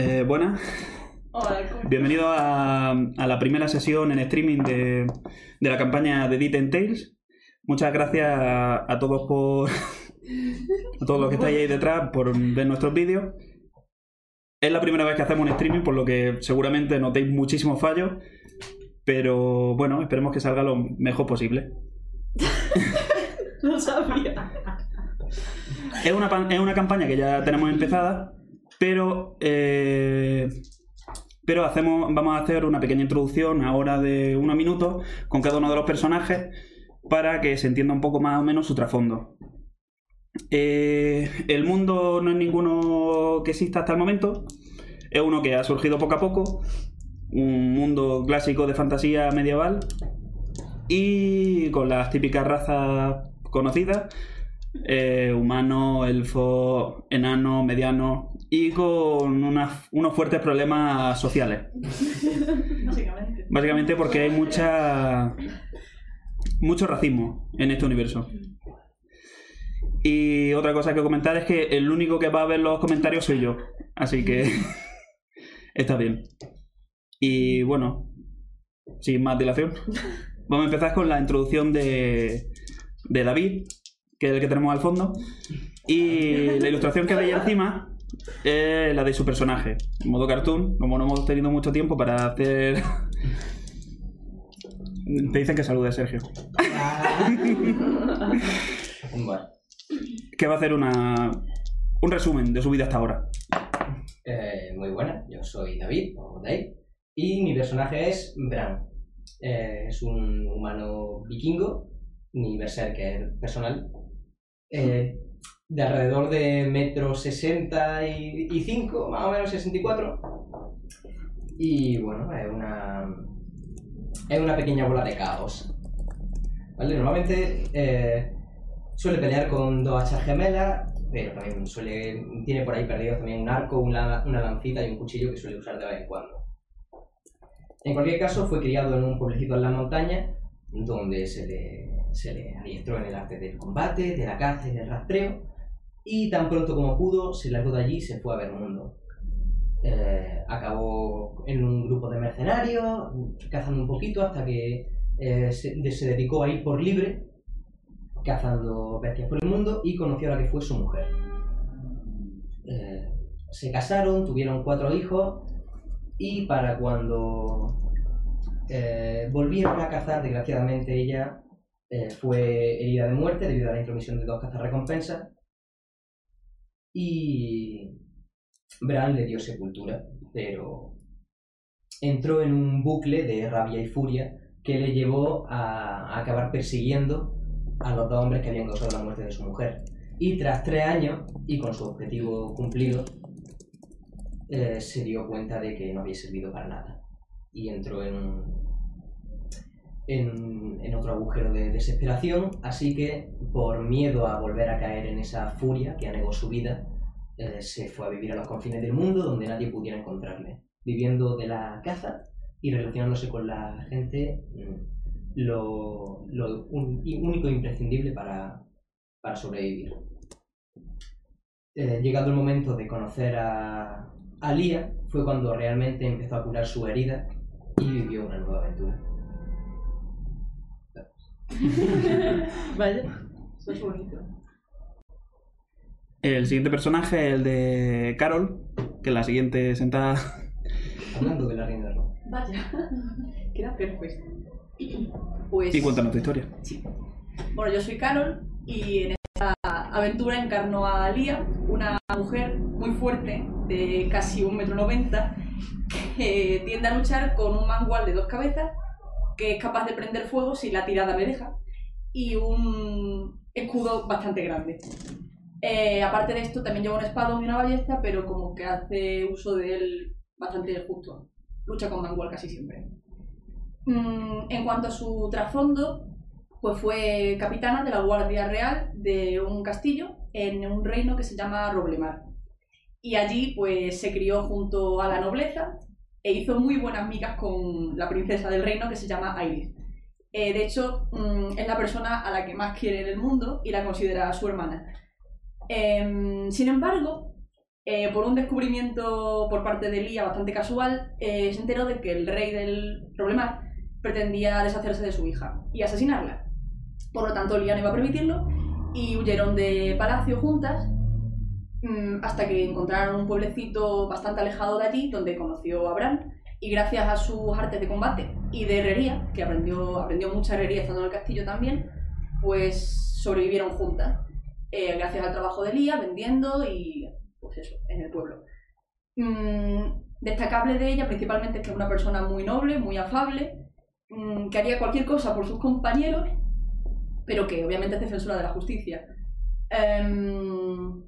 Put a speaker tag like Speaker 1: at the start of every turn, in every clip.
Speaker 1: Eh, bienvenido a, a la primera sesión en streaming de, de la campaña de Ditten Tales. Muchas gracias a, a todos por a todos los que estáis ahí detrás por ver nuestros vídeos. Es la primera vez que hacemos un streaming, por lo que seguramente notéis muchísimos fallos. Pero bueno, esperemos que salga lo mejor posible.
Speaker 2: No sabía.
Speaker 1: Es una, pan- es una campaña que ya tenemos empezada, pero, eh, pero hacemos, vamos a hacer una pequeña introducción ahora de unos minutos con cada uno de los personajes para que se entienda un poco más o menos su trasfondo. Eh, el mundo no es ninguno que exista hasta el momento, es uno que ha surgido poco a poco, un mundo clásico de fantasía medieval y con las típicas razas conocidas, eh, humano, elfo, enano, mediano y con unas- unos fuertes problemas sociales.
Speaker 2: Básicamente.
Speaker 1: Básicamente porque hay mucha mucho racismo en este universo. Y otra cosa que comentar es que el único que va a ver los comentarios soy yo. Así que está bien. Y bueno, sin más dilación, vamos a empezar con la introducción de, de David, que es el que tenemos al fondo. Y la ilustración que veis encima es la de su personaje. En modo cartoon, como no hemos tenido mucho tiempo para hacer... Te dicen que salude Sergio.
Speaker 3: Ah. Bueno,
Speaker 1: que va a hacer una, un resumen de su vida hasta ahora.
Speaker 3: eh, muy buena, yo soy David, o Dave, y mi personaje es Bran. Eh, es un humano vikingo, mi berserker personal, eh, de alrededor de metro sesenta y y cinco, más o menos 64. Y bueno, es una, es una pequeña bola de caos. ¿Vale? Normalmente eh, suele pelear con dos hachas gemelas, pero también suele, tiene por ahí perdido también un arco, una, una lancita y un cuchillo que suele usar de vez en cuando. En cualquier caso, fue criado en un pueblecito en la montaña, donde se le, se le adiestró en el arte del combate, de la caza y del rastreo, y tan pronto como pudo, se largó de allí y se fue a ver mundo. Eh, acabó en un grupo de mercenarios, cazando un poquito hasta que eh, se, de- se dedicó a ir por libre, cazando bestias por el mundo y conoció a la que fue su mujer. Eh, se casaron, tuvieron cuatro hijos y para cuando eh, volvieron a cazar, desgraciadamente ella eh, fue herida de muerte debido a la intromisión de dos cazarrecompensas y Bran le dio sepultura, pero entró en un bucle de rabia y furia que le llevó a, a acabar persiguiendo a los dos hombres que habían causado la muerte de su mujer. Y tras tres años, y con su objetivo cumplido, eh, se dio cuenta de que no había servido para nada. Y entró en, un- en, en otro agujero de desesperación, así que por miedo a volver a caer en esa furia que anegó su vida, eh, se fue a vivir a los confines del mundo donde nadie pudiera encontrarle, viviendo de la caza y relacionándose con la gente mm, lo, lo un- y único e imprescindible para, para sobrevivir. Eh, llegado el momento de conocer a, a Lía, fue cuando realmente empezó a curar su herida y vivió una nueva aventura.
Speaker 2: Vaya. Eso es bonito.
Speaker 1: El siguiente personaje es el de Carol, que es la siguiente sentada.
Speaker 3: Hablando de la reina de Roma.
Speaker 2: Vaya. Queda perfecto. Pues.
Speaker 1: Y cuéntanos tu historia.
Speaker 2: Bueno, yo soy Carol y en esta aventura encarno a Lía, una mujer muy fuerte de casi 1,90m que tiende a luchar con un mangual de dos cabezas que es capaz de prender fuego si la tirada me deja y un escudo bastante grande. Eh, aparte de esto, también lleva un espadón y una ballesta, pero como que hace uso de él bastante justo. Lucha con mangual casi siempre. Mm, en cuanto a su trasfondo, pues fue capitana de la Guardia Real de un castillo en un reino que se llama Roblemar. Y allí pues se crió junto a la nobleza e hizo muy buenas migas con la princesa del reino que se llama Iris. Eh, de hecho, mm, es la persona a la que más quiere en el mundo y la considera su hermana. Em, sin embargo, Eh, por un descubrimiento por parte de Lía bastante casual, eh, se enteró de que el rey del problema pretendía deshacerse de su hija y asesinarla. Por lo tanto, Lía no iba a permitirlo y huyeron de palacio juntas mm, hasta que encontraron un pueblecito bastante alejado de allí donde conoció a Bran y gracias a sus artes de combate y de herrería, que aprendió, aprendió mucha herrería estando en el castillo también, pues sobrevivieron juntas. eh, gracias al trabajo de Lía, vendiendo y pues eso, en el pueblo. Mm, destacable de ella principalmente es que es una persona muy noble, muy afable, mm, que haría cualquier cosa por sus compañeros, pero que obviamente es defensora de la justicia. Em,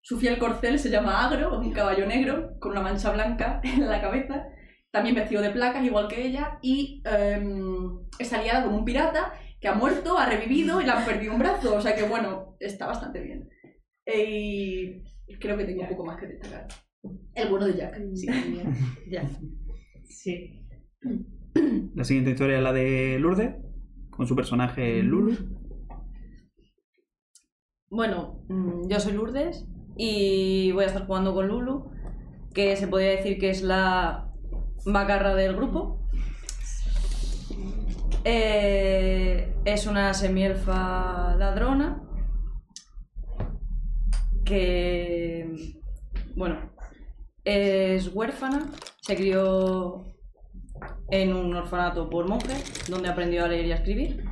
Speaker 2: su fiel corcel se llama Agro, es un caballo negro con una mancha blanca en la cabeza, también vestido de placas igual que ella, y em, es aliada con un pirata que ha muerto, ha revivido y le han perdido un brazo, o sea que bueno, está bastante bien. Eh, Y creo que tengo un poco más que destacar. El bueno de Jack, sí.
Speaker 4: Ya. Sí.
Speaker 1: La siguiente historia es la de Lourdes, con su personaje Lulu.
Speaker 4: Bueno, mm, yo soy Lourdes y voy a estar jugando con Lulu, que se podría decir que es la macarra del grupo. Eh, es una semielfa ladrona que, bueno, es huérfana, se crió en un orfanato por monjes, donde aprendió a leer y a escribir.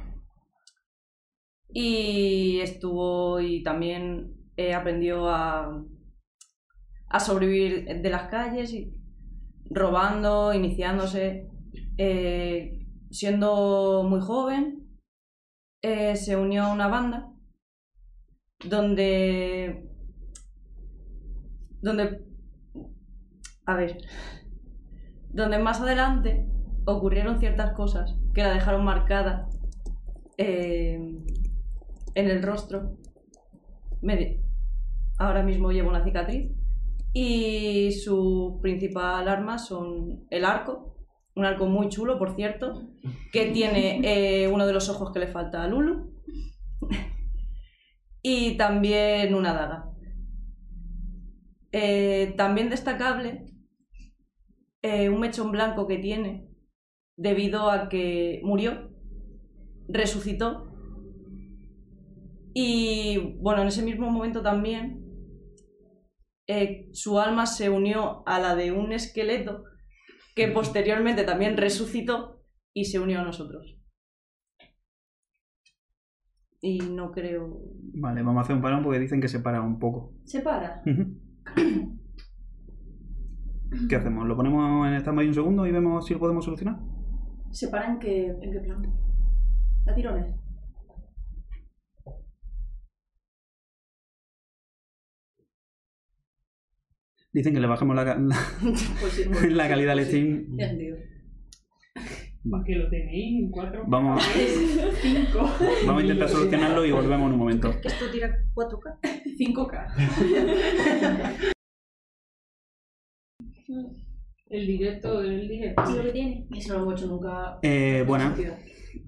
Speaker 4: Y estuvo y también eh, aprendió a, a sobrevivir de las calles, y robando, iniciándose. Eh, siendo muy joven, eh, se unió a una banda donde... donde... A ver. Donde más adelante ocurrieron ciertas cosas que la dejaron marcada eh, en el rostro. Me di- ahora mismo llevo una cicatriz. Y su principal arma son el arco. Un arco muy chulo, por cierto. Que tiene eh, uno de los ojos que le falta a Lulu. y también una daga. Eh, también destacable eh, un mechón blanco que tiene debido a que murió resucitó. Y bueno, en ese mismo momento también eh, su alma se unió a la de un esqueleto que posteriormente también resucitó y se unió a nosotros. Y no creo...
Speaker 1: Vale, vamos a hacer un parón porque dicen que se para un poco.
Speaker 2: Se para.
Speaker 1: Ujú. ¿Qué hacemos? ¿Lo ponemos en stand-by un segundo y vemos si lo podemos solucionar?
Speaker 2: ¿Se para en qué, en qué plan? A tirones.
Speaker 1: Dicen que le bajemos la, ca- la-
Speaker 2: Pues sí, pues sí,
Speaker 1: la calidad al
Speaker 2: pues sí.
Speaker 1: Steam.
Speaker 2: Ya te digo.
Speaker 5: Porque lo tenéis en cuatro.
Speaker 1: Vamos,
Speaker 2: Cinco.
Speaker 1: vamos a intentar solucionarlo y volvemos en un momento.
Speaker 4: Esto tira 4K.
Speaker 2: 5K.
Speaker 5: El directo del directo.
Speaker 6: Sí, lo tiene.
Speaker 2: Y eso no lo hemos hecho nunca.
Speaker 1: Eh, buena.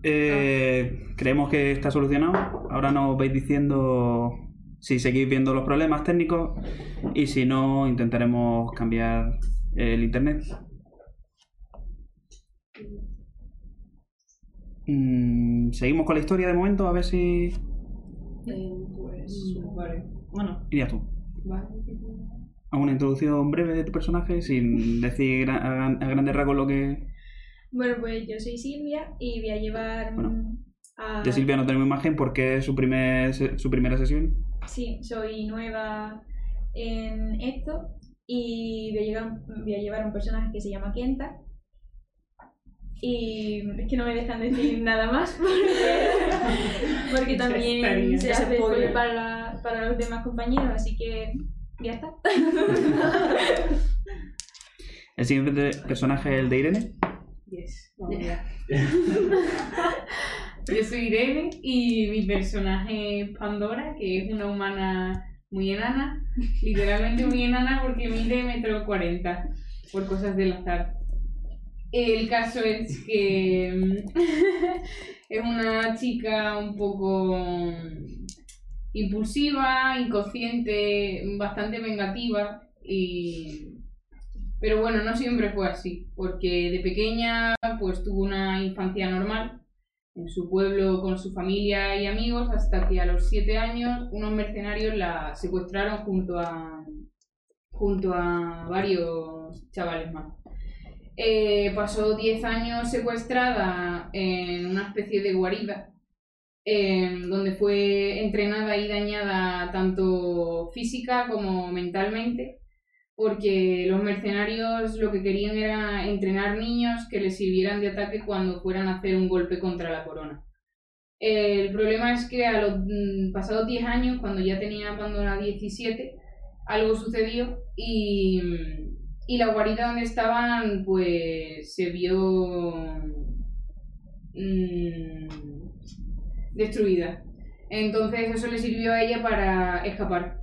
Speaker 1: Eh, creemos que está solucionado. Ahora nos vais diciendo si seguís viendo los problemas técnicos y si no, intentaremos cambiar el internet. Mm, seguimos con la historia de momento, a ver si.
Speaker 2: Eh, pues.
Speaker 5: Mm, Vale.
Speaker 4: Bueno,
Speaker 1: Irías tú.
Speaker 5: Vale.
Speaker 1: A una introducción breve de tu personaje, sin decir gra- a, gran- a grandes rasgos lo que.
Speaker 6: Bueno, pues yo soy Silvia y voy a llevar
Speaker 1: Bueno.
Speaker 6: mm, a...
Speaker 1: De Silvia no tenemos imagen porque es su, primer, se- su primera sesión.
Speaker 6: Sí, soy nueva en esto y voy a, llegar- voy a llevar un personaje que se llama Kenta. Y es que no me dejan decir nada más porque, porque también se
Speaker 5: Experiencia.
Speaker 6: hace
Speaker 4: Spoiler.
Speaker 6: para, para los demás compañeros, así que ya está.
Speaker 1: El siguiente personaje es el de Irene.
Speaker 5: Yes. Vamos allá. Yo soy Irene y mi personaje es Pandora, que es una humana muy enana. Literalmente muy enana porque mide metro cuarenta por cosas del azar. El caso es que mm, es una chica un mm, poco impulsiva, inconsciente, bastante vengativa Y... Pero bueno, no siempre fue así, porque de pequeña pues tuvo una infancia normal en su pueblo con su familia y amigos hasta que a los siete años unos mercenarios la secuestraron junto a, junto a varios chavales más. Eh, pasó 10 años secuestrada en una especie de guarida, eh, donde fue entrenada y dañada tanto física como mentalmente, porque los mercenarios lo que querían era entrenar niños que les sirvieran de ataque cuando fueran a hacer un golpe contra la corona. Eh, el problema es que a los mm, pasados 10 años, cuando ya tenía Pandora 17, algo sucedió y, y la guarida donde estaban pues se vio mm, destruida. Entonces eso le sirvió a ella para escapar.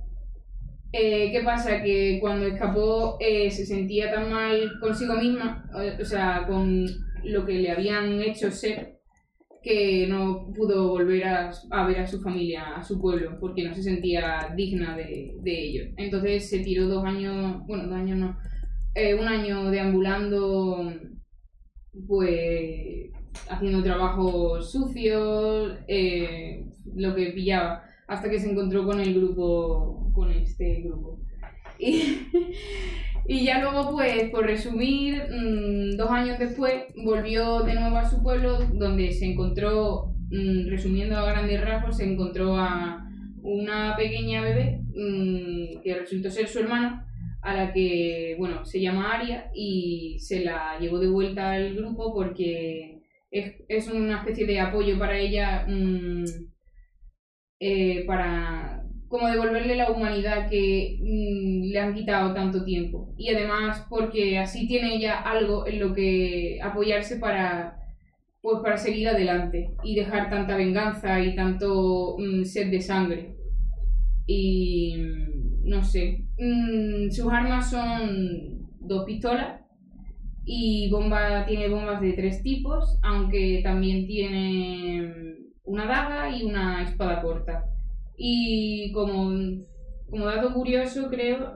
Speaker 5: Eh, ¿Qué pasa? Que cuando escapó eh, se sentía tan mal consigo misma, o, o sea, con lo que le habían hecho ser, que no pudo volver a, a ver a su familia, a su pueblo, porque no se sentía digna de, de ello. Entonces se tiró dos años, bueno, dos años no, eh, un año deambulando, pues haciendo trabajos sucios, eh, lo que pillaba, hasta que se encontró con el grupo, con este grupo. Y, y ya luego, pues, por resumir, mm, dos años después volvió de nuevo a su pueblo, donde se encontró, mm, resumiendo a grandes rasgos, se encontró a una pequeña bebé mm, que resultó ser su hermana, a la que, bueno, se llama Aria y se la llevó de vuelta al grupo porque es, es una especie de apoyo para ella, mm, eh, para como devolverle la humanidad que mm, le han quitado tanto tiempo. Y además porque así tiene ella algo en lo que apoyarse para, pues, para seguir adelante y dejar tanta venganza y tanto mm, sed de sangre. Y mm, no sé, Mm, sus armas son dos pistolas y bomba tiene bombas de tres tipos, aunque también tiene una daga y una espada corta. Y como, como dato curioso, creo,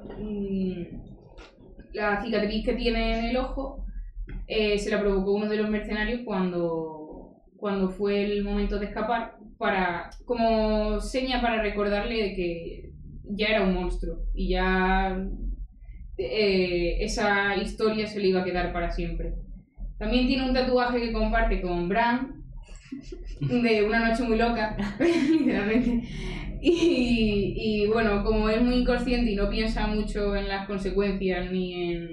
Speaker 5: mm, la cicatriz que tiene en el ojo eh, se la provocó uno de los mercenarios cuando, cuando fue el momento de escapar, para, como seña para recordarle de que ya era un monstruo y ya eh, esa historia se le iba a quedar para siempre. También tiene un tatuaje que comparte con Bran de una noche muy loca, literalmente. Y, y bueno, como es muy inconsciente y no piensa mucho en las consecuencias ni en,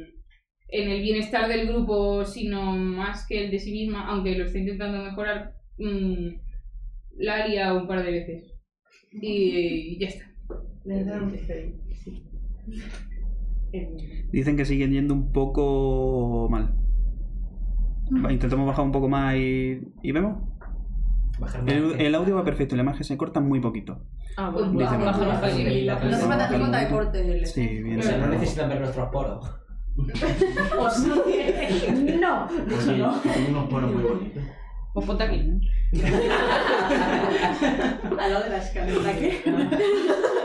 Speaker 5: en el bienestar del grupo, sino más que el de sí misma, aunque lo esté intentando mejorar, mmm, la haría un par de veces. Y, y ya está.
Speaker 1: Dicen que siguen yendo un poco mal. Va, Intentamos bajar un poco más y, y vemos.
Speaker 3: Bajar más.
Speaker 1: El, el audio va perfecto, la imagen se corta muy poquito.
Speaker 7: Ah,
Speaker 2: Pues,
Speaker 7: bueno.
Speaker 1: Dice,
Speaker 2: baja, baja, baja,
Speaker 3: sí,
Speaker 2: sí,
Speaker 3: la
Speaker 2: No
Speaker 3: persona
Speaker 2: hace falta hacer
Speaker 1: baja
Speaker 2: cuenta de
Speaker 1: un poco.
Speaker 2: cortes. el-
Speaker 1: Sí, bien.
Speaker 3: O sea, no necesitan ver nuestros poros.
Speaker 2: O sí. No, de hecho
Speaker 8: Oye,
Speaker 2: no.
Speaker 8: que tengo unos poros muy bonitos.
Speaker 7: Pues ponte aquí.
Speaker 2: Al lado de la escalera, ¿qué?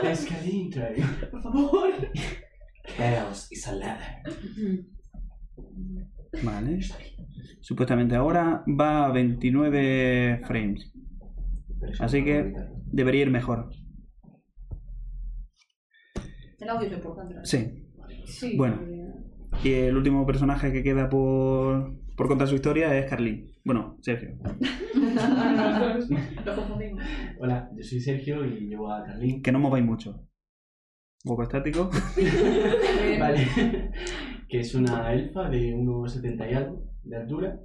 Speaker 8: Pescadito.
Speaker 2: Por favor.
Speaker 3: Peros y salada.
Speaker 1: Vale. Supuestamente ahora va a 29 frames. Así que debería ir mejor.
Speaker 2: El audio es importante. ¿no?
Speaker 1: Sí.
Speaker 5: Sí,
Speaker 1: Bueno. Y el último personaje que queda por, por contar su historia es Carlín. Bueno, Sergio.
Speaker 2: Lo confundimos.
Speaker 8: Hola, yo soy Sergio y llevo a Carlín.
Speaker 1: Que no mováis mucho. Un poco estático.
Speaker 8: Vale. que es una elfa de unos 70 y algo de altura.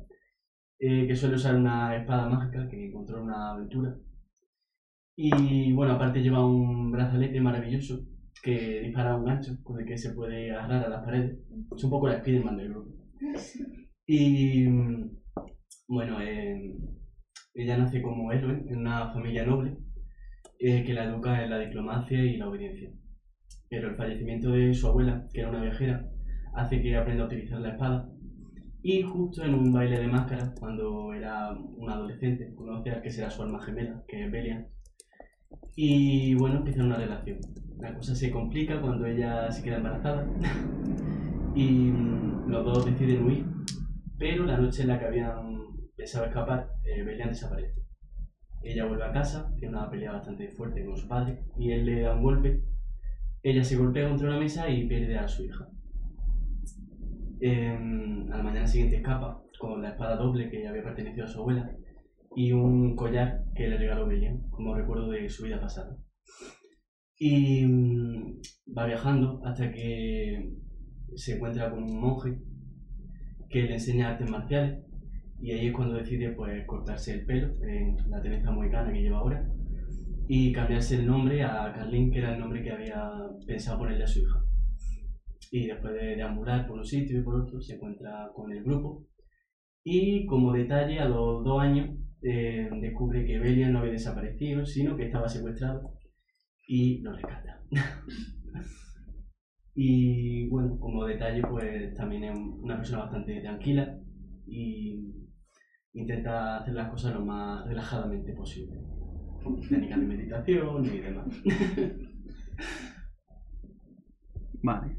Speaker 8: eh, que suele usar una espada mágica que controla una aventura. Y bueno, aparte lleva un brazalete maravilloso que dispara un gancho con el que se puede agarrar a las paredes. Es un poco la Spiderman del grupo. Y mm, bueno, eh, ella nace como héroe en una familia noble eh, que la educa en la diplomacia y la obediencia pero el fallecimiento de su abuela, que era una viajera, hace que aprenda a utilizar la espada. Y justo en un baile de máscaras, cuando era una adolescente, conoce al que será su alma gemela, que es Belia. Y bueno, empiezan una relación. La cosa se complica cuando ella se queda embarazada y mm, los dos deciden huir, pero la noche en la que habían pensado escapar, eh, Belian desaparece. Ella vuelve a casa, tiene una pelea bastante fuerte con su padre y él le da un golpe. Ella se golpea contra una mesa y pierde a su hija. Em, a la mañana siguiente escapa con la espada doble que había pertenecido a su abuela y un collar que le regaló Belian como recuerdo de su vida pasada. Y mm, va viajando hasta que se encuentra con un monje que le enseña artes marciales y ahí es cuando decide pues cortarse el pelo en la trenza mohicana que lleva ahora y cambiarse el nombre a Carlin que era el nombre que había pensado ponerle a su hija y después de deambular por un sitio y por otro se encuentra con el grupo y como detalle a los dos años eh, descubre que Belian no había desaparecido sino que estaba secuestrado y lo rescata y bueno como detalle pues también es un- una persona bastante tranquila y intenta hacer las cosas lo más relajadamente posible. Con Técnicas de meditación y demás.
Speaker 1: Vale.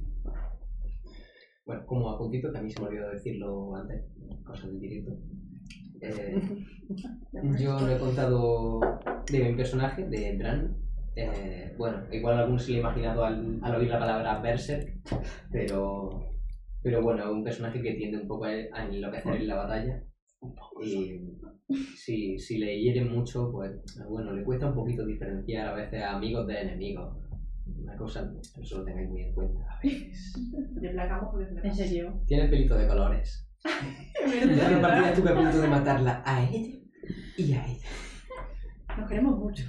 Speaker 3: Bueno, como apuntito, que a mí se me olvidó decirlo antes, cosa del directo. Eh, yo no he contado de mi personaje, de Bran. Eh, bueno, igual a algunos se lo he imaginado al, al oír la palabra Berserk, pero, pero bueno, es un personaje que tiende un poco a, a enloquecer en la batalla. Y si, si le hieren mucho, pues bueno, le cuesta un poquito diferenciar a veces a amigos de enemigos. Una cosa, eso lo tengáis muy en cuenta. A veces.
Speaker 2: De placamos de
Speaker 7: En
Speaker 2: placamos.
Speaker 7: serio.
Speaker 3: Tiene pelito de colores. Ya que partida estuve a punto de matarla a ella y a ella.
Speaker 2: Nos queremos mucho.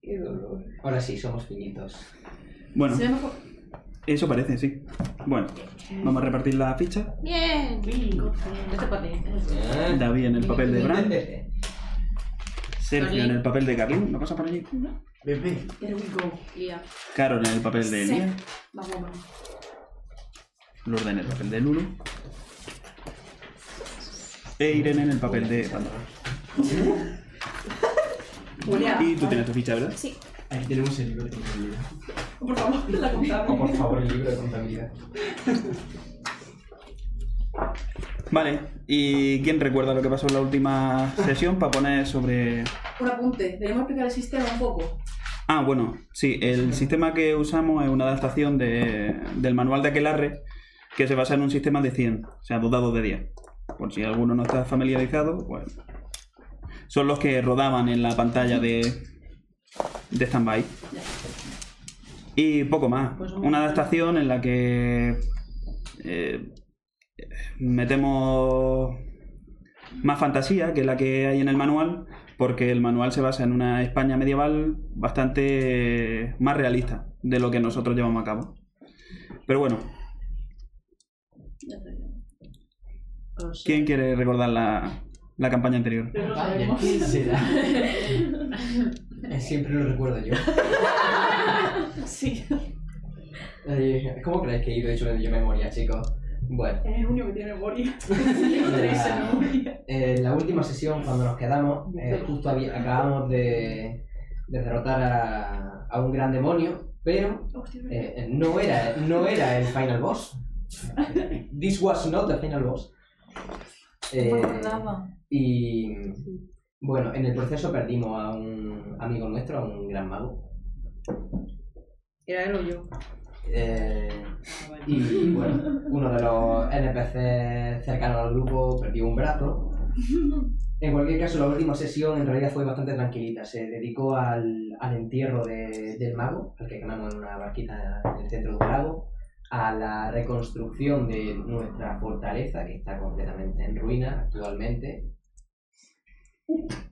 Speaker 3: Qué dolor. Ahora sí, somos finitos.
Speaker 1: Bueno,
Speaker 2: Se ve mejor.
Speaker 1: eso parece, sí. Bueno, vamos a repartir la ficha.
Speaker 7: Bien.
Speaker 2: Bingo.
Speaker 4: Este
Speaker 7: Esto es para ti.
Speaker 1: David en el papel de Bran, Sergio en el papel de Carlin, ¿no pasa por allí?
Speaker 8: Bebé.
Speaker 2: Here we go.
Speaker 7: Lía.
Speaker 1: Carol en el papel de Elia,
Speaker 2: Vamos, vamos.
Speaker 1: Lourdes en el papel de Lulu, e Irene en el papel de Pandora.
Speaker 2: Julia.
Speaker 1: Y tú tienes tu ficha, ¿verdad?
Speaker 6: Sí.
Speaker 8: Ahí tenemos el libro de contabilidad.
Speaker 2: Por favor, la
Speaker 3: Oh, por
Speaker 2: contamos.
Speaker 3: favor, el libro de contabilidad.
Speaker 1: Vale, ¿y quién recuerda lo que pasó en la última sesión para poner sobre
Speaker 2: Un apunte. Debemos explicar el sistema un poco.
Speaker 1: Ah, bueno, sí, el sistema que usamos es una adaptación de- del manual de Aquelarre que se basa en un sistema de 100, o sea, dos dados de 10. Por si alguno no está familiarizado, pues son los que rodaban en la pantalla de, de stand-by. Y poco más.
Speaker 7: Pues un-
Speaker 1: Una adaptación en la que eh, metemos más fantasía que la que hay en el manual, porque el manual se basa en una España medieval bastante más realista de lo que nosotros llevamos a cabo. Pero bueno,
Speaker 7: O sea,
Speaker 1: ¿quién quiere recordar la, la campaña anterior?
Speaker 2: Pero lo
Speaker 3: Vaya,
Speaker 2: sabemos.
Speaker 3: ¿quién será? Eh, Siempre lo recuerdo yo.
Speaker 2: Sí.
Speaker 3: Eh, ¿Cómo creéis que he ido hecho de yo memoria, chicos? Bueno,
Speaker 2: Es el único que tiene memoria. Tengo tres en memoria.
Speaker 3: en la última sesión, cuando nos quedamos, eh, justo había- acabamos de, de derrotar a, a un gran demonio, pero
Speaker 2: Hostia, Oh, es verdad.
Speaker 3: Eh, eh, no, era, no era el final boss. This was not the final boss. Eh, y bueno, en el proceso perdimos a un amigo nuestro, a un gran mago.
Speaker 7: Era él o yo.
Speaker 3: Eh, y bueno, uno de los NPC cercanos al grupo perdió un brazo. En cualquier caso, la última sesión en realidad fue bastante tranquilita. Se dedicó al, al entierro de- del mago, al que quemamos en una barquita en el centro de un lago, a la reconstrucción de nuestra fortaleza, que está completamente en ruina actualmente,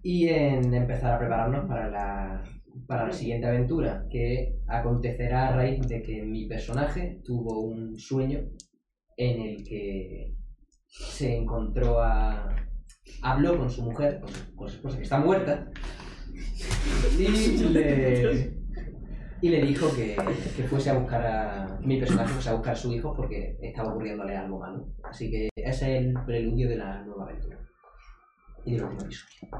Speaker 3: y en empezar a prepararnos para la, para la siguiente aventura, que acontecerá a raíz de que mi personaje tuvo un sueño en el que se encontró a... Habló con su mujer, con, con su esposa que está muerta, y le, y le dijo que, que fuese a buscar a... Mi personaje fuese a buscar a su hijo porque estaba ocurriéndole algo malo. Así que ese es el preludio de la nueva aventura. Y del último episodio.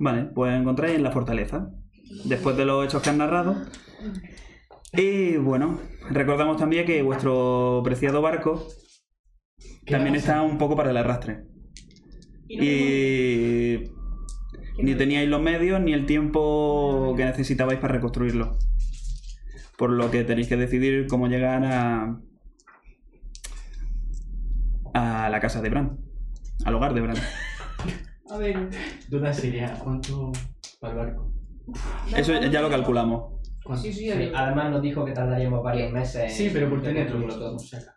Speaker 1: Vale, pues encontráis en la fortaleza. Después de los hechos que han narrado, Y bueno, recordamos también que vuestro preciado barco también está un poco para el arrastre.
Speaker 2: Y no tengo-
Speaker 1: Y ni teníais los medios ni el tiempo que necesitabais para reconstruirlo. Por lo que tenéis que decidir cómo llegar a. a la casa de Bran. Al hogar de Bran.
Speaker 5: A ver,
Speaker 8: Duda sería, ¿cuánto para el barco?
Speaker 1: Eso ya lo calculamos.
Speaker 8: ¿Cuánto?
Speaker 5: sí, sí, a ver.
Speaker 3: Pues Además nos dijo que tardaríamos varios meses.
Speaker 8: Sí, pero por tenerlo,
Speaker 3: tenerlo
Speaker 8: todo.
Speaker 3: todo.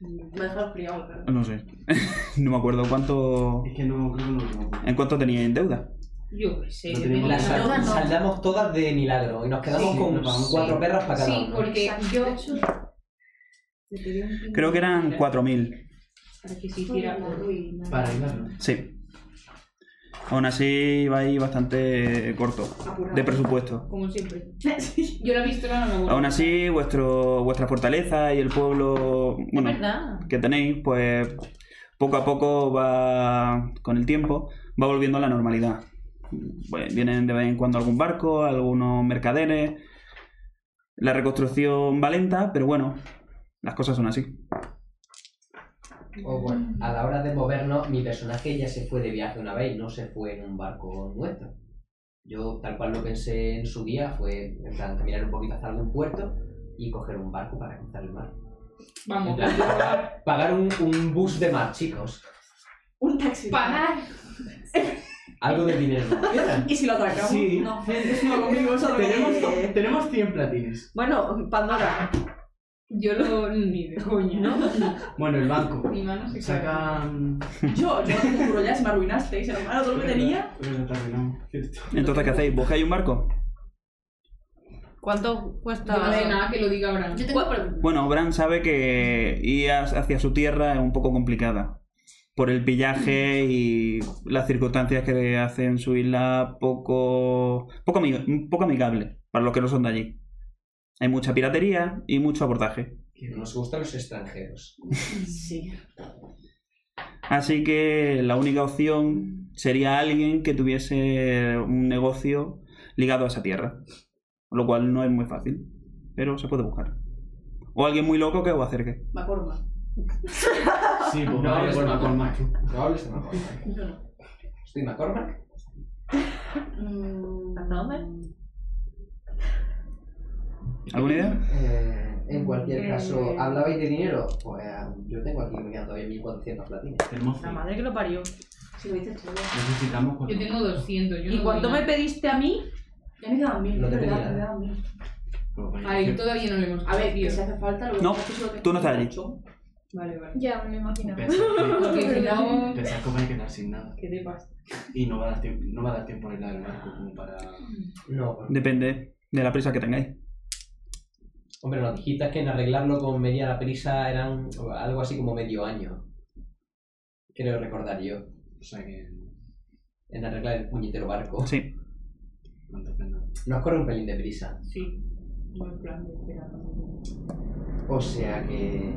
Speaker 2: Me ha dejado friado, claro.
Speaker 1: No sé. no me acuerdo cuánto.
Speaker 8: Es que no, creo que no lo tengo.
Speaker 1: ¿En cuánto teníais en deuda?
Speaker 5: yo qué sé.
Speaker 8: No
Speaker 5: yo
Speaker 8: tenemos
Speaker 5: tenía-
Speaker 3: Las sal-
Speaker 2: Todas no.
Speaker 3: saldamos todas de milagro y nos quedamos
Speaker 8: Sí,
Speaker 3: con
Speaker 8: nos vamos.
Speaker 3: cuatro perras para cada
Speaker 5: Sí,
Speaker 3: uno.
Speaker 5: porque yo...
Speaker 1: Creo que eran 4.000.
Speaker 5: Para que se hiciera por y nada.
Speaker 8: Para ayudarnos.
Speaker 1: Sí. Aún así vais bastante corto
Speaker 5: Apurado.
Speaker 1: de presupuesto.
Speaker 5: Como siempre. Yo la pistola no me gusta.
Speaker 1: Aún así, vuestro, vuestra fortaleza y el pueblo bueno,
Speaker 7: verdad.
Speaker 1: que tenéis, pues poco a poco va, con el tiempo, va volviendo a la normalidad. Bueno, vienen de vez en cuando algún barco, algunos mercaderes. La reconstrucción va lenta, pero bueno, las cosas son así.
Speaker 3: O bueno, a la hora de movernos, mi personaje ya se fue de viaje una vez, no se fue en un barco nuestro. Yo, tal cual lo pensé en su día, fue en plan caminar un poquito hasta algún puerto y coger un barco para cruzar el mar. En
Speaker 5: Vamos.
Speaker 3: plan, pagar, pagar un, un bus de mar, chicos.
Speaker 2: Un taxi.
Speaker 5: Pagar.
Speaker 3: Algo de dinero.
Speaker 2: ¿Y si lo atracamos?
Speaker 8: Sí.
Speaker 2: No, no conmigo, eso no
Speaker 8: Tenemos, tenemos 100 platines.
Speaker 7: Bueno, Pandora.
Speaker 5: Yo lo... Ni de coña.
Speaker 8: Bueno, el mm, banco.
Speaker 5: Mi mano se saca.
Speaker 8: Sacan...
Speaker 2: Yo, yo no te juro ya, si me arruinasteis, hermano, todo lo que tenía.
Speaker 8: Pero terminamos, ¿cierto?
Speaker 1: Entonces, ¿qué hacéis? ¿Buscáis un barco?
Speaker 7: ¿Cuánto cuesta?
Speaker 5: No hace nada que lo diga Bran.
Speaker 2: Yo tengo preguntas.
Speaker 1: Bueno, Bran sabe que ir as- hacia su tierra es un poco complicada. Por el pillaje y las circunstancias que hacen su isla poco, poco, ami- poco amigable para los que no son de allí. Hay mucha piratería y mucho abordaje.
Speaker 3: Nos gustan los extranjeros.
Speaker 2: Sí.
Speaker 1: Así que la única opción sería alguien que tuviese un negocio ligado a esa tierra. Lo cual no es muy fácil, pero se puede buscar. O alguien muy loco que os acerque.
Speaker 2: Macorma.
Speaker 8: Sí, pues
Speaker 3: No,
Speaker 8: vale,
Speaker 3: es
Speaker 8: por la
Speaker 3: banco.
Speaker 8: colmacho.
Speaker 3: No hables de McCormack.
Speaker 2: Yo no.
Speaker 3: Estoy McCormack.
Speaker 2: Mm,
Speaker 7: ¿Hasta dónde?
Speaker 1: ¿Alguna idea?
Speaker 3: Eh, en
Speaker 2: Mm,
Speaker 3: cualquier caso,
Speaker 5: Eh.
Speaker 3: ¿hablabais de dinero? Pues yo tengo aquí, me quedan todavía 1400 platines.
Speaker 8: Tenemos
Speaker 7: La
Speaker 8: 100.
Speaker 7: madre que lo parió.
Speaker 2: Si lo dices tú. ya.
Speaker 8: Necesitamos
Speaker 5: Yo
Speaker 8: cuatro.
Speaker 5: tengo 200. Yo
Speaker 7: ¿Y
Speaker 5: no
Speaker 7: cuánto
Speaker 5: doy
Speaker 7: me
Speaker 5: nada.
Speaker 7: pediste a mí?
Speaker 2: Ya me quedan mil,
Speaker 3: No te
Speaker 2: me
Speaker 3: pedí
Speaker 2: quedan me
Speaker 3: nada.
Speaker 2: quedan mil.
Speaker 8: Pero para
Speaker 5: Ahí
Speaker 8: que-
Speaker 5: todavía no lo hemos
Speaker 2: A ver,
Speaker 5: tío.
Speaker 2: que si hace falta, lo
Speaker 1: No,
Speaker 2: que pasa es que
Speaker 1: tú no estás allí.
Speaker 2: solo tengo
Speaker 5: Vale, vale.
Speaker 6: Ya me imaginaba.
Speaker 8: Pensar que-
Speaker 5: Porque si no...
Speaker 8: pensar que va a quedar sin nada.
Speaker 5: ¿Qué te pasa?
Speaker 8: Y no va a dar tiempo, no va a dar tiempo a ir al barco como para...
Speaker 3: No,
Speaker 1: Depende de la prisa que tengáis.
Speaker 3: Hombre, nos dijiste que en arreglarlo con media la prisa eran algo así como medio año. Creo recordar yo.
Speaker 8: O sea que...
Speaker 3: En arreglar el puñetero barco.
Speaker 1: Sí.
Speaker 8: cuánto pena.
Speaker 3: Nos corre un pelín de prisa.
Speaker 5: Sí. Buen plan de esperar.
Speaker 3: O sea que.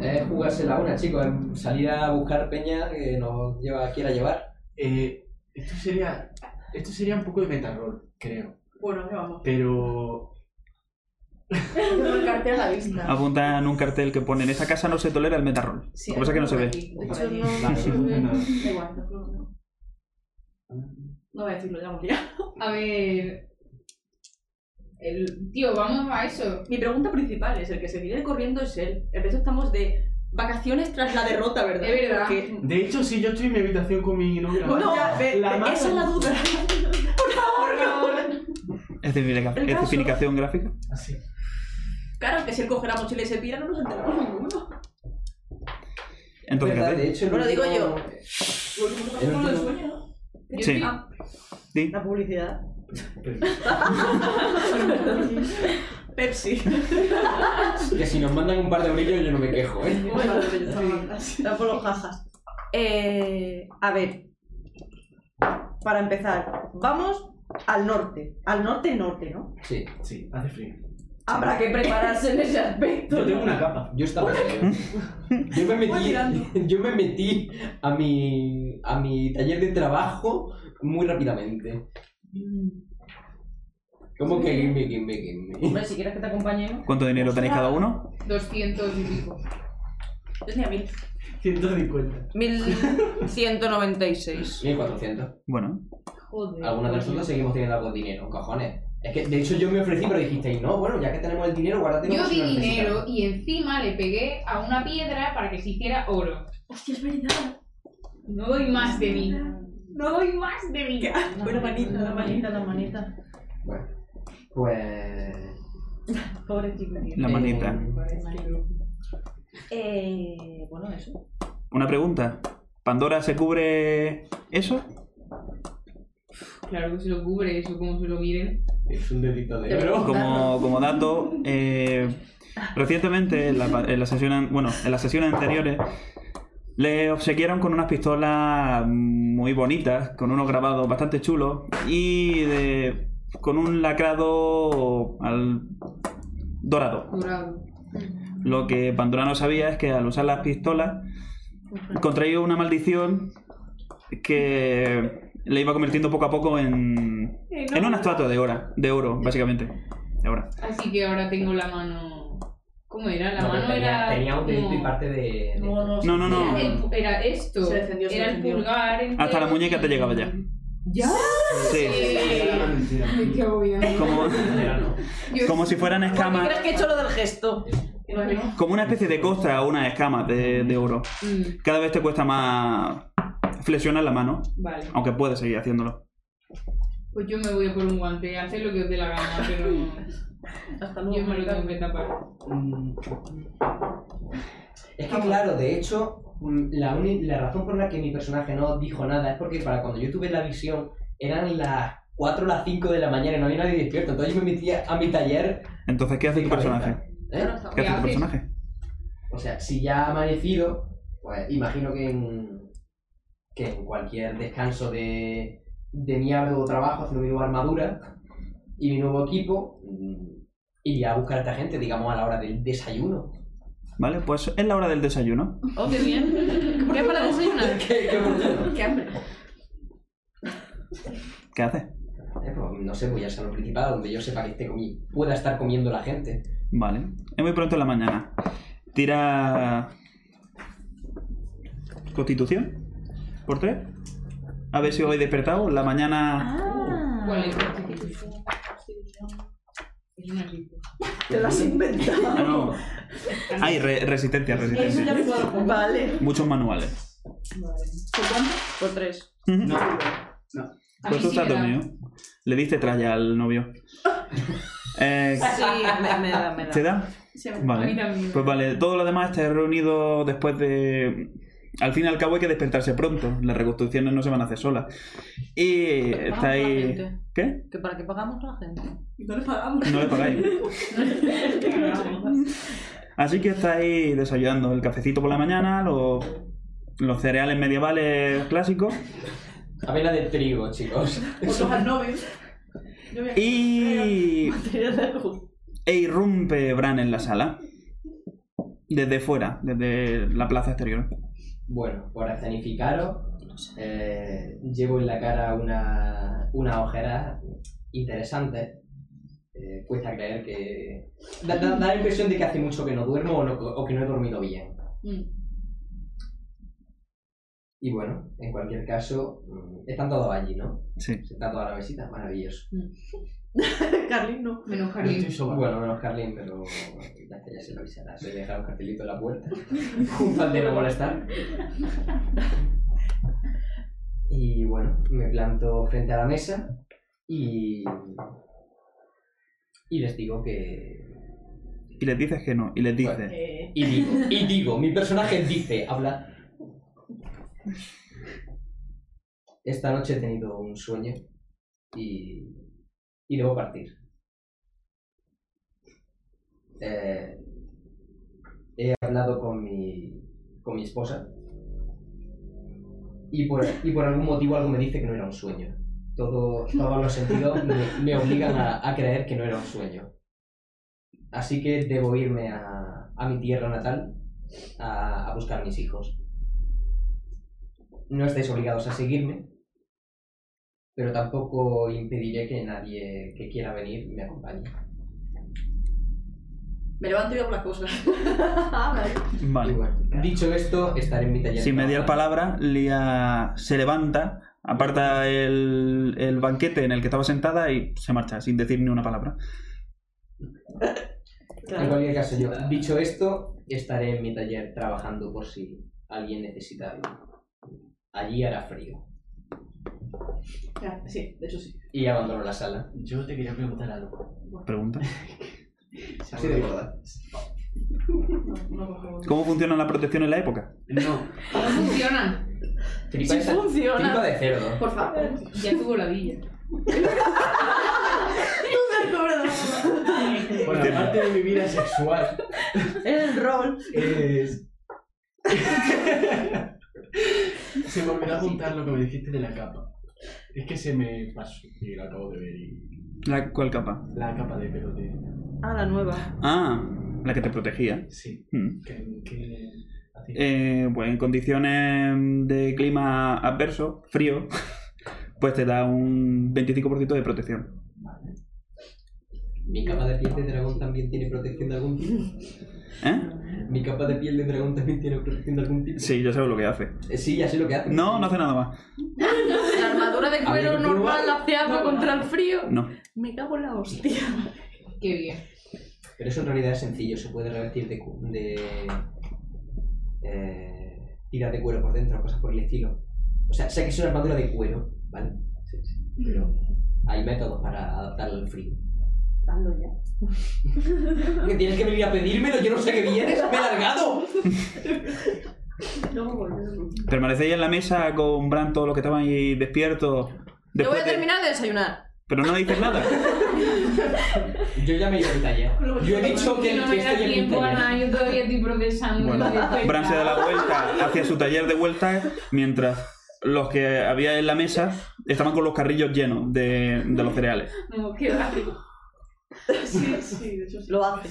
Speaker 3: eh, Es jugársela una, chicos. es Salir a buscar peña que nos lleva, quiera llevar.
Speaker 8: Eh, esto sería... Esto sería un poco de metarrol, creo.
Speaker 2: ocho. Bueno, ya vamos.
Speaker 8: Pero...
Speaker 2: Yo tengo el cartel a la vista.
Speaker 1: Apunta en un cartel que pone en esa casa no se tolera el metarrol.
Speaker 2: Sí,
Speaker 1: Lo que pasa es que no se
Speaker 2: por
Speaker 1: ve.
Speaker 2: aquí, por allí.
Speaker 8: Vale, entonces nada.
Speaker 2: Da igual, no, no, no. No voy a decirlo, ya vamos ya.
Speaker 5: A ver... El... Tío, vamos a eso.
Speaker 2: Mi pregunta principal es, el que se viene corriendo es él. El resto estamos de vacaciones tras la derrota, ¿verdad?
Speaker 5: Es verdad.
Speaker 2: Porque-
Speaker 8: De hecho, sí, yo estoy en mi habitación con mi novia.
Speaker 2: Bueno, ve-
Speaker 8: la
Speaker 2: ve-
Speaker 8: mata.
Speaker 2: esa es la duda.
Speaker 1: Es definica-
Speaker 2: El
Speaker 1: es
Speaker 2: caso-
Speaker 1: definicación gráfica.
Speaker 8: Así.
Speaker 2: Claro, que si él coge la mochila y se pira, no nos enteramos ninguno.
Speaker 1: Entonces, ¿qué
Speaker 3: ¿Verdad?
Speaker 1: hacéis?
Speaker 3: De hecho, el
Speaker 2: Bueno, digo
Speaker 3: último-
Speaker 2: yo. Lo único que pasa es que uno lo sueña, ¿no?
Speaker 5: Yo
Speaker 1: Sí.
Speaker 5: estoy-
Speaker 1: Sí.
Speaker 7: La publicidad.
Speaker 2: Pepsi.
Speaker 3: Que si nos mandan un par de brillos yo no me quejo, ¿eh?
Speaker 2: Bueno, lo que yo estaba hablando. Sí.
Speaker 7: Está por los jajas. Eh, a ver. Para empezar, vamos al norte. Al norte-norte, ¿no?
Speaker 3: Sí.
Speaker 8: Sí, hace frío.
Speaker 7: Habrá que prepararse en ese aspecto.
Speaker 8: Yo tengo una capa.
Speaker 3: Yo estaba yo. Yo me
Speaker 2: Voy tirando.
Speaker 3: metí, yo me metí a, mi, a mi taller de trabajo muy rápidamente. ¿Cómo que gimme, gimme, gimme?
Speaker 7: Hombre, si quieres que te acompañemos.
Speaker 1: ¿Cuánto dinero tenéis cada uno?
Speaker 5: 200 y pico.
Speaker 2: Yo tenía mil.
Speaker 8: 150.
Speaker 7: 1196.
Speaker 3: 1400.
Speaker 1: Bueno,
Speaker 5: Joder.
Speaker 3: Algunas de nosotros seguimos teniendo algo de dinero, cojones. Es que, de hecho, yo me ofrecí, pero dijisteis, no, bueno, ya que tenemos el dinero, guárdatelo.
Speaker 5: Yo
Speaker 3: por si
Speaker 5: di
Speaker 3: lo necesitas".
Speaker 5: dinero y encima le pegué a una piedra para que se hiciera oro.
Speaker 6: Hostia, es verdad.
Speaker 5: No doy más de mí. No doy más de mí.
Speaker 2: Buena manita,
Speaker 7: la manita, la manita.
Speaker 3: Bueno, pues.
Speaker 7: Pobre chico.
Speaker 1: la
Speaker 3: eh,
Speaker 1: manita.
Speaker 7: Eh, bueno, eso.
Speaker 1: Una pregunta. ¿Pandora se cubre eso?
Speaker 5: Claro que se lo cubre eso, como se lo miren.
Speaker 3: Es un delito de
Speaker 7: Pero-
Speaker 3: oro.
Speaker 1: Como, como dato, eh, recientemente, en, la, pa- en la sesión, an- bueno, en las sesiones anteriores, le obsequiaron con unas pistolas muy bonitas, con unos grabados bastante chulos y de- con un lacrado al dorado.
Speaker 5: Dorado.
Speaker 1: Lo que Pandora no sabía es que al usar las pistolas contraía una maldición que le iba convirtiendo poco a poco en, en una estatua de oro, de oro, básicamente. De oro.
Speaker 5: Así que ahora tengo la mano. ¿Cómo era? La
Speaker 3: No,
Speaker 5: mano
Speaker 3: tenía,
Speaker 5: era.
Speaker 3: tenía un delito
Speaker 5: como-
Speaker 3: y parte de. de-
Speaker 1: No, no, no.
Speaker 5: El- era esto.
Speaker 2: Se defendió, se
Speaker 5: era el
Speaker 2: defendió.
Speaker 5: pulgar.
Speaker 1: Hasta la
Speaker 5: entero
Speaker 1: muñeca te
Speaker 5: y-
Speaker 1: llegaba ya.
Speaker 5: ¿Ya?
Speaker 1: Sí.
Speaker 8: Era una mentira.
Speaker 5: Ay, qué obvio.
Speaker 1: Como,
Speaker 5: Yo-
Speaker 1: como si fueran
Speaker 7: ¿Por qué
Speaker 1: escamas.
Speaker 7: crees que he hecho lo del gesto?
Speaker 5: Vale.
Speaker 1: Como una especie de costra o unas escamas de, de oro.
Speaker 5: Mm,
Speaker 1: Cada vez te cuesta más flexionar la mano,
Speaker 5: vale.
Speaker 1: aunque puedes seguir haciéndolo.
Speaker 5: Pues yo me voy a por un guante. Haced lo que os dé la gana, pero.
Speaker 7: Hasta
Speaker 5: Yo me lo
Speaker 7: luego.
Speaker 5: tengo que tapar.
Speaker 8: Mm,
Speaker 3: Es que claro, de hecho, mm, la, uni- la razón por la que mi personaje no dijo nada es porque para cuando yo tuve la visión eran las 4 o las 5 de la mañana y no había nadie despierto. Entonces yo me metía a mi taller.
Speaker 1: Entonces, ¿qué hace
Speaker 3: de
Speaker 1: tu
Speaker 3: cabeza,
Speaker 1: personaje?
Speaker 3: ¿eh?
Speaker 1: ¿Qué hace tu
Speaker 5: haces?
Speaker 1: personaje?
Speaker 3: O sea, si ya ha amanecido, pues imagino que en, que en cualquier descanso de, de mi arduo trabajo haciendo mi nueva armadura y mi nuevo equipo, mm, iría a buscar a esta gente, digamos, a la hora del desayuno.
Speaker 1: Vale, pues es la hora del desayuno.
Speaker 7: Oh, qué bien. ¿Por qué para desayunar?
Speaker 3: ¿Qué, qué oportuno.
Speaker 2: Qué hambre.
Speaker 1: ¿Qué hace?
Speaker 3: Eh, pues, no sé, voy a ser lo principal, donde yo sepa que esté comi- pueda estar comiendo la gente.
Speaker 1: Vale. Es muy pronto en la mañana. Tira. Constitución. ¿Por tres? A ver si os habéis despertado. La mañana.
Speaker 5: ¿Cuál es la constitución? Es una rica.
Speaker 7: Te lo has
Speaker 1: Ah,
Speaker 7: inventado.
Speaker 1: no. Hay resistencia,
Speaker 7: Eso
Speaker 1: resistencia.
Speaker 7: ya me cuadro. Vale.
Speaker 1: Muchos manuales.
Speaker 7: Por tres.
Speaker 1: Ujú.
Speaker 8: No,
Speaker 5: A mí
Speaker 1: Pues tú
Speaker 5: sí me
Speaker 1: estás
Speaker 5: da.
Speaker 1: dormido. Le diste tralla al novio. Eh,
Speaker 7: Sí, me, me da, me da.
Speaker 1: ¿Te da?
Speaker 2: Sí,
Speaker 5: A mí
Speaker 1: Vale.
Speaker 5: también.
Speaker 1: Pues vale, todo lo demás está reunido después de. Al fin y al cabo hay que despertarse pronto. Las reconstrucciones no se van a hacer solas. Y
Speaker 7: Pagamos
Speaker 1: está
Speaker 7: a la
Speaker 1: ahí.
Speaker 7: gente.
Speaker 1: ¿Qué?
Speaker 7: ¿Que ¿Para qué pagamos a la gente?
Speaker 2: No le pagamos.
Speaker 1: No le pagáis. Así que estáis desayunando el cafecito por la mañana, los, los cereales medievales clásicos.
Speaker 3: Avena de trigo, chicos.
Speaker 2: Otros al novio. Yo voy a-
Speaker 1: Y.
Speaker 7: Material
Speaker 1: E irrumpe Bran en la sala. Desde fuera, desde la plaza exterior.
Speaker 3: Bueno, para escenificaros, eh, llevo en la cara una, una ojera interesante. Eh, cuesta creer que... Da, da- da la impresión de que hace mucho que no duermo o, no- o que no he dormido bien.
Speaker 5: Mm.
Speaker 3: Y bueno, en cualquier caso, mm, están todos allí, ¿no?
Speaker 1: Sí.
Speaker 3: Está toda la mesita, maravilloso.
Speaker 7: Carlin, no.
Speaker 5: Menos
Speaker 8: no estoy
Speaker 5: jardín.
Speaker 8: sobado.
Speaker 3: Bueno, menos Carlin, pero ya, ya se lo avisará. Se le dejará un cartelito en la puerta. un pan de no molestar. Y bueno, me planto frente a la mesa y. Y les digo que.
Speaker 1: Y les dices que no, y les dices.
Speaker 2: Eh,
Speaker 3: Y digo, y digo, mi personaje dice, habla. Esta noche he tenido un sueño y. y debo partir. Eh, he hablado con mi. con mi esposa. Y por, y por algún motivo algo me dice que no era un sueño. Todo, todos los sentidos me, me obligan a- a creer que no era un sueño. Así que debo irme a, a mi tierra natal a, a buscar a mis hijos. No estáis obligados a seguirme, pero tampoco impediré que nadie que quiera venir me acompañe.
Speaker 2: Me levanto y hago las cosas. Ah,
Speaker 3: Y
Speaker 1: Vale.
Speaker 3: bueno, dicho esto, estaré en mi taller.
Speaker 1: Sin mediar
Speaker 3: trabajando.
Speaker 1: palabra, Lía se levanta, aparta el, el banquete en el que estaba sentada y se marcha, sin decir ni una palabra.
Speaker 3: En cualquier caso, yo, dicho esto, estaré en mi taller trabajando por si alguien necesita algo. Allí hará frío.
Speaker 2: Ya, Sí, de hecho sí.
Speaker 3: Y abandono la sala.
Speaker 8: Yo te quería preguntar algo.
Speaker 1: Pregunta.
Speaker 3: Así de verdad.
Speaker 2: No cojo-
Speaker 1: ¿Cómo funciona la protección en la época?
Speaker 8: No,
Speaker 5: No funciona.
Speaker 3: Tripa,
Speaker 7: Sí
Speaker 3: de, sa-
Speaker 7: funciona.
Speaker 3: tripa de cerdo.
Speaker 2: Por favor.
Speaker 5: Ya tuvo la villa.
Speaker 8: por la parte de mi vida sexual
Speaker 7: El rol.
Speaker 8: es... se me olvidó apuntar lo que me dijiste de la capa. Es que se me pasó y la acabo de ver. Y...
Speaker 1: ¿La, ¿Cuál capa?
Speaker 8: La capa de pelo de...
Speaker 7: Ah, la nueva.
Speaker 1: Ah, la que te protegía.
Speaker 8: Sí,
Speaker 1: Mm.
Speaker 8: que... que... así.
Speaker 1: Eh, pues en condiciones de clima adverso, frío, pues te da un 25% de protección.
Speaker 3: ¿Mi capa de piel de dragón también tiene protección de algún tipo?
Speaker 1: ¿Eh?
Speaker 3: ¿Mi capa de piel de dragón también tiene protección de algún tipo?
Speaker 1: Sí, yo sé lo que hace.
Speaker 3: Eh, sí, ya sé lo que hace.
Speaker 1: No, no hace nada más.
Speaker 7: La armadura de
Speaker 3: A
Speaker 7: cuero
Speaker 3: ver,
Speaker 7: normal la hace agua contra el frío.
Speaker 1: No.
Speaker 7: Me cago en la hostia.
Speaker 5: Qué bien.
Speaker 3: Pero eso en realidad es sencillo, se puede revestir de, cu- de eh, tiras de cuero por dentro, cosas por el estilo. O sea, sé que es una armadura de cuero, ¿vale? Sí, sí. Pero hay métodos para adaptarla al frío.
Speaker 2: Hazlo ya.
Speaker 3: Que tienes que venir a pedírmelo, yo no sé qué vienes, me he largado.
Speaker 2: Luego volvemos.
Speaker 1: Permanecéis en la mesa con Bran, todos los que estaban ahí despiertos.
Speaker 7: Yo voy
Speaker 1: después
Speaker 7: a
Speaker 1: de-
Speaker 7: terminar de desayunar.
Speaker 1: Pero no dices nada.
Speaker 3: Yo ya me he ido a mi taller. Yo he dicho que,
Speaker 5: no
Speaker 3: que
Speaker 5: me da
Speaker 3: estoy en mi
Speaker 5: tiempo a
Speaker 3: taller.
Speaker 5: nada, yo todavía estoy procesando.
Speaker 1: Bueno,
Speaker 5: Después-
Speaker 1: Bran se da la vuelta hacia su taller de vuelta mientras los que había en la mesa estaban con los carrillos llenos de, de los cereales.
Speaker 5: No, qué va.
Speaker 2: Sí, sí, de hecho sí.
Speaker 7: Lo hace.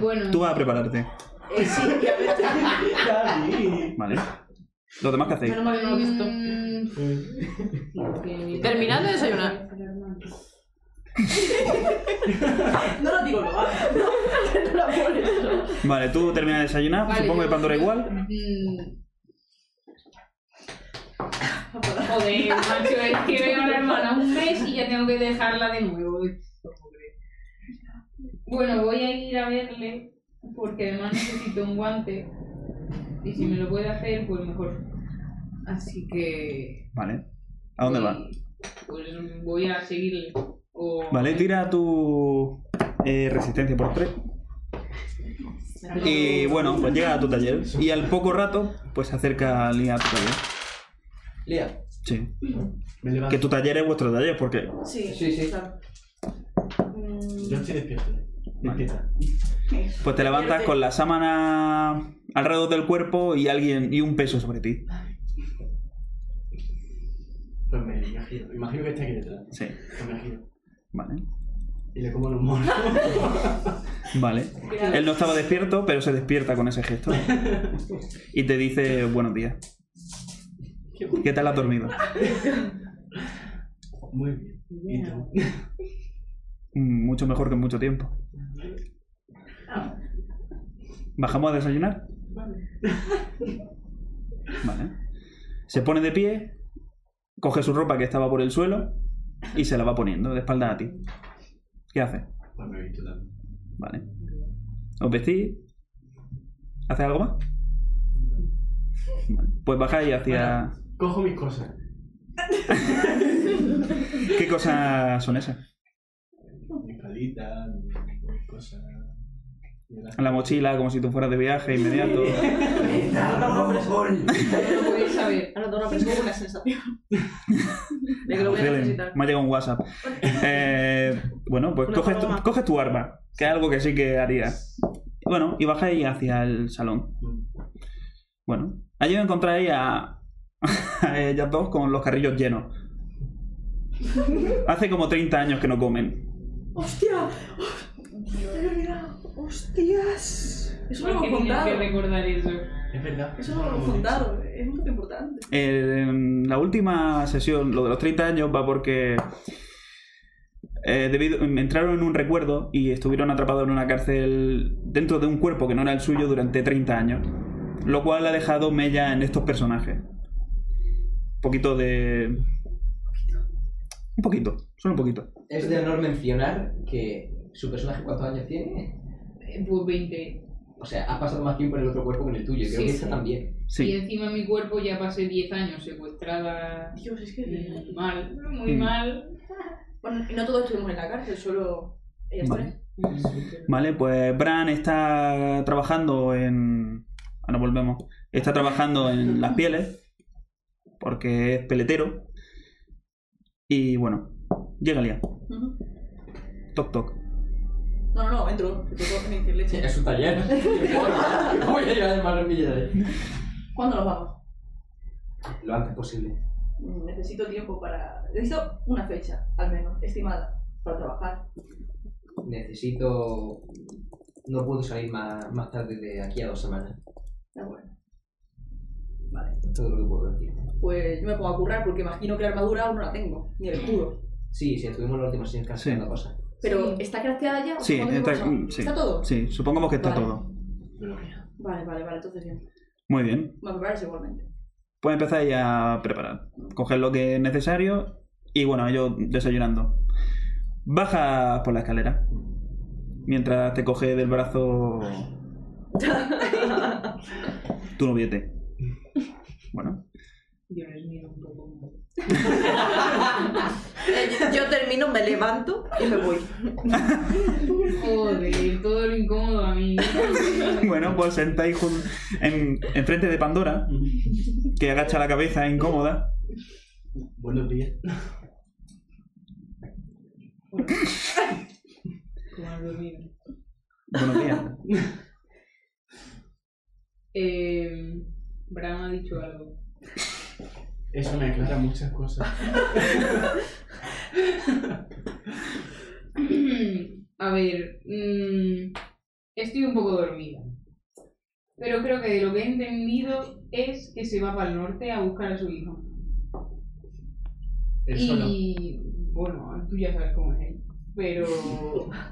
Speaker 5: Bueno,
Speaker 1: Tú vas a prepararte,
Speaker 2: Eh, sí, y a ver,
Speaker 1: ¿vale? ¿Los demás qué hacéis?
Speaker 7: Menos mal que no lo he visto.
Speaker 5: mm, que-
Speaker 7: Terminad de desayunar.
Speaker 2: no lo digo, lo hago.
Speaker 1: Vale, tú terminas de desayunar,
Speaker 5: Vale,
Speaker 1: supongo que
Speaker 5: yo-
Speaker 1: Pandora igual.
Speaker 5: Mm. Joder, macho, es que veo a la hermana un mes y ya tengo que dejarla de nuevo. Bueno, voy a ir a verle porque además necesito un guante y si me lo puede hacer, pues mejor. Así que...
Speaker 1: Vale. ¿A dónde vas?
Speaker 5: Pues voy a seguirle. O...
Speaker 1: Vale, tira tu eh, resistencia por tres. Y bueno, pues llega a tu taller. Y al poco rato, pues se acerca Lía a tu taller.
Speaker 3: Lea.
Speaker 1: Sí.
Speaker 8: Me levanto.
Speaker 1: Que tu taller es vuestro taller, porque
Speaker 2: Sí,
Speaker 3: Sí, sí.
Speaker 2: claro.
Speaker 8: Yo estoy despierto. Despierta.
Speaker 1: Pues te levantas con la sábana alrededor del cuerpo y alguien y un peso sobre ti.
Speaker 8: Pues me, me giro. Imagino que está aquí detrás.
Speaker 1: Sí.
Speaker 8: Pues me giro.
Speaker 1: Vale.
Speaker 8: Y le como los monos.
Speaker 1: Vale. Él no estaba despierto, pero se despierta con ese gesto. Y te dice buenos días. ¿Qué tal has dormido?
Speaker 8: Muy bien. ¿Y tú?
Speaker 1: Mm, Mucho mejor que en mucho tiempo. ¿Bajamos a desayunar? Vale. Se pone de pie, coge su ropa que estaba por el suelo y se la va poniendo de espalda a ti. ¿Qué hace?
Speaker 8: Pues me he visto también.
Speaker 1: Vale. ¿Os vestís? ¿Haces algo más? Vale. Pues bajáis hacia...
Speaker 8: Cojo mis cosas.
Speaker 1: ¿Qué cosas son esas?
Speaker 8: Mis palitas, mis cosas. Y las-
Speaker 1: La mochila, como si tú fueras de viaje inmediato.
Speaker 5: No lo puedes saber.
Speaker 7: Ahora tengo una presión con la sensación. De que lo voy a
Speaker 1: Helen,
Speaker 7: necesitar.
Speaker 1: Me ha llegado un WhatsApp. Eh, bueno, pues
Speaker 7: Una
Speaker 1: coges tu,
Speaker 7: paloma.
Speaker 1: coges tu arma, que es algo que sí que harías. Y Bueno, y bajáis hacia el salón. Bueno, allí encontráis a, a ellas dos con los carrillos llenos. Hace como 30 años que no comen.
Speaker 2: ¡Hostia! ¡Hostias! Eso no lo
Speaker 5: Porque
Speaker 2: hemos
Speaker 5: tienes
Speaker 2: contado.
Speaker 5: que recordar eso.
Speaker 8: Es verdad.
Speaker 2: Eso no lo hemos contado. es un dato importante.
Speaker 1: Eh, en la última sesión, lo de los 30 años, va porque eh, debido- entraron en un recuerdo y estuvieron atrapados en una cárcel dentro de un cuerpo que no era el suyo durante 30 años. Lo cual ha dejado mella en estos personajes. Un poquito de... Un poquito, solo un poquito.
Speaker 3: Es de honor mencionar que su personaje cuántos años tiene.
Speaker 5: Eh, Pues 20.
Speaker 3: O sea, has pasado más tiempo en el otro cuerpo que en el tuyo. Creo
Speaker 5: Sí,
Speaker 3: que
Speaker 5: sí.
Speaker 3: esta también.
Speaker 5: Y
Speaker 1: Sí.
Speaker 5: encima mi cuerpo ya pasé 10 años secuestrada.
Speaker 2: Dios, es
Speaker 5: eh,
Speaker 2: que.
Speaker 5: Mal, muy
Speaker 1: Mm.
Speaker 5: mal.
Speaker 2: Bueno, y no todos estuvimos en la cárcel, solo ellas
Speaker 1: Vale.
Speaker 2: tres.
Speaker 1: Vale, pues Bran está trabajando en... Ahora volvemos. Está trabajando en las pieles. Porque es peletero. Y bueno, llega el día.
Speaker 2: Ujú.
Speaker 1: Toc toc.
Speaker 2: No, no, no, entro. Te tocó me dice leche.
Speaker 3: Es su taller. ¿Cómo voy a llevar el mano de ahí?
Speaker 2: ¿Cuándo nos vamos?
Speaker 3: Lo antes posible.
Speaker 2: Mm, Necesito tiempo para. Necesito una fecha, al menos, estimada, para trabajar.
Speaker 3: Necesito. No puedo salir más, más tarde de aquí a dos semanas.
Speaker 2: De acuerdo.
Speaker 3: Es todo lo que puedo decir.
Speaker 2: Pues yo me pongo a currar porque imagino que la armadura aún no la tengo, ni el escudo.
Speaker 3: Sí, sí, estuvimos la última sesión cancelando
Speaker 1: Sí.
Speaker 3: cosas.
Speaker 2: Pero
Speaker 5: Sí.
Speaker 2: ¿está crafteada ya? ¿O
Speaker 1: Sí,
Speaker 2: cómo tengo
Speaker 1: está-
Speaker 2: que usar?
Speaker 1: mm, sí.
Speaker 2: ¿Está todo?
Speaker 1: Sí, supongamos que está
Speaker 2: Vale.
Speaker 1: todo.
Speaker 2: Vale, vale, vale, entonces bien.
Speaker 1: Muy bien.
Speaker 2: Me prepararé igualmente.
Speaker 1: Pues empezáis a preparar. Coger lo que es necesario y bueno, ellos desayunando. Bajas por la escalera. Mientras te coge del brazo tu noviete. Bueno,
Speaker 5: Yo les miro un poco.
Speaker 7: Eh, yo- Yo termino, me levanto y me voy.
Speaker 5: Joder, todo lo incómodo a mí.
Speaker 1: bueno pues sentáis jun- en, enfrente de Pandora, que agacha la cabeza incómoda.
Speaker 8: Buenos días.
Speaker 5: Como al dormir.
Speaker 1: Buenos días.
Speaker 5: Eh, Bram ha dicho algo.
Speaker 8: Eso me aclara muchas cosas.
Speaker 5: A ver, mm, estoy un poco dormida. Pero creo que de lo que he entendido es que se va para el norte a buscar a su hijo.
Speaker 8: Eso no.
Speaker 5: y bueno, tú ya sabes cómo es él. Pero.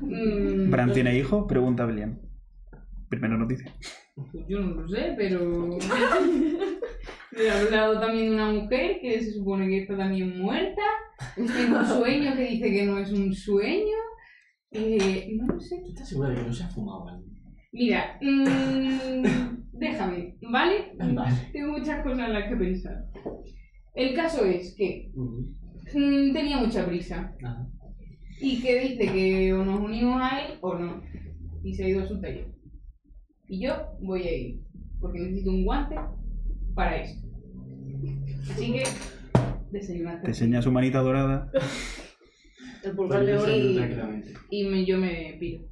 Speaker 5: mm,
Speaker 1: ¿Bran tiene hijos? Pregunta Belian. Primera noticia.
Speaker 5: Pues yo no lo sé, pero. Me ha hablado también de una mujer que se supone que está también muerta. Tengo un sueño que dice que no es un sueño. Eh, no lo sé.
Speaker 8: ¿Tú estás segura de que no se ha fumado algo?
Speaker 5: Mira, mm, déjame, ¿vale?
Speaker 8: Vale.
Speaker 5: Tengo muchas cosas en las que pensar. El caso es que
Speaker 2: Pues
Speaker 5: mm, tenía mucha prisa
Speaker 8: Ajá.
Speaker 5: y que dice que o nos unimos a él o no. Y se ha ido a su taller. Y yo voy a ir, porque necesito un guante para esto. Así que
Speaker 1: Te
Speaker 5: desayunaste.
Speaker 1: enseña su manita dorada.
Speaker 2: El
Speaker 8: Puedes
Speaker 2: pulgar de oro.
Speaker 8: desayunar
Speaker 5: y-
Speaker 8: tranquilamente.
Speaker 5: Y me- yo me piro.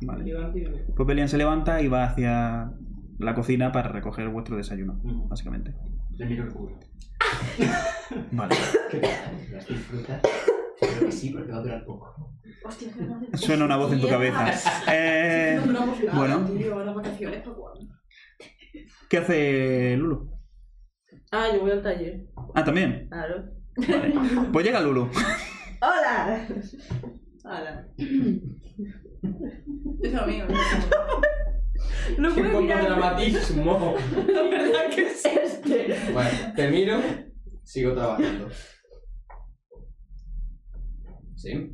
Speaker 5: Me
Speaker 1: Vale.
Speaker 5: levanto y me voy.
Speaker 1: Pues Belian se levanta y va hacia la cocina para recoger vuestro desayuno,
Speaker 8: Ujú.
Speaker 1: básicamente.
Speaker 8: Te miro el culo.
Speaker 1: Vale.
Speaker 3: ¿Qué tal? ¿Las disfrutas? Creo que sí, porque va a durar poco.
Speaker 2: Hostia, qué grande.
Speaker 1: Suena una voz en tu cabeza. Eh,
Speaker 2: No duramos nada,
Speaker 1: bueno.
Speaker 2: tío, las vacaciones, ¿para cuándo?
Speaker 1: ¿Qué hace Lulu?
Speaker 7: Ah, yo voy al taller.
Speaker 1: Ah, también.
Speaker 7: Claro.
Speaker 1: Vale. Pues llega Lulu.
Speaker 7: ¡Hola!
Speaker 2: Hala. Es lo mío.
Speaker 7: No
Speaker 3: ¡Qué
Speaker 7: puedo
Speaker 3: poco
Speaker 7: mirar.
Speaker 3: dramatismo!
Speaker 7: La verdad que es este.
Speaker 3: Bueno, te miro, sigo trabajando. ¿Sí?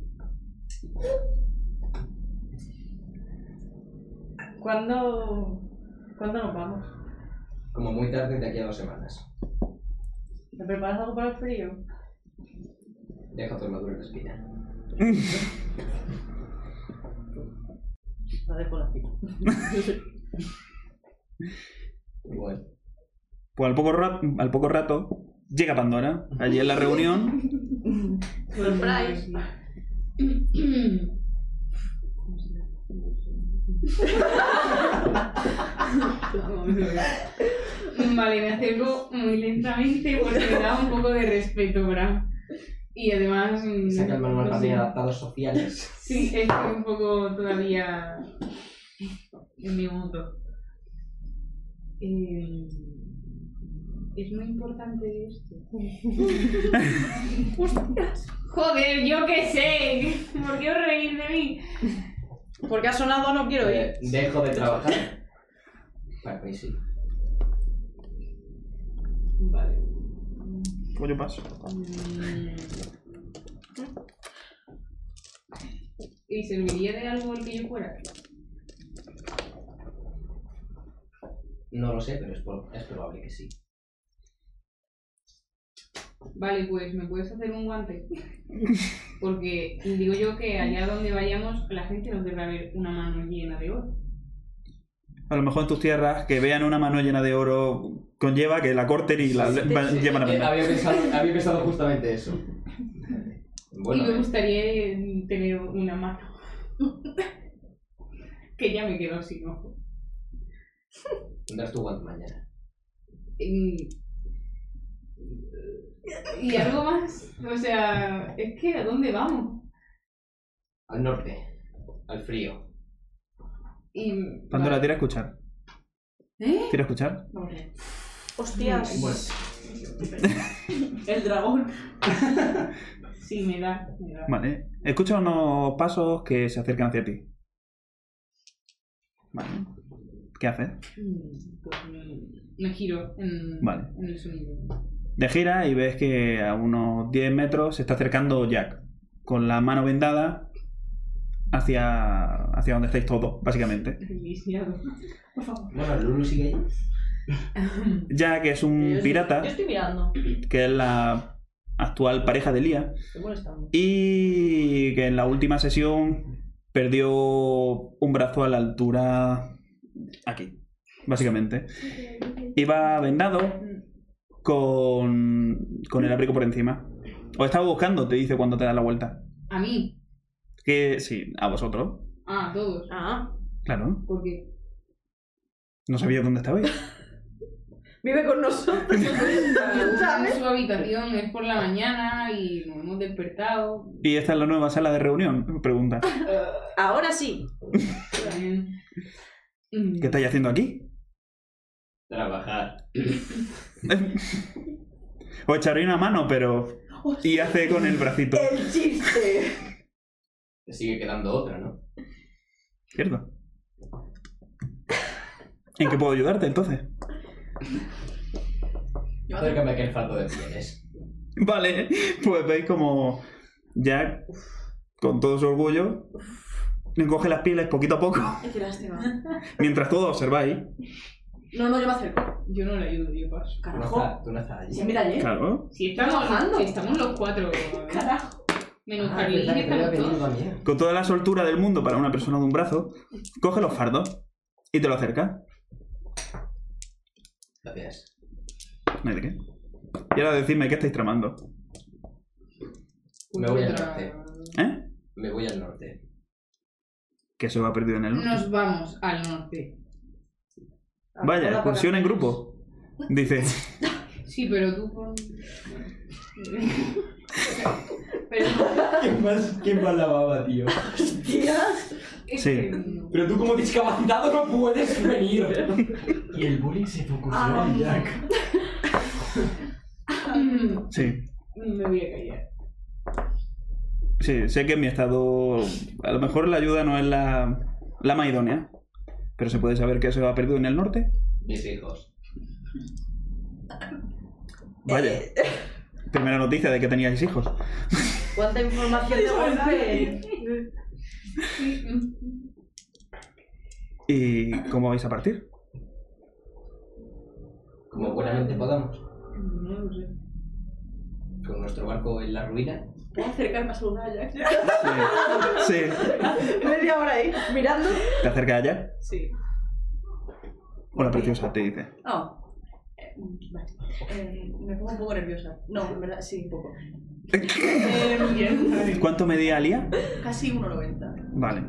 Speaker 7: ¿Cuándo, ¿Cuándo nos vamos?
Speaker 3: Como muy tarde, de aquí a dos semanas.
Speaker 7: ¿Te preparas algo para el frío?
Speaker 3: Deja tu armadura en la esquina.
Speaker 7: La dejo la cita.
Speaker 3: Bueno,
Speaker 1: Pues al poco, ra- al poco rato llega Pandora. Allí en la reunión.
Speaker 2: Surprise.
Speaker 5: Vale, me acerco muy lentamente porque me da un poco de respeto, Bram. Y además. mm,
Speaker 3: saca el
Speaker 5: no
Speaker 3: manual
Speaker 5: sé.
Speaker 3: también de adaptados sociales.
Speaker 5: Sí, estoy un poco todavía en mi mundo. Eh, Es muy importante esto. ¡Ostras! Joder, yo qué sé. ¿Por qué os reís de mí?
Speaker 7: Porque ha sonado no quiero ir.
Speaker 3: Eh, Dejo de trabajar. Para mí sí.
Speaker 5: Vale.
Speaker 1: Pues yo paso.
Speaker 5: ¿Y serviría de algo el que yo fuera?
Speaker 3: No lo sé, pero es, por- es probable que sí.
Speaker 5: Vale, pues me puedes hacer un guante. Porque digo yo que allá donde vayamos la gente nos querrá ver una mano llena de oro.
Speaker 1: A lo mejor en tus tierras que vean una mano llena de oro conlleva que la corten y la va- llevan a
Speaker 8: Eh,
Speaker 1: vender.
Speaker 8: había, pensado, había pensado justamente eso.
Speaker 5: y me
Speaker 3: Bueno,
Speaker 5: gustaría eh, tener una mano. que ya me quedo sin ojo.
Speaker 3: tendrás tu guante mañana.
Speaker 5: Y y algo más. O sea, es que ¿a dónde vamos?
Speaker 3: Al norte. Al frío.
Speaker 5: Y,
Speaker 1: Pandora, tira a escuchar.
Speaker 5: ¿Eh?
Speaker 1: ¿Tira a escuchar?
Speaker 5: Vale.
Speaker 7: Hostias.
Speaker 8: Bueno,
Speaker 5: pues,
Speaker 2: El dragón.
Speaker 5: Sí, me da, me da.
Speaker 1: Vale. Escucha unos pasos que se acercan hacia ti. Vale. ¿Qué haces?
Speaker 5: Mm, pues, mm, me giro en,
Speaker 1: Vale.
Speaker 5: en el sonido.
Speaker 1: De gira y ves que a unos 10 metros se está acercando Jack. Con la mano vendada hacia, hacia donde estáis todos, básicamente.
Speaker 5: Lisiado. Por favor.
Speaker 3: Bueno, Lulu sigue ahí.
Speaker 1: Jack es un
Speaker 7: Yo-
Speaker 1: mm, pirata,
Speaker 7: Yo estoy mirando.
Speaker 1: que es la actual pareja de Lía.
Speaker 7: Estoy molestando.
Speaker 1: Y que en la última sesión perdió un brazo a la altura aquí, básicamente. Iba vendado con, con el abrigo por encima. Os estaba buscando, te dice cuando te da la vuelta.
Speaker 5: A mí.
Speaker 1: Que sí, a vosotros,
Speaker 5: Ah, a todos.
Speaker 7: Ah.
Speaker 1: claro.
Speaker 5: Porque
Speaker 1: No sabía dónde estabais.
Speaker 7: Vive con nosotros.
Speaker 5: en
Speaker 7: ¿Sabes?
Speaker 5: su habitación es por la mañana y nos hemos despertado.
Speaker 1: Y esta es la nueva sala de reunión, pregunta.
Speaker 7: Ahora sí.
Speaker 5: También- Mm,
Speaker 1: ¿Qué estáis haciendo aquí?
Speaker 3: Trabajar.
Speaker 1: Os echaré una mano, pero... Y hace con el bracito.
Speaker 7: El chiste.
Speaker 3: Te sigue quedando otra, ¿no?
Speaker 1: Cierto. ¿En qué puedo ayudarte entonces?
Speaker 3: Acércame aquel faldo de pieles.
Speaker 1: Vale, pues veis como Jack, con todo su orgullo, encoge las pieles poquito a poco,
Speaker 2: Ay, qué lástima.
Speaker 1: mientras todos observáis.
Speaker 2: No, no, yo me acerco.
Speaker 5: Yo no le ayudo, yo paso.
Speaker 3: Tú no,
Speaker 2: Carajo.
Speaker 3: estás, tú no estás allí.
Speaker 2: Sí, mira, ¿eh?
Speaker 1: Claro.
Speaker 5: Si estamos
Speaker 2: Trabajando.
Speaker 5: si estamos los cuatro. a ver.
Speaker 2: Carajo.
Speaker 5: Menos
Speaker 3: Ah,
Speaker 5: Carlín,
Speaker 3: verdad, que
Speaker 5: estamos
Speaker 3: te había
Speaker 5: todos.
Speaker 3: venido también.
Speaker 1: Con toda la soltura del mundo para una persona de un brazo, coge los fardos y te lo acerca.
Speaker 3: Gracias.
Speaker 1: No hay de qué. Y ahora decidme qué estáis tramando.
Speaker 3: Me voy al
Speaker 5: Otra-
Speaker 3: norte.
Speaker 1: ¿Eh?
Speaker 3: Me voy al norte.
Speaker 1: Que se va perdido en el...
Speaker 5: Nos vamos al norte.
Speaker 1: Vaya, excursión en grupo. Dice,
Speaker 5: Sí, pero tú con. pero
Speaker 8: ¿Quién más, quién más la baba, tío?
Speaker 5: es
Speaker 1: Sí.
Speaker 5: que Este, no.
Speaker 3: Pero tú como discapacitado no puedes venir.
Speaker 8: Y el bullying se focusó
Speaker 2: Ah.
Speaker 8: en Jack.
Speaker 5: Mm,
Speaker 1: sí,
Speaker 5: Me voy a callar.
Speaker 1: sí, sé que en mi estado... A lo mejor la ayuda no es la, la más idónea, pero se puede saber que se va perdido en el norte.
Speaker 3: Mis hijos.
Speaker 1: Vaya.
Speaker 2: Eh,
Speaker 1: Primera noticia de que teníais hijos.
Speaker 7: ¿Cuánta información de golpe?
Speaker 5: Sí, mm.
Speaker 1: ¿Y cómo vais a partir?
Speaker 3: Como buenamente podamos.
Speaker 5: No lo sé.
Speaker 3: Con nuestro barco en la ruina.
Speaker 2: Puedo acercarme a saludar a Jack.
Speaker 1: Sí. sí.
Speaker 7: Media hora ahí, mirando.
Speaker 1: ¿Te acercas allá?
Speaker 2: Sí.
Speaker 1: Hola, preciosa, te dice.
Speaker 2: No. Eh, vale. Eh, me pongo un poco nerviosa. No, en verdad, sí, un poco. Eh, bien.
Speaker 1: ¿Cuánto medía Alía?
Speaker 2: Casi 1,90.
Speaker 1: Vale.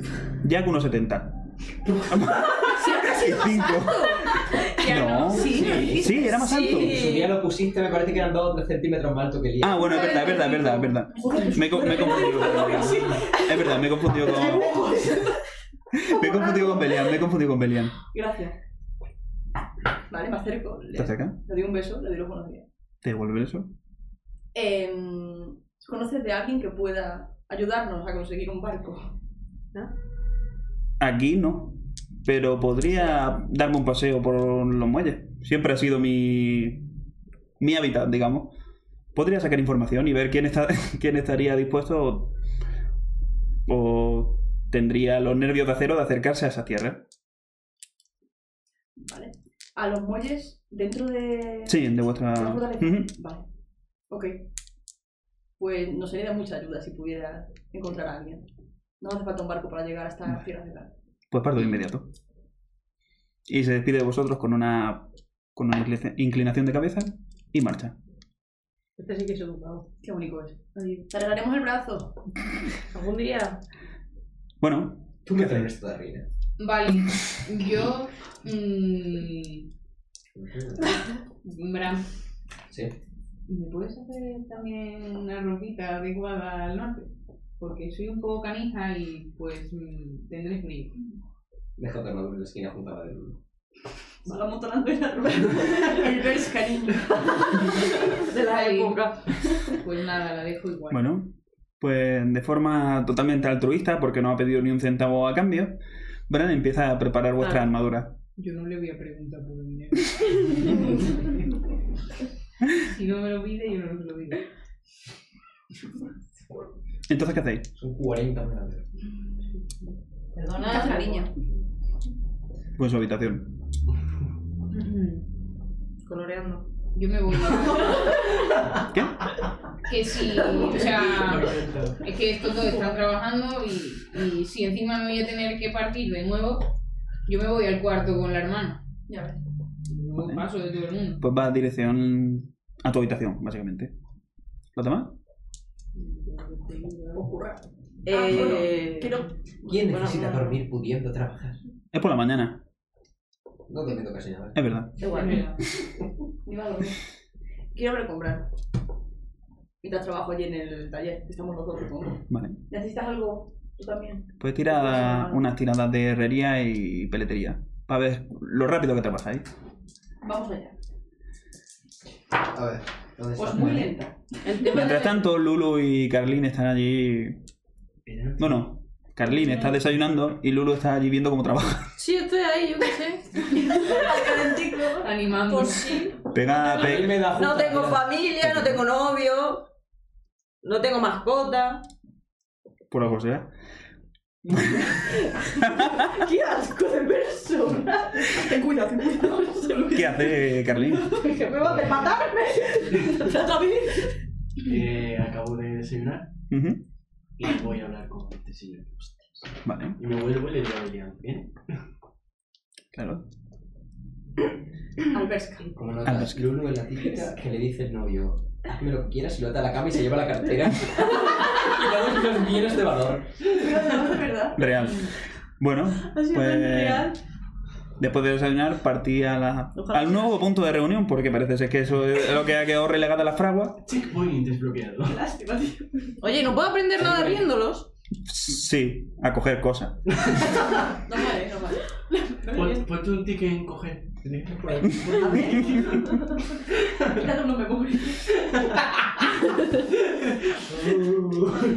Speaker 1: Jack 1,70. Y cinco. No.
Speaker 2: Sí, me dijiste.
Speaker 1: Sí, era más alto.
Speaker 3: En su día lo pusiste, me parece que eran 2 o 3 centímetros más alto que el día.
Speaker 1: Ah, bueno, es verdad, es verdad, es verdad, es verdad. Me, he co- me he confundido. Es verdad, me he confundido con. Me he confundido con Belian, me he confundido con Belian.
Speaker 2: Gracias. ¿vale? Me acerco, le,
Speaker 1: ¿Te acercas?
Speaker 2: le doy un beso, le doy los buenos días.
Speaker 1: ¿Te devuelve eso?
Speaker 2: Em, ¿Conoces de alguien que pueda ayudarnos a conseguir un barco?
Speaker 1: Aquí no. Pero podría darme un paseo por los muelles. Siempre ha sido mi. mi hábitat, digamos. Podría sacar información y ver quién está. quién estaría dispuesto o, o tendría los nervios de acero de acercarse a esa tierra.
Speaker 2: ¿Vale? A los muelles dentro de...
Speaker 1: Sí, de vuestra.
Speaker 2: ¿De la fortaleza?
Speaker 1: Ujú.
Speaker 2: Vale. Ok. Pues nos sería de mucha ayuda si pudiera encontrar a alguien. No hace falta un barco para llegar hasta
Speaker 1: Vale.
Speaker 2: tierras de la...
Speaker 1: Pues parto de inmediato. Y se despide de vosotros con una. con una inclina- inclinación de cabeza y marcha.
Speaker 4: Este sí que es educado.
Speaker 2: Qué bonito es.
Speaker 4: Adiós.
Speaker 2: Te arreglaremos el brazo.
Speaker 4: Algún día.
Speaker 1: Bueno,
Speaker 3: Tú me traes esto de reina.
Speaker 5: Vale, yo. mm, Bram,
Speaker 3: Sí.
Speaker 5: ¿me puedes hacer también una ropita adecuada al norte? Porque soy un poco canija y pues mm, tendré frío.
Speaker 3: Deja tu armadura en la esquina junto a la del uno.
Speaker 2: Se va amontonando en la ropa. el vers, cariño.
Speaker 4: De la
Speaker 5: Ay.
Speaker 4: época.
Speaker 5: Pues nada, la dejo igual.
Speaker 1: Bueno, pues de forma totalmente altruista, porque no ha pedido ni un centavo a cambio, Bran empieza a preparar vuestra
Speaker 4: Ah.
Speaker 1: armadura.
Speaker 5: Yo no le voy a preguntar por el dinero. si no me lo pide, yo no se lo digo.
Speaker 1: Entonces, ¿qué hacéis?
Speaker 3: Son 40 armaduras.
Speaker 4: Perdona.
Speaker 2: Haz una niña.
Speaker 1: Pues su habitación.
Speaker 4: Coloreando.
Speaker 5: Yo me voy.
Speaker 1: ¿Qué?
Speaker 5: Que si, o
Speaker 4: Ah,
Speaker 5: sea, es que estos dos están trabajando y, y si encima me voy a tener que partir de nuevo, yo me voy al cuarto con la hermana.
Speaker 2: Ya ves.
Speaker 5: No
Speaker 1: Vale.
Speaker 5: paso de todo el mundo.
Speaker 1: Pues va a dirección a tu habitación, básicamente. ¿Los demás?
Speaker 2: Ocurra.
Speaker 7: Eh,
Speaker 4: bueno,
Speaker 2: Ah, Quiero...
Speaker 3: ¿Quién
Speaker 4: Bueno,
Speaker 3: necesita
Speaker 4: no.
Speaker 3: dormir pudiendo trabajar?
Speaker 1: Es por la mañana,
Speaker 3: No te meto casi nada.
Speaker 1: es verdad.
Speaker 4: Igual.
Speaker 2: ni va a dormir. Quiero ver comprar. Mientras trabajo allí en el taller. Estamos los dos, supongo.
Speaker 1: Vale.
Speaker 2: ¿Necesitas algo? Tú también.
Speaker 1: Pues tira unas tiradas de herrería y peletería. Para ver lo rápido que trabajáis.
Speaker 2: Vamos allá.
Speaker 3: A ver, ¿dónde
Speaker 2: Pues
Speaker 3: está?
Speaker 2: muy lenta.
Speaker 4: El tema
Speaker 1: Mientras
Speaker 4: de...
Speaker 1: tanto, Lulu y Carlín están allí. Bueno, Carlín está desayunando y Lulu está allí viendo cómo trabaja.
Speaker 4: Sí, estoy ahí, yo qué sé.
Speaker 2: Calentico.
Speaker 5: Animando.
Speaker 4: Por si.
Speaker 1: Pega,
Speaker 3: A mí
Speaker 1: pe-
Speaker 3: me da
Speaker 4: No
Speaker 3: justa
Speaker 4: tengo
Speaker 3: la-
Speaker 4: familia, no tengo novio. No tengo mascota.
Speaker 1: por ¿eh? algo será.
Speaker 4: ¡Qué asco de persona!
Speaker 2: Ten cuidado, ten cuidado.
Speaker 1: ¿Qué hace Carlín?
Speaker 4: ¡Que me vas a matarme! ¿Estás bien?
Speaker 8: Eh, acabo de desayunar
Speaker 1: Ujú,
Speaker 8: y voy a hablar con este señor.
Speaker 1: Vale,
Speaker 8: Y me vuelvo y le digo a William, ¿bien?
Speaker 1: claro.
Speaker 2: Albersca.
Speaker 3: Como
Speaker 1: Ah,
Speaker 3: notas,
Speaker 1: no, es que-
Speaker 3: Lulu es la típica que le dice el novio, hazme lo que quieras y lo ata a la cama y se lleva la cartera. y damos unos millones de valor.
Speaker 2: Cuidado, de verdad.
Speaker 1: Real. Bueno, pues después de desayunar partí a la-
Speaker 4: Ojalá.
Speaker 1: al nuevo punto de reunión porque parece ser que eso es lo que ha quedado relegada la fragua.
Speaker 8: Checkpoint desbloqueado.
Speaker 2: Lástima, tío.
Speaker 4: Oye, ¿no puedo aprender nada viéndolos?
Speaker 1: Sí, a coger cosas.
Speaker 2: No vale, no vale.
Speaker 8: Pon- Ponte un ticket en coger. Tenéis que por ahí.
Speaker 2: Quítate unos memorias.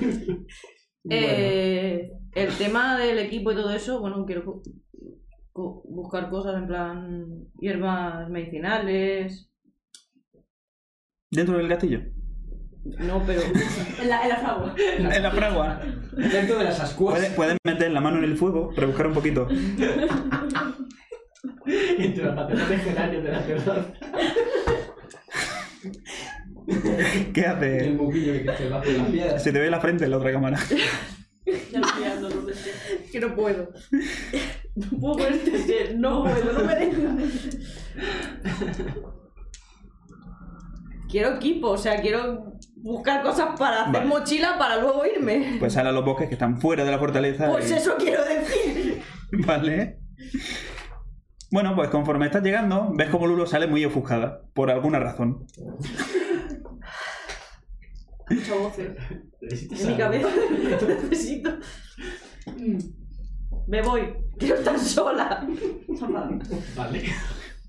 Speaker 4: Eh, el tema del equipo y todo eso, bueno, quiero co- co- buscar cosas en plan hierbas medicinales.
Speaker 1: Dentro del castillo.
Speaker 4: No, pero
Speaker 2: En la, en la fragua.
Speaker 1: En la fragua.
Speaker 3: Bueno, dentro de las ascuas.
Speaker 1: Puedes, puedes meter la mano en el fuego, rebuscar un poquito.
Speaker 8: Entre las patatas de geranio de la terraza.
Speaker 1: ¿Qué
Speaker 3: Y el
Speaker 1: hace?
Speaker 3: buquillo que se bajo las piedras.
Speaker 1: Se te ve la frente en la otra cámara.
Speaker 2: Ya lo estoy dando, no sé.
Speaker 4: que no puedo. No puedo ponerte ese- no puedo, no me dejas. Quiero equipo, o sea, quiero buscar cosas para hacer
Speaker 1: Vale.
Speaker 4: mochila para luego irme.
Speaker 1: Pues sale a los bosques que están fuera de la fortaleza.
Speaker 4: Pues
Speaker 1: y-
Speaker 4: eso quiero decir.
Speaker 1: Vale. Bueno, pues conforme estás llegando, ves como Lulo sale muy ofuscada, por alguna razón.
Speaker 2: Muchas voces.
Speaker 4: En mi cabeza necesito.
Speaker 5: Mm.
Speaker 4: Me voy. Quiero estar sola.
Speaker 8: Vale.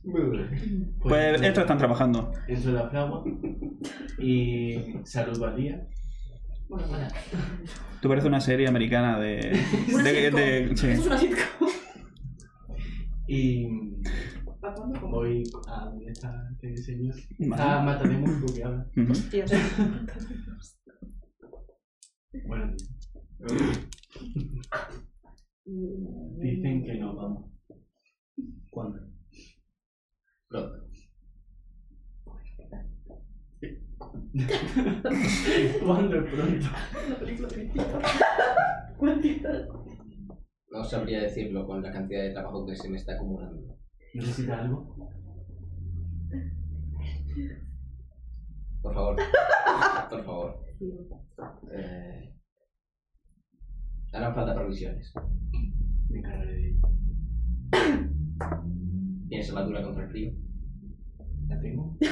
Speaker 8: Muy bien.
Speaker 1: Pues estos están trabajando.
Speaker 8: Entro en la fragua y saludo al día. Bueno, bueno.
Speaker 1: Tú parece una serie americana de.
Speaker 2: Una
Speaker 1: de-
Speaker 2: sitcom.
Speaker 1: de- sí.
Speaker 2: Es una sitcom.
Speaker 8: Y
Speaker 2: ¿Para cuándo? ¿Cómo?
Speaker 8: voy a donde está este señor. Está
Speaker 1: Vale.
Speaker 8: Mata de Musgo que habla.
Speaker 1: Ujú.
Speaker 7: Hostias.
Speaker 8: Bueno, dicen que nos vamos. ¿Cuándo? Pronto. ¿Cuándo es pronto?
Speaker 3: No sabría decirlo con la cantidad de trabajo que se me está acumulando.
Speaker 8: ¿Necesita algo?
Speaker 3: Por favor. Por favor. Eh, harán falta provisiones.
Speaker 8: Me encargaré de ello.
Speaker 3: ¿Tienes armadura contra el frío?
Speaker 8: ¿La tengo?
Speaker 5: De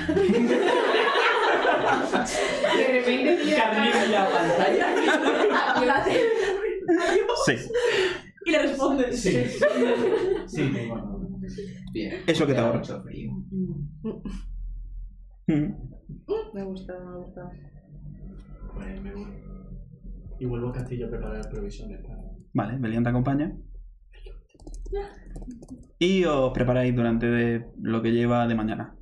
Speaker 5: repente mira,
Speaker 3: la pantalla?
Speaker 2: Ah, la hace.
Speaker 1: Sí,
Speaker 2: Y le responde.
Speaker 8: Sí. Sí, tengo armadura.
Speaker 3: Bien.
Speaker 1: Eso que te
Speaker 3: Hará
Speaker 1: ahorra.
Speaker 3: Mucho frío.
Speaker 1: Ujú.
Speaker 7: Me gusta, me gusta.
Speaker 8: Pues me voy. Y vuelvo a Castillo a preparar provisiones para.
Speaker 1: Vale, Belian te acompaña. Y os preparáis durante de- lo que lleva de mañana.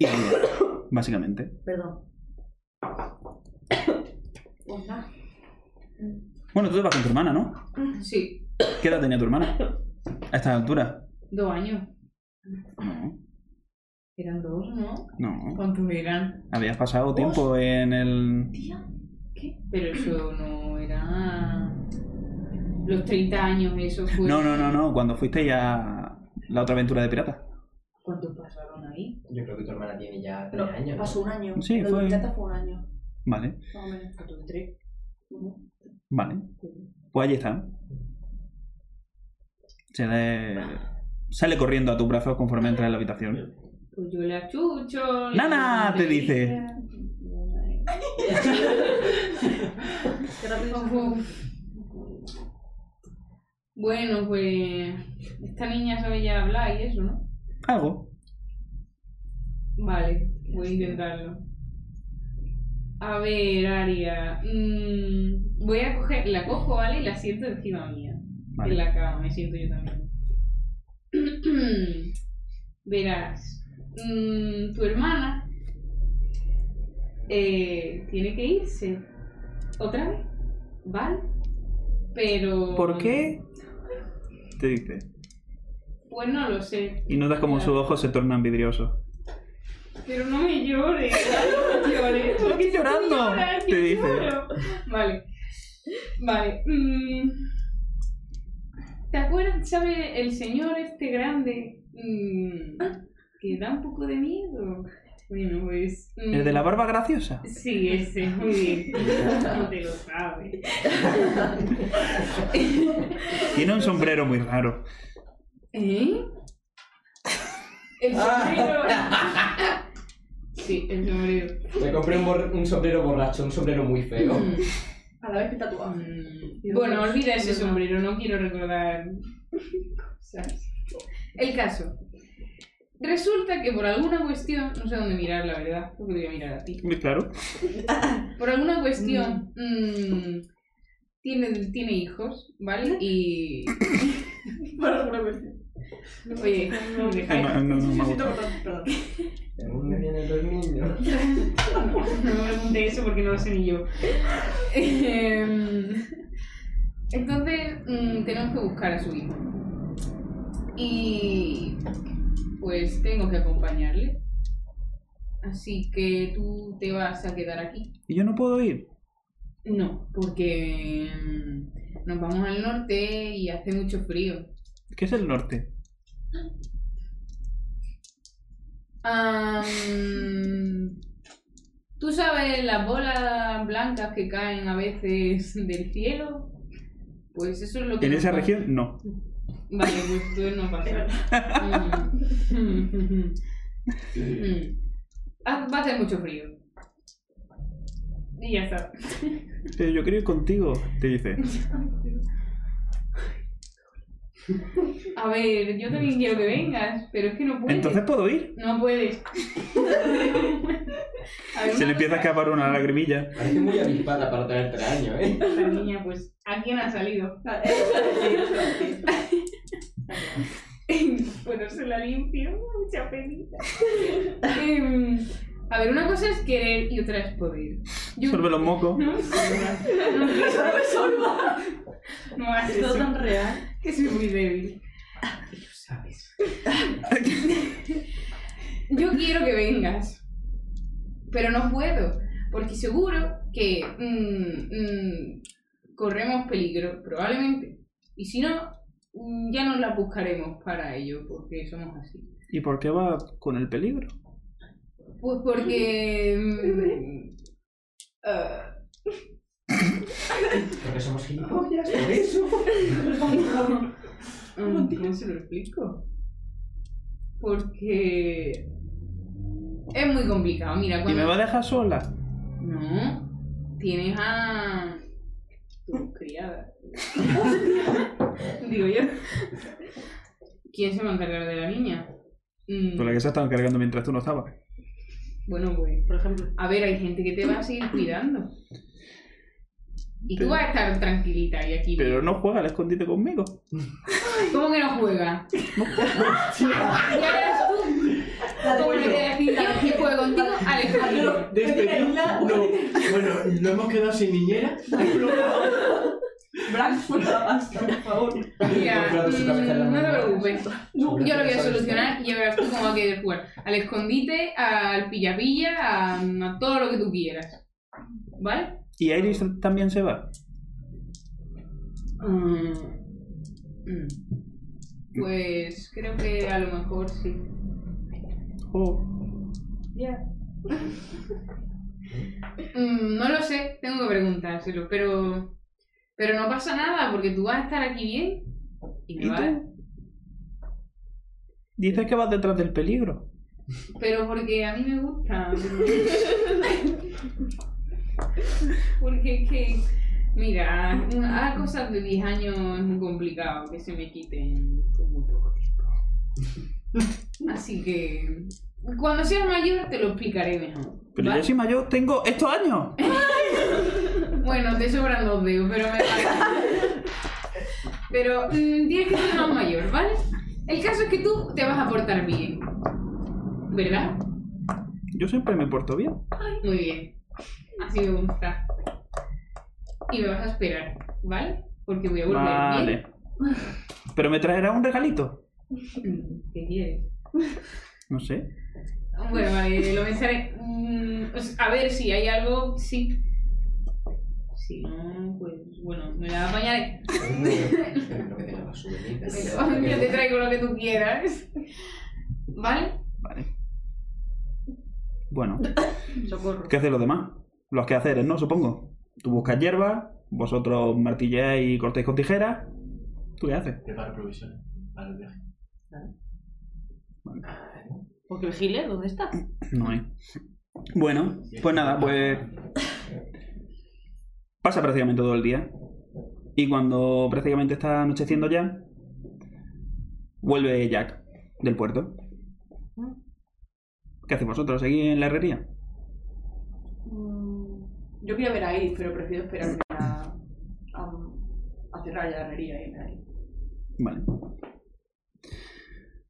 Speaker 1: Y del día, básicamente.
Speaker 7: Perdón.
Speaker 2: Pues nada.
Speaker 1: Bueno, tú te vas con tu hermana, ¿no?
Speaker 5: Sí,
Speaker 1: ¿Qué edad tenía tu hermana? A estas alturas.
Speaker 5: dos años.
Speaker 1: No,
Speaker 5: Eran dos, ¿no?
Speaker 1: no.
Speaker 5: ¿Cuántos eran?
Speaker 1: Habías pasado tiempo en el.
Speaker 5: Pero eso no era. Los 30 años, eso fue.
Speaker 1: No, no, no, no. Cuando fuisteis a la otra aventura de pirata.
Speaker 5: ¿Cuántos pasaron ahí?
Speaker 3: Yo creo que tu hermana tiene ya tres
Speaker 2: No,
Speaker 3: años. ¿no?
Speaker 2: pasó un año.
Speaker 1: Sí,
Speaker 2: Lo
Speaker 1: fue-
Speaker 2: de Plata fue un año.
Speaker 1: Vale,
Speaker 2: Más o menos. Ujú.
Speaker 1: vale. Pues allí está. Se le... Sale corriendo a tus brazos conforme entra en la habitación.
Speaker 5: Pues yo la chucho. la
Speaker 1: ¡Nana! te
Speaker 5: chucho,
Speaker 1: dice.
Speaker 7: Qué rápido.
Speaker 5: Ojo. Bueno, pues. Esta niña sabe ya hablar y eso, ¿no?
Speaker 1: Algo.
Speaker 5: Vale, voy a intentarlo. A ver, Aria. mm, voy a coger. La cojo, ¿vale? Y la siento encima mía.
Speaker 1: Vale.
Speaker 5: En la cama, me siento yo también. Verás. mm, tu hermana. eh, tiene que irse. ¿Otra vez? ¿Vale? Pero.
Speaker 1: ¿Por qué? Te dice.
Speaker 5: Pues no lo sé.
Speaker 1: Y notas como sus ojos se tornan vidriosos.
Speaker 5: Pero no me llores. No me llores.
Speaker 1: ¡Estoy
Speaker 5: porque si tú
Speaker 1: llorando!
Speaker 5: lloras, yo
Speaker 1: Te dice.
Speaker 5: lloro. Vale. Vale. mm. ¿Te acuerdas, sabe, el señor este grande? mm, que da un poco de miedo. Bueno, pues. mm,
Speaker 1: ¿El de la barba graciosa?
Speaker 5: Sí, ese, muy bien. No te lo sabes.
Speaker 1: Tiene un sombrero muy raro.
Speaker 5: ¿Eh? El sombrero. Sí, el sombrero.
Speaker 3: Me compré un, bor- un sombrero borracho, un sombrero muy feo.
Speaker 2: A la vez que tatuado.
Speaker 5: Mm, Bueno, olvida ese sombrero, no quiero recordar cosas. El caso. Resulta que por alguna cuestión, no sé dónde mirar, la verdad, creo que te voy a mirar a ti.
Speaker 1: Muy claro.
Speaker 5: Por alguna cuestión, mm, ¿Eh? tiene, tiene hijos, ¿vale? Y.
Speaker 2: Por alguna cuestión.
Speaker 5: Oye, dejáis-
Speaker 1: No, no, no, me
Speaker 2: Siento
Speaker 1: gusta.
Speaker 2: cortar, perdón.
Speaker 3: Aún me vienen los niños.
Speaker 5: No me pregunte eso porque no lo sé ni yo. Em, Entonces, mm, tenemos que buscar a su hijo. Y pues tengo que acompañarle. Así que tú te vas a quedar aquí.
Speaker 1: Y yo no puedo ir.
Speaker 5: No, porque mm, nos vamos al norte y hace mucho frío.
Speaker 1: ¿Qué es el norte?
Speaker 5: Am, ¿Tú sabes las bolas blancas que caen a veces del cielo? Pues eso es lo que...
Speaker 1: ¿En
Speaker 5: nos
Speaker 1: esa
Speaker 5: pasa.
Speaker 1: región? No.
Speaker 5: Vale, pues tú no pasa. Mm. Mm. Ah, Va a hacer mucho frío. Y ya está.
Speaker 1: Eh, Pero yo quiero ir contigo, te dice.
Speaker 5: A ver, yo también quiero que vengas, pero es que no puedes.
Speaker 1: Entonces puedo ir.
Speaker 5: No puedes. A ver,
Speaker 1: Se
Speaker 5: una
Speaker 1: le empieza a
Speaker 5: cosa,
Speaker 1: escapar una lagrimilla.
Speaker 3: Parece muy avispada para tener tres años, ¿eh?
Speaker 5: esta niña, pues, ¿a quién ha salido? bueno, se la limpio, mucha penita. Em, a ver, una cosa es querer y otra es poder. Yo-
Speaker 1: Sorbe los mocos.
Speaker 5: No, no, no, No hagas
Speaker 7: Todo
Speaker 5: eso,
Speaker 7: tan real.
Speaker 5: que soy muy débil.
Speaker 3: sabes.
Speaker 5: Yo quiero que vengas, pero no puedo, porque seguro que mm, mm, corremos peligro, probablemente. Y si no, mm, ya nos la buscaremos para ello, porque somos así.
Speaker 1: ¿Y por qué va con el peligro?
Speaker 5: Pues porque... mm, ah,
Speaker 3: Porque somos gilipollas, por eso.
Speaker 5: mm, ¿Cómo se lo explico? Porque... Es muy complicado, mira,
Speaker 1: ¿Y
Speaker 5: cuando...
Speaker 1: me va a dejar sola?
Speaker 5: No, tienes a tu criada. Digo yo. ¿Quién se va a encargar de la niña? Mm,
Speaker 1: Por la que se ha estado cargando mientras tú no estabas.
Speaker 5: Bueno, pues.
Speaker 7: Por ejemplo,
Speaker 5: A ver, hay gente que te va a seguir cuidando. Y tú
Speaker 1: Pero-
Speaker 5: vas a estar tranquilita y aquí.
Speaker 1: Pero no juega al escondite conmigo.
Speaker 5: ¿Cómo que no juega? ya verás tú.
Speaker 2: Ah,
Speaker 5: ¿Cómo le voy a decir yo que juego contigo? Alejandro.
Speaker 8: Despedida, no. Bueno, nos hemos quedado sin niñera.
Speaker 2: Bran, suelta la pasta, por favor.
Speaker 5: Mira,
Speaker 3: Claro, su cabeza en la
Speaker 5: mm, no te
Speaker 3: mano.
Speaker 5: preocupes. Yo lo voy a solucionar y ya verás tú cómo va a quedar jugar. Al escondite, al pilla-pilla, a, mm, a todo lo que tú quieras. ¿Vale?
Speaker 1: ¿Y Iris también se va?
Speaker 5: Mm. Mm. Pues creo que a lo mejor sí.
Speaker 1: Oh,
Speaker 5: Mm, no lo sé, tengo que preguntárselo, pero. Pero no pasa nada porque tú vas a estar aquí bien. Y me
Speaker 1: ¿Y
Speaker 5: vas-
Speaker 1: tú? Dices que vas detrás del peligro.
Speaker 5: Pero porque a mí me gusta. porque es que, mira, a cosas de 10 años es muy complicado que se me quiten con muy poco tiempo. Así que, cuando seas mayor te lo explicaré mejor.
Speaker 1: Pero
Speaker 5: ¿vale?
Speaker 1: yo soy mayor, tengo estos años.
Speaker 5: Bueno, te sobran dos dedos, pero me vale. Pero mm, tienes que ser más mayor, ¿vale? El caso es que tú te vas a portar bien. ¿Verdad?
Speaker 1: Yo siempre me porto bien.
Speaker 5: Muy bien. Así me gusta. Y me vas a esperar, ¿vale? Porque voy a volver.
Speaker 1: Vale. Pero me traerá un regalito.
Speaker 5: ¿bien? Mm, ¿Qué quieres?
Speaker 1: No sé.
Speaker 5: Bueno, vale, lo pensaré. Mm, o sea, a ver si hay algo, sí. Si no, pues bueno, me la apañaré.
Speaker 3: Pero que te la vas a subir, te la vas a
Speaker 5: Pero yo te
Speaker 3: subir.
Speaker 5: traigo lo que tú quieras. ¿Vale?
Speaker 1: Bueno,
Speaker 7: socorro.
Speaker 1: ¿qué hacen los demás? Los quehaceres, ¿no? Supongo. Tú buscas hierbas, vosotros martilleáis y cortáis con tijeras. ¿Tú qué haces?
Speaker 8: Preparo provisiones para el viaje.
Speaker 7: Porque el Giler, ¿dónde está?
Speaker 1: No hay. Bueno, pues nada, pues pasa prácticamente todo el día. Y cuando prácticamente está anocheciendo ya, vuelve Jack del puerto. ¿Qué hacéis vosotros? ¿Seguís en la herrería?
Speaker 2: Mm, Yo quiero ver a Iris, pero prefiero esperarme a, a, a cerrar la herrería y irme ahí.
Speaker 1: Vale.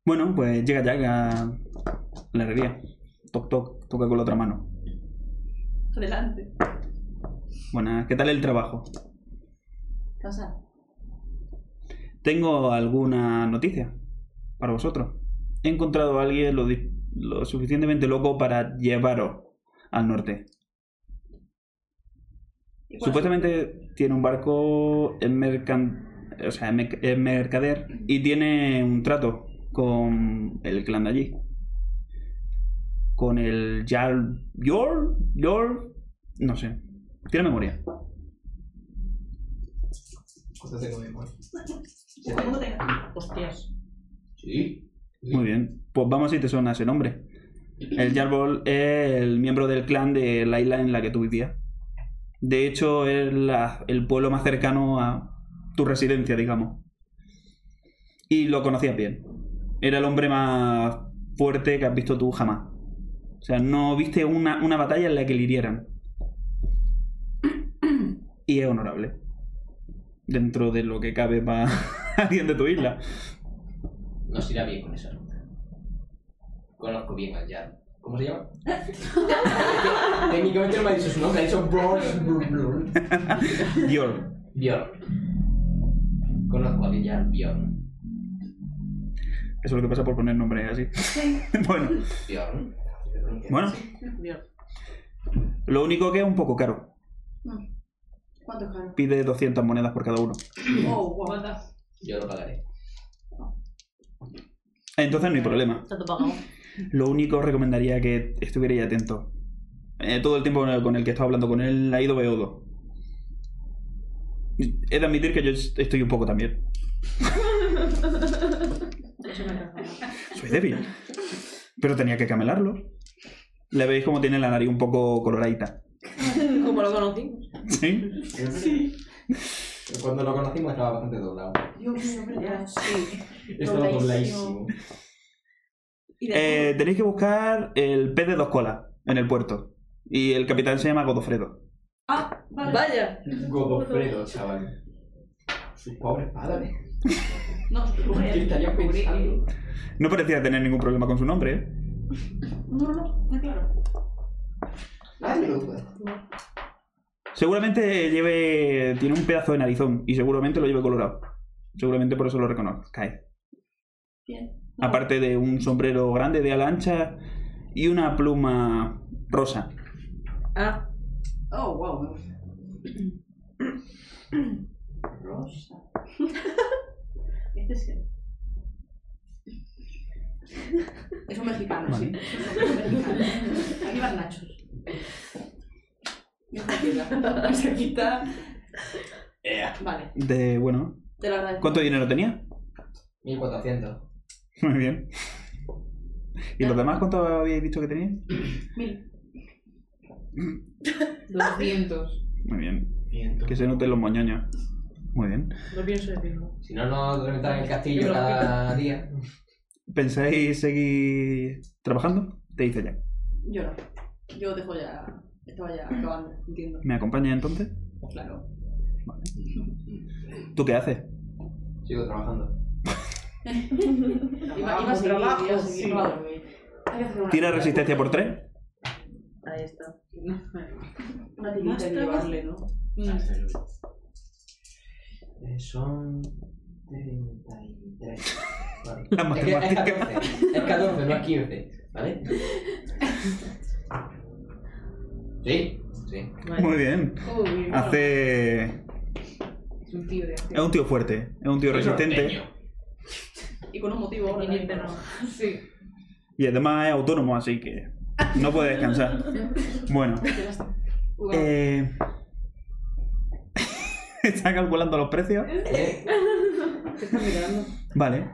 Speaker 1: Bueno, pues llega Jack a la herrería. Toc, toc, toca con la otra mano.
Speaker 2: Adelante.
Speaker 1: Buenas, ¿qué tal el trabajo?
Speaker 2: Casa.
Speaker 1: Tengo alguna noticia para vosotros. He encontrado a alguien lo, di- lo suficientemente loco para llevaros al norte.
Speaker 2: ¿Y cuál es tu-
Speaker 1: Supuestamente tiene un barco en mercan- o sea, en merc- en mercader y tiene un trato con el clan de allí. Con el Jarl Yor, Yor, no sé. Tiene memoria.
Speaker 3: ¿Cuánto tengo de memoria?
Speaker 2: ¿Cuándo te-
Speaker 7: Hostias.
Speaker 3: Sí.
Speaker 1: Muy bien. Pues vamos si te suena ese nombre. El Jarbol es el miembro del clan de la isla en la que tú vivías. De hecho, es la- el pueblo más cercano a tu residencia, digamos. y lo conocías bien. Era el hombre más fuerte que has visto tú jamás. O sea, no viste una, una batalla en la que le hirieran. Y es honorable. Dentro de lo que cabe para alguien de tu isla.
Speaker 3: Nos irá bien con esa ruta. Conozco bien al Jarl. ¿Cómo se llama? Técnicamente no me ha dicho su nombre, ha dicho Bjorn. Bjorn, Bjorn.
Speaker 1: Dior.
Speaker 3: Bjorn. Conozco al Jarl Bjorn.
Speaker 1: Eso es lo que pasa por poner nombres así. bueno,
Speaker 3: Bjorn.
Speaker 1: bueno. Lo único que es un poco caro.
Speaker 2: ¿Cuánto es caro?
Speaker 1: Pide 200 monedas por cada uno.
Speaker 2: Oh, guau.
Speaker 3: Yo lo pagaré.
Speaker 1: Entonces no hay problema.
Speaker 4: Tanto pagamos.
Speaker 1: Lo único recomendaría que estuvierais atento. Eh, todo el tiempo con el, con el que he estado hablando con él ha ido beodo. He de admitir que yo est- estoy un poco también. Soy débil. Pero tenía que camelarlo. Le veis como tiene la nariz un poco coloradita.
Speaker 4: Como lo conocimos.
Speaker 1: ¿Sí?
Speaker 8: Sí.
Speaker 3: Cuando lo conocimos estaba bastante doblado.
Speaker 2: Dios mío, ¿verdad? Sí.
Speaker 8: Estaba dobladísimo.
Speaker 2: Y de
Speaker 1: Eh, tenéis que buscar el pez de dos colas en el puerto. Y el capitán se llama Godofredo.
Speaker 2: Ah, vale.
Speaker 4: Vaya.
Speaker 8: Godofredo, chaval. Sus pobres padres.
Speaker 7: No,
Speaker 8: ¿Qué estarían pensando?
Speaker 1: No parecía tener ningún problema con su nombre, ¿eh?
Speaker 2: No, no, está claro.
Speaker 1: Seguramente lleve. Tiene un pedazo de narizón y seguramente lo lleve colorado. Seguramente por eso lo reconozcáis.
Speaker 2: Bien.
Speaker 1: Aparte de un sombrero grande de ala ancha y una pluma rosa.
Speaker 4: Ah,
Speaker 2: Oh, wow, me gusta. Rosa. este es el... Es un mexicano, sí. Es un mexicano. Aquí van nachos. Se quita. Vale,
Speaker 1: De. bueno.
Speaker 2: te lo agradezco.
Speaker 1: ¿Cuánto dinero tenía?
Speaker 3: 1400.
Speaker 1: Muy bien. ¿Y los demás cuánto habéis visto que tenía?
Speaker 5: 200.
Speaker 1: Muy bien.
Speaker 8: Y entonces-
Speaker 1: Que se noten los moñoños. Muy bien.
Speaker 4: no pienso decirlo.
Speaker 3: Si no, nos reventan en el castillo
Speaker 4: Yo creo que-
Speaker 3: cada día.
Speaker 1: ¿Pensáis seguir trabajando? Te dice ya.
Speaker 2: Yo no. Yo dejo ya. Estaba ya acabando, entiendo.
Speaker 1: ¿Me acompañas entonces?
Speaker 2: Claro.
Speaker 1: ¿Tú qué haces?
Speaker 3: Sigo trabajando.
Speaker 2: Iba, iba a seguir,
Speaker 4: trabajo,
Speaker 2: Ah, iba a seguir,
Speaker 4: sí.
Speaker 2: iba a dormir. Hay que hacer una-
Speaker 1: ¿Tira resistencia por tres?
Speaker 4: Ahí está.
Speaker 2: Una tirita y llevarle, ¿no?
Speaker 3: Eh, son 33. Vale.
Speaker 1: La
Speaker 3: Es, que es
Speaker 1: matemática.
Speaker 3: 14. Es 14, no es 15. ¿Vale? Sí, sí.
Speaker 1: Muy bien.
Speaker 5: Joder,
Speaker 1: Hace.
Speaker 5: es un tío de
Speaker 1: Es un tío fuerte, es un tío resistente.
Speaker 3: Norteño.
Speaker 2: Y con un motivo ahora.
Speaker 4: Pequeñito,
Speaker 2: ¿no?
Speaker 5: Sí.
Speaker 1: Y además es autónomo, así que no puede descansar. Bueno,
Speaker 5: Guau.
Speaker 1: eh... está calculando los precios.
Speaker 3: ¿Eh?
Speaker 4: ¿Qué estás mirando?
Speaker 1: Vale.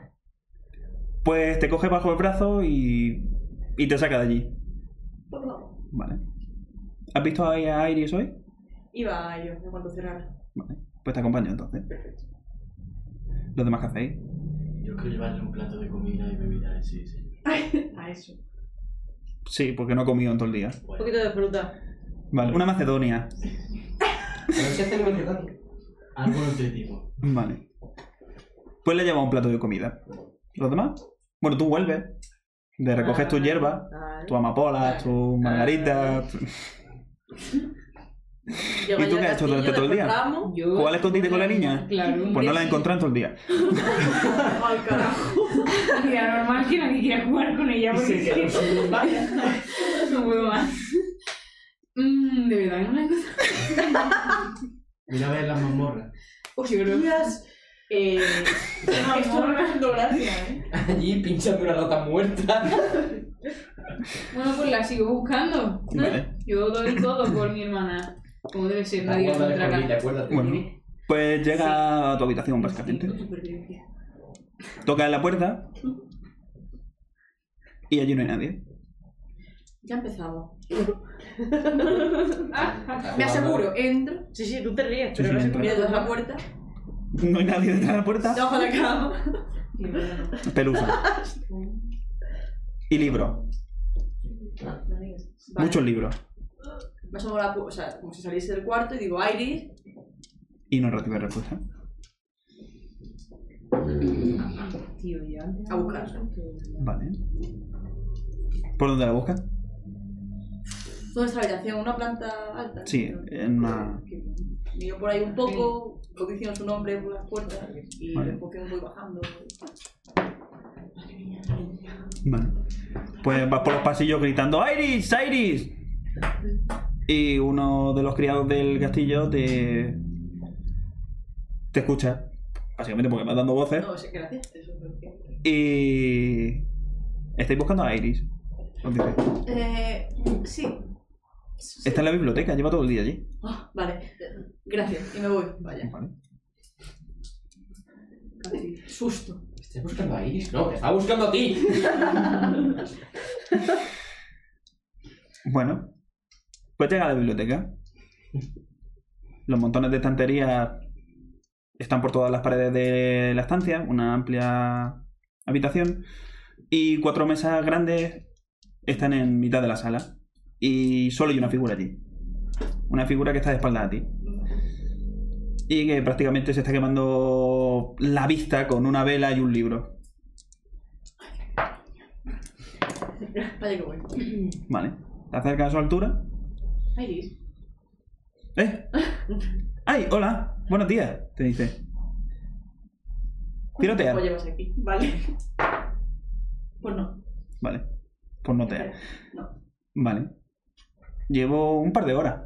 Speaker 1: Pues te coge bajo el brazo y, y te saca de allí.
Speaker 2: Por favor.
Speaker 1: Vale. ¿Has visto ahí a Iris hoy?
Speaker 2: Iba a ello, en cuanto cerrara.
Speaker 1: Pues te acompaño entonces. ¿Los demás qué hacéis?
Speaker 8: Yo quiero llevarle un plato de comida y bebida a ese señor.
Speaker 2: A eso.
Speaker 1: Sí, porque no he comido en todo el día.
Speaker 4: Un
Speaker 8: Bueno,
Speaker 4: poquito de fruta.
Speaker 1: Vale, una Macedonia.
Speaker 3: Pero si hacen un montón.
Speaker 8: algo nutritivo.
Speaker 1: Vale. Pues le lleva un plato de comida. ¿Los demás? Bueno, tú vuelves. Le recoges tu hierba,
Speaker 4: Vale.
Speaker 1: tu amapola, tu margarita. tu-
Speaker 4: Llegó
Speaker 1: ¿Y tú
Speaker 4: ya
Speaker 1: qué has hecho durante
Speaker 4: castillo,
Speaker 1: todo el día?
Speaker 4: despertamos.
Speaker 5: Yo-
Speaker 1: ¿Jugar al escondite con la niña?
Speaker 5: Claro.
Speaker 1: Pues no la he encontrado en todo el día.
Speaker 2: Al carajo.
Speaker 5: Mira, normal que nadie quiera jugar con ella porque es que no puedo más. Mm, de verdad, no la he encontrado.
Speaker 8: Mira a ver las mazmorras.
Speaker 2: Hostias. Eh, esto no me haciendo gracia, ¿eh?
Speaker 3: Allí pinchando una rata muerta.
Speaker 5: Bueno, pues la sigo buscando.
Speaker 1: Vale.
Speaker 5: Yo doy todo por mi hermana. Como debe ser,
Speaker 3: La
Speaker 5: nadie la
Speaker 3: guarda de familia,
Speaker 5: encontrará.
Speaker 3: acuérdate.
Speaker 1: Bueno, pues llega a tu habitación básicamente. Toca en la puerta. Y allí no hay nadie.
Speaker 2: Ya empezamos.
Speaker 3: Está
Speaker 2: Ah, Me
Speaker 3: jugando.
Speaker 2: aseguro, entro,
Speaker 4: Sí, sí, tú te ríes,
Speaker 1: Sí,
Speaker 4: pero
Speaker 1: sí,
Speaker 4: no sé
Speaker 1: entra.
Speaker 2: miro detrás la puerta,
Speaker 1: No hay nadie detrás de la puerta.
Speaker 2: debajo de la cama,
Speaker 5: Y bueno,
Speaker 1: Pelusa. Y libros.
Speaker 7: Vale.
Speaker 1: Muchos libros.
Speaker 2: Me asomo a la pu- o sea, como si saliese del cuarto y digo, Iris,
Speaker 1: Y no recibe respuesta.
Speaker 4: Tío, yo antes-
Speaker 2: a buscar.
Speaker 1: Vale. ¿Por dónde la buscas?
Speaker 2: ¿Dónde está la habitación? ¿Una planta alta?
Speaker 1: Sí, en una.
Speaker 2: Miro por ahí un poco, lo que hicieron su nombre por las puertas y
Speaker 1: Vale.
Speaker 2: un poco voy bajando.
Speaker 1: Vale. Pues vas por los pasillos gritando ¡Iris! ¡Iris! Y uno de los criados del castillo te. te escucha. Básicamente porque vas dando voces.
Speaker 2: No, sé, gracias. Eso es lo que-
Speaker 1: Y. estáis buscando a Iris. Os dice,
Speaker 2: Eh, sí. Sí.
Speaker 1: Está en la biblioteca, lleva todo el día allí.
Speaker 2: Ah, vale, gracias. Y me voy. Vaya,
Speaker 1: Vale.
Speaker 2: susto.
Speaker 3: Estás buscando a Iris. No, te está buscando a ti.
Speaker 1: Bueno, pues llega a la biblioteca. Los montones de estanterías están por todas las paredes de la estancia, una amplia habitación. Y cuatro mesas grandes están en mitad de la sala. Y solo hay una figura allí. Una figura que está de espaldas a ti. Y que prácticamente se está quemando la vista con una vela y un libro.
Speaker 2: Vaya que voy.
Speaker 1: Vale. Te acercas a su altura.
Speaker 2: Iris.
Speaker 1: ¿Eh? ¡Ay, hola! Buenos días, te dice.
Speaker 2: ¿cuánto
Speaker 1: Tirotear.
Speaker 2: tiempo Pues llevas aquí? Vale. Pues no.
Speaker 1: Vale. Pues no te.
Speaker 2: No.
Speaker 1: Vale. Llevo un par de horas.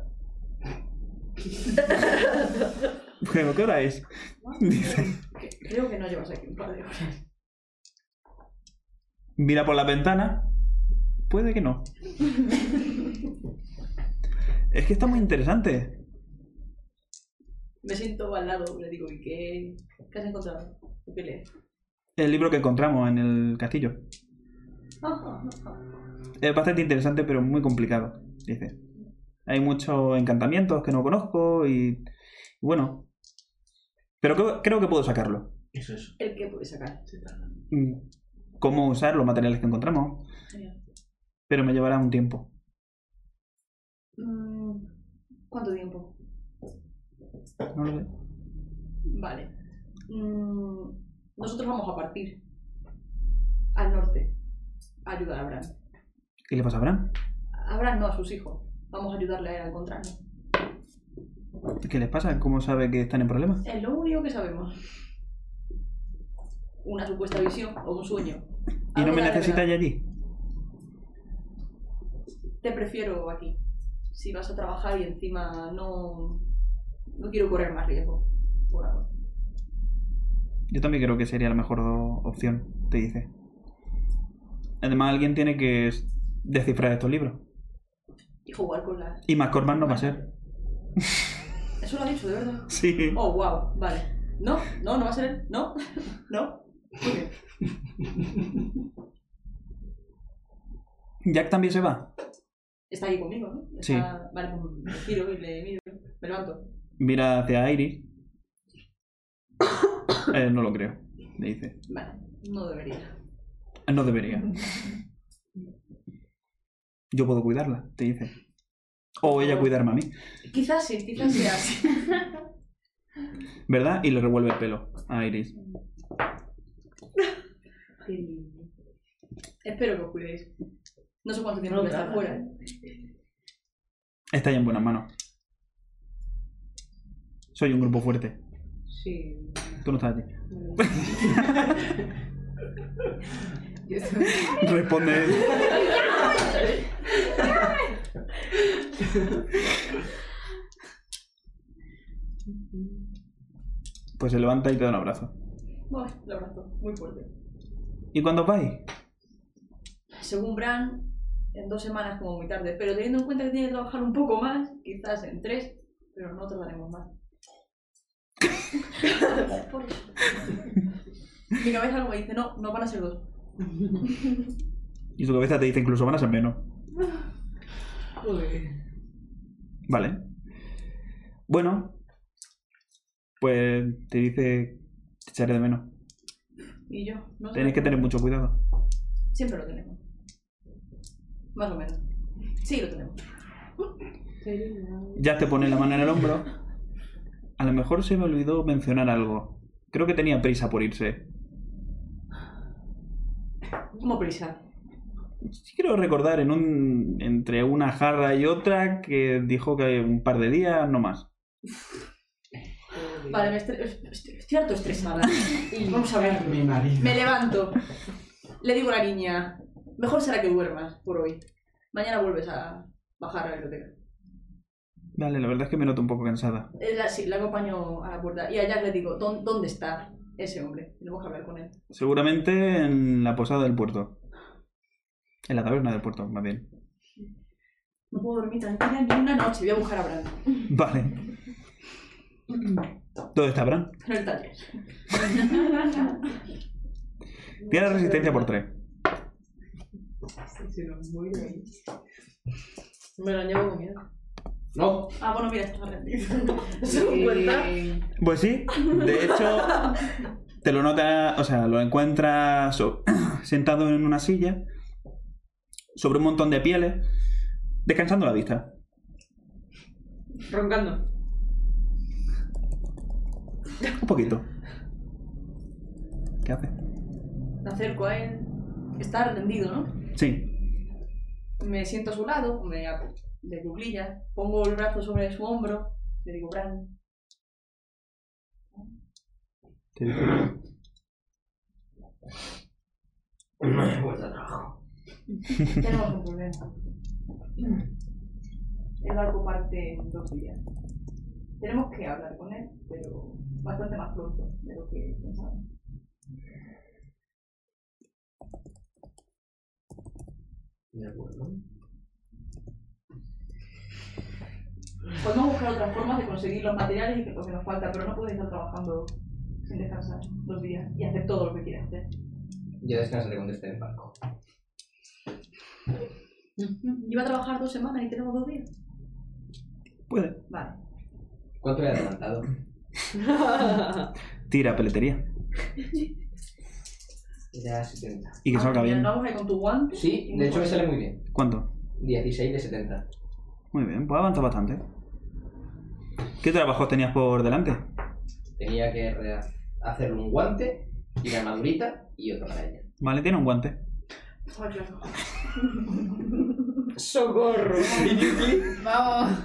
Speaker 1: Bueno, ¿qué hora es? Dice.
Speaker 2: Creo que no llevas aquí un par de horas.
Speaker 1: Mira por la ventana. Puede que no. Es que está muy interesante.
Speaker 2: Me siento al lado, le digo, ¿y qué, qué has encontrado? ¿O ¿Qué lees?
Speaker 1: El libro que encontramos en el castillo.
Speaker 2: Ah, ah, ah.
Speaker 1: Es bastante interesante, pero muy complicado. Dice. Hay muchos encantamientos que no conozco y. Bueno. Pero creo, creo que puedo sacarlo.
Speaker 8: Eso es.
Speaker 2: ¿El qué puedes sacar?
Speaker 1: Mm, Cómo usar los materiales que encontramos.
Speaker 2: Genial.
Speaker 1: Pero me llevará un tiempo.
Speaker 2: Mm, ¿Cuánto tiempo?
Speaker 1: No lo sé.
Speaker 2: Vale. Mm, nosotros vamos a partir al norte a ayudar a Bran.
Speaker 1: ¿Qué le pasa a Bran?
Speaker 2: A Bran no, a sus hijos. Vamos a ayudarle a él a encontrarnos.
Speaker 1: ¿Qué les pasa? ¿Cómo sabe que están en problemas?
Speaker 2: Es lo único que sabemos. Una supuesta visión o un sueño.
Speaker 1: ¿Y no
Speaker 2: Algo
Speaker 1: me
Speaker 2: de la
Speaker 1: necesita
Speaker 2: realidad.
Speaker 1: ya allí?
Speaker 2: Te prefiero aquí. Si vas a trabajar y encima no. No quiero correr más riesgo. Por ahora.
Speaker 1: Yo también creo que sería la mejor o- opción, te dice. Además, alguien tiene que s- descifrar estos libros.
Speaker 2: Y jugar con la.
Speaker 1: Y más Corman no va a ser.
Speaker 2: Eso lo ha dicho, de verdad.
Speaker 1: Sí.
Speaker 2: Oh, wow, vale. No, no, no va a ser él. No, no. Muy bien.
Speaker 1: Jack también se va.
Speaker 2: Está ahí conmigo, ¿no?
Speaker 1: Sí.
Speaker 2: Está... Vale, pues me giro y le miro. Me levanto.
Speaker 1: Mira hacia Iris. Eh, no lo creo, le dice.
Speaker 2: Vale, no debería.
Speaker 1: No debería. Yo puedo cuidarla, te dice. O ella cuidarme a mí,
Speaker 2: Quizás sí, quizás sea así.
Speaker 1: ¿verdad? Y le revuelve el pelo a Iris.
Speaker 2: Espero que os cuidéis. No sé cuánto tiempo voy a estar fuera. ¿eh?
Speaker 1: Está ya en buenas manos. Soy un grupo fuerte.
Speaker 5: sí.
Speaker 1: Tú no estás allí.
Speaker 5: Yo estoy-
Speaker 1: Responde. él. Pues se levanta y te da un abrazo.
Speaker 2: Bueno, lo abrazo, muy fuerte.
Speaker 1: ¿Y cuándo os vais?
Speaker 2: Según Bran, en dos semanas como muy tarde. Pero teniendo en cuenta que tiene que trabajar un poco más, quizás en tres, pero no tardaremos más. Por eso. Mi cabeza como dice, no, no van a ser dos.
Speaker 1: Y su cabeza te dice incluso van a ser menos.
Speaker 5: Joder.
Speaker 1: Vale. Bueno, pues te dice te echaré de menos.
Speaker 2: Y yo, no sé.
Speaker 1: Tenéis que tener mucho cuidado.
Speaker 2: Siempre lo tenemos. Más o menos. Sí, lo tenemos.
Speaker 1: Ya te pone la mano en el hombro. A lo mejor se me olvidó mencionar algo. Creo que tenía prisa por irse.
Speaker 2: Como prisa.
Speaker 1: Sí quiero recordar en un entre una jarra y otra que dijo que un par de días, no más.
Speaker 2: Vale, me estre- estoy, estoy harto estresada. Vamos a ver.
Speaker 8: Mi marido.
Speaker 2: Me levanto. Le digo a la niña, mejor será que duermas por hoy. Mañana vuelves a bajar a la biblioteca.
Speaker 1: Vale, la verdad es que me noto un poco cansada.
Speaker 2: Eh, La, sí, la acompaño a la puerta. Y allá le digo, "¿Dó- ¿dónde está ese hombre? Tenemos que hablar con él.
Speaker 1: Seguramente en la posada del puerto. En la taberna del puerto, más bien.
Speaker 2: No puedo dormir tranquila ni una noche. Voy a buscar a Bran
Speaker 1: Vale. ¿Dónde está Bran?
Speaker 2: en el taller.
Speaker 1: Tiene resistencia por tres.
Speaker 7: Me lo han llevado con miedo.
Speaker 3: No,
Speaker 2: Ah, bueno, mira, está rendido.
Speaker 7: ¿Se dan
Speaker 5: Eh,
Speaker 7: cuenta?
Speaker 1: Pues sí, de hecho, te lo nota, o sea, lo encuentras so- sentado en una silla, sobre un montón de pieles, descansando la vista.
Speaker 4: Roncando.
Speaker 1: Un poquito. ¿Qué hace?
Speaker 2: Me acerco a él. Está rendido, ¿no?
Speaker 1: Sí,
Speaker 2: Me siento a su lado, me hago de cuclillas, pongo el brazo sobre su hombro, le digo, Bran,
Speaker 3: no he vuelto a trabajo.
Speaker 2: tenemos un problema. El barco parte en dos días. Tenemos que hablar con él, pero bastante más pronto de lo que pensábamos.
Speaker 3: De acuerdo.
Speaker 2: Podemos Pues buscar otras formas de conseguir los materiales y que lo que nos falta, pero no puedes estar trabajando sin descansar dos días y hacer todo lo que quieras ¿eh? hacer.
Speaker 3: Yo descansaré cuando esté en el barco.
Speaker 2: Iba a trabajar dos semanas y tenemos dos días.
Speaker 1: puede.
Speaker 2: Vale.
Speaker 3: ¿Cuánto le he adelantado?
Speaker 1: Tira peletería.
Speaker 3: Era 70.
Speaker 1: Y que salga
Speaker 2: Ah, mira,
Speaker 1: bien.
Speaker 2: ¿no vamos a ir con tu guante.
Speaker 3: Sí, de hecho me sale muy bien.
Speaker 1: ¿Cuánto?
Speaker 3: 16 de 70.
Speaker 1: Muy bien, pues avanza bastante. ¿Qué trabajos tenías por delante?
Speaker 3: Tenía que re- hacerle un guante y una armadurita y otro para ella.
Speaker 1: Vale, tiene un guante.
Speaker 2: Ah, claro.
Speaker 4: ¡Socorro!
Speaker 5: Vamos.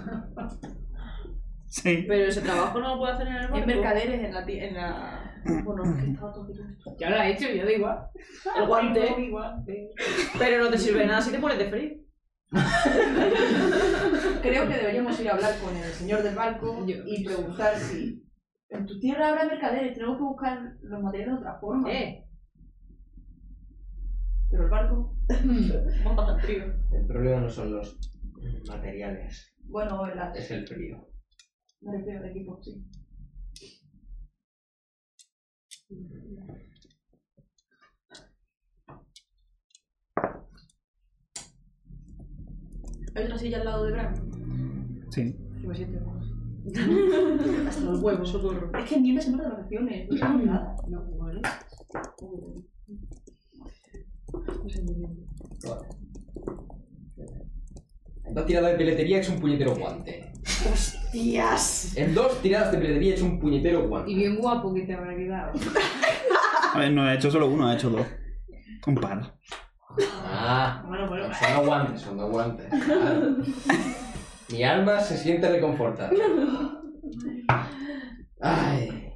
Speaker 1: Sí.
Speaker 4: Pero ese trabajo no lo puedo hacer en el
Speaker 2: En
Speaker 4: barco.
Speaker 2: mercaderes, en la. ti- En la... Bueno, es que estaba todo aquí, todo esto.
Speaker 5: Ya lo ha hecho, yo da igual.
Speaker 4: El
Speaker 2: Ah,
Speaker 4: guante.
Speaker 5: Mi guante.
Speaker 4: Pero no te sirve de nada si te pones de frío.
Speaker 2: Creo que deberíamos ir a hablar con el señor del barco
Speaker 5: Yo.
Speaker 2: y preguntar si. En tu tierra habrá mercaderes, tenemos que buscar los materiales de otra forma.
Speaker 4: Eh,
Speaker 2: Pero el barco. va a pasar frío.
Speaker 3: El problema no son los materiales,
Speaker 2: Bueno, el
Speaker 3: es el frío.
Speaker 2: Me refiero al equipo, sí. Hay otra silla al lado de Bran.
Speaker 1: Sí.
Speaker 2: Yo me siento igual. Hasta los huevos, socorro. Es que ni una semana de vacaciones, no tengo nada. No, bueno.
Speaker 3: Vale. En dos tiradas de peletería es un puñetero guante.
Speaker 2: ¡Hostias!
Speaker 3: En dos tiradas de peletería es un puñetero
Speaker 5: Y
Speaker 3: guante.
Speaker 5: bien guapo que te habrá quedado.
Speaker 1: A ver, no he hecho solo uno, he hecho dos. Un par.
Speaker 3: Ah,
Speaker 2: Bueno, bueno.
Speaker 3: son dos guantes, son dos guantes. claro. Mi alma se siente reconfortada. Ay.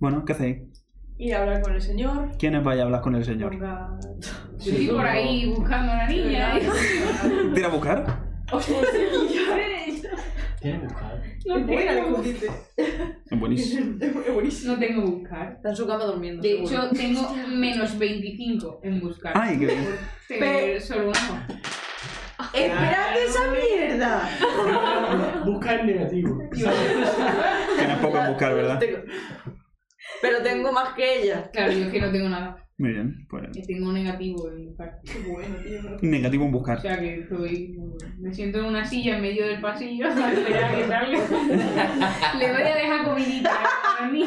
Speaker 1: Bueno, ¿qué hacéis?
Speaker 2: Ir a hablar con el señor.
Speaker 1: ¿Quiénes vais a hablar con el señor?
Speaker 2: Ponga.
Speaker 5: Yo estoy por ahí buscando a la niña. ¿eh?
Speaker 1: ¿Tira a buscar?
Speaker 8: ¿Quieres buscar?
Speaker 5: No tengo,
Speaker 1: Es buenísimo.
Speaker 5: no tengo buscar.
Speaker 7: Está en su cama durmiendo.
Speaker 5: De
Speaker 7: seguro.
Speaker 5: hecho, tengo menos 25 en buscar.
Speaker 1: Ay, qué bien.
Speaker 5: Pero solo uno.
Speaker 4: ¡Esperad esa mierda!
Speaker 8: Busca el negativo.
Speaker 1: Tienes poco en buscar, ¿verdad?
Speaker 4: Pero tengo más que ella.
Speaker 5: Claro, yo es que no tengo nada.
Speaker 1: Muy bien, pues.
Speaker 5: Que tengo un negativo en parte.
Speaker 2: Qué bueno, tío.
Speaker 1: Negativo en
Speaker 5: O
Speaker 1: buscar.
Speaker 5: sea que estoy. Me siento en una silla en medio del pasillo a esperar que salga. Le voy a dejar comidita para mí.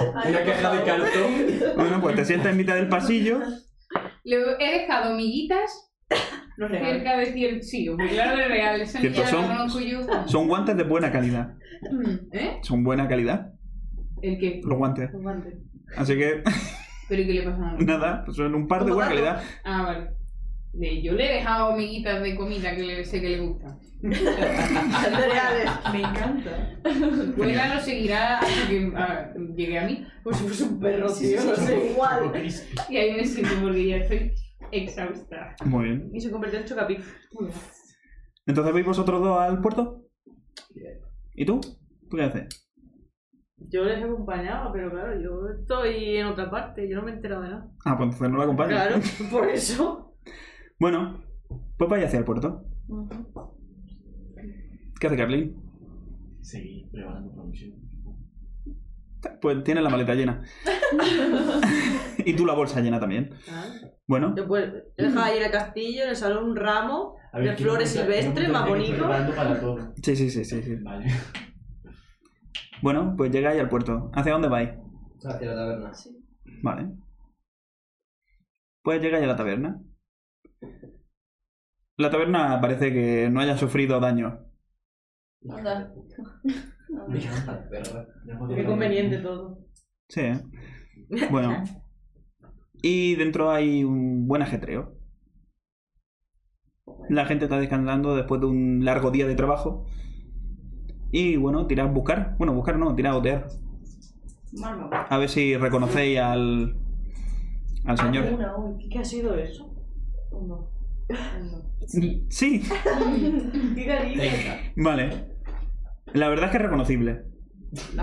Speaker 8: Una caja de cartón.
Speaker 1: Bueno, pues te sientas en mitad del pasillo.
Speaker 5: Le he dejado miguitas
Speaker 2: Los regalos.
Speaker 5: cerca de cierto. Sí, muy claro de real. Esa
Speaker 1: Cierto,
Speaker 5: milla
Speaker 1: son-
Speaker 5: la conozco yo.
Speaker 1: Son guantes de buena calidad.
Speaker 5: ¿Eh?
Speaker 1: Son buena calidad
Speaker 5: ¿El qué?
Speaker 1: los guantes.
Speaker 5: guantes.
Speaker 1: Así que
Speaker 5: ¿Pero ¿y qué le pasa a la
Speaker 1: nada, pues son un par de buena calidad.
Speaker 5: Ah, vale. Eh, Yo le he dejado miguitas de comida que le- sé que le gusta.
Speaker 2: Me encanta.
Speaker 5: Huela lo seguirá hasta que ah, llegue a mí.
Speaker 7: Pues es un perro, tío, no sé, igual.
Speaker 5: Y ahí me siento porque ya estoy exhausta.
Speaker 1: Muy bien.
Speaker 7: Y se convirtió en chocapic.
Speaker 1: Entonces vais vosotros dos al puerto. ¿Y tú? ¿Tú qué haces?
Speaker 4: Yo les acompañaba, pero claro, yo estoy en otra parte, yo no me he enterado de nada.
Speaker 1: Ah, pues entonces no la acompañas.
Speaker 4: Claro, por eso.
Speaker 1: Bueno, pues vais hacia el puerto. ¿Qué hace Carly?
Speaker 8: Seguí preparando para la misión.
Speaker 1: Pues tiene la maleta llena. y tú la bolsa llena también. Bueno,
Speaker 4: Yo pues he dejado ahí en el castillo, en el salón, un ramo
Speaker 8: A ver,
Speaker 4: de
Speaker 8: quiero
Speaker 4: flores
Speaker 8: contar- quiero
Speaker 4: silvestres más
Speaker 8: contar que
Speaker 4: bonito.
Speaker 8: Estoy preparando para todo.
Speaker 1: sí, sí, sí, sí, sí.
Speaker 8: Vale.
Speaker 1: Bueno, pues llegáis al puerto. ¿Hacia dónde vais?
Speaker 3: Hacia la taberna.
Speaker 1: Vale. Pues llegáis a la taberna. La taberna parece que no haya sufrido daño.
Speaker 2: Anda.
Speaker 3: Hija de perra.
Speaker 8: Ya puedo
Speaker 4: Qué
Speaker 8: hablar.
Speaker 4: conveniente todo.
Speaker 1: Sí, ¿eh? Bueno. Y dentro hay un buen ajetreo. La gente está descansando después de un largo día de trabajo. Y bueno, tirad buscar. Bueno, buscar no, tirad otear. A ver si reconocéis al. al señor.
Speaker 4: Una, uy, ¿Qué ha sido eso? No.
Speaker 1: Sí,
Speaker 4: Qué cariño.
Speaker 3: Venga.
Speaker 1: vale. La verdad es que es reconocible.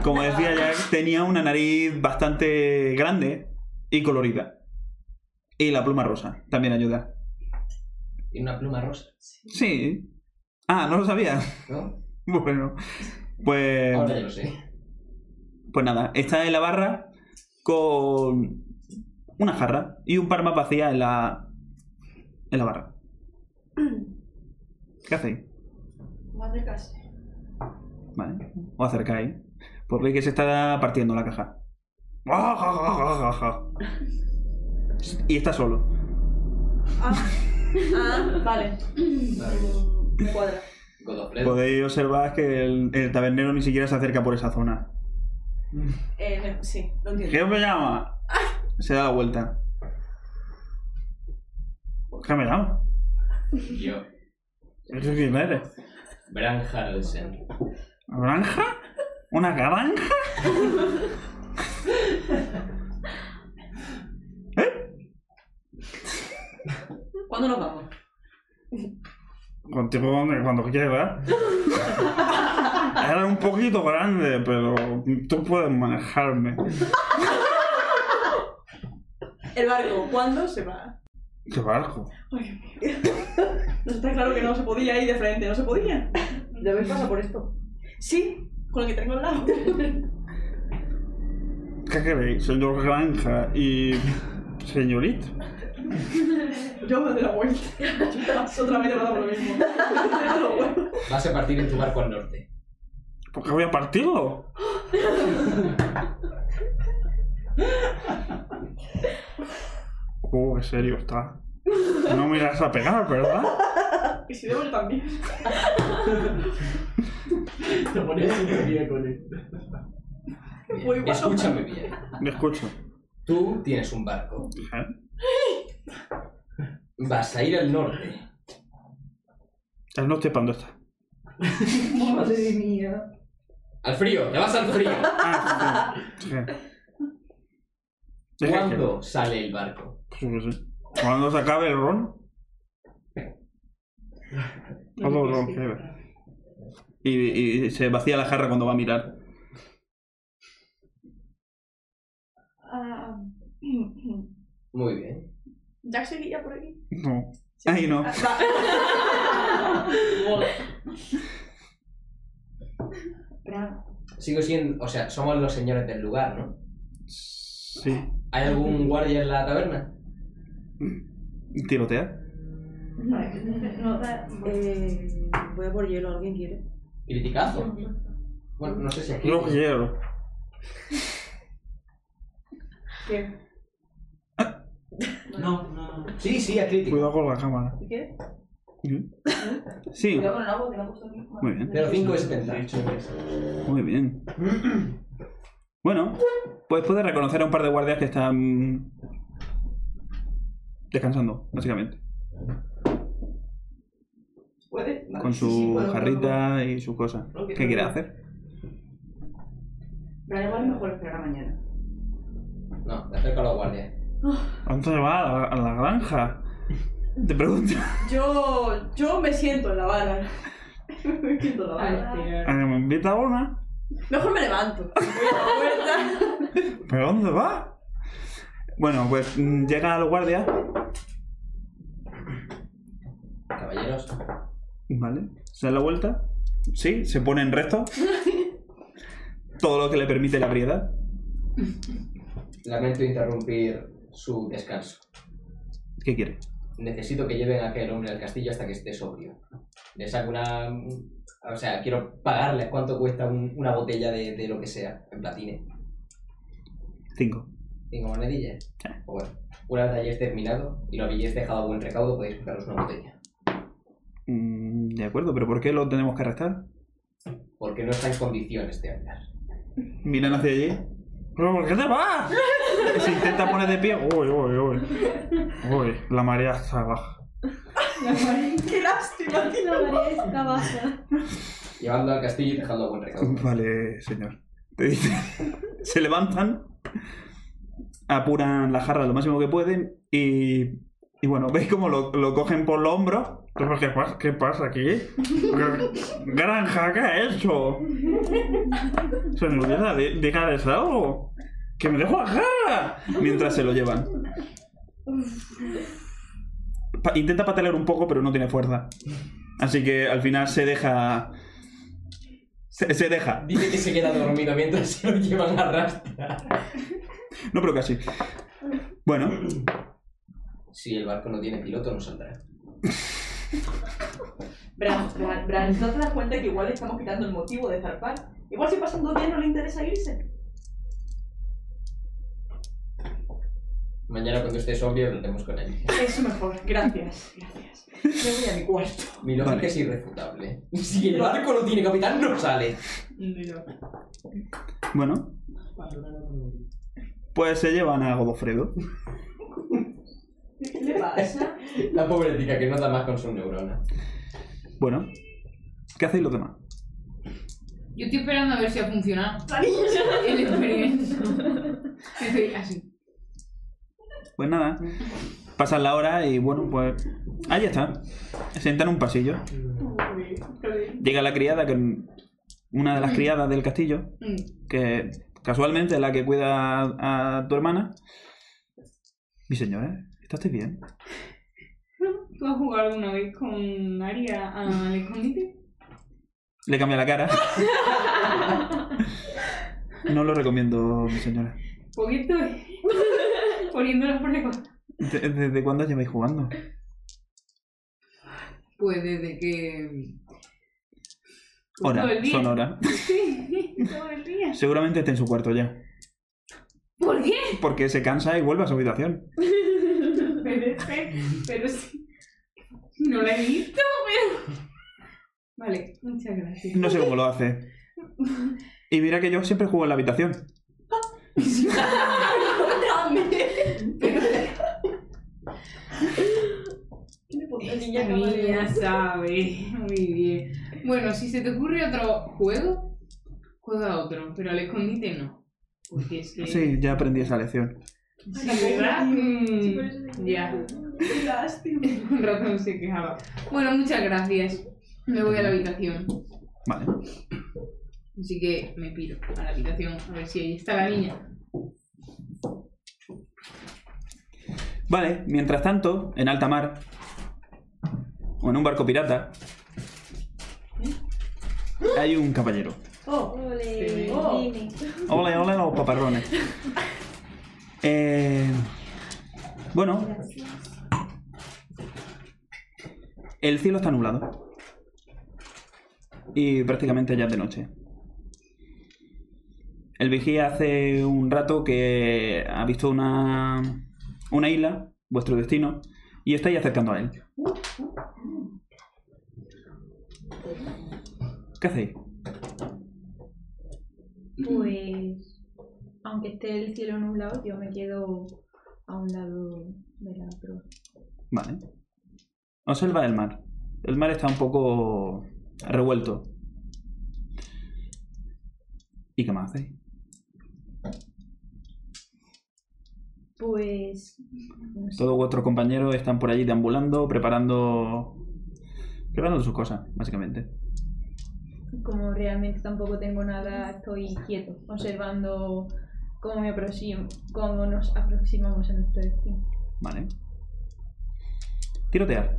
Speaker 1: Como decía Jack, tenía una nariz bastante grande y colorida. Y la pluma rosa también ayuda.
Speaker 3: Tiene una pluma rosa,
Speaker 1: Sí. Ah, no lo sabía.
Speaker 3: ¿no?
Speaker 1: Bueno, pues,
Speaker 3: Ahora ya lo sé.
Speaker 1: pues nada, está en la barra con una jarra y un par más vacía en la, en la barra. ¿Qué hacéis?
Speaker 2: Más de casa.
Speaker 1: Vale, os acercáis. Pues veis que se está partiendo la caja. Y está solo.
Speaker 2: Ah, vale.
Speaker 3: Maravilloso.
Speaker 2: Mm, Me cuadra.
Speaker 3: Godofredo.
Speaker 1: Podéis observar que el, el tabernero ni siquiera se acerca por esa zona.
Speaker 2: Eh, me- sí, lo entiendo.
Speaker 1: ¿Qué me llama? Se da la vuelta. ¿Qué me llama?
Speaker 3: Yo.
Speaker 1: ¿Eso quién eres?
Speaker 3: Bran Harrelson.
Speaker 1: ¿Granja? ¿Una granja? ¿Eh?
Speaker 2: ¿Cuándo nos vamos?
Speaker 1: Contigo donde- cuando quieras. Era un poquito grande, pero tú puedes manejarme.
Speaker 2: El barco, ¿cuándo se va?
Speaker 1: ¿Qué barco?
Speaker 2: No está claro que no se podía ir de frente, no se podía.
Speaker 7: Ya me pasa por esto.
Speaker 2: Sí, con lo que tengo al lado.
Speaker 1: ¿Qué queréis, señor granja y señorita?
Speaker 2: Yo me doy la vuelta. Otra vez me he dado lo mismo. Me he dado vuelta.
Speaker 3: Vas a partir en tu barco al norte.
Speaker 1: ¿Por qué voy a partirlo? Oh, qué serio está. No me irás a pegar, ¿verdad?
Speaker 2: Y si debo yo también.
Speaker 8: Te pones en teoría con él.
Speaker 3: Bien.
Speaker 2: Muy bueno.
Speaker 3: Escúchame bien.
Speaker 1: Me escucho.
Speaker 3: Tú tienes un barco.
Speaker 1: Ajá.
Speaker 3: Vas a ir al norte.
Speaker 1: La noche cuando está.
Speaker 7: Madre mía.
Speaker 3: Al frío. Te vas al frío.
Speaker 1: Ah, sí, sí. Deja que-
Speaker 3: ¿Cuándo sale el barco?
Speaker 1: Pues yo qué sé. Cuando se acabe el ron. Todo el ron que bebe. Y, y se vacía la jarra cuando va a mirar.
Speaker 2: Ah,
Speaker 3: Muy bien.
Speaker 2: Jack seguía por aquí.
Speaker 1: No. Ay, no.
Speaker 2: Bravo.
Speaker 3: Sigo siendo... O sea, somos los señores del lugar, ¿no?
Speaker 1: Sí.
Speaker 3: ¿Hay algún guardia en la taberna?
Speaker 1: Tirotea.
Speaker 7: Eh, voy a por hielo, ¿alguien quiere?
Speaker 3: Criticazo. Bueno, no sé si es
Speaker 1: No,
Speaker 3: crítico.
Speaker 1: hielo.
Speaker 5: ¿Qué?
Speaker 8: No, no, no.
Speaker 3: Sí, sí, es crítico.
Speaker 1: Cuidado con la cámara.
Speaker 7: ¿Qué?
Speaker 1: Sí,
Speaker 2: Cuidado con el agua que la he puesto aquí.
Speaker 1: muy bien.
Speaker 3: Pero 5 es
Speaker 8: De
Speaker 3: 70.
Speaker 8: hecho, es-
Speaker 1: Muy bien. Bueno, pues puedes reconocer a un par de guardias que están descansando, básicamente.
Speaker 3: ¿Puede? Vale.
Speaker 1: Con
Speaker 3: Sí, sí,
Speaker 1: su
Speaker 3: puedo, puedo.
Speaker 1: jarrita y sus cosas.
Speaker 3: Ok.
Speaker 1: ¿Qué quieres hacer?
Speaker 9: Pero igual es mejor esperar a mañana.
Speaker 3: No, me acerco a los guardias.
Speaker 1: ¿A dónde va? ¿A la, a la granja? Te pregunto.
Speaker 2: Yo, yo me siento en la barra. me siento en la
Speaker 5: A
Speaker 2: barra.
Speaker 5: estirar.
Speaker 1: Ah, ¿Me invita a una?
Speaker 2: Mejor me levanto. Voy a la puerta.
Speaker 1: ¿Pero dónde va? Bueno, pues mm, llega a los guardias.
Speaker 3: Caballeros,
Speaker 1: Vale. Se da la vuelta. Sí, se pone en recto. Todo lo que le permite la variedad.
Speaker 3: lamento interrumpir su descanso.
Speaker 1: ¿Qué quiere?
Speaker 3: Necesito que lleven a aquel hombre al castillo hasta que esté sobrio. Le saco una... mm, O sea, quiero pagarles cuánto cuesta un- una botella de, de lo que sea, en platine.
Speaker 1: Cinco.
Speaker 3: Cinco monedillas. Pues bueno, una vez hayáis terminado y lo habéis dejado a buen recaudo, podéis compraros una botella.
Speaker 1: Mm, de acuerdo, pero ¿por qué lo tenemos que arrestar?
Speaker 3: Porque no está en condiciones de hablar.
Speaker 1: Miran hacia allí. ¿Pero por qué te vas? Se intenta poner de pie. Uy, uy, uy. Uy, la marea está baja.
Speaker 2: Qué lástima, tío.
Speaker 3: Llevando al castillo y dejando a buen recaudo.
Speaker 1: Vale, señor. Te dice. Se levantan, apuran la jarra lo máximo que pueden y. Y bueno, veis cómo lo, lo cogen por los hombros. Pero, ¿Qué pasa, ¿Qué pasa aquí? ¿Qué- ¿Granja? ¿Qué ha hecho? Se me olvida de, dejar algo. ¡Que me dejo la jarra! Mientras se lo llevan. Pa- intenta patalear un poco, pero no tiene fuerza. Así que al final se deja. Se, se deja.
Speaker 3: Dice que se queda dormido mientras se lo llevan a rastras.
Speaker 1: No, pero casi. Bueno,
Speaker 3: Si el barco no tiene piloto, no saldrá.
Speaker 2: Bran, Bran, Bran, ¿no te das cuenta que igual le estamos quitando el motivo de zarpar? Igual si pasan dos días no le interesa irse.
Speaker 3: Mañana cuando esté sobrio hablaremos con él.
Speaker 2: Eso mejor, gracias, gracias. Me voy a mi cuarto.
Speaker 3: Mi lógica
Speaker 1: Vale.
Speaker 3: es irrefutable. Si el barco no tiene capitán, no sale.
Speaker 1: bueno. Pues se llevan a Godofredo.
Speaker 2: ¿Qué le pasa?
Speaker 3: La pobre tica que no da más con sus neuronas.
Speaker 1: Bueno. ¿Qué hacéis los demás?
Speaker 5: Yo estoy esperando a ver si ha funcionado
Speaker 2: La niña.
Speaker 5: el experimento. Estoy así.
Speaker 1: Pues nada. Pasan la hora y bueno, pues. Ahí está. Se sientan en un pasillo. Llega la criada, que una de las criadas del castillo,
Speaker 5: Mm.
Speaker 1: que casualmente es la que cuida a, a tu hermana. Mi señora, ¿estás bien?
Speaker 5: ¿Tú has jugado alguna vez con Aria al escondite?
Speaker 1: Le cambia la cara. No lo recomiendo, mi señora.
Speaker 5: Porque estoy poniéndola por debajo.
Speaker 1: ¿De- ¿Desde cuándo lleváis jugando?
Speaker 5: Pues desde que. Todo el
Speaker 1: Hora,
Speaker 5: día.
Speaker 1: son hora.
Speaker 5: Sí, todo el día.
Speaker 1: Seguramente está en su cuarto ya.
Speaker 5: ¿Por qué?
Speaker 1: Porque se cansa y vuelve a su habitación.
Speaker 5: Pero, es que- pero sí. No la he visto, pero. Vale, muchas gracias.
Speaker 1: No sé cómo lo hace. Y mira que yo siempre juego en la habitación.
Speaker 5: Esta niña sabe. Muy bien. Bueno, si se te ocurre otro juego, juega otro, pero al escondite no. Porque es que.
Speaker 1: Sí, ya aprendí esa lección.
Speaker 5: Sí, ¿verdad? Mm,
Speaker 6: Sí, por eso te-
Speaker 5: ya.
Speaker 2: Qué lástima.
Speaker 5: Con razón se quejaba. Bueno, muchas gracias. Me voy a la habitación.
Speaker 1: Vale.
Speaker 5: Así que me piro a la habitación a ver si ahí está la niña.
Speaker 1: Vale, mientras tanto, en alta mar, o en un barco pirata,
Speaker 5: ¿Eh?
Speaker 1: hay un caballero.
Speaker 2: Oh,
Speaker 6: Ole,
Speaker 2: Oh.
Speaker 6: dime.
Speaker 1: Ole, ole los paparrones. Eh, bueno. El cielo está nublado. Y prácticamente ya es de noche. El vigía hace un rato que ha visto una, una isla, vuestro destino, y estáis acercando a él. ¿Qué hacéis?
Speaker 6: Pues, aunque esté el cielo nublado, yo me quedo a un lado de la proa.
Speaker 1: Vale. Observa el mar. El mar está un poco revuelto. ¿Y qué más hacéis?
Speaker 6: Pues, no sé.
Speaker 1: Todos vuestros compañeros están por allí deambulando, preparando. preparando sus cosas, básicamente.
Speaker 6: como realmente tampoco tengo nada, estoy quieto, observando cómo, me aproximo, cómo nos aproximamos a nuestro destino.
Speaker 1: Vale. Tirotear.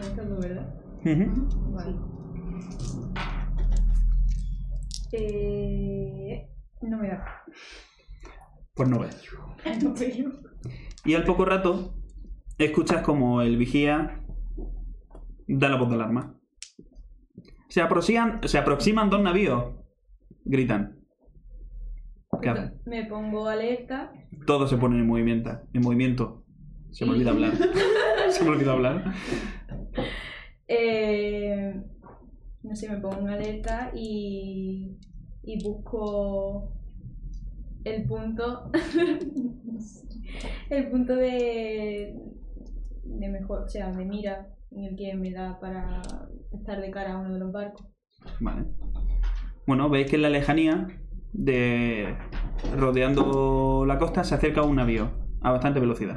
Speaker 6: Es todo, ¿verdad?
Speaker 1: Ujú.
Speaker 6: Vale. Eh, no me da.
Speaker 1: Pues no ves.
Speaker 6: No veo.
Speaker 1: Y al poco rato, escuchas como el vigía da la voz de alarma. Se aproximan, se aproximan dos navíos. Gritan. ¿Qué hacen?
Speaker 6: Me pongo alerta.
Speaker 1: Todos se ponen en movimiento. En movimiento. Se me olvida hablar. se me olvida hablar.
Speaker 6: Eh, no sé, me pongo en alerta y, y busco el punto. el punto de, de mejor, o sea, de mira en el que me da para estar de cara a uno de los barcos.
Speaker 1: Vale. Bueno, veis que en la lejanía de rodeando la costa se acerca un navío a bastante velocidad.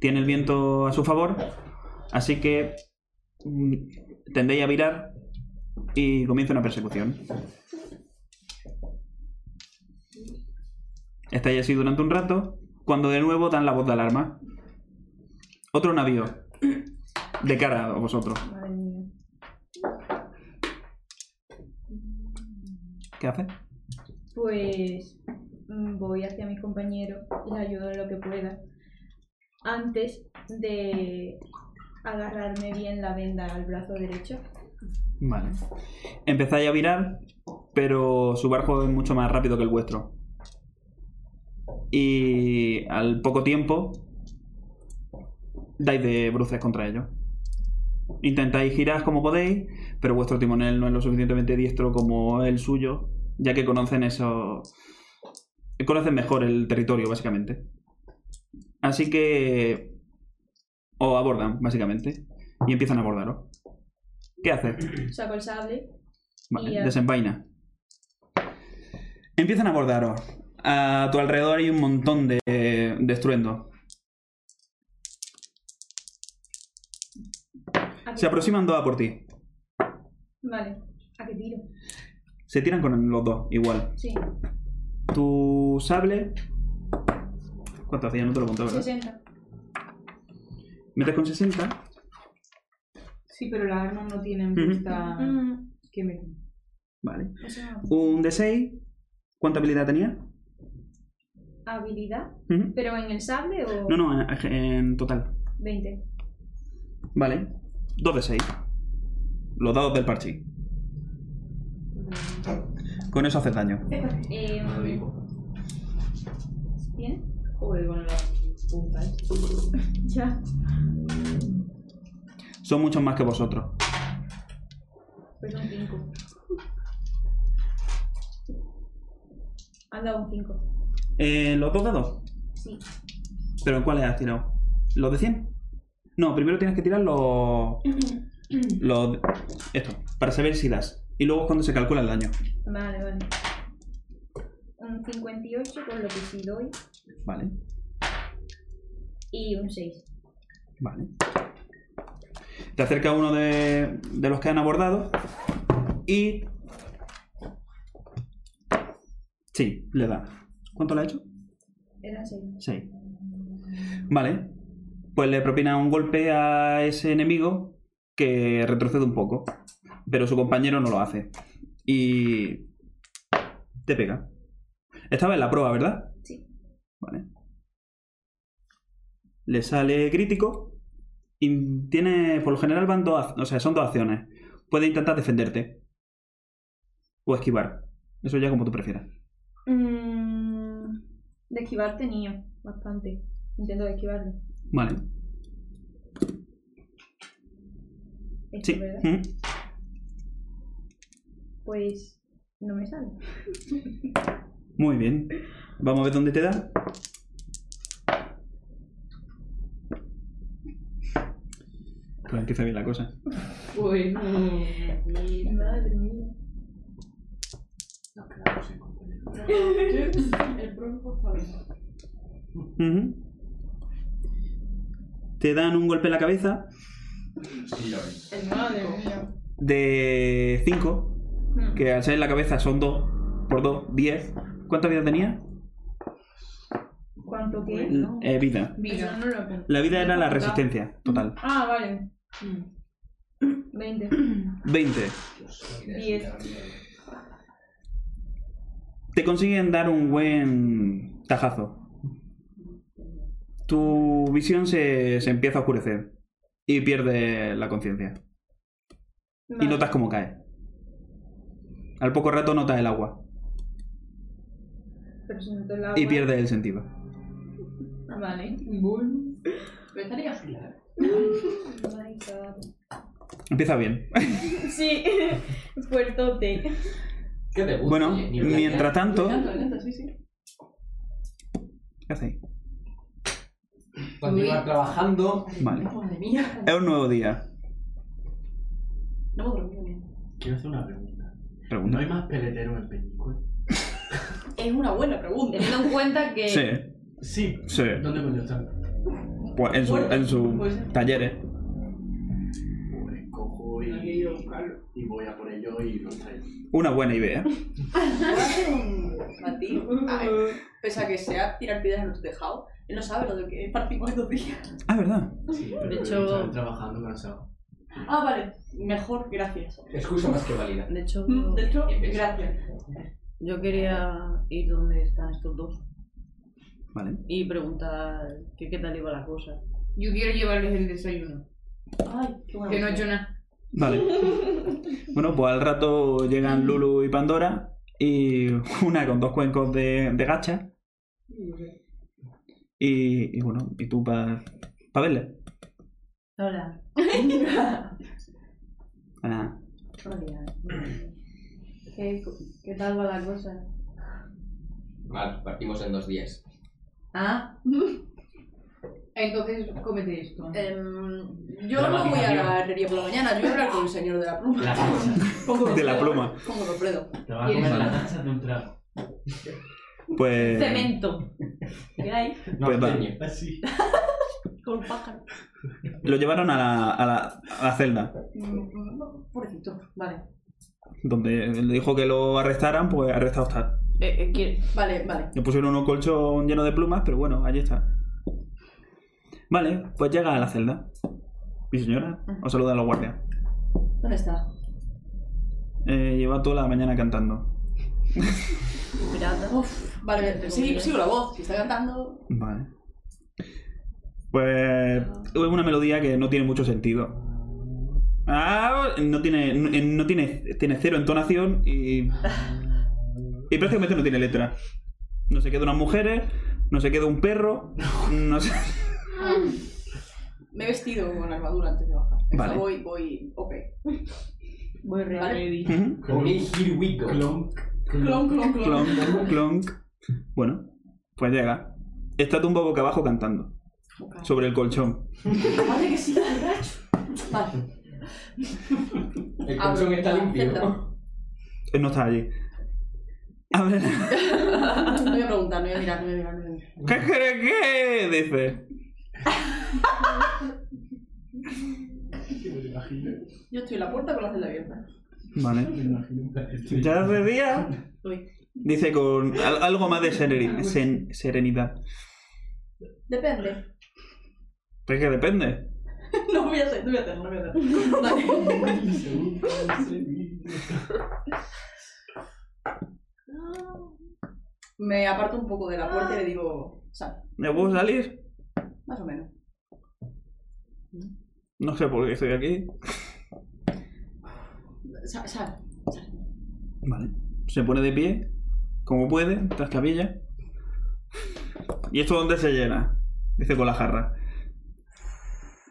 Speaker 1: Tiene el viento a su favor, así que mm, tendéis a virar y comienza una persecución. Estáis así durante un rato, cuando de nuevo dan la voz de alarma. Otro navío de cara a vosotros.
Speaker 6: Madre mía.
Speaker 1: ¿Qué hace?
Speaker 6: Pues mm, voy hacia mis compañeros y les ayudo en lo que pueda. Antes de agarrarme bien la venda al brazo derecho.
Speaker 1: Vale. Empezáis a virar, pero su barco es mucho más rápido que el vuestro. Y al poco tiempo dais de bruces contra ellos. Intentáis girar como podéis, pero vuestro timonel no es lo suficientemente diestro como el suyo, ya que conocen eso. conocen mejor el territorio, básicamente. Así que. os abordan, básicamente. Y empiezan a abordaros. ¿Qué haces?
Speaker 6: Saco el sable.
Speaker 1: Vale,
Speaker 6: Y ya.
Speaker 1: desenvaina. Empiezan a abordaros. A tu alrededor hay un montón de, de estruendo.
Speaker 6: ¿A
Speaker 1: Se
Speaker 6: qué-
Speaker 1: aproximan dos a por ti.
Speaker 6: Vale, ¿a qué tiro?
Speaker 1: Se tiran con los dos, igual.
Speaker 6: Sí,
Speaker 1: Tu sable. ¿Cuánto hacía? No te lo conté, ¿verdad?
Speaker 6: 60.
Speaker 1: Metes con 60.
Speaker 5: Sí, pero las armas no tienen
Speaker 1: Ujú.
Speaker 5: esta...
Speaker 6: Mm,
Speaker 5: que me...
Speaker 1: Vale.
Speaker 6: eso no.
Speaker 1: Un D6. ¿Cuánta habilidad tenía?
Speaker 6: ¿Habilidad?
Speaker 1: Ujú.
Speaker 6: ¿Pero en el sable o
Speaker 1: No, no, en, en total.
Speaker 6: 20?
Speaker 1: Vale. Dos de 6. Los dados del parche. Con eso haces daño.
Speaker 6: Eh, ¿Bien?
Speaker 7: Joder, con la punta, ¿eh?
Speaker 6: Ya.
Speaker 1: Son muchos más que vosotros.
Speaker 6: Pues son 5. Han dado un 5.
Speaker 1: Eh, ¿Los dos dados?
Speaker 6: Sí.
Speaker 1: ¿Pero en cuáles has tirado? ¿Los de 100? No, primero tienes que tirar los... los... Esto, para saber si das. Y luego es cuando se calcula el daño.
Speaker 6: Vale, vale. Un 58 con lo que sí doy
Speaker 1: Vale,
Speaker 6: y un 6.
Speaker 1: vale. Te acerca uno de, de los que han abordado y... Sí, le da. ¿Cuánto le ha hecho?
Speaker 6: Era 6.
Speaker 1: Sí. Vale. Pues le propina un golpe a ese enemigo que retrocede un poco. Pero su compañero no lo hace. Y. Te pega. Estaba en la prueba, ¿verdad?
Speaker 6: Sí.
Speaker 1: Vale. Le sale crítico. Y tiene. Por lo general van dos. ac- O sea, son dos acciones. Puede intentar defenderte. O esquivar. Eso ya como tú prefieras.
Speaker 6: Mm, de esquivar tenía bastante. Intento de esquivarlo.
Speaker 1: Vale.
Speaker 6: Esto,
Speaker 1: Sí.
Speaker 6: ¿verdad?
Speaker 1: Ujú.
Speaker 6: Pues no me sale.
Speaker 1: Muy bien. Vamos a ver dónde te da. Pues empieza bien la cosa.
Speaker 5: Bueno.
Speaker 6: Madre mía.
Speaker 8: Nos quedamos en compañía.
Speaker 5: El bronco está bien.
Speaker 1: Ujú. Te dan un golpe en la cabeza
Speaker 8: Sí, lo veis.
Speaker 5: El madre mía.
Speaker 1: de 5, que al ser en la cabeza son 2 por 2, 10. ¿Cuánta vida tenía?
Speaker 6: ¿Cuánto que?
Speaker 1: L- eh, vida.
Speaker 5: Mira.
Speaker 6: no lo apunto.
Speaker 1: La vida era la resistencia total.
Speaker 6: Ah, vale.
Speaker 5: Mm.
Speaker 6: 20.
Speaker 1: 20.
Speaker 6: Diez.
Speaker 1: Te consiguen dar un buen tajazo. Tu visión se, se empieza a oscurecer y pierdes la conciencia. Y
Speaker 6: Vale.
Speaker 1: notas cómo cae. Al poco rato notas el agua
Speaker 6: Pero si no te la
Speaker 1: y
Speaker 6: hago-
Speaker 1: pierdes el sentido.
Speaker 6: Ah, Vale.
Speaker 5: Bueno.
Speaker 3: Pero estaría azulada.
Speaker 6: Oh my God.
Speaker 1: Empieza bien.
Speaker 6: Sí, fuertote.
Speaker 3: ¿Qué te gusta?
Speaker 1: Bueno,
Speaker 3: oye? Ni blanquear.
Speaker 1: mientras tanto...
Speaker 2: Adelante, adelante, sí, sí.
Speaker 1: ¿Qué hacéis?
Speaker 3: Continuar
Speaker 5: Uy.
Speaker 3: trabajando.
Speaker 1: Vale.
Speaker 2: Madre mía.
Speaker 1: Es un nuevo día.
Speaker 2: No hemos dormido bien.
Speaker 8: Quiero hacer una pregunta. ¿No
Speaker 1: Pregunta.
Speaker 8: hay más peleteros en película?
Speaker 2: Es una buena pregunta.
Speaker 7: Teniendo en cuenta que.
Speaker 1: Sí,
Speaker 8: Sí.
Speaker 1: sí.
Speaker 8: ¿Dónde coño están?
Speaker 1: Pues en sus en ¿eh? sus talleres.
Speaker 8: Pues cojo y, y voy a por ello y los traigo.
Speaker 1: Una buena idea.
Speaker 2: ¿Puedo hacer un matiz? A ver, pese a que sea tirar piedras en tu tejado, él no sabe lo de que partimos estos días.
Speaker 1: Ah, ¿verdad?
Speaker 8: Sí, pero
Speaker 4: hecho-
Speaker 8: están trabajando cansados.
Speaker 2: Ah, vale. Mejor, gracias.
Speaker 3: Excusa más que válida.
Speaker 4: De hecho,
Speaker 2: Mm, De hecho,
Speaker 3: Empieza.
Speaker 2: gracias.
Speaker 4: yo quería ir donde están estos dos
Speaker 1: Vale.
Speaker 4: y preguntar que qué tal iba la cosa.
Speaker 5: Yo quiero llevarles el desayuno.
Speaker 2: Ay, qué bueno.
Speaker 5: Que no he hecho nada.
Speaker 1: Vale. Bueno, pues al rato llegan Lulu y Pandora y una con dos cuencos de, de gacha. Y, y bueno, y tú para pa verle.
Speaker 4: Hola.
Speaker 1: Ah,
Speaker 4: Hola. ¿Qué, ¿Qué tal va la cosa?
Speaker 3: Mal, partimos en dos días.
Speaker 4: Ah,
Speaker 5: Entonces, cómete esto.
Speaker 2: Eh. Em, yo no voy a la herrería por la mañana, yo voy a hablar con el señor de la pluma.
Speaker 3: La tacha.
Speaker 2: Pongo
Speaker 1: De la
Speaker 2: Alfredo,
Speaker 1: pluma.
Speaker 2: Pongo Alfredo.
Speaker 8: Te vas a
Speaker 5: Y
Speaker 8: comer
Speaker 1: eso.
Speaker 8: la tacha de un trago.
Speaker 1: pues.
Speaker 4: cemento.
Speaker 6: ¿Qué hay?
Speaker 3: No,
Speaker 1: Pues va.
Speaker 3: pequeño.
Speaker 8: Así.
Speaker 6: Con pájaro.
Speaker 1: Lo llevaron a la, a la, a la celda.
Speaker 2: Mm, mm, Pobrecito. Vale.
Speaker 1: Donde le dijo que lo arrestaran, pues arrestado está.
Speaker 4: Eh, eh, ¿quién?
Speaker 2: Vale, vale.
Speaker 1: Le pusieron un colchón lleno de plumas, pero bueno, allí está. Vale, pues llega a la celda. Mi señora, os saludan los guardias.
Speaker 2: ¿Dónde está?
Speaker 1: Eh, lleva toda la mañana cantando.
Speaker 4: Pirata.
Speaker 2: Uf, vale, sí, sigo la voz. Si está cantando.
Speaker 1: Vale. Pues es una melodía que no tiene mucho sentido. Ah, no tiene, no, no tiene, tiene cero entonación y, y prácticamente no tiene letra. No se queda unas mujeres, no se queda un perro, no se...
Speaker 2: Me he vestido con la armadura antes de bajar. O sea,
Speaker 1: Vale.
Speaker 2: voy, voy. Ok.
Speaker 4: Voy re
Speaker 2: Vale.
Speaker 4: ready.
Speaker 1: Ujú.
Speaker 3: Ok, here we go.
Speaker 8: Clonk.
Speaker 2: Clon, clon, clon.
Speaker 1: clonk, clonk. Bueno, pues llega. Está tumbado boca abajo cantando
Speaker 2: Ok.
Speaker 1: sobre el colchón.
Speaker 2: Vale, que sí, borracho. Vale.
Speaker 3: El colchón
Speaker 2: Abro
Speaker 3: está
Speaker 2: la
Speaker 3: limpio.
Speaker 2: celda.
Speaker 1: Él no está allí. Abre la-
Speaker 2: No voy a preguntar, no voy a mirar, no voy a mirar, no voy a mirar.
Speaker 1: ¿Qué crees que? Dice.
Speaker 8: Que me lo imagino.
Speaker 2: Yo estoy en la puerta con la celda abierta.
Speaker 1: Vale.
Speaker 8: Me imagino.
Speaker 1: Ya hace día.
Speaker 2: Uy.
Speaker 1: Dice con al- algo más de seneri- sen- serenidad.
Speaker 2: Depende.
Speaker 1: Pues que depende.
Speaker 2: No voy a hacer, no voy a hacer, no voy a hacer. Vale.
Speaker 4: Me aparto un poco de la puerta y le digo, sal,
Speaker 1: ¿Me puedo salir?
Speaker 4: más o menos.
Speaker 1: No sé por qué estoy aquí.
Speaker 4: Sal, sal.
Speaker 1: Vale. Se pone de pie, como puede, tras capilla. ¿Y esto dónde se llena? Dice con la jarra.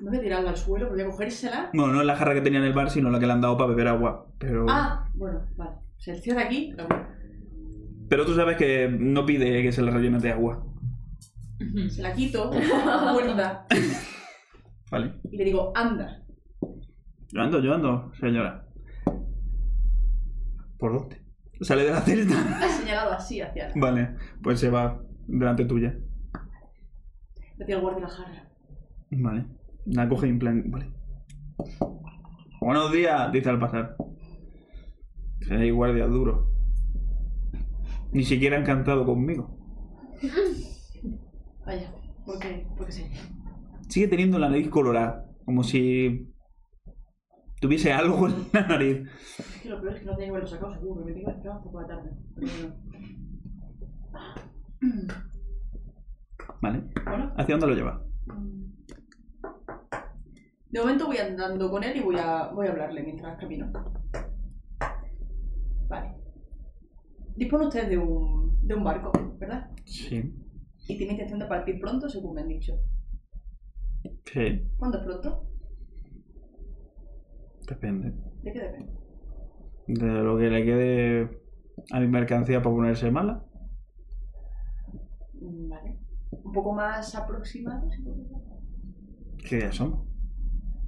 Speaker 4: No voy a tirarla al suelo, voy a cogérsela.
Speaker 1: No, no es la jarra que tenía en el bar, sino la que le han dado para beber agua. Pero,
Speaker 4: Ah, bueno, vale. Se cierra aquí. pero bueno,
Speaker 1: pero tú sabes que no pide que se la rellene de agua.
Speaker 4: Se la quito, la puerta,
Speaker 1: Vale.
Speaker 4: y le digo, anda.
Speaker 1: Yo ando, yo ando, señora. ¿Por dónde? Sale de la celda.
Speaker 4: Ha señalado así hacia,
Speaker 1: Vale, pues se va delante tuya.
Speaker 4: hacia el guardia de la jarra.
Speaker 1: Vale. La coge y en plan. Vale. Buenos días, dice al pasar. Hay guardias duros. Ni siquiera han cantado conmigo.
Speaker 4: Vaya, porque, porque sí.
Speaker 1: Sigue teniendo la nariz colorada. Como si tuviese algo en la nariz.
Speaker 4: Es que lo peor es que no tenía que haberlo sacado seguro, me tengo que esperar un poco la tarde. Pero bueno.
Speaker 1: Vale.
Speaker 4: Bueno.
Speaker 1: ¿Hacia dónde lo lleva?
Speaker 4: De momento voy andando con él y voy a, voy a hablarle mientras camino. Vale. Dispone usted de un, de un barco, ¿verdad?
Speaker 1: Sí.
Speaker 4: Y tiene intención de partir pronto, según me han dicho.
Speaker 1: Sí,
Speaker 4: ¿Cuándo es pronto?
Speaker 1: depende.
Speaker 4: ¿De qué depende?
Speaker 1: De lo que le quede a mi mercancía para ponerse mala.
Speaker 4: Mm, Vale. Un poco más aproximado, si puede ser.
Speaker 1: Que ya somos.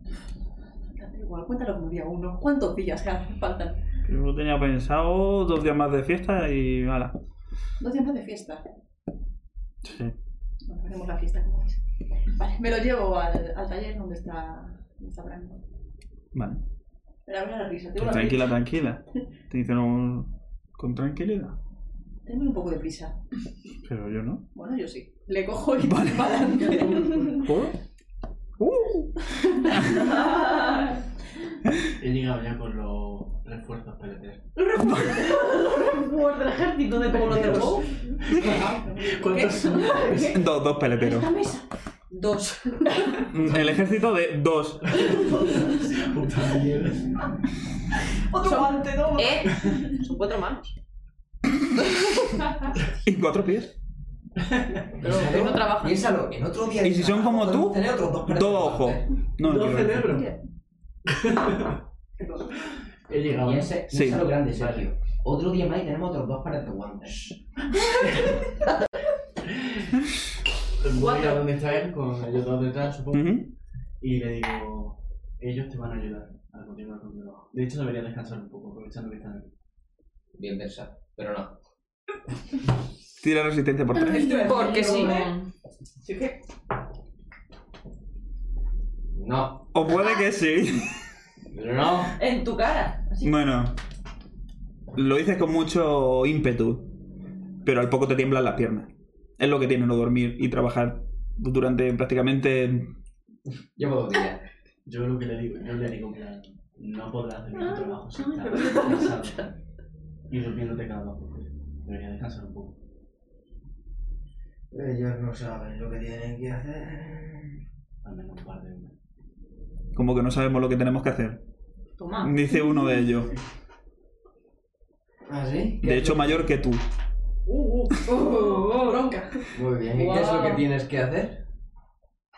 Speaker 4: Da igual, cuéntalo como día uno. ¿Cuántos días que hacen- faltan?
Speaker 1: Yo tenía pensado dos días más de fiesta y mala.
Speaker 4: Dos días más de fiesta.
Speaker 1: Sí.
Speaker 4: Bueno, haremos la fiesta como es. Vale, me lo llevo al, al taller donde está, donde está Branco.
Speaker 1: Vale.
Speaker 4: Pero abre la risa, tengo
Speaker 1: Pues
Speaker 4: una
Speaker 1: tranquila, tranquila. Te dicen un- con tranquilidad.
Speaker 4: Tengo un poco de prisa.
Speaker 1: Pero yo no.
Speaker 4: Bueno, yo sí. Le cojo y
Speaker 1: Vale.
Speaker 4: para adelante.
Speaker 1: ¿Puedo? ¡Uh!
Speaker 8: He llegado ya con los refuerzos peleteros.
Speaker 2: Guarda el ejército de como los de los.
Speaker 8: ¿Cuántos son?
Speaker 1: Dos, dos peleteros.
Speaker 4: ¿Esta mesa? Dos.
Speaker 1: El ejército de dos.
Speaker 8: Puta mierda.
Speaker 4: Otro guante, no.
Speaker 2: ¿Eh? Son cuatro manos.
Speaker 1: Y cuatro pies.
Speaker 2: Pero que no trabajan.
Speaker 3: Piénsalo, en otro día.
Speaker 1: ¿Y si son como tú?
Speaker 3: Tener otros dos
Speaker 1: Dos ojos. No,
Speaker 8: Dos
Speaker 1: no, no.
Speaker 8: cerebros. He llegado.
Speaker 3: Y ese,
Speaker 1: Sí.
Speaker 3: sí. lo grande, Sergio. Otro día más y tenemos otros dos pares de guantes.
Speaker 8: Pues Voy a donde está él con ellos dos detrás, supongo.
Speaker 1: Ujú.
Speaker 8: Y le digo, ellos te van a ayudar a continuar con tu trabajo. De hecho, debería descansar un poco, aprovechando que están aquí.
Speaker 3: Bien pensado, pero no.
Speaker 1: Tira resistencia por tres.
Speaker 2: Porque sí.
Speaker 4: ¿Sí qué?
Speaker 3: No,
Speaker 1: O puede que sí.
Speaker 3: pero no.
Speaker 2: En tu cara. Así.
Speaker 1: Bueno. Lo dices con mucho ímpetu. Pero al poco te tiemblan las piernas. Es lo que tiene no dormir y trabajar durante prácticamente
Speaker 3: Llevo dos días.
Speaker 8: Yo lo que le digo, yo le digo, mira, no podrás hacer tu trabajo si estás cansado y durmiéndote cada dos por tres. Debería descansar un poco.
Speaker 3: Ellos no saben lo que tienen que hacer.
Speaker 8: Al menos un par de horas.
Speaker 1: Como que no sabemos lo que tenemos que hacer.
Speaker 5: Toma.
Speaker 1: Dice uno de ellos.
Speaker 3: ¿Ah, sí?
Speaker 1: De hecho, mayor que tú.
Speaker 4: Uh, uh, uh, bronca.
Speaker 3: Muy bien, ¿y qué es lo que tienes que hacer?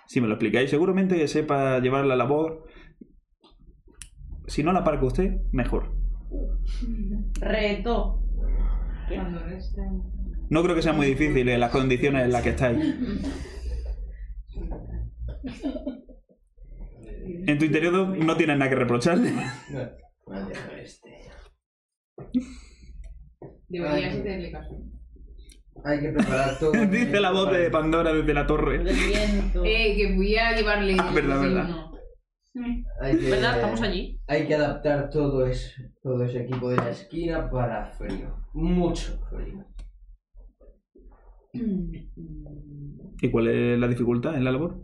Speaker 1: Si me lo explicáis, seguramente que sepa llevar la labor. Si no la parca usted, mejor.
Speaker 2: Reto.
Speaker 5: Cuando resta.
Speaker 1: No creo que sea muy difícil en las condiciones en las que estáis. En tu interior no tienes nada que reprocharle.
Speaker 3: Vale, a ver este.
Speaker 5: Deberías hacerle caso.
Speaker 3: Hay que preparar todo. este
Speaker 1: Dice la voz de Pandora desde la torre.
Speaker 2: Del viento.
Speaker 5: Eh, que voy a llevarle.
Speaker 1: Ah, verdad,
Speaker 5: desayuno.
Speaker 1: verdad.
Speaker 3: Hay que,
Speaker 4: Eh.
Speaker 2: ¿Verdad? Estamos allí.
Speaker 3: Hay que adaptar todo ese, todo ese equipo de la esquina para frío. Mucho frío.
Speaker 1: ¿Y cuál es la dificultad en la labor?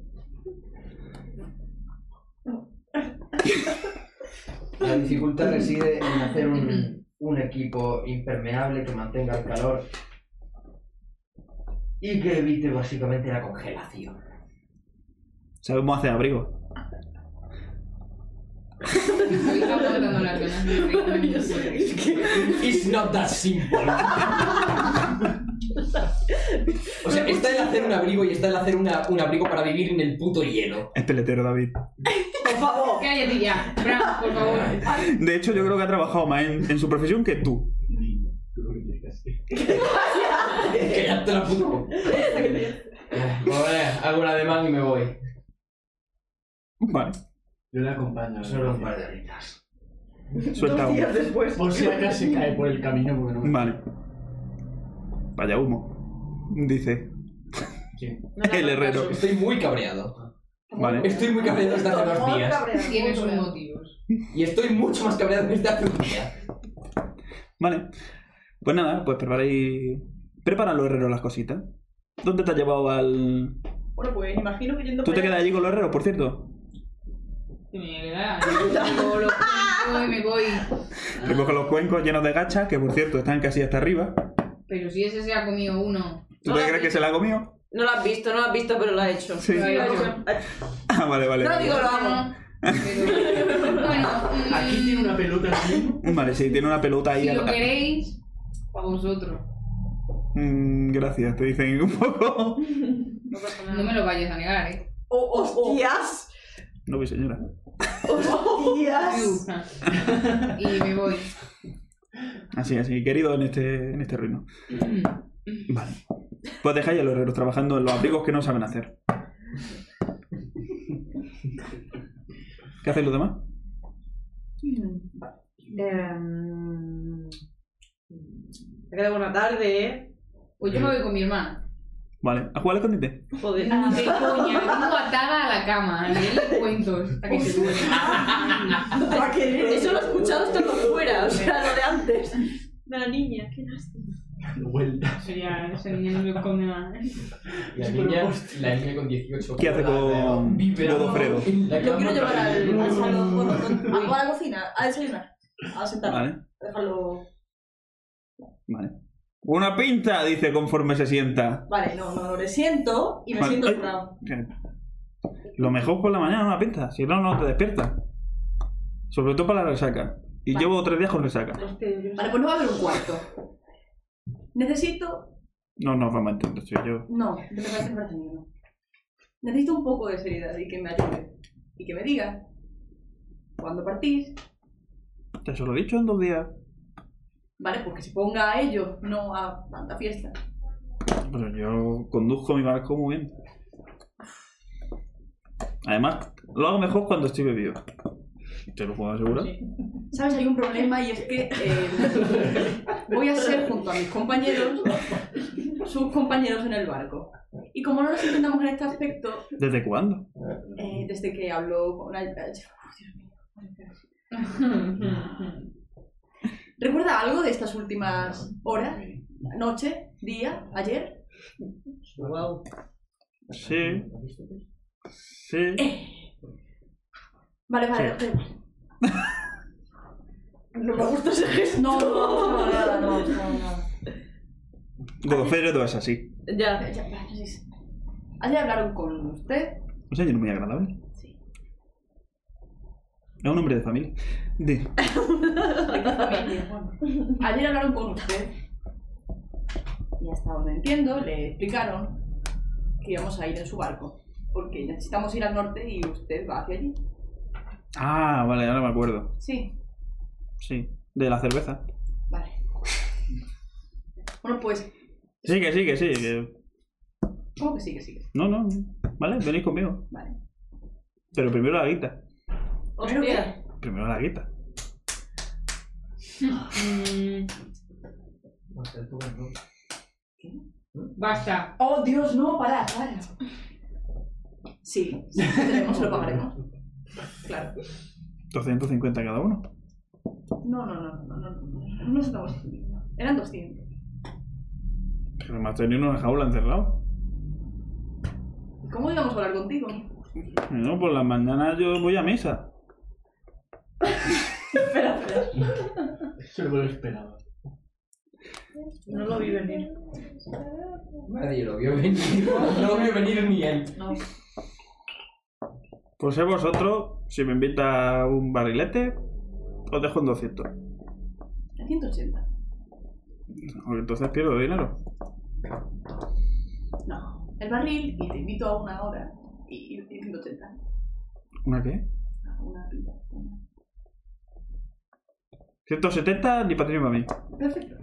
Speaker 3: La dificultad reside en hacer un, un equipo impermeable que mantenga el calor y que evite básicamente la congelación.
Speaker 1: Sabemos hacer abrigo.
Speaker 5: Estoy cortando las venas de Rick.
Speaker 3: It's not that simple. o sea, está el hacer un abrigo y está el hacer una- un abrigo para vivir en el puto hielo.
Speaker 1: Es peletero, David.
Speaker 5: Cállate ya, Fran, por favor. Ah,
Speaker 1: De hecho, yo creo que ha trabajado más en, en su profesión que tú.
Speaker 8: Niña, tú lo que tienes que hacer.
Speaker 3: Cállate la puta boca. Vale, hago una demanda y me voy.
Speaker 1: Vale,
Speaker 8: Yo le acompaño. a la
Speaker 3: Solo un
Speaker 8: habitación.
Speaker 3: par de horitas.
Speaker 1: suelta
Speaker 2: Dos
Speaker 1: humo.
Speaker 2: días después.
Speaker 8: Por si acaso se cae por el camino porque no me...
Speaker 1: Vale. Vaya humo. Dice
Speaker 8: ¿Quién?
Speaker 2: No le
Speaker 1: el
Speaker 2: hagas
Speaker 1: herrero.
Speaker 2: caso.
Speaker 3: Estoy muy cabreado.
Speaker 1: Vale.
Speaker 3: Estoy muy cabreado desde hace dos
Speaker 2: Todo
Speaker 3: días.
Speaker 2: cabreado.
Speaker 5: Tiene sus motivos.
Speaker 3: Y estoy mucho más cabreado desde hace un día.
Speaker 1: Vale. Pues nada, pues preparáis. Prepara los herreros las cositas. ¿Dónde te has llevado al.?
Speaker 2: Bueno, pues imagino que yendo
Speaker 1: ¿Tú te
Speaker 2: para allá-
Speaker 1: quedas allí con los herreros, por cierto?
Speaker 5: Mierda. Yo lo cuento y me voy.
Speaker 1: Recoge los cuencos llenos de gachas, que por cierto están casi hasta arriba.
Speaker 5: Pero si ese se ha comido uno.
Speaker 1: ¿Tú te crees que se la ha comido?
Speaker 4: No lo has visto, no lo has visto, pero lo has hecho.
Speaker 1: Sí.
Speaker 5: Lo ha hecho.
Speaker 1: Ah, vale, vale.
Speaker 4: No
Speaker 1: vale.
Speaker 4: digo lo hago.
Speaker 5: No, pero- Bueno, mm,
Speaker 8: Aquí tiene una pelota ahora mismo.
Speaker 1: Vale, sí, tiene una pelota ahí.
Speaker 5: si
Speaker 1: al-
Speaker 5: lo queréis, a vosotros.
Speaker 1: Mm, gracias, te dicen un poco.
Speaker 2: No pasa
Speaker 5: No
Speaker 2: nada.
Speaker 5: me lo vayas a negar, eh.
Speaker 2: Oh, ¡Hostias!
Speaker 1: No voy, señora.
Speaker 2: ¡Hostias!
Speaker 5: Dibuja. Y me voy.
Speaker 1: Así, así, querido en este, en este reino. Vale. Pues dejáis a los herreros trabajando en los abrigos que no saben hacer. ¿Qué hacéis los demás?
Speaker 4: Te ha Em, quedado buena tarde, ¿eh?
Speaker 5: Pues yo me voy con mi hermana.
Speaker 1: Vale, a jugar al escondite.
Speaker 4: Joder.
Speaker 8: Ah,
Speaker 2: Ah,
Speaker 5: De coña, tengo atada a la cama. Leí cuentos hasta que se duerma.
Speaker 2: eh,
Speaker 4: Eso lo he escuchado hasta por fuera, o sea, lo de antes.
Speaker 10: De la niña, qué lástima.
Speaker 8: Dando vuelta.
Speaker 5: Eso ya, esa niña no lo esconde más.
Speaker 3: La niña, la niña con 18
Speaker 1: ¿Qué hace con Godofredo?
Speaker 3: La
Speaker 2: Yo quiero llevar al, al salón
Speaker 8: No.
Speaker 2: bueno, con- a jugar a la cocina, a desayunar, a sentarme,
Speaker 1: Vale,
Speaker 2: a dejarlo...
Speaker 1: vale. Una pinta, dice conforme se sienta.
Speaker 2: Vale, no, no, me siento y me
Speaker 1: Vale.
Speaker 2: siento
Speaker 1: Ay.
Speaker 2: curado.
Speaker 1: Lo mejor por la mañana una pinta, si no, no te despiertas. Sobre todo para la resaca. Y
Speaker 2: Vale.
Speaker 1: llevo tres días con resaca.
Speaker 2: Vale, pues no va a haber un cuarto. Necesito...
Speaker 1: No nos vamos a entender, soy yo.
Speaker 2: No, me parece entretenido. Necesito un poco de seriedad y que me ayude. Y que me diga cuándo partís.
Speaker 1: Te se lo he dicho en dos días.
Speaker 2: Vale, pues que se ponga a ello, no a tanta fiesta.
Speaker 1: Pero yo conduzco mi barco muy bien. Además, lo hago mejor cuando estoy bebido. Te lo puedo asegurar.
Speaker 2: ¿Sabes? Hay un problema y es que eh, voy a ser junto a mis compañeros, sus compañeros en el barco. Y como no nos entendamos en este aspecto,
Speaker 1: ¿Desde cuándo?
Speaker 2: eh, desde que hablo con una... ¿Recuerda algo de estas últimas horas? ¿Noche? ¿Día? ¿Ayer?
Speaker 1: Sí. Sí.
Speaker 2: Eh. Vale, vale,
Speaker 1: Sí.
Speaker 2: vale.
Speaker 4: No me gusta ese gesto.
Speaker 2: No, no, no, no, no, no, no.
Speaker 1: Godofredo es así.
Speaker 4: Ya.
Speaker 2: Ya, vale, sí, sí. Ayer hablaron con usted.
Speaker 1: Un señor muy agradable.
Speaker 2: Sí.
Speaker 1: Es un hombre de familia. Di.
Speaker 2: Ayer hablaron con usted y hasta donde entiendo le explicaron que íbamos a ir en su barco porque necesitamos ir al norte y usted va hacia allí.
Speaker 1: Ah, vale, ahora me acuerdo.
Speaker 2: Sí,
Speaker 1: Sí. De la cerveza.
Speaker 2: vale. Bueno, pues,
Speaker 1: Sí, que sí, que sí. que-
Speaker 2: ¿cómo que sí, que sí? que sí?
Speaker 1: No, no. Vale, venid conmigo.
Speaker 2: Vale.
Speaker 1: Pero primero la guita.
Speaker 2: Primero que-
Speaker 1: Primero la guita.
Speaker 5: Mm, Basta.
Speaker 2: ¡Oh, Dios, no! ¡Para, para! Sí, sí, lo tenemos, lo pagaremos. Claro.
Speaker 1: 250 cada uno.
Speaker 2: No, no, no, no, no, no, no, no estamos entendiendo. Eran 200.
Speaker 1: Pero me has tenido en una jaula encerrado.
Speaker 2: ¿Cómo íbamos a hablar contigo?
Speaker 1: No, por las mañanas yo voy a misa.
Speaker 8: Eso no lo esperaba.
Speaker 4: No lo vi venir.
Speaker 3: Nadie lo vio venir. No lo vio venir ni él.
Speaker 1: Pues sé vosotros, si me invita un barrilete, os dejo en 200.
Speaker 2: 180.
Speaker 1: Porque entonces pierdo dinero.
Speaker 2: No. El barril y te invito a una hora y, y 180.
Speaker 1: ¿Una qué?
Speaker 2: a Una pinta.
Speaker 1: 170 ni para ti ni para mí.
Speaker 2: Perfecto.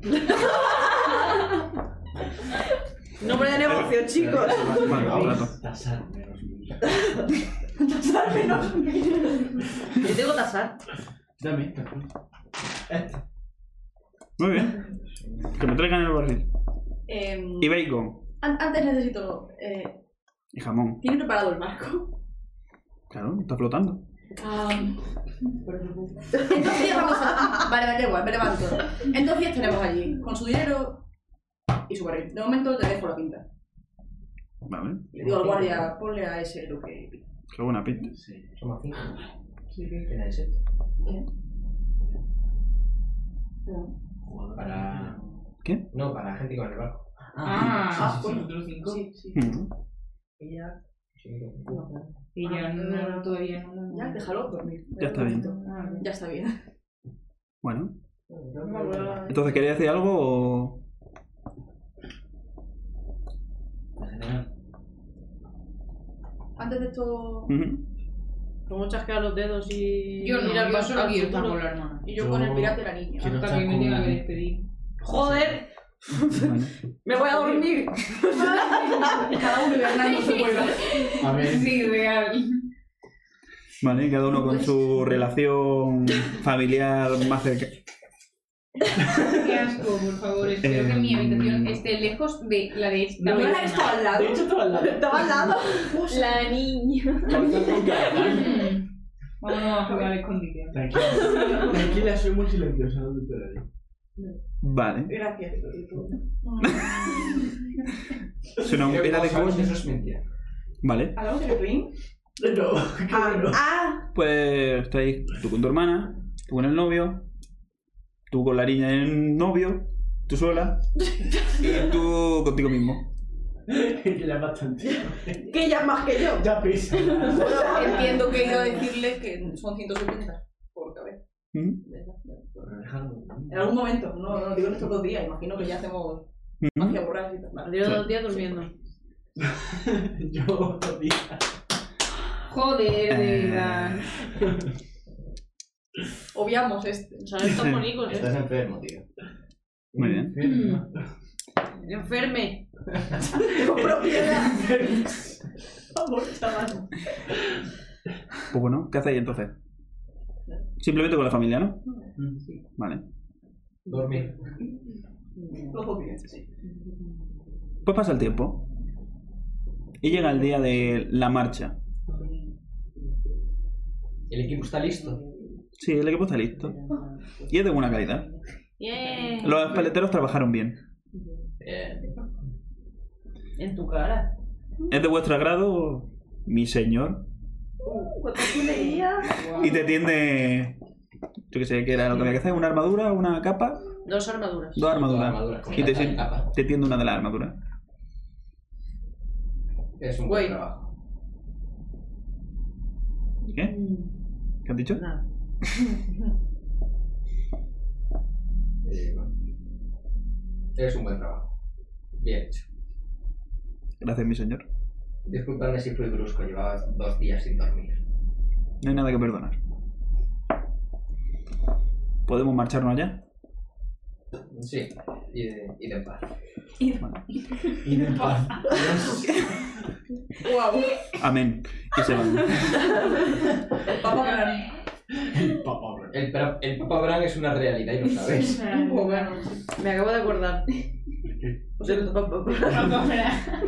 Speaker 4: Nombre de
Speaker 1: Eh,
Speaker 4: negocio, chicos.
Speaker 1: Vale, contrato.
Speaker 8: Tasar menos mil.
Speaker 2: Al menos.
Speaker 1: eh.
Speaker 4: Yo tengo tasar.
Speaker 8: Dame esta. coño. Esta.
Speaker 1: Muy bien. Que me traigan el barril.
Speaker 2: Em,
Speaker 1: Y bacon.
Speaker 2: an- antes necesito. Eh,
Speaker 1: Y jamón.
Speaker 2: ¿Tiene preparado el marco?
Speaker 1: Claro, está flotando.
Speaker 2: Entonces vamos a. Vale, vale, da igual, me levanto. Entonces tenemos allí, con su dinero y su barril. De momento te dejo la pinta.
Speaker 1: Vale,
Speaker 2: Y le digo al guardia, ponle a ese lo que pide.
Speaker 1: qué buena pinta.
Speaker 8: Sí.
Speaker 3: Somos cinco. Era ese.
Speaker 8: este? Jugador.
Speaker 3: Para.
Speaker 1: ¿Qué?
Speaker 3: No, para la gente con el barco.
Speaker 5: Ah,
Speaker 2: sí, sí, sí.
Speaker 5: otros cinco.
Speaker 2: Sí, sí.
Speaker 1: Mm.
Speaker 5: Y
Speaker 2: Ah,
Speaker 5: yo no, todavía no.
Speaker 2: Ya, déjalo dormir.
Speaker 1: Ya está bien.
Speaker 5: Ah, bien.
Speaker 2: Ya está bien.
Speaker 1: Bueno, entonces quería decir algo o...
Speaker 2: Antes de esto.
Speaker 1: Ujú.
Speaker 4: Como chasquear los dedos y.
Speaker 5: Yo no,
Speaker 4: mirar
Speaker 5: yo
Speaker 4: más
Speaker 5: solo
Speaker 4: al
Speaker 5: quiero estar
Speaker 4: futuro.
Speaker 5: con la hermana.
Speaker 2: Y yo,
Speaker 8: Yo-
Speaker 2: con el pirata y la niña.
Speaker 8: Quiero
Speaker 5: Hasta
Speaker 8: estar
Speaker 5: que me
Speaker 8: con-
Speaker 5: tenga que despedir.
Speaker 4: Joder,
Speaker 1: Bueno.
Speaker 4: me voy a dormir.
Speaker 2: Cada uno hibernando su cueva.
Speaker 8: A ver.
Speaker 5: Sí, real.
Speaker 1: Vale, cada uno con su relación familiar más cerca.
Speaker 5: Qué asco, por favor.
Speaker 1: Pues
Speaker 5: Espero que mi habitación esté lejos de la de esta.
Speaker 2: La
Speaker 5: persona.
Speaker 2: verdad está al lado.
Speaker 8: De hecho, estaba al lado.
Speaker 6: Estaba al lado. La niña.
Speaker 8: Cortad con calma.
Speaker 5: Mm. Vamos a jugar escondite.
Speaker 8: Tranquila. Tranquila, soy muy silenciosa, no te preocupes.
Speaker 1: Vale.
Speaker 2: Gracias. y tú.
Speaker 1: Si no, era de coña.
Speaker 3: Eso es mentira. Ah.
Speaker 1: Vale,
Speaker 2: ¿Hablamos de Pepín?
Speaker 8: No.
Speaker 2: Ah,
Speaker 1: pues estáis tú con tu hermana, tú con el novio, tú con la niña del novio, tú sola y tú contigo mismo.
Speaker 8: Que ya es bastante.
Speaker 4: Que ya más que yo.
Speaker 8: Ya pesa.
Speaker 2: Bueno, entiendo que he ido a decirle que son 170 por cabeza.
Speaker 1: Ujú.
Speaker 2: En algún momento, no, no digo en estos dos días, imagino que ya hacemos
Speaker 1: Ujú.
Speaker 2: magia borracha y tal. Vale.
Speaker 4: Llevo dos días durmiendo.
Speaker 8: Yo otro día.
Speaker 5: Joder, de
Speaker 1: Eh,
Speaker 5: verdad.
Speaker 2: Obviamos este.
Speaker 4: O sea, estos bonicos, ¿eh?
Speaker 9: Estás enfermo, tío.
Speaker 1: Muy bien.
Speaker 5: Mm.
Speaker 4: Enferme.
Speaker 2: Vamos, chaval.
Speaker 1: Pues bueno, ¿qué hacéis entonces? Simplemente con la familia, ¿no? Vale.
Speaker 3: Dormir.
Speaker 2: Los dos días, sí.
Speaker 1: Pues pasa el tiempo. Y llega el día de la marcha.
Speaker 3: El equipo está listo.
Speaker 1: Sí, el equipo está listo. Y es de buena calidad.
Speaker 4: Yeah.
Speaker 1: Los paleteros trabajaron bien.
Speaker 3: Eh,
Speaker 4: En tu cara.
Speaker 1: ¿Es de vuestro agrado, mi señor? Y te tiende. Yo qué sé, que era lo que había que hacer: una armadura, una capa,
Speaker 4: Dos armaduras.
Speaker 1: dos
Speaker 3: toda
Speaker 1: armaduras.
Speaker 3: armadura
Speaker 1: Y te,
Speaker 3: completa de capa.
Speaker 1: te tiende una de las armaduras.
Speaker 3: Es un buen
Speaker 4: Güey.
Speaker 3: trabajo.
Speaker 1: ¿Qué? ¿Qué has dicho?
Speaker 4: Nada.
Speaker 3: Eh, bueno. Es un buen trabajo. Bien hecho.
Speaker 1: Gracias, mi señor.
Speaker 3: Disculpadme si fui brusco, llevaba dos días sin dormir.
Speaker 1: No hay nada que perdonar. ¿Podemos marcharnos ya?
Speaker 3: Sí, y de, y de paz.
Speaker 8: Y de paz.
Speaker 2: Guau.
Speaker 1: Amén. Y se van.
Speaker 2: El Papa Gran.
Speaker 8: Papá, bro.
Speaker 3: El, pra- el Papa Bran es una realidad y lo sabes.
Speaker 2: Guau, bueno.
Speaker 4: Me acabo de acordar. Del pa- pa- pa-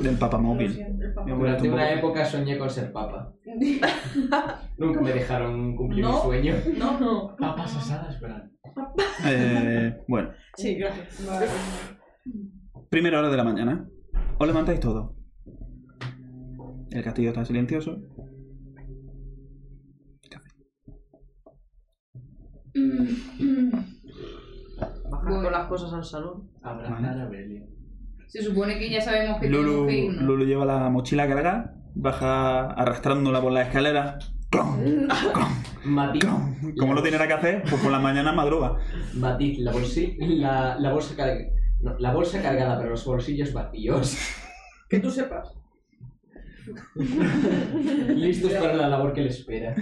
Speaker 1: Del papamóvil.
Speaker 2: El Papa.
Speaker 1: Me voy a
Speaker 3: Durante
Speaker 1: tumbar.
Speaker 3: una época soñé con ser papa. Nunca me dejaron cumplir mi
Speaker 2: No.
Speaker 3: sueño.
Speaker 2: No, no.
Speaker 8: Papas asadas, ¿verdad?
Speaker 1: Eh, bueno,
Speaker 2: Sí, gracias. Vale.
Speaker 1: primera hora de la mañana. Os levantáis todos. El castillo está silencioso.
Speaker 5: Mm, mm.
Speaker 4: Bajar con las cosas al salón.
Speaker 8: Abrazar a Belia.
Speaker 5: Se supone que ya sabemos que
Speaker 1: Lulu,
Speaker 5: tenemos que irnos.
Speaker 1: Lulu lleva la mochila cargada, baja arrastrándola por la escalera. ¡Clon!
Speaker 3: Mati,
Speaker 1: ¡Clon! Como no tiene nada que hacer, pues por la mañana madruga.
Speaker 3: Matiz, la, bolsi- la, la bolsa cargada. la bolsa cargada, pero los bolsillos vacíos.
Speaker 2: Que tú sepas.
Speaker 3: Listos para la labor que les espera.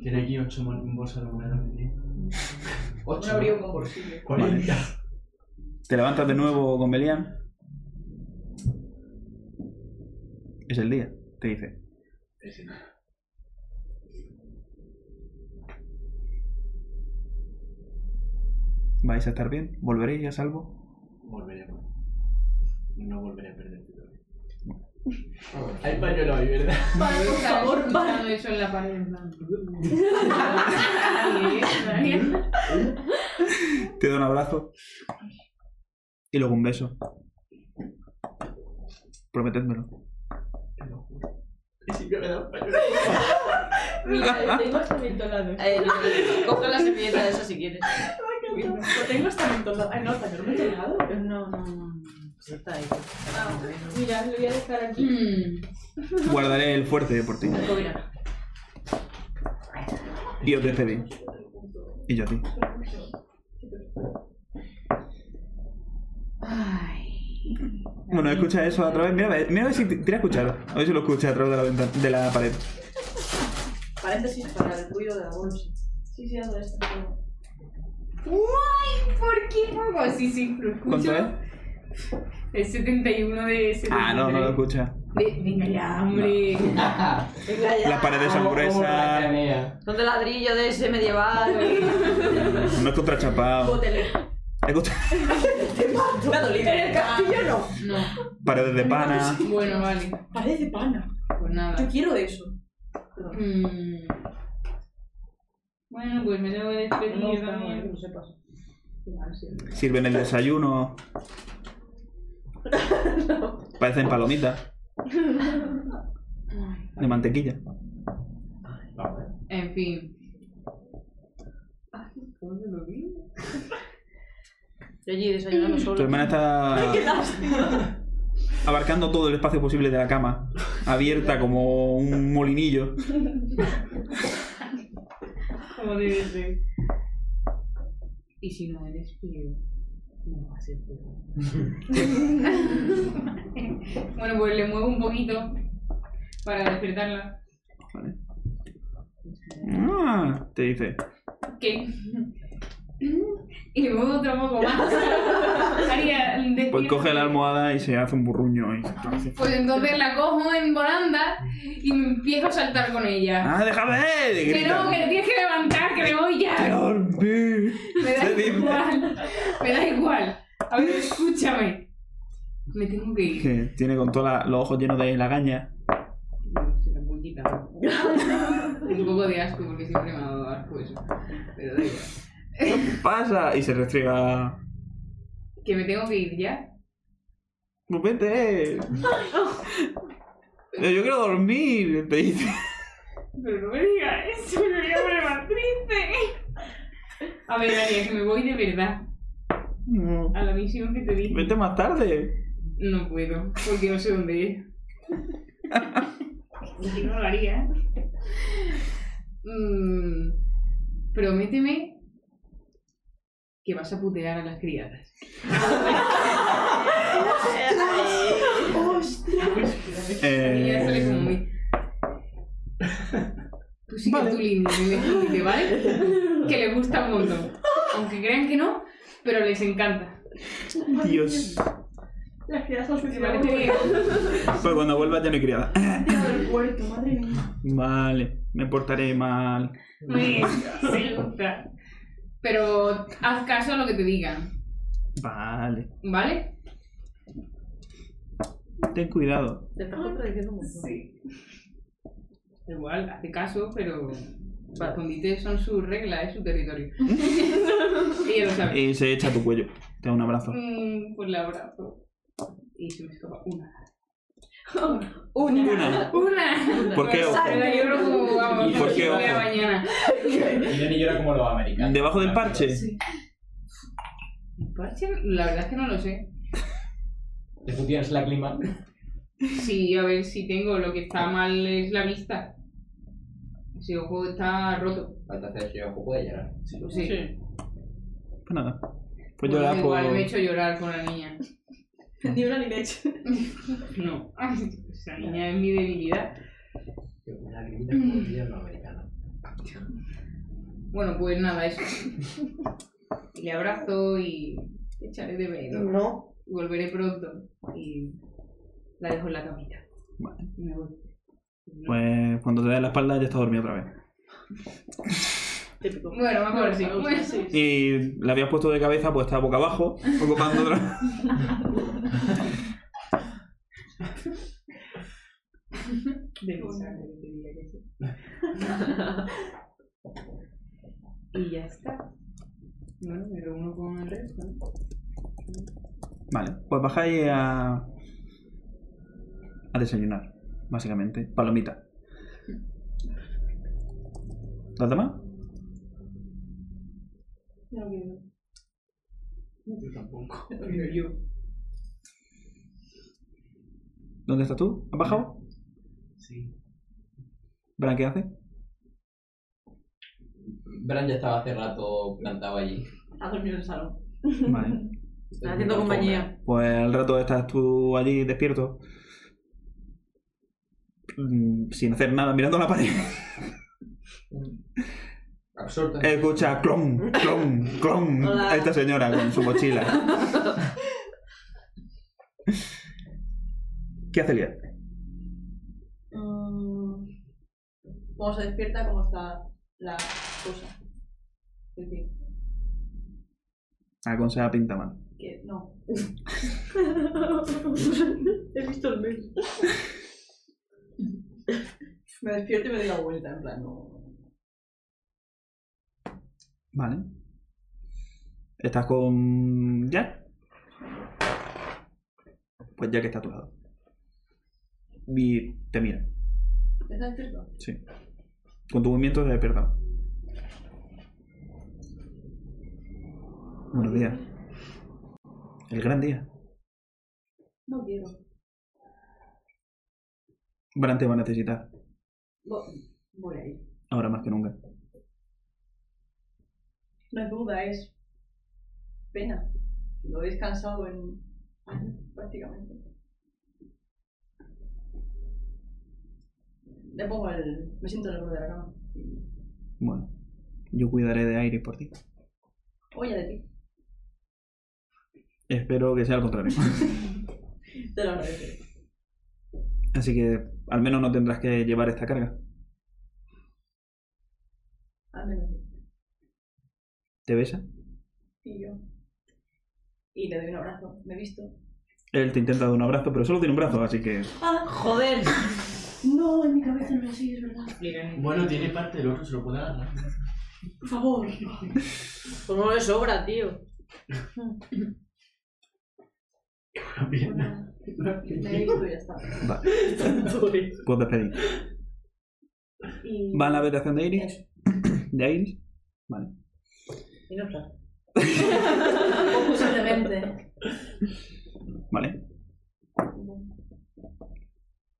Speaker 8: Tiene aquí ocho mon- bolsas de moneda. ¿no?
Speaker 2: Un
Speaker 3: Ocho.
Speaker 2: abrigo con bolsillo.
Speaker 8: Cuarenta.
Speaker 1: Te levantas de nuevo con Belian. Es el día, te dice. ¿Vais a estar bien? ¿Volveréis a salvo?
Speaker 8: Volveré a por- No volveré a perderte todavía.
Speaker 3: Ah, bueno.
Speaker 8: Hay pañuelo ahí, ¿verdad?
Speaker 5: Por
Speaker 2: favor,
Speaker 5: eso en la pared. en plan. Ahí, ahí.
Speaker 1: Te doy un abrazo. Y luego un beso. Prometedmelo.
Speaker 8: Te lo juro. Y si me da un pañuelo.
Speaker 7: Mira, tengo hasta mentolado.
Speaker 4: Eh, coge la servilleta de esa si quieres.
Speaker 2: Lo tengo hasta mentolado. Ay, no, también me he llegado. Ah,
Speaker 4: No, no, no. Sí, está ahí.
Speaker 6: Mira, lo voy a dejar aquí.
Speaker 5: Hmm.
Speaker 1: Guardaré el fuerte por ti.
Speaker 4: Mira,
Speaker 1: Y os despedí. Y yo a ti. Bueno, escucha eso a través. Mira, a ver- mira a ver si t- tira a escucharlo. A ver si lo escucha a través de la ventana, de la pared.
Speaker 2: Paréntesis para el ruido de la bolsa. Sí, sí, hago esto.
Speaker 5: Uy, ¿por qué no? Sí, sí, lo
Speaker 1: ¿Cuánto es?
Speaker 5: escucho. El 71 de 73.
Speaker 1: Ah, no, no lo escucha.
Speaker 5: Ve- Venga ya, hombre.
Speaker 1: Las paredes son
Speaker 3: ¿Cómo- cómo la
Speaker 1: gruesas,
Speaker 3: cranea?
Speaker 4: Son de ladrillo de ese medieval.
Speaker 1: no es contrachapado.
Speaker 2: Botele.
Speaker 1: Es contra-
Speaker 2: Me ha dolido.
Speaker 5: el castillo no. No.
Speaker 1: Paredes de pana.
Speaker 5: Bueno, vale.
Speaker 2: Parece pana.
Speaker 5: Pues
Speaker 2: Yo
Speaker 5: nada.
Speaker 2: quiero eso.
Speaker 5: Hmm. Bueno, pues me tengo que despedir yo también.
Speaker 1: Sirven el desayuno. Parecen palomitas
Speaker 5: Ay,
Speaker 1: de mantequilla.
Speaker 3: Vamos, eh.
Speaker 5: En fin. Ay, ¿cómo se lo digo?
Speaker 4: Yo allí desayunando
Speaker 1: Tu
Speaker 4: solo.
Speaker 1: hermana está abarcando todo el espacio posible de la cama, abierta como un molinillo.
Speaker 5: Como debe ser. Y si no eres frío, no va a ser frío. bueno, pues le muevo un poquito para despertarla.
Speaker 1: Ah, te dice.
Speaker 5: ¿Qué? Y le muevo otro poco más. Haría,
Speaker 1: Pues
Speaker 5: despierta.
Speaker 1: coge la almohada y se hace un burruño. Y...
Speaker 5: Pues entonces la cojo en volanda y me empiezo a saltar con ella.
Speaker 1: ¡Ah, déjame! y
Speaker 5: que
Speaker 1: grita.
Speaker 5: no, que te tienes que levantar, que me voy ya.
Speaker 1: ¡Dormí!
Speaker 5: Me da
Speaker 1: Se dice.
Speaker 5: igual. Me da igual. A ver, escúchame. Me tengo que ir.
Speaker 1: Que tiene con todos los ojos llenos de lagaña.
Speaker 5: Se la voy quitando. Un poco de asco porque siempre me ha dado asco eso. Pero da igual.
Speaker 1: ¡Pasa! Y se restriega.
Speaker 5: Que me tengo que ir ya.
Speaker 1: Pues vete. Pero Yo quiero dormir, te dice.
Speaker 5: Pero no me digas eso, me voy a poner más triste. A ver, Daria, que me voy de verdad
Speaker 1: No.
Speaker 5: a la misión que te dije.
Speaker 1: Vete más tarde.
Speaker 5: No puedo, porque no sé dónde es. Si no lo haría. ¿eh? Mm, prométeme que vas a putear a las criadas. Y ya sale como
Speaker 1: Eh,
Speaker 5: muy. Tú sigue tu línea, me dijiste, ¿vale? Que les gusta un montón. Aunque crean que no, pero les encanta.
Speaker 1: Dios.
Speaker 6: Las quedas al
Speaker 5: ¿Te parece bien?
Speaker 1: Pues cuando vuelvas ya no hay criada.
Speaker 2: del puerto, madre mía.
Speaker 1: Vale, me portaré mal.
Speaker 5: Muy bien, se gusta. Pero haz caso a lo que te digan,
Speaker 1: Vale.
Speaker 5: ¿vale?
Speaker 1: Ten cuidado.
Speaker 4: Te estás contradiciendo mucho.
Speaker 5: Sí. Igual, hace caso, pero para condites son sus reglas, es su territorio. Ella lo sabe.
Speaker 1: Y se echa a tu cuello. Te da un abrazo.
Speaker 5: Mm, pues la abrazo. Y se me escapa una.
Speaker 1: Una.
Speaker 5: ¡Una!
Speaker 1: ¿Por qué?
Speaker 5: Pues, la lloro como vamos.
Speaker 1: ¿Y por qué
Speaker 5: como si fuera
Speaker 1: ojo?
Speaker 5: mañana.
Speaker 3: Y Lenny llora como los americanos.
Speaker 1: ¿Debajo del parche?
Speaker 5: El parche? La verdad es que no lo sé.
Speaker 3: ¿Te tú tienes la clima?
Speaker 5: Sí, a ver si tengo. Lo que está mal es la vista. Ese ojo está roto.
Speaker 3: Entonces yo puedo llorar.
Speaker 5: Pues sí.
Speaker 1: Pues nada. Pues,
Speaker 5: Pues
Speaker 1: yo la
Speaker 5: igual
Speaker 1: por...
Speaker 5: me he hecho llorar con la niña.
Speaker 4: Ni una ni leche.
Speaker 5: No. Esa niña es mi debilidad.
Speaker 3: Yo con la lagrimita
Speaker 11: Mm.
Speaker 3: como un invierno americano.
Speaker 5: Bueno, pues nada, eso. Y le abrazo y te echaré de menos.
Speaker 12: No.
Speaker 5: Volveré pronto. Y la dejo en la camita. Y me voy.
Speaker 1: Pues cuando te dé la espalda ya está dormida otra vez.
Speaker 4: Típico.
Speaker 5: Bueno, mejor sí. Bueno, sí.
Speaker 1: Y la habías puesto de cabeza, pues está boca abajo, ocupando otra.
Speaker 5: De pensar, de- de vida que sí. y ya está. Bueno, me reúno con el resto.
Speaker 1: Vale, pues bajáis a. a desayunar, básicamente. Palomita. ¿Las demás?
Speaker 8: Yo tampoco.
Speaker 5: Pero yo.
Speaker 1: ¿Dónde estás tú? ¿Has bajado?
Speaker 8: Sí.
Speaker 1: ¿Verán qué hace?
Speaker 3: Bran ya estaba hace rato plantado allí.
Speaker 13: Ha dormido en el salón.
Speaker 1: Vale.
Speaker 3: Estoy
Speaker 11: Haciendo
Speaker 3: muy
Speaker 11: compañía.
Speaker 1: Pues al rato estás tú allí despierto. Mm, Sin hacer nada, mirando la pared.
Speaker 3: conforme. Absorto.
Speaker 1: Escucha clon, clon, clon
Speaker 13: Hola.
Speaker 1: a esta señora con su mochila. ¿Qué hace Lier?
Speaker 4: Mm, ¿Cómo se despierta? ¿Cómo está la cosa? Es decir,
Speaker 1: Aconseja Pintaman.
Speaker 4: que no.
Speaker 13: He visto el mes.
Speaker 4: Me despierto y me doy la vuelta, en plan, no.
Speaker 1: Vale. ¿Estás con Jack? Pues Jack está a tu lado. Y te mira.
Speaker 4: ¿Está despierto?
Speaker 1: Sí. Con tu movimiento se ha despertado. Buenos días. El gran día.
Speaker 4: No quiero.
Speaker 1: Bran te va a necesitar.
Speaker 4: Vo- Voy a ir.
Speaker 1: Ahora más que nunca.
Speaker 4: No es duda, es pena. Lo he descansado en años, prácticamente. Le pongo el... Me siento en el borde de la cama.
Speaker 1: Bueno. Yo cuidaré de aire por ti.
Speaker 4: Oye, de ti.
Speaker 1: Espero que sea al contrario.
Speaker 4: Te lo agradeceré.
Speaker 1: Así que al menos no tendrás que llevar esta carga.
Speaker 4: Al menos sí.
Speaker 1: ¿Te besa?
Speaker 4: Y yo. Y le doy un abrazo. Me he visto.
Speaker 1: Él te intenta dar un abrazo, pero solo tiene un brazo, así que...
Speaker 13: Ah, Joder.
Speaker 4: No, en mi cabeza no sí, es verdad.
Speaker 5: Explican el-
Speaker 8: Bueno, tiene parte del otro, se lo puede agarrar.
Speaker 4: Por favor.
Speaker 13: Pues no le sobra, tío.
Speaker 8: Una pierna.
Speaker 4: Me he visto y ya está.
Speaker 1: Puedes despedir.
Speaker 4: Y...
Speaker 1: ¿Va a la habitación de Iris? ¿De Iris?
Speaker 13: Y no está.
Speaker 4: Posiblemente.
Speaker 1: Vale.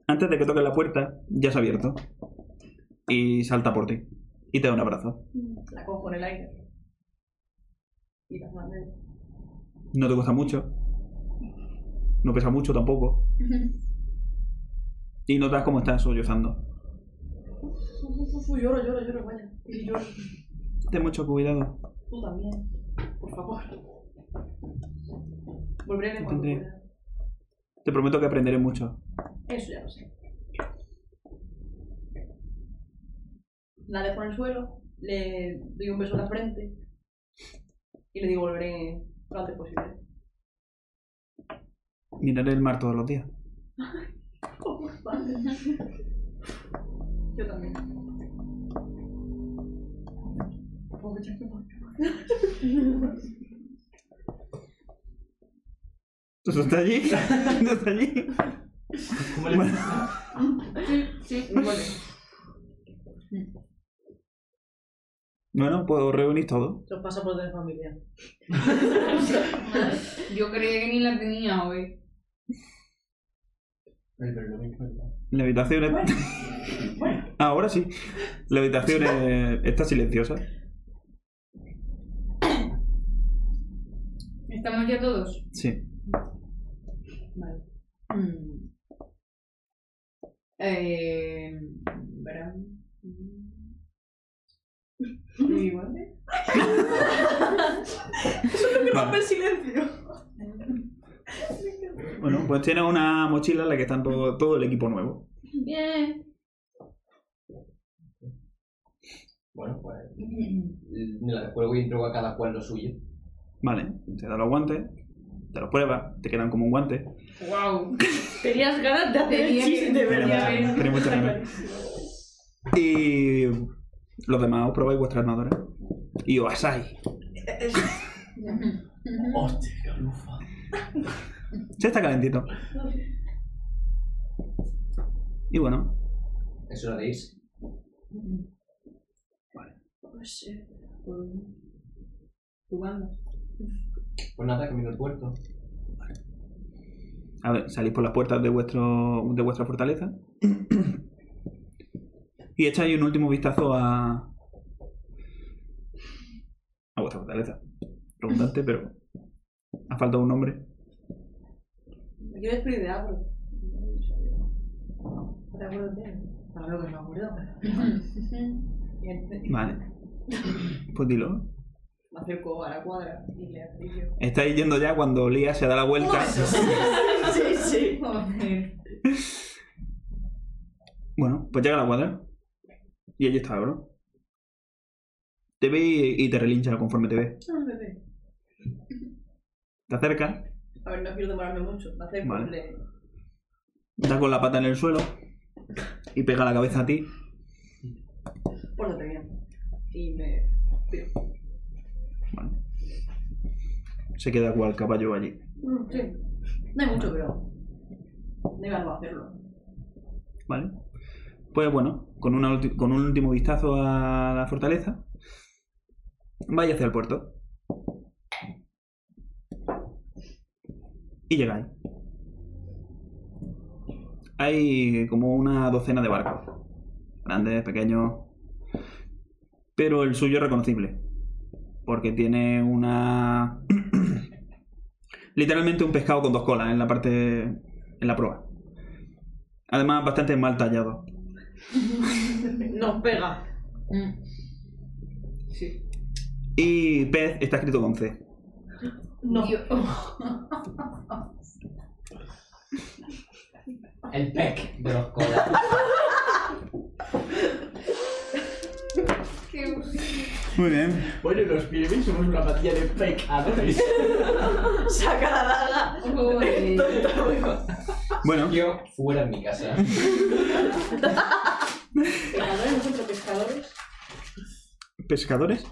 Speaker 1: Antes de que toque la puerta, ya se ha abierto. Y salta por ti. Y te da un abrazo.
Speaker 4: La cojo en el aire. Y las manos.
Speaker 1: No te cuesta mucho. No pesa mucho tampoco. Y notas cómo estás sollozando.
Speaker 4: Uf, uf, uf, lloro, lloro, lloro, vaya. Y lloro.
Speaker 1: Ten mucho cuidado.
Speaker 4: Tú también. Por favor. Volveré de cuando
Speaker 1: Entendí.
Speaker 4: pueda.
Speaker 1: Te prometo que aprenderé mucho.
Speaker 4: Eso ya lo sé. La dejo en el suelo, le doy un beso en la frente y le digo volveré lo antes posible.
Speaker 1: Miraré el mar todos los días.
Speaker 4: Vale. Yo también. Puedo echarte por acá.
Speaker 1: ¿Tú estás allí? ¿No está allí?
Speaker 8: ¿Cómo le
Speaker 1: Bueno.
Speaker 5: Sí, sí, vale.
Speaker 1: Bueno, puedo reunir todo.
Speaker 9: Los pasaportes de familia.
Speaker 5: Yo creía que ni la tenía hoy.
Speaker 8: El Berlomín, ¿verdad?
Speaker 1: La habitación es... Ahora sí. La habitación es- está silenciosa.
Speaker 5: ¿Estamos ya todos?
Speaker 1: Sí.
Speaker 5: Mm. Eh, Bram. ¿Me igual?
Speaker 1: Vale. Bueno, pues tiene una mochila en la que están todo, todo el equipo nuevo.
Speaker 6: Bien.
Speaker 3: Bueno, pues
Speaker 11: Mm.
Speaker 3: me la descuelgo y entrego a cada cual lo suyo.
Speaker 1: Vale, te da los guantes, te los pruebas, te quedan como un guante.
Speaker 5: ¡Wow!
Speaker 7: Tenías ganas de hacer el
Speaker 5: Tenía
Speaker 7: chiste,
Speaker 1: Tenía
Speaker 5: que-
Speaker 7: ¿verdad?
Speaker 1: muchas ganas, tenía muchas ganas. Y los demás os probáis vuestra armadura. Y os asáis.
Speaker 8: Hostia, qué lufa.
Speaker 1: Se está calentito. Y bueno,
Speaker 3: Eso lo deis.
Speaker 5: Jugando.
Speaker 3: Pues nada, camino al puerto.
Speaker 1: a ver, salís por las puertas de, vuestro, de vuestra fortaleza. Y echáis un último vistazo a. a vuestra fortaleza. Preguntante, pero. ha faltado un nombre.
Speaker 9: Me quiero despedir de Abro. ¿No te acuerdas de él? Claro que me acuerdo.
Speaker 5: Mm.
Speaker 9: Y ent-
Speaker 1: Vale. Pues dilo.
Speaker 9: Me acerco a la cuadra y le aplico.
Speaker 1: Estáis yendo ya cuando Lía se da la vuelta.
Speaker 9: Sí, sí.
Speaker 1: Bueno, pues llega a la cuadra. Y allí está, bro. Te ve y, y te relincha conforme te ve.
Speaker 9: Ah, bebé.
Speaker 1: Te acerca,
Speaker 9: A ver, no quiero demorarme mucho. Me acerco.
Speaker 1: Vale.
Speaker 9: le-
Speaker 1: da con la pata en el suelo y pega la cabeza a ti.
Speaker 9: Pórtate bien. Y me.
Speaker 1: Vale. Se queda cual caballo allí.
Speaker 9: Mm, Sí. No hay mucho, pero. No iba a hacerlo.
Speaker 1: ¿Vale? Pues bueno, con, una ulti- con un último vistazo a la fortaleza, vais hacia el puerto. Y llegáis. Hay como una docena de barcos. Grandes, pequeños. Pero el suyo es reconocible. Porque tiene una... Literalmente un pescado con dos colas en la parte... en la proa. Además, bastante mal tallado.
Speaker 9: Nos pega.
Speaker 5: Mm.
Speaker 1: Y pez está escrito con C.
Speaker 9: No.
Speaker 3: El pec de los colas.
Speaker 5: Qué bueno.
Speaker 1: Muy bien.
Speaker 8: Bueno, los pibes somos una patilla de pecadores.
Speaker 9: Saca la daga.
Speaker 5: Joder.
Speaker 1: Bueno,
Speaker 3: Yo fuera en mi casa.
Speaker 9: Pescadores, nosotros pescadores.
Speaker 1: pescadores.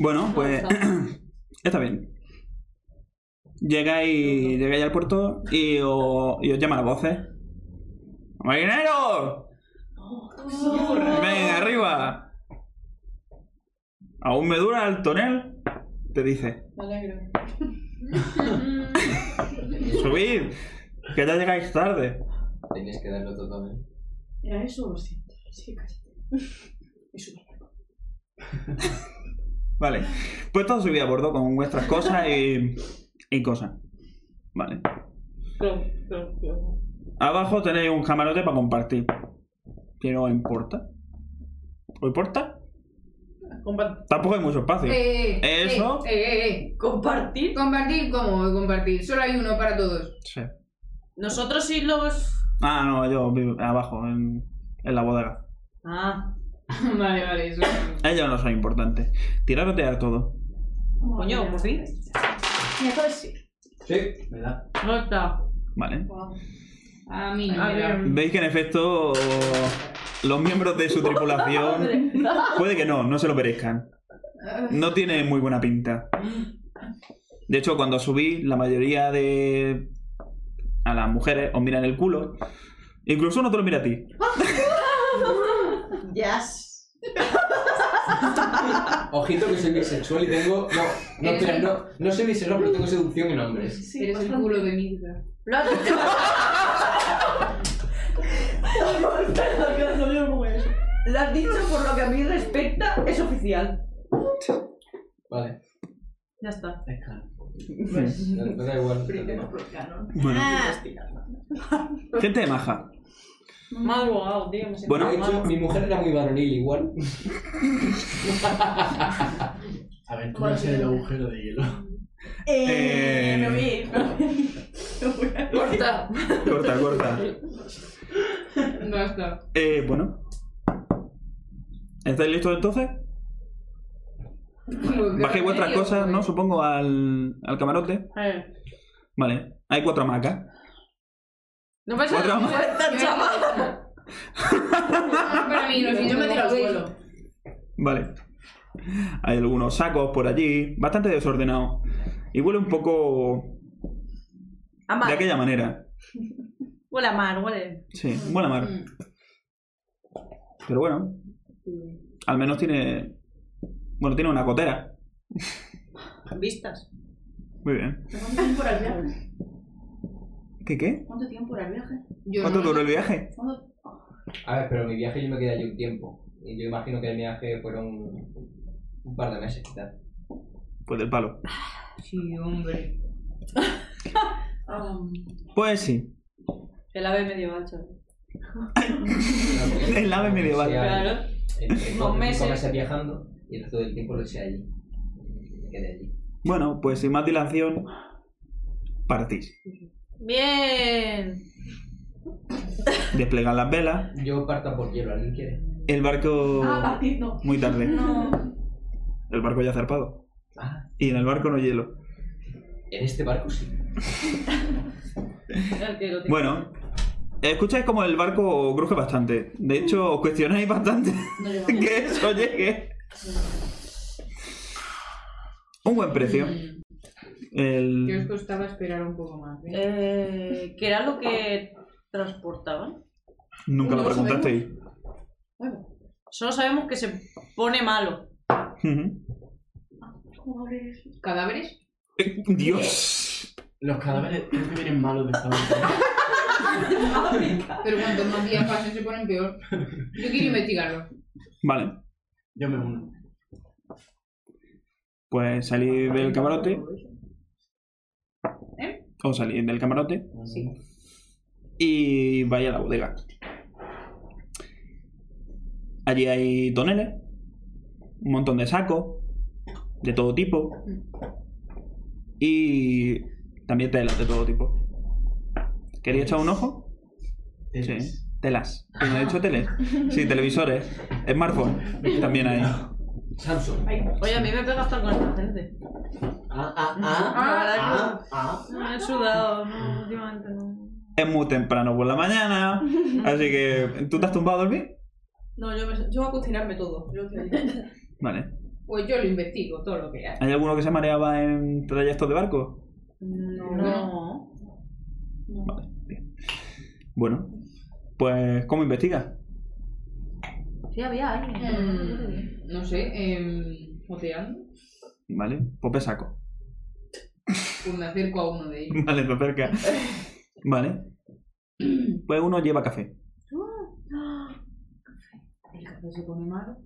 Speaker 1: Bueno, pues. está bien. Llegáis, llegáis al puerto y os, y os llaman a voces. ¡Marineros! ¡Venga, arriba! ¿Aún me dura el tonel? Te dice.
Speaker 9: Me alegro.
Speaker 1: ¡Subid! Que ya llegáis tarde.
Speaker 3: Tenéis que darlo todo ¿eh?
Speaker 9: ¿Era eso o sí? Sí, cállate. Y sube.
Speaker 1: Vale. Pues todos subid a bordo con vuestras cosas y, y cosas. Vale. Abajo tenéis un camarote para compartir. Que no importa. ¿O importa?
Speaker 9: Compa-
Speaker 1: Tampoco hay mucho espacio.
Speaker 5: Eh, eh,
Speaker 1: Eso.
Speaker 5: eh, eh, eh.
Speaker 9: Compartir.
Speaker 5: Compartir, ¿cómo? Compartir. Solo hay uno para todos.
Speaker 1: Sí.
Speaker 7: Nosotros sí los...
Speaker 1: Ah, no, yo vivo abajo, en, en la bodega.
Speaker 7: Ah,
Speaker 5: vale, vale, eso.
Speaker 1: A Ellos no son importantes. Tirarotear todo.
Speaker 7: coño, por fin.
Speaker 9: Me parece.
Speaker 3: Sí.
Speaker 8: Me da.
Speaker 7: No está.
Speaker 1: Vale.
Speaker 5: A mí no
Speaker 7: A
Speaker 5: me
Speaker 7: ver.
Speaker 5: da.
Speaker 1: Veis que en efecto los miembros de su tripulación puede que no, no se lo merezcan. No tiene muy buena pinta. De hecho, cuando subí, la mayoría de a las mujeres os miran el culo. Incluso uno te lo mira a ti.
Speaker 9: Yes.
Speaker 3: Ojito que soy bisexual y tengo. No, no,
Speaker 8: Eh,
Speaker 3: espera, no, no soy bisexual, pero tengo seducción en hombres.
Speaker 5: Sí, Eres el culo de Mirza.
Speaker 7: Lo has dicho. Lo has dicho por lo que a mí respecta, es oficial.
Speaker 3: Vale,
Speaker 7: Ya está.
Speaker 8: Es caro.
Speaker 3: no, no da igual.
Speaker 9: Primero por canon.
Speaker 1: Bueno,
Speaker 4: Ah.
Speaker 1: gente de maja.
Speaker 7: Más abogado, tío. me siento
Speaker 3: De
Speaker 1: Bueno,
Speaker 3: hecho, mi mujer era muy varonil igual.
Speaker 8: Aventuras en el agujero de hielo.
Speaker 1: Eh,
Speaker 2: Me voy a ir, me voy a ir. Me voy a ir.
Speaker 4: Corta.
Speaker 1: corta, corta.
Speaker 5: No está.
Speaker 1: Eh, bueno. ¿Estáis listos entonces? Bajéis vuestras cosas, ¿no? Supongo, al, al camarote. Vale. Hay cuatro hamacas.
Speaker 4: No pasa
Speaker 1: Cuatro
Speaker 4: nada.
Speaker 1: hamacas.
Speaker 5: Para mí, no sé, yo me tiro al suelo.
Speaker 1: Vale. Hay algunos sacos por allí. Bastante desordenado. Y huele un poco
Speaker 7: A
Speaker 1: de
Speaker 7: mar.
Speaker 1: aquella manera.
Speaker 7: Huele a mar, huele.
Speaker 1: Sí, buena mar.
Speaker 5: Mm.
Speaker 1: Pero bueno. Al menos tiene. Bueno, tiene una cotera.
Speaker 7: Vistas.
Speaker 1: Muy bien.
Speaker 2: ¿Cuánto tiempo era el viaje?
Speaker 1: ¿Qué qué?
Speaker 2: ¿Cuánto tiempo era el viaje?
Speaker 5: Yo
Speaker 1: ¿Cuánto
Speaker 5: no.
Speaker 1: duró el viaje?
Speaker 2: ¿Cuánto-
Speaker 3: A ver, pero mi viaje yo me quedé allí un tiempo. Y yo imagino que el viaje fueron un par de meses quizás.
Speaker 1: Pues del palo.
Speaker 5: Sí, hombre.
Speaker 2: Mm.
Speaker 1: Pues sí.
Speaker 7: El ave medio macho.
Speaker 1: El ave medieval.
Speaker 7: Claro.
Speaker 3: Dos meses.
Speaker 7: meses.
Speaker 3: meses viajando y el resto del tiempo lo hice allí. Me quedé allí.
Speaker 1: Bueno, pues sin más dilación, partís.
Speaker 4: Bien.
Speaker 1: Desplegad las velas,
Speaker 3: Yo parto por hielo, ¿alguien quiere?
Speaker 1: el barco
Speaker 2: Ah, partir, no.
Speaker 1: muy tarde.
Speaker 2: No.
Speaker 1: El barco ya ha zarpado.
Speaker 3: Ah,
Speaker 1: Y en el barco no hay hielo.
Speaker 3: en este barco sí.
Speaker 7: El que lo tiene.
Speaker 1: Bueno, escucháis como el barco cruje bastante. De hecho, os cuestionáis bastante
Speaker 2: No llegamos.
Speaker 1: que eso llegue. Un buen precio.
Speaker 2: Mm.
Speaker 5: Que os
Speaker 1: El...
Speaker 5: costaba esperar un poco más. ¿eh?
Speaker 7: Eh, ¿Qué era lo que transportaban?
Speaker 1: Nunca lo preguntasteis.
Speaker 7: Solo sabemos que se pone malo.
Speaker 1: Ujú.
Speaker 5: ¿Cadáveres?
Speaker 1: Eh, Dios.
Speaker 8: Los cadáveres creo que vienen malos de fábrica.
Speaker 5: Pero cuantos más días pasen se ponen peor. Yo quiero investigarlo.
Speaker 1: Vale.
Speaker 8: Yo me uno.
Speaker 1: Pues salid del camarote.
Speaker 5: ¿Eh?
Speaker 1: O salid del camarote.
Speaker 5: Sí.
Speaker 1: Y vais a la bodega. Allí hay toneles. Un montón de sacos. De todo tipo. Y también telas de todo tipo. ¿Quería echar un ojo? Sí. Telas. Bueno, he dicho teles. Sí, televisores. Smartphone. También hay.
Speaker 3: Samsung.
Speaker 7: Oye, a mí me pega estar con esta gente.
Speaker 8: Ah, ah, ah.
Speaker 7: La verdad es que-
Speaker 8: Ah, ah.
Speaker 7: No he sudado, no, últimamente no.
Speaker 1: Es muy temprano por la mañana. Así que. ¿Tú te has tumbado a dormir?
Speaker 7: No, yo, me, yo voy a cocinarme todo. Yo estoy ahí.
Speaker 1: Vale.
Speaker 5: Pues yo lo investigo, todo lo que hay.
Speaker 1: ¿Hay alguno que se mareaba en trayectos de barco?
Speaker 7: No.
Speaker 1: Bueno, pues ¿cómo investiga?
Speaker 7: Sí, había alguien.
Speaker 5: Mm, no sé, em, joteando.
Speaker 1: Vale, Pope saco.
Speaker 5: Pues me acerco a uno de ellos.
Speaker 1: Vale, te acerca. Vale. Pues uno lleva café.
Speaker 5: ¿El café se pone malo?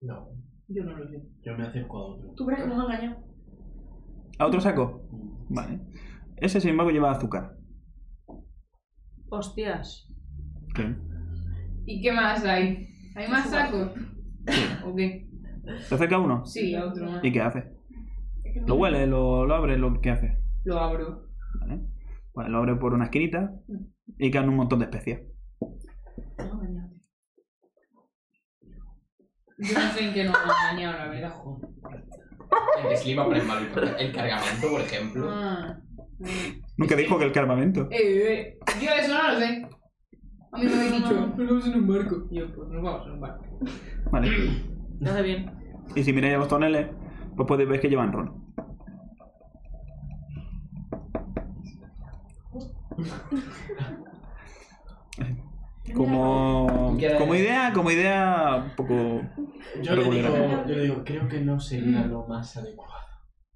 Speaker 8: No,
Speaker 5: Yo no lo sé.
Speaker 8: yo me acerco a otro.
Speaker 2: Tú crees que nos han engañado.
Speaker 1: ¿A otro saco? Vale. Ese, sin embargo, lleva azúcar.
Speaker 7: Hostias.
Speaker 5: ¿Y qué más hay? ¿Hay más sacos? ¿O qué?
Speaker 1: ¿Te acerca uno?
Speaker 5: Sí, a otro más.
Speaker 1: ¿Y qué hace? Lo huele, lo, lo abre, lo que hace.
Speaker 5: Lo abro.
Speaker 1: Vale. Pues lo abre por una esquinita y caen un montón de especias.
Speaker 5: Yo no sé en qué nos han engañado, la verdad.
Speaker 3: El que se le iba a poner mal. El cargamento, por ejemplo.
Speaker 5: Ah.
Speaker 1: Nunca dijo que el cargamento.
Speaker 5: Eh, eh, yo eso no lo sé. A mí me han dicho, nos vamos en un barco. Y yo, pues nos vamos en un barco.
Speaker 1: Vale.
Speaker 7: No hace bien.
Speaker 1: Y si miráis a los toneles, pues podéis ver que llevan ron. Como, como idea, como idea un poco
Speaker 8: Yo le, digo,
Speaker 1: regularmente.
Speaker 8: yo le digo, creo que no sería
Speaker 3: Mm.
Speaker 8: lo más adecuado.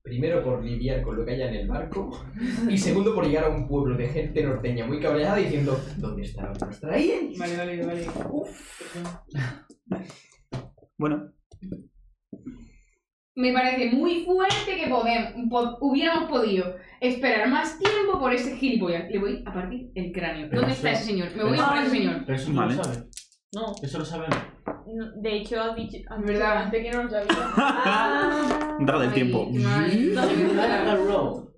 Speaker 3: Primero por lidiar con lo que haya en el barco y segundo por llegar a un pueblo de gente norteña muy cabreada diciendo ¿Dónde está nuestra Ian?
Speaker 5: Vale, vale, vale.
Speaker 1: Bueno,
Speaker 5: Me parece muy fuerte que podem- po- hubiéramos podido esperar más tiempo por ese gilipollas. Le voy a partir el cráneo.
Speaker 8: Pero
Speaker 5: ¿Dónde
Speaker 8: eso-
Speaker 5: está ese señor? Me voy
Speaker 8: pero-
Speaker 5: a por ese señor.
Speaker 8: Pero eso no
Speaker 1: Vale.
Speaker 8: lo sabe.
Speaker 6: No,
Speaker 8: Eso lo sabemos.
Speaker 6: no, de hecho, has dicho, has dicho
Speaker 5: ¿Verdad?
Speaker 6: antes que no lo
Speaker 2: Ah.
Speaker 6: sabía.
Speaker 1: dada del
Speaker 5: Ay,
Speaker 1: tiempo.
Speaker 5: madre,
Speaker 8: Rock and roll.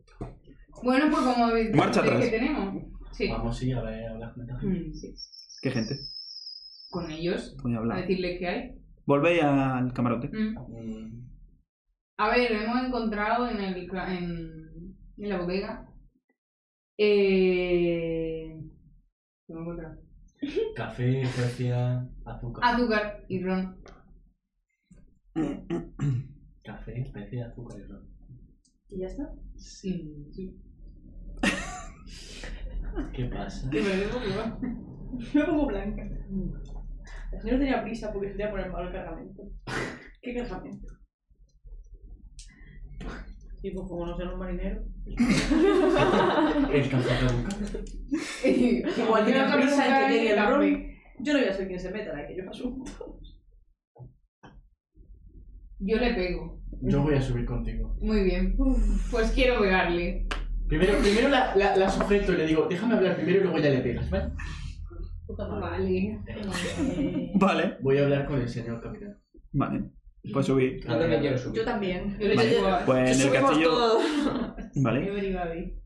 Speaker 5: bueno, pues como de- de-
Speaker 1: Marcha
Speaker 5: de-
Speaker 1: atrás.
Speaker 5: que tenemos. Sí.
Speaker 8: Vamos, sí, a ver, a hablar con esta gente.
Speaker 5: Mm, sí.
Speaker 1: ¿Qué gente?
Speaker 5: Con ellos,
Speaker 1: Voy a
Speaker 5: a
Speaker 1: hablar.
Speaker 5: decirle qué hay.
Speaker 1: Volvéis al camarote.
Speaker 5: Mm.
Speaker 8: Mm,
Speaker 5: A ver, hemos encontrado en, el, cla- en, en la bodega. Eh, ¿qué hemos encontrado?
Speaker 8: Café, especia, azúcar.
Speaker 5: Azúcar y ron.
Speaker 8: Café, especia, azúcar y ron.
Speaker 2: ¿Y ya está?
Speaker 5: Sí, sí.
Speaker 8: ¿Qué pasa?
Speaker 5: Me parece muy bueno.
Speaker 2: Me pongo blanca. La señora tenía prisa porque se tenía que poner malo el cargamento. ¿Qué cargamento?
Speaker 4: Y pues como no sean los marineros.
Speaker 8: El café caduca.
Speaker 2: Igual tiene
Speaker 5: Tengo
Speaker 2: prisa
Speaker 5: que
Speaker 2: en
Speaker 5: buscar
Speaker 2: que llegue el
Speaker 5: café.
Speaker 2: ron. Yo no voy a ser quien se meta en aquellos asuntos.
Speaker 5: Yo le pego.
Speaker 8: Yo voy a subir contigo.
Speaker 5: Muy bien. Pues quiero pegarle.
Speaker 8: Primero, primero la, la, la sujeto y le digo, déjame hablar primero y luego ya le pegas, ¿vale?
Speaker 5: Vale.
Speaker 1: Vale,
Speaker 8: Voy a hablar con el señor capitán.
Speaker 1: vale. Pues subí.
Speaker 3: Yo también quiero subir.
Speaker 2: Yo también.
Speaker 5: Yo le
Speaker 1: Vale.
Speaker 5: llevo a...
Speaker 1: Pues en el
Speaker 4: Subimos
Speaker 1: castillo.
Speaker 4: todos.
Speaker 1: Vale.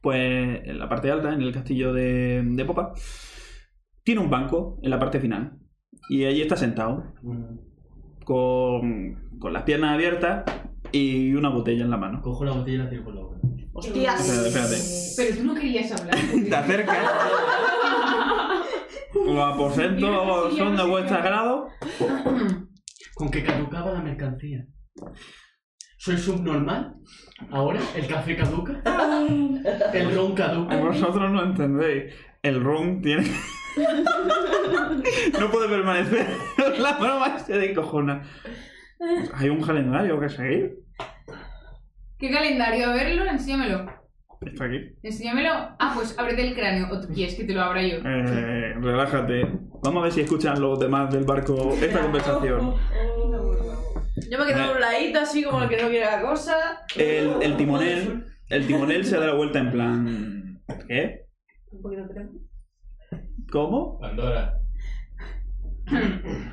Speaker 1: Pues en la parte alta, en el castillo de, de Popa, tiene un banco en la parte final. Y allí está sentado,
Speaker 8: Mm,
Speaker 1: con, con las piernas abiertas y una botella en la mano.
Speaker 8: Cojo la botella y la tiro por la boca.
Speaker 1: Espérate,
Speaker 4: Hostias.
Speaker 1: espérate.
Speaker 5: Pero tú no querías hablar.
Speaker 1: Te acercas. Los aposentos son de vuestro agrado.
Speaker 8: Con que caducaba la mercancía. Soy subnormal. Ahora el café caduca. El ron caduca.
Speaker 1: Vosotros no entendéis. El ron tiene. no puede permanecer. la broma se descojona. Hay un calendario que seguir.
Speaker 5: ¿Qué calendario? A verlo, enséñamelo.
Speaker 1: Está aquí.
Speaker 5: Enséñamelo. Ah, pues ábrete el cráneo. ¿O tú quieres que te lo abra yo?
Speaker 1: Eh, relájate. Vamos a ver si escuchan los demás del barco esta conversación.
Speaker 4: Yo me quedé por un ladito así como el que no quiere la cosa.
Speaker 1: El, el timonel, el timonel se da la vuelta en plan. ¿Qué?
Speaker 6: Un poquito crema.
Speaker 1: ¿Cómo?
Speaker 3: Pandora.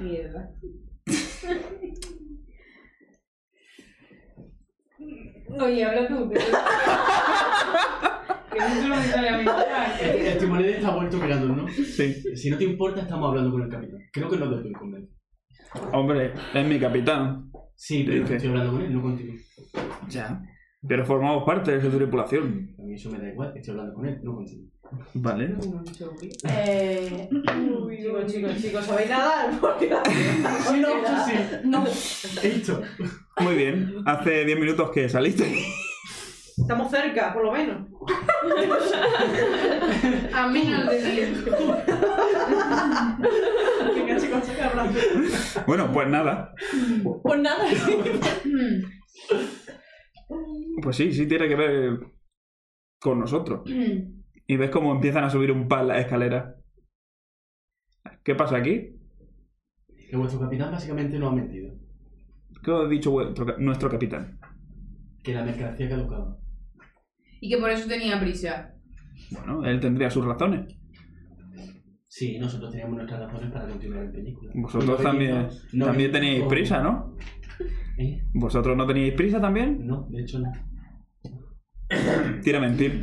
Speaker 4: Mierda.
Speaker 5: Oye, habla tú. Que no solo me sale a mí.
Speaker 8: El, el timonel está vuelto mirando, ¿no?
Speaker 1: Sí.
Speaker 8: Si no te importa, estamos hablando con el capitán. Creo que no te estoy convencido.
Speaker 1: Hombre, es mi capitán.
Speaker 8: Sí, pero
Speaker 1: Dice.
Speaker 8: estoy hablando con él, no contigo.
Speaker 1: Ya. Pero formamos parte de su tripulación.
Speaker 8: A mí eso me da igual, estoy hablando con él, no contigo.
Speaker 1: Vale.
Speaker 4: Eh, chicos, chicos, chicos, ¿sabéis nadar? Porque la...
Speaker 8: Sí, no,
Speaker 2: Ah,
Speaker 8: eso sí. No. He dicho.
Speaker 1: Muy bien. Hace 10 minutos que saliste.
Speaker 4: estamos
Speaker 2: Pues
Speaker 4: cerca, por lo menos.
Speaker 5: A menos de 10.
Speaker 2: Venga, chicos, chicas, hablando.
Speaker 1: Bueno, pues nada.
Speaker 2: Pues nada.
Speaker 1: Pues sí, sí tiene que ver con nosotros. Y ves cómo empiezan a subir un par las escaleras. ¿Qué pasa aquí?
Speaker 8: Que vuestro capitán básicamente no ha mentido.
Speaker 1: ¿Qué os ha dicho vuestro ca- nuestro capitán?
Speaker 8: Que la mercancía caducaba.
Speaker 5: Y que por eso tenía prisa.
Speaker 1: Bueno, él tendría sus razones.
Speaker 8: Sí, nosotros teníamos nuestras razones para continuar el película.
Speaker 1: Vosotros
Speaker 8: No
Speaker 1: también,
Speaker 8: venimos- no
Speaker 1: también
Speaker 8: venimos
Speaker 1: teníais
Speaker 8: con-
Speaker 1: prisa, ¿no?
Speaker 8: ¿Eh?
Speaker 1: ¿Vosotros no teníais prisa también?
Speaker 8: No, de hecho no.
Speaker 1: Tira mentir.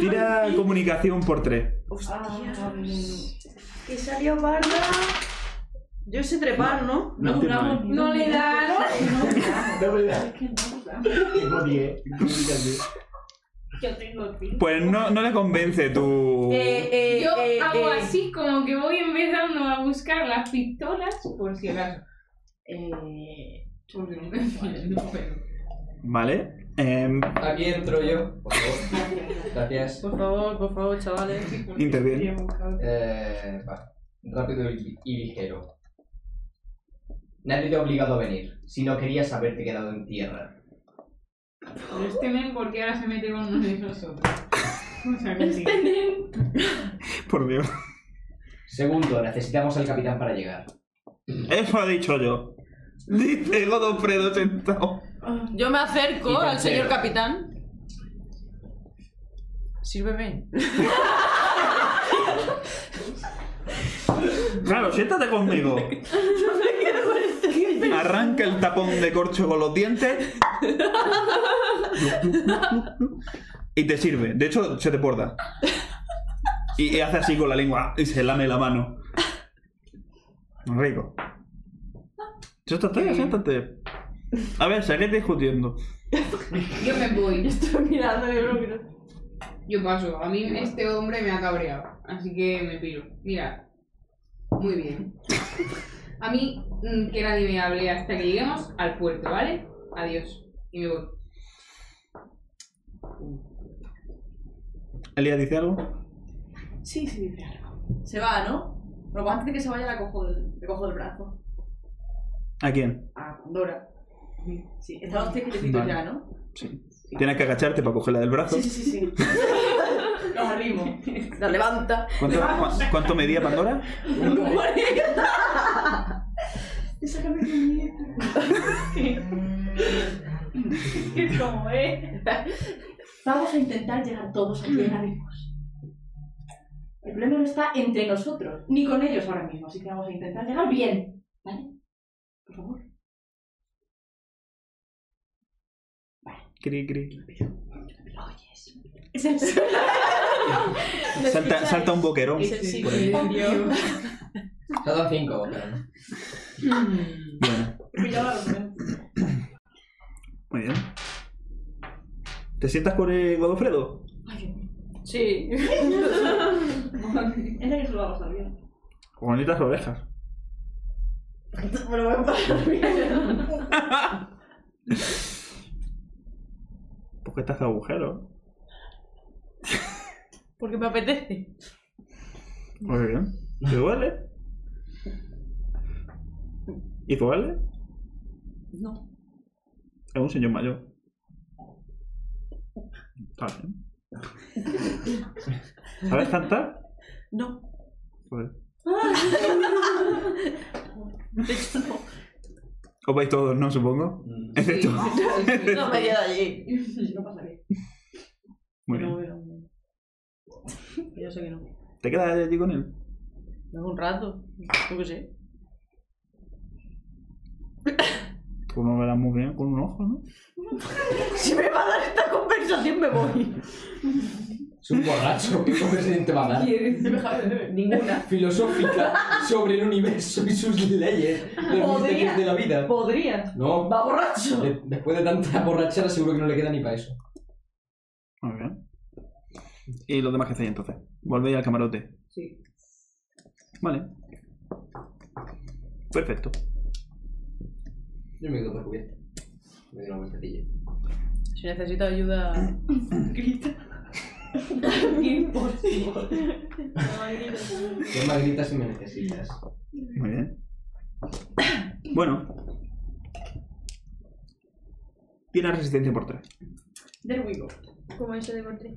Speaker 1: Tira comunicación por tres.
Speaker 4: Que salió parda. Yo sé trepar, ¿no?
Speaker 8: No,
Speaker 1: Estimado.
Speaker 5: No le das.
Speaker 8: La verdad. Tengo 10.
Speaker 6: Yo tengo el pin.
Speaker 1: Pues no, no le convence tu...
Speaker 4: Eh, eh,
Speaker 5: Yo
Speaker 4: eh,
Speaker 5: hago
Speaker 4: eh.
Speaker 5: así como que voy empezando a buscar las pistolas por si acaso.
Speaker 4: Eh,
Speaker 5: Porque no me fío, no, pero-
Speaker 1: Vale. Em,
Speaker 3: Aquí entro yo. Por favor. Gracias.
Speaker 4: por favor, por favor, chavales.
Speaker 1: interviene.
Speaker 3: Eh, va. Rápido y, y ligero. Nadie te ha obligado a venir. Si no querías haberte quedado en tierra.
Speaker 5: Pero este men, ¿por qué ahora se mete con uno de nosotros? O sea, que sí.
Speaker 1: Por Dios.
Speaker 3: Segundo, necesitamos al capitán para llegar.
Speaker 1: Eso ha dicho yo. Dice Godofredo sentado.
Speaker 4: Yo me
Speaker 3: Y
Speaker 4: acerco al
Speaker 3: tercero.
Speaker 4: señor capitán. Sírveme.
Speaker 1: Claro, siéntate conmigo. Arranca el tapón de corcho con los dientes. Y te sirve. De hecho, se te porta. Y y hace así con la lengua y se lame la mano. Rico. Siéntate, siéntate. A ver, seguid discutiendo.
Speaker 5: Yo me voy.
Speaker 7: Estoy mirando el libro.
Speaker 5: Yo paso. A mí este hombre me ha cabreado. Así que me piro. Mira. Muy bien. A mí mm, que nadie me hable hasta que lleguemos al puerto, ¿vale? Adiós. Y me voy.
Speaker 1: Elías dice algo.
Speaker 2: Sí, sí, dice algo. Se va, ¿no? Pero pues antes de que se vaya la cojo del, le cojo del brazo.
Speaker 1: ¿A quién?
Speaker 2: A Pandora. Sí, están los tres quietecitos
Speaker 1: Vale.
Speaker 2: ya, ¿no?
Speaker 1: Sí. Tienes que agacharte para cogerla del brazo.
Speaker 2: Sí, sí, sí, sí. Los arrimo.
Speaker 4: La levanta.
Speaker 1: ¿Cuánto, cua- cuánto medía Pandora?
Speaker 2: Sácame tu mierda.
Speaker 9: ¿Cómo es?
Speaker 2: Vamos a intentar llegar todos aquí a la vez. El problema no está entre nosotros, ni con ellos ahora mismo, así que vamos a intentar llegar bien. ¿Vale? Por favor.
Speaker 1: Cri, cri.
Speaker 2: ¿Lo oyes? Es el
Speaker 1: Salta, salta un boquerón.
Speaker 5: Es el
Speaker 2: silencio.
Speaker 3: Todo cinco, pero
Speaker 1: Bueno, muy bien. ¿Te sientas con eh, Godofredo?
Speaker 4: Sí.
Speaker 2: Es la que se lo va a pasar bien.
Speaker 1: Con bonitas orejas.
Speaker 2: Me lo voy a pasar bien.
Speaker 1: Porque estás de agujero.
Speaker 4: Porque me apetece.
Speaker 1: Muy bien. ¿Te duele? ¿Y duele?
Speaker 4: No.
Speaker 1: Es un señor mayor. Está bien. ¿Sabes cantar? Pues,
Speaker 4: No.
Speaker 1: Joder.
Speaker 4: De hecho, no.
Speaker 1: Os vais todos, ¿no? Supongo. Excepto.
Speaker 4: No me quedo allí.
Speaker 2: No pasa bien.
Speaker 1: Muy
Speaker 4: No,
Speaker 1: bien.
Speaker 4: pero... Yo sé que no.
Speaker 1: ¿Te quedas allí con él?
Speaker 4: No es un rato. Yo qué sé.
Speaker 1: Tú no verás muy bien con un ojo, ¿no?
Speaker 4: Si me va a dar esta conversación, me voy.
Speaker 3: Es un borracho. ¿Qué conversación te va a dar?
Speaker 4: Ninguna.
Speaker 3: Filosófica sobre el universo y sus leyes. Los
Speaker 4: Podría.
Speaker 3: misterios de la vida.
Speaker 4: Podría.
Speaker 3: No,
Speaker 4: Va borracho.
Speaker 3: de- después de tanta borrachera seguro que no le queda ni para eso.
Speaker 1: Muy bien. ¿Y los demás que hacéis entonces? Volvéis al camarote.
Speaker 4: Sí.
Speaker 1: Vale. Perfecto.
Speaker 3: Yo me quedo por cubierta. Me doy una vueltecilla.
Speaker 4: Si necesito ayuda.
Speaker 3: Qué más gritas si me necesitas.
Speaker 1: Muy bien. Bueno. Tiene resistencia por 3.
Speaker 2: There we go.
Speaker 6: Como eso de por tres.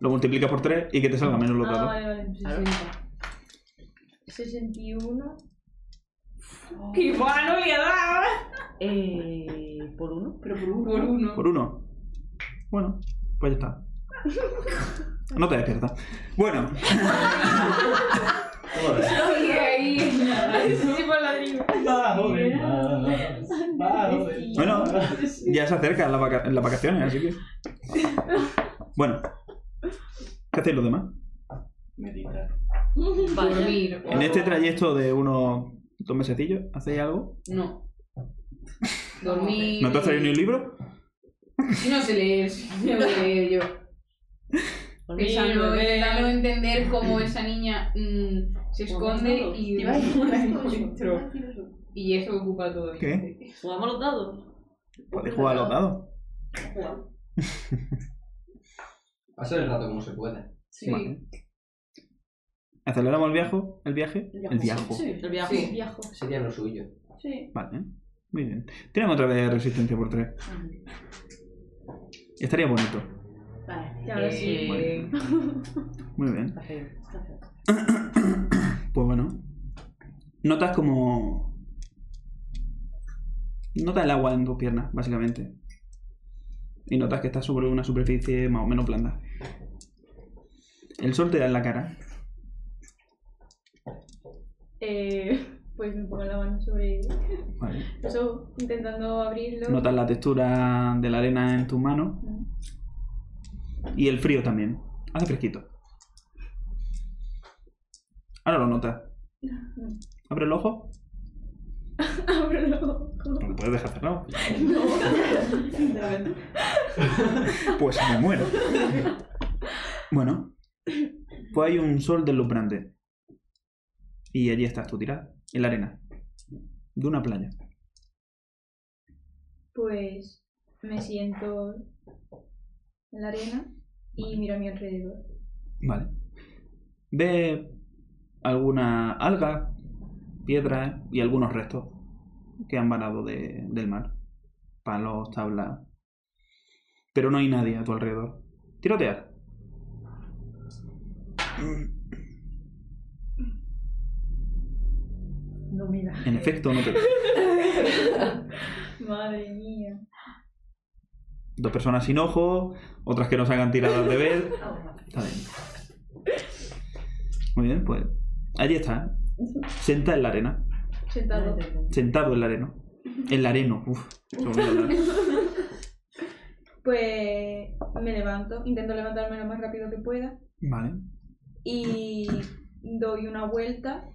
Speaker 1: Lo multiplica por 3 y que te salga menos los
Speaker 6: Ah,
Speaker 1: datos.
Speaker 6: vale, vale.
Speaker 4: Claro.
Speaker 6: 61.
Speaker 5: ¡Qué bueno le ha dado!
Speaker 4: Eh, por uno.
Speaker 2: Pero por uno.
Speaker 5: Por uno.
Speaker 1: Por 1. Bueno, pues ya está. No te despiertas. Bueno,
Speaker 5: Sigue ahí. Sí, por la tribu.
Speaker 8: Va, joder, va, joder.
Speaker 1: bueno, ya se acercan las vaca- las vacaciones, así que. Bueno, ¿qué hacéis los demás?
Speaker 8: Meditar.
Speaker 4: Vaya.
Speaker 5: Dormir.
Speaker 1: En este trayecto de unos dos mesecillos, ¿hacéis algo?
Speaker 5: No. Dormir.
Speaker 1: ¿No te has traído ni un libro?
Speaker 5: No sé leer. No sé leer yo. Pensando, intentando entender cómo esa niña mm, se esconde y,
Speaker 2: Te iba a decir una cosa.
Speaker 5: Entró. y eso ocupa todo.
Speaker 1: ¿Qué?
Speaker 4: ¿Jugamos los dados?
Speaker 1: Podéis jugar Pues a los dados.
Speaker 3: Pasar el rato como se pueda.
Speaker 5: Sí.
Speaker 1: Vale. ¿Aceleramos el viaje? ¿El viaje? El viaje.
Speaker 4: El viaje.
Speaker 5: Sí.
Speaker 3: Sería lo suyo.
Speaker 2: Sí.
Speaker 1: Vale, muy bien. Tírame otra vez resistencia por 3. Estaría bonito.
Speaker 9: Vale.
Speaker 6: Ya lo
Speaker 9: eh,
Speaker 1: Muy bien.
Speaker 9: Está feo, está feo.
Speaker 1: Pues bueno. Notas como... Notas el agua en tus piernas, básicamente. Y notas que estás sobre una superficie más o menos blanda. El sol te da en la cara.
Speaker 6: Eh, pues me pongo la mano sobre
Speaker 1: Vale.
Speaker 6: eso, intentando abrirlo.
Speaker 1: Notas la textura de la arena en tus manos. Y el frío también. Hace fresquito. Ahora lo notas. Abre el ojo.
Speaker 6: Abro los ojos.
Speaker 1: No lo puedes dejar cerrado.
Speaker 7: Sinceramente.
Speaker 1: Pues me muero. Bueno. Pues hay un sol deslumbrante. Y allí estás tú tirada. En la arena. De una playa.
Speaker 6: Pues me siento en la arena y miro a mi alrededor.
Speaker 1: Vale. Ve alguna alga, piedras y algunos restos que han varado de- del mar. Palos, tablas. Pero no hay nadie a tu alrededor. Tirotear.
Speaker 6: No mira.
Speaker 1: En efecto, no te.
Speaker 6: Madre mía.
Speaker 1: Dos personas sin ojos, otras que no se hagan tiradas de ver.
Speaker 2: Ah,
Speaker 1: Está bien. Muy bien, pues. Allí está. Senta en la arena.
Speaker 6: Sentado.
Speaker 1: Sentado en la arena. En la arena. Uf. se me olvidó hablar.
Speaker 6: Pues me levanto, intento levantarme lo más rápido que pueda
Speaker 1: Vale.
Speaker 6: y doy una vuelta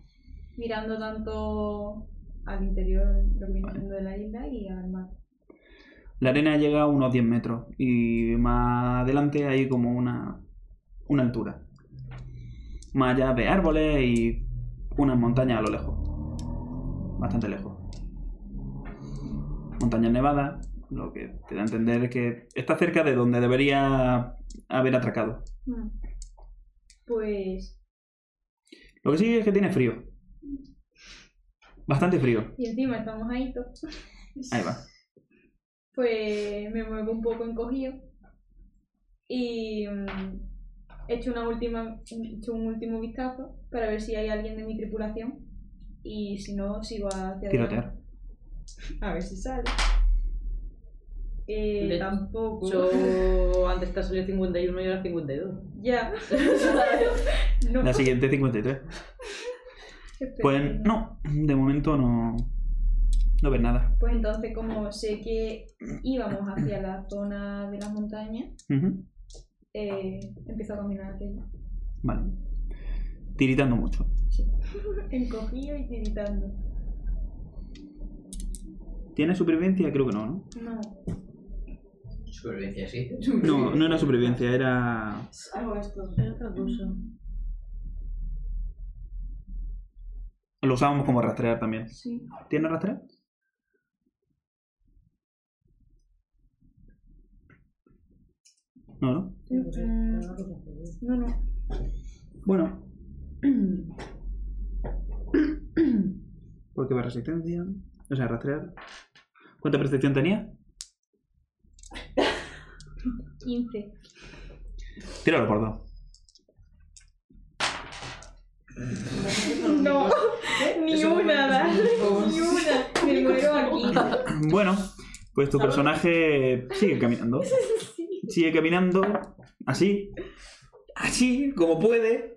Speaker 6: mirando tanto al interior, lo que viene siendo de la isla y al mar.
Speaker 1: La arena llega a unos 10 metros y más adelante hay como una, una altura. Más allá de árboles y unas montañas a lo lejos. Bastante lejos. Montañas nevadas, lo que te da a entender es que está cerca de donde debería haber atracado.
Speaker 6: Mm. Pues,
Speaker 1: Lo que sí es que tiene frío. Bastante frío.
Speaker 6: y encima estamos ahí todos.
Speaker 1: Ahí va.
Speaker 6: Pues me muevo un poco encogido y mm, echo, una última, echo un último vistazo para ver si hay alguien de mi tripulación y si no, sigo hacia adelante.
Speaker 1: Tirotear.
Speaker 6: A ver si sale. Eh,
Speaker 4: De-
Speaker 6: tampoco.
Speaker 4: Yo antes te salió 51 y ahora 52.
Speaker 6: Ya. no.
Speaker 1: La siguiente 53.
Speaker 6: espera,
Speaker 1: Pues no, de momento no, no ves nada.
Speaker 6: Pues entonces, como sé que íbamos hacia la zona de las montañas,
Speaker 1: Ujú.
Speaker 6: eh, empiezo a caminar hacia allá.
Speaker 1: Vale. Tiritando mucho.
Speaker 6: Encogido y tiritando.
Speaker 1: ¿Tiene supervivencia? Creo que no, ¿no?
Speaker 6: No.
Speaker 3: Supervivencia existe.
Speaker 1: No, no era supervivencia, era.
Speaker 9: Algo de esto.
Speaker 7: Es otra cosa.
Speaker 1: Lo usábamos como rastrear también.
Speaker 6: Sí.
Speaker 1: ¿Tiene rastrear? No, no.
Speaker 6: Mm, No, no.
Speaker 1: Bueno. Porque va resistencia. O sea, rastrear. ¿Cuánta percepción tenía?
Speaker 6: 15.
Speaker 1: Tíralo por dos.
Speaker 6: No. Ni una, dale. Ni una. Me muero aquí.
Speaker 1: Bueno, pues tu personaje sigue caminando. Sigue caminando así, así como puede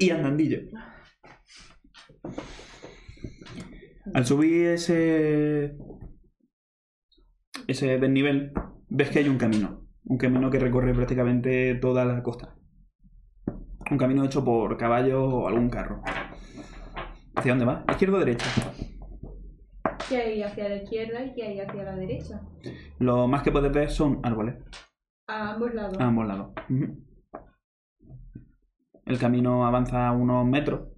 Speaker 1: y andandillo. Al subir ese ese desnivel, ves que hay un camino, un camino que recorre prácticamente toda la costa. Un camino hecho por caballo o algún carro. ¿Hacia dónde va? ¿Izquierda o derecha?
Speaker 6: ¿Qué hay hacia la izquierda y qué hay hacia la derecha?
Speaker 1: Lo más que puedes ver son árboles.
Speaker 6: A ambos lados.
Speaker 1: A ambos lados. Ujú. El camino avanza unos metros.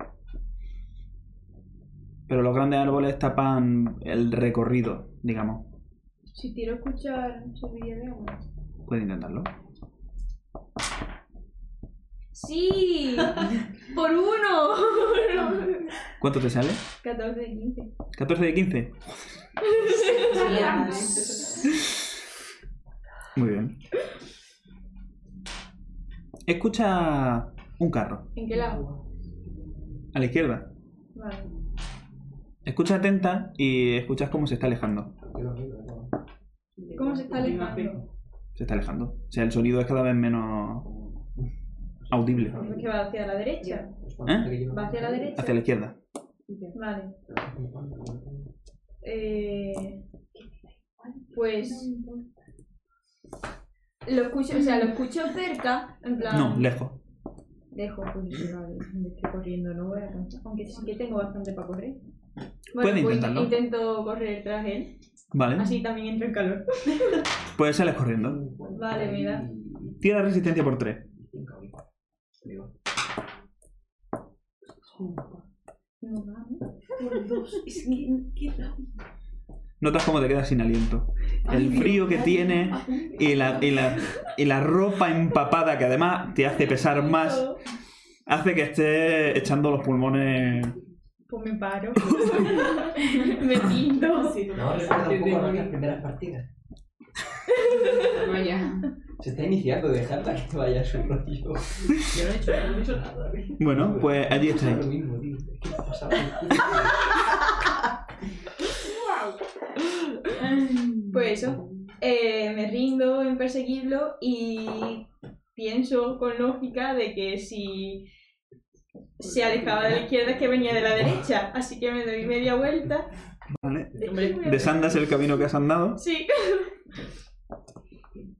Speaker 1: Pero los grandes árboles tapan el recorrido, digamos.
Speaker 6: Si quiero escuchar, serviría de agua.
Speaker 1: Puedes intentarlo.
Speaker 6: ¡Sí! ¡Por uno!
Speaker 1: ¿Cuánto te sale?
Speaker 6: 14 de 15.
Speaker 1: ¿14 de 15? Muy bien. Escucha un carro
Speaker 6: ¿En qué lado?
Speaker 1: a la izquierda.
Speaker 6: Vale.
Speaker 1: Escucha atenta y escuchas cómo se está alejando.
Speaker 6: ¿Cómo se está alejando?
Speaker 1: Se está alejando. O sea, el sonido es cada vez menos audible.
Speaker 6: Pues que va hacia la derecha.
Speaker 3: Pues
Speaker 1: ¿Eh?
Speaker 6: Va hacia la derecha.
Speaker 1: Hacia la izquierda.
Speaker 6: Vale. Eh, pues. Lo escucho, o sea, lo escucho cerca, en plan.
Speaker 1: No, lejos.
Speaker 6: Dejo, pues vale, me estoy corriendo, no voy a alcanzar. Aunque sí que tengo bastante para correr.
Speaker 1: Puede
Speaker 6: pues
Speaker 1: intentarlo.
Speaker 6: intento correr tras él.
Speaker 1: Vale.
Speaker 6: Así también entro en calor.
Speaker 1: Pues sales corriendo.
Speaker 6: Vale, me da.
Speaker 1: Tira resistencia por 3.
Speaker 6: No, da, ¿no? Por dos. Es que. ¿qué tal?
Speaker 1: Notas cómo te quedas sin aliento. El frío que tiene y la, y la- y la ropa empapada que además te hace pesar más hace que estés echando los pulmones.
Speaker 6: Pues me paro. me pinto.
Speaker 3: No, recuerda un poco las primeras partidas.
Speaker 5: Vaya.
Speaker 3: Se está iniciando, dejadla que vaya a su rollo.
Speaker 9: Yo no he hecho, no he hecho nada. ¿eh?
Speaker 1: Bueno, pues allí
Speaker 3: Es lo
Speaker 1: estáis.
Speaker 3: mismo, tío. ¿Qué ha pasado?
Speaker 6: Pues eso. Eh, me rindo en perseguirlo y pienso con lógica de que si se alejaba de la izquierda es que venía de la derecha. Así que me doy media vuelta.
Speaker 1: ¿vale? Desandas el camino que has andado.
Speaker 6: Sí.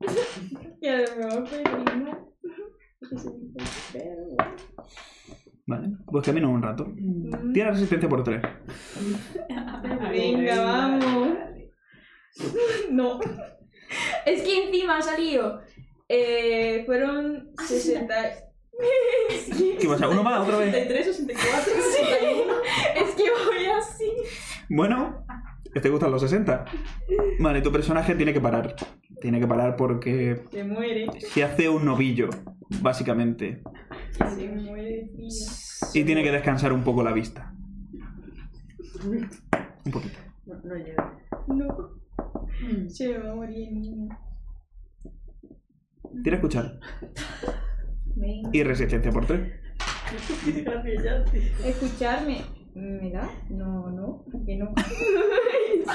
Speaker 6: y a lo mejor me rindo.
Speaker 1: Vale. Pues camino un rato. Tira resistencia por 3.
Speaker 6: Venga, vamos. No. Es que encima ha salido. Eh, fueron 60.
Speaker 1: ¿Qué pasa? ¿Uno más otra vez?
Speaker 9: 63, 64,
Speaker 6: Sí. Es que voy así.
Speaker 1: Bueno, te gustan los 60. Vale, tu personaje tiene que parar. Tiene que parar porque
Speaker 6: Se muere.
Speaker 1: se hace un novillo, básicamente.
Speaker 6: Se muere, tío.
Speaker 1: Y tiene que descansar un poco la vista. Un poquito.
Speaker 9: No, no llega.
Speaker 6: No. Se me va a morir el niño.
Speaker 1: Tira a escuchar.
Speaker 6: Venga.
Speaker 1: Y resistencia por 3.
Speaker 9: Gracias, ya, tío.
Speaker 6: Escucharme. ¿Me da? No, no. Que no. Es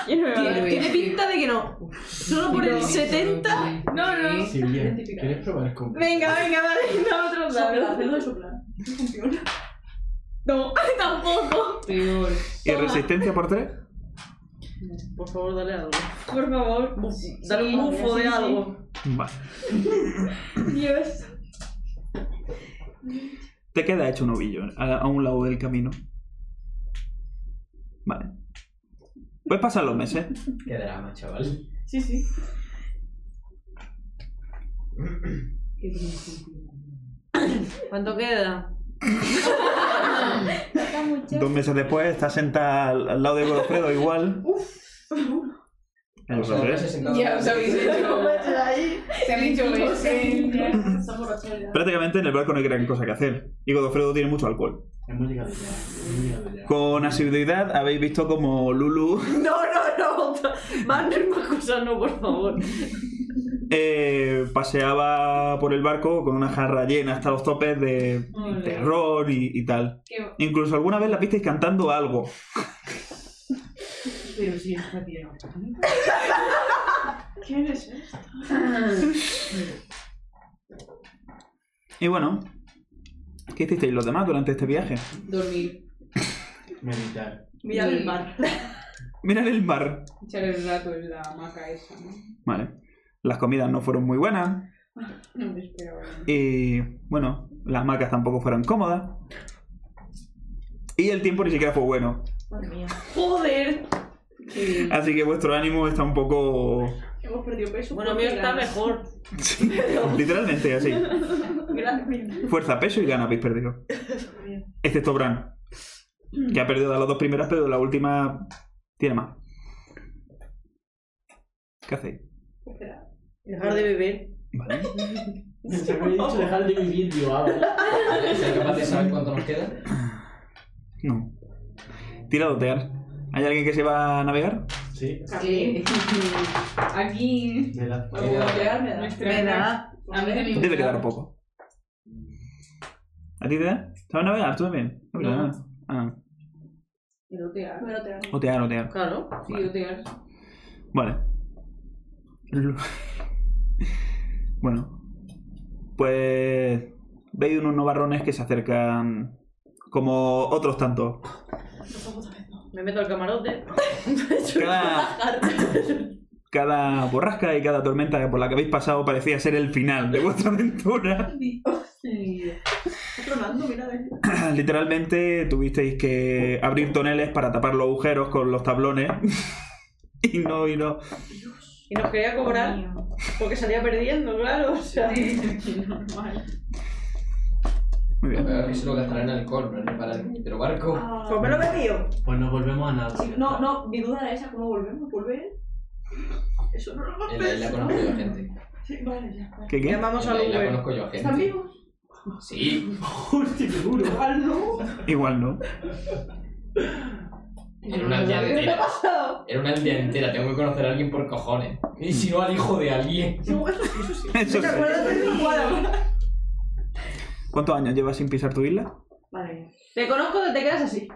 Speaker 6: que no me va a dar.
Speaker 4: Tiene pinta de que no. Solo por el 70.
Speaker 6: No, no.
Speaker 8: Si bien, ¿quieres probar con
Speaker 6: Venga, venga, vale. Da otro
Speaker 9: Sopla,
Speaker 6: dado.
Speaker 9: hacedlo de soplar. No funciona.
Speaker 6: No, tampoco.
Speaker 5: Peor.
Speaker 1: Y resistencia por 3.
Speaker 4: Por favor, dale algo.
Speaker 6: Por favor.
Speaker 4: Dale un bufo de
Speaker 6: sí, sí.
Speaker 4: algo.
Speaker 1: Vale.
Speaker 6: Dios.
Speaker 1: Te queda hecho un ovillo a, a un lado del camino. Vale. Pues pasan los meses.
Speaker 3: Qué drama, chaval.
Speaker 9: Sí, sí.
Speaker 4: ¿Cuánto queda?
Speaker 6: Toca mucho.
Speaker 1: Dos meses después estás sentada al, al lado de Godofredo igual. El
Speaker 3: O sea,
Speaker 1: Godofredo.
Speaker 3: se sentaba-
Speaker 5: Ya os habéis hecho.
Speaker 9: ahí.
Speaker 5: Se han hecho veces.
Speaker 9: Son borrachos ya.
Speaker 1: Prácticamente en el barco no hay gran cosa que hacer. Y Godofredo tiene mucho alcohol.
Speaker 8: Hemos llegado ya. Hemos llegado ya.
Speaker 1: Con asiduidad habéis visto como Lulu
Speaker 4: No, no, no. Más, más cosas no, por favor.
Speaker 1: eh, paseaba por el barco con una jarra llena hasta los topes de
Speaker 5: Ole.
Speaker 1: terror y, y tal.
Speaker 5: Qué-
Speaker 1: Incluso alguna vez la visteis cantando algo.
Speaker 5: Pero si esta tía no canta.
Speaker 9: ¿Quién es ese?
Speaker 1: Y bueno, ¿qué hicisteis los demás durante este viaje?
Speaker 5: Dormir.
Speaker 8: Meditar.
Speaker 4: Mira el mar.
Speaker 1: Mirar el mar.
Speaker 5: Echar el rato en la hamaca esa, ¿no?
Speaker 1: Vale. Las comidas no fueron muy buenas.
Speaker 5: No me esperaba. nada.
Speaker 1: Y bueno, las macas tampoco fueron cómodas. Y el tiempo ni siquiera fue bueno.
Speaker 9: Madre mía.
Speaker 4: Joder.
Speaker 5: Qué bien.
Speaker 1: Así que vuestro ánimo está un poco.
Speaker 9: Hemos perdido peso.
Speaker 4: Bueno,
Speaker 9: por
Speaker 4: mío está
Speaker 9: ganas.
Speaker 4: mejor.
Speaker 1: Literalmente así.
Speaker 9: Gracias.
Speaker 1: Fuerza, peso y ganas habéis perdido. Excepto Bran. Que ha perdido de las dos primeras, pero de la última tiene más. ¿Qué hacéis?
Speaker 9: Espera.
Speaker 4: Dejar de beber.
Speaker 1: Vale.
Speaker 8: Se me había dicho dejar de vivir, digo, ah, vale.
Speaker 3: ¿Vale? ¿Soy capaz de saber cuánto nos queda?
Speaker 1: No. Tira a dotear. ¿Hay alguien que se va a navegar?
Speaker 8: Sí,
Speaker 5: Aquí. Aquí.
Speaker 8: de la.
Speaker 2: Me voy a golpear, me da.
Speaker 5: Nuestra A mí también me
Speaker 1: Debe
Speaker 5: da.
Speaker 1: quedar poco. ¿A ti te da? ¿Sabes navegar? ¿Tú también? No, pero nada. Ah,
Speaker 5: Tirotear.
Speaker 2: Número tres.
Speaker 1: otear, otear.
Speaker 4: Claro.
Speaker 5: Tirotear.
Speaker 1: Vale. Lo- bueno. Pues veis unos novarrones que se acercan como otros tantos.
Speaker 4: Me meto al camarote.
Speaker 1: Cada, cada borrasca y cada tormenta por la que habéis pasado parecía ser el final de vuestra aventura.
Speaker 2: Tronando, mira, ven.
Speaker 1: Literalmente tuvisteis que abrir toneles para tapar los agujeros con los tablones. y no, y no.
Speaker 4: Y nos quería cobrar porque salía perdiendo, claro. O sea.
Speaker 5: Normal.
Speaker 1: Muy bien.
Speaker 3: Pero eso lo gastarán en alcohol, pero no para el microbarco.
Speaker 4: Pues me lo he metido.
Speaker 8: Pues nos volvemos a nada.
Speaker 2: Sí, No, no, mi duda era esa, ¿cómo volvemos? ¿Volver? Eso no lo hemos
Speaker 3: En la isla
Speaker 2: pensado.
Speaker 3: conozco yo a gente.
Speaker 2: Sí, vale, ya. vale.
Speaker 1: ¿Qué, qué?
Speaker 4: Llamamos
Speaker 3: En
Speaker 4: al
Speaker 3: la isla
Speaker 4: Uber.
Speaker 3: conozco yo a
Speaker 2: ¿Están
Speaker 3: gente.
Speaker 2: vivos?
Speaker 3: Sí,
Speaker 8: Hostia, seguro.
Speaker 2: Igual no.
Speaker 1: Igual no.
Speaker 3: en una aldea entera. En una aldea entera, tengo que conocer a alguien por cojones. Y si no, al hijo de alguien.
Speaker 2: No, eso sí, eso sí.
Speaker 1: Eso sí. ¿Cuántos años llevas sin pisar tu isla?
Speaker 2: Vale.
Speaker 4: Te conozco desde que eras así.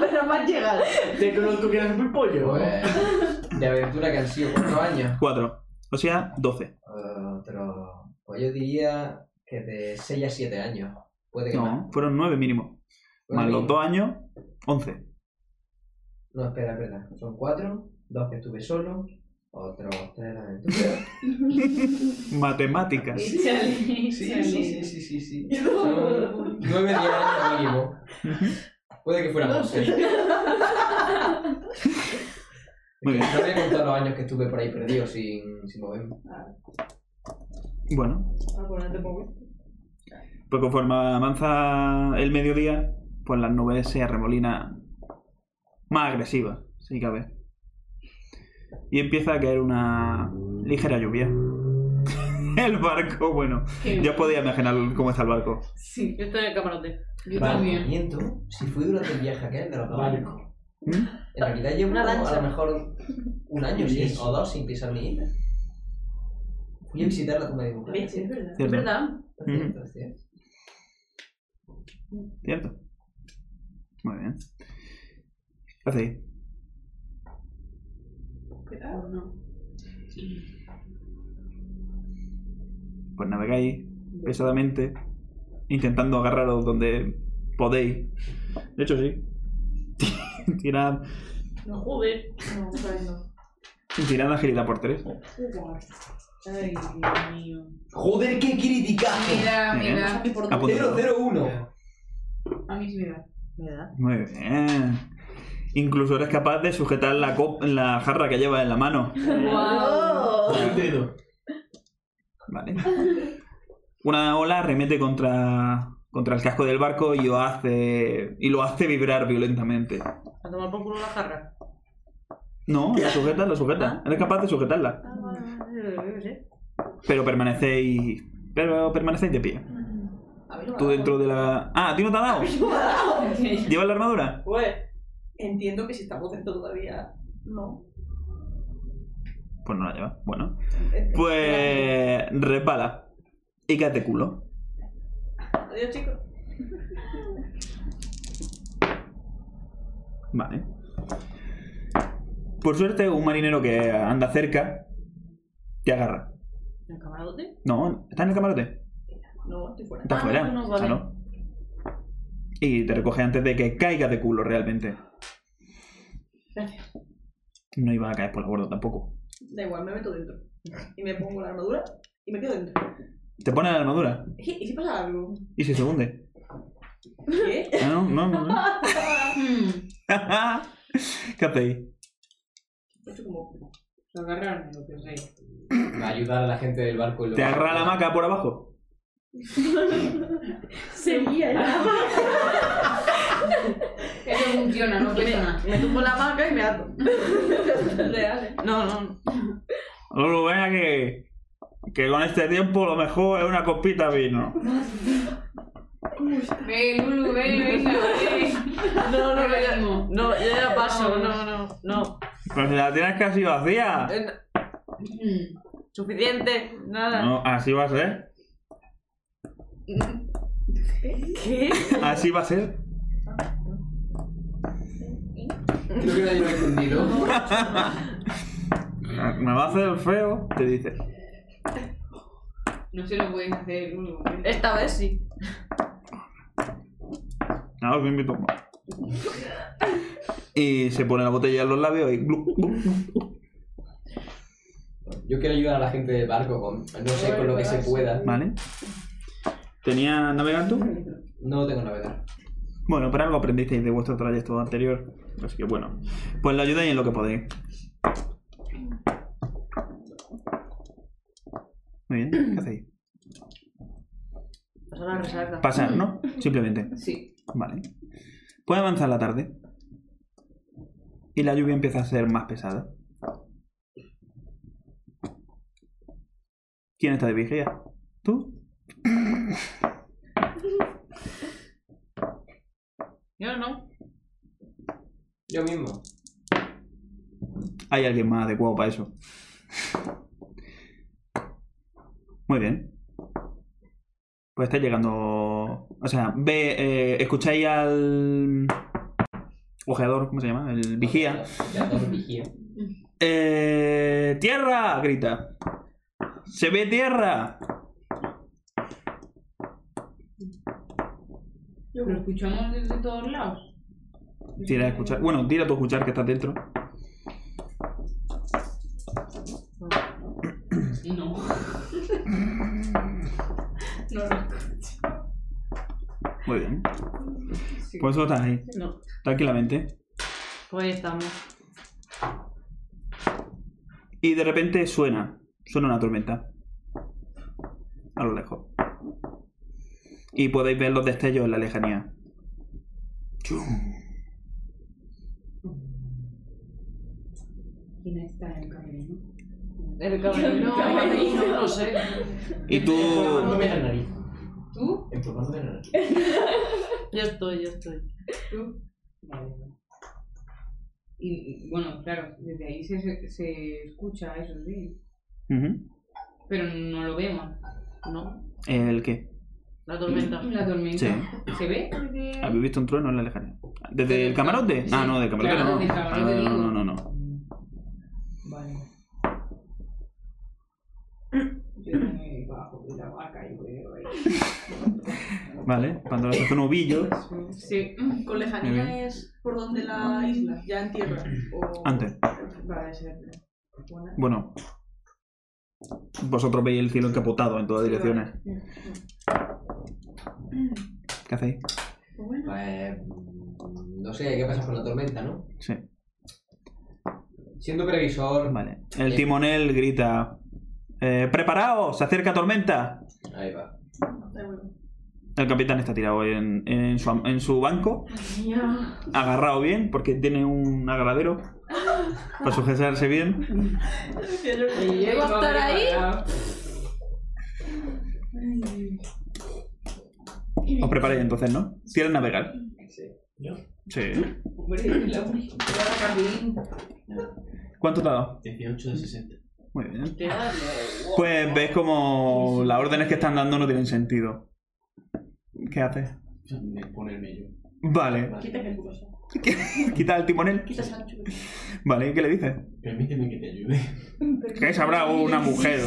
Speaker 4: Pero más llegado.
Speaker 8: Te conozco que eres muy pollo.
Speaker 3: Pues, de aventura que han sido cuatro años.
Speaker 1: Cuatro. O sea, doce.
Speaker 3: Otro. Pues yo diría que de 6 a 7 años. Puede que más.
Speaker 1: No, fueron nueve mínimo.
Speaker 3: Bueno,
Speaker 1: Más
Speaker 3: y-
Speaker 1: los dos años, once.
Speaker 3: No, espera, espera. Son 4, 2 que estuve solo, otros 3 de aventura.
Speaker 1: Matemáticas.
Speaker 5: Chale, chale.
Speaker 3: sí, sí, sí. Son 9 10 años mínimo. Puede que ¿eh? fuéramos 6.
Speaker 1: Muy bien.
Speaker 3: No me he contado los años que estuve por ahí perdido sin, sin moverme.
Speaker 1: Bueno,
Speaker 2: Acuérdate poco.
Speaker 1: pues conforme avanza el mediodía, pues las nubes se arremolinan más agresivas, si cabe. Y empieza a caer una ligera lluvia. El barco, bueno,
Speaker 5: Qué-
Speaker 1: ya os podía imaginar cómo está el barco.
Speaker 5: Sí,
Speaker 4: Yo estoy en el camarote.
Speaker 5: yo
Speaker 3: Vale,
Speaker 5: también.
Speaker 3: miento. Si fue durante el viaje aquel de los dos años.
Speaker 8: Barco.
Speaker 1: ¿Mm?
Speaker 3: En realidad llevo
Speaker 4: Una lancha.
Speaker 3: a lo mejor un año
Speaker 8: Sí,
Speaker 3: sin-
Speaker 8: eso.
Speaker 3: o dos sin pisar mi isla. Fui a visitar la tumba de mi mujer.
Speaker 2: Sí, es verdad.
Speaker 4: Es
Speaker 1: ¿Cierto?
Speaker 4: verdad.
Speaker 3: Cierto, cierto.
Speaker 1: ¿Cierto? Muy bien. ¿Qué hacéis?
Speaker 5: Oh, no.
Speaker 1: pues navegáis pesadamente, intentando agarraros donde podéis. De hecho, sí. tirad,
Speaker 4: No joder.
Speaker 2: No, sabes, no.
Speaker 1: tirad agilidad por tres.
Speaker 5: Ay, Dios mío.
Speaker 3: Joder, qué criticaje.
Speaker 5: Mira,
Speaker 1: Bien.
Speaker 5: mira.
Speaker 1: Apunta.
Speaker 3: 001.
Speaker 5: A mí sí me da.
Speaker 4: Me da.
Speaker 1: Muy bien. Incluso eres capaz de sujetar la, cop- la jarra que llevas en la mano.
Speaker 4: Wow.
Speaker 8: Un dedo.
Speaker 1: Vale. Una ola remete contra, contra el casco del barco y, os hace, y lo hace vibrar violentamente.
Speaker 4: A tomar por culo la jarra.
Speaker 1: No, la sujeta, la sujeta. Eres capaz de sujetarla. Pero permanecéis. Pero permanecéis de pie.
Speaker 2: A mí no me
Speaker 1: Tú
Speaker 2: da
Speaker 1: dentro de la. Ah, ¿a ti no te ha dado? ¿Llevas la armadura?
Speaker 4: Pues,
Speaker 2: Entiendo que si estamos dentro todavía, no.
Speaker 1: Pues no la llevas. Bueno. Pues. Repala. Y quédate culo.
Speaker 2: Adiós, chicos.
Speaker 1: Vale. Por suerte, un marinero que anda cerca te agarra.
Speaker 4: ¿en el camarote?
Speaker 1: No, está en el camarote.
Speaker 2: No, estoy fuera.
Speaker 1: Está
Speaker 4: Ah,
Speaker 1: fuera.
Speaker 4: no, no, vale.
Speaker 1: Claro. Y te recoge antes de que caiga de culo realmente. No iba a caer por la borda tampoco.
Speaker 2: Da igual, me meto dentro. Y me pongo la armadura y me quedo dentro.
Speaker 1: Te pone la armadura
Speaker 2: ¿Y si pasa algo?
Speaker 1: y si se hunde.
Speaker 2: ¿Qué?
Speaker 1: Ah, No, no, no. no.
Speaker 5: Hmm,
Speaker 1: ¿Qué hacéis?
Speaker 2: Esto como...
Speaker 5: Lo agarraron, lo pensáis.
Speaker 3: Va a ayudar a la gente del barco. y lo-
Speaker 1: ¿Te agarra la maca por abajo?
Speaker 4: Seguía ya.
Speaker 5: Eso funciona, no pesa nada.
Speaker 4: Me tumbo en la maca y me ato.
Speaker 2: Real, ¿eh?
Speaker 4: No, no, no.
Speaker 1: No lo vea que. que con este tiempo lo mejor es una copita de vino.
Speaker 5: Ve, Lulu, ve, venga, ve.
Speaker 4: No, no,
Speaker 5: Ahora
Speaker 4: ya-
Speaker 5: mismo.
Speaker 4: no, yo ya paso,
Speaker 5: Vamos.
Speaker 4: no, no, no.
Speaker 1: Pero si Pues la tienes casi vacía.
Speaker 4: Eh,
Speaker 5: Mm.
Speaker 4: Suficiente, nada.
Speaker 1: No, así va a ser.
Speaker 4: ¿Qué?
Speaker 1: Así va a ser.
Speaker 3: Creo que nadie lo ha entendido.
Speaker 1: Me va a hacer el feo, te dice.
Speaker 5: No se lo puedes hacer, Lulu. ve.
Speaker 4: Esta vez sí.
Speaker 1: Ahora os Ah, invito a tomar. Y se pone la botella en los labios y. glup, glup, glup.
Speaker 3: Yo quiero ayudar a la gente del barco con, no sé, con lo que se pueda.
Speaker 1: ¿Vale? ¿Tenía navegante?
Speaker 3: No tengo novedad.
Speaker 1: Bueno, pero algo aprendisteis de vuestro trayecto anterior. Así que bueno. Pues lo ayudáis en lo que podéis. Muy bien, ¿qué hacéis?
Speaker 4: Pasó la resaca.
Speaker 1: Pasar, ¿no? Simplemente.
Speaker 5: Sí.
Speaker 1: Vale. Puede avanzar la tarde. Y la lluvia empieza a ser más pesada. ¿Quién está de vigilia? ¿Tú?
Speaker 4: Yo no.
Speaker 3: Yo mismo.
Speaker 1: Hay alguien más adecuado para eso. Muy bien. Pues estáis llegando. O sea, ve. eh, escucháis al. Ojeador, ¿cómo se llama? El vigía.
Speaker 3: Ya todo vigía.
Speaker 1: Eh, ¡Tierra! grita. ¡Se ve tierra!
Speaker 5: Lo escuchamos desde todos lados.
Speaker 1: Tira a escuchar. Bueno, tira tú a escuchar que estás dentro.
Speaker 5: No.
Speaker 2: No, no.
Speaker 1: Muy bien.
Speaker 5: Sí.
Speaker 1: Pues eso estás ahí.
Speaker 4: No.
Speaker 1: Tranquilamente.
Speaker 4: Pues ahí estamos.
Speaker 1: Y de repente suena. Suena una tormenta. A lo lejos. Y podéis ver los destellos en la lejanía. Chum.
Speaker 5: ¿Quién está en el camerino?
Speaker 4: El camerino,
Speaker 2: El camerino.
Speaker 4: no sé.
Speaker 1: Y tú.
Speaker 3: Entornándome la nariz.
Speaker 5: ¿Tú?
Speaker 3: Entornándome la nariz.
Speaker 4: Yo estoy, yo estoy.
Speaker 5: ¿Tú? Vale. Y bueno, claro, desde ahí se, se, se escucha eso, sí.
Speaker 1: Ujú.
Speaker 5: Pero no lo vemos.
Speaker 4: No,
Speaker 1: ¿El qué?
Speaker 4: la tormenta.
Speaker 5: La tormenta.
Speaker 1: Mm. Sí.
Speaker 5: ¿Se ve? desde-
Speaker 1: ¿Habéis visto un trueno en la lejanía? ¿Desde el camarote?
Speaker 5: Sí.
Speaker 1: Ah, no, del camarote
Speaker 5: Claro,
Speaker 1: no.
Speaker 5: del
Speaker 1: Ah,
Speaker 5: camarote
Speaker 1: no,
Speaker 5: digo.
Speaker 1: no, no, no.
Speaker 9: Vale.
Speaker 5: Yo me bajo de la vaca y voy
Speaker 1: Vale, cuando lo haces un ovillo.
Speaker 5: a Sí.
Speaker 2: Con
Speaker 1: Muy bien.
Speaker 2: lejanía es por donde la isla, ya en tierra. O...
Speaker 1: Antes.
Speaker 2: Vale, ese es el plan. Buena.
Speaker 1: Bueno. Vosotros veis el cielo encapotado en todas
Speaker 2: Sí,
Speaker 1: direcciones. ¿Qué hacéis?
Speaker 2: Bueno.
Speaker 3: Pues, mm, no sé, ¿qué pasa con la tormenta, no?
Speaker 1: Sí.
Speaker 3: Siendo previsor.
Speaker 1: Vale. El timonel grita. Eh, ¡Preparaos! ¡Se acerca tormenta!
Speaker 3: Ahí va.
Speaker 2: Da igual.
Speaker 1: El capitán está tirado en, en su, am- en su banco, agarrado bien, porque tiene un agradero para sujetarse bien.
Speaker 2: Decía yo que-
Speaker 4: llego a estar ahí?
Speaker 1: Os preparáis entonces, ¿no? Quieren navegar.
Speaker 3: Sí.
Speaker 1: Sí.
Speaker 5: Hombre, la
Speaker 1: ¿Cuánto te ha dado?
Speaker 8: 18 de 60.
Speaker 1: Muy bien.
Speaker 4: Te da-
Speaker 1: Pues ves como las órdenes que están dando no tienen sentido. ¿Qué haces?
Speaker 8: Me pone el mello.
Speaker 1: Vale.
Speaker 8: Vale.
Speaker 2: Quita el curso.
Speaker 1: Quita el timonel.
Speaker 2: Quita Sancho.
Speaker 1: Vale, ¿qué le dices?
Speaker 8: Permíteme que te ayude.
Speaker 1: Que sabrá una mujer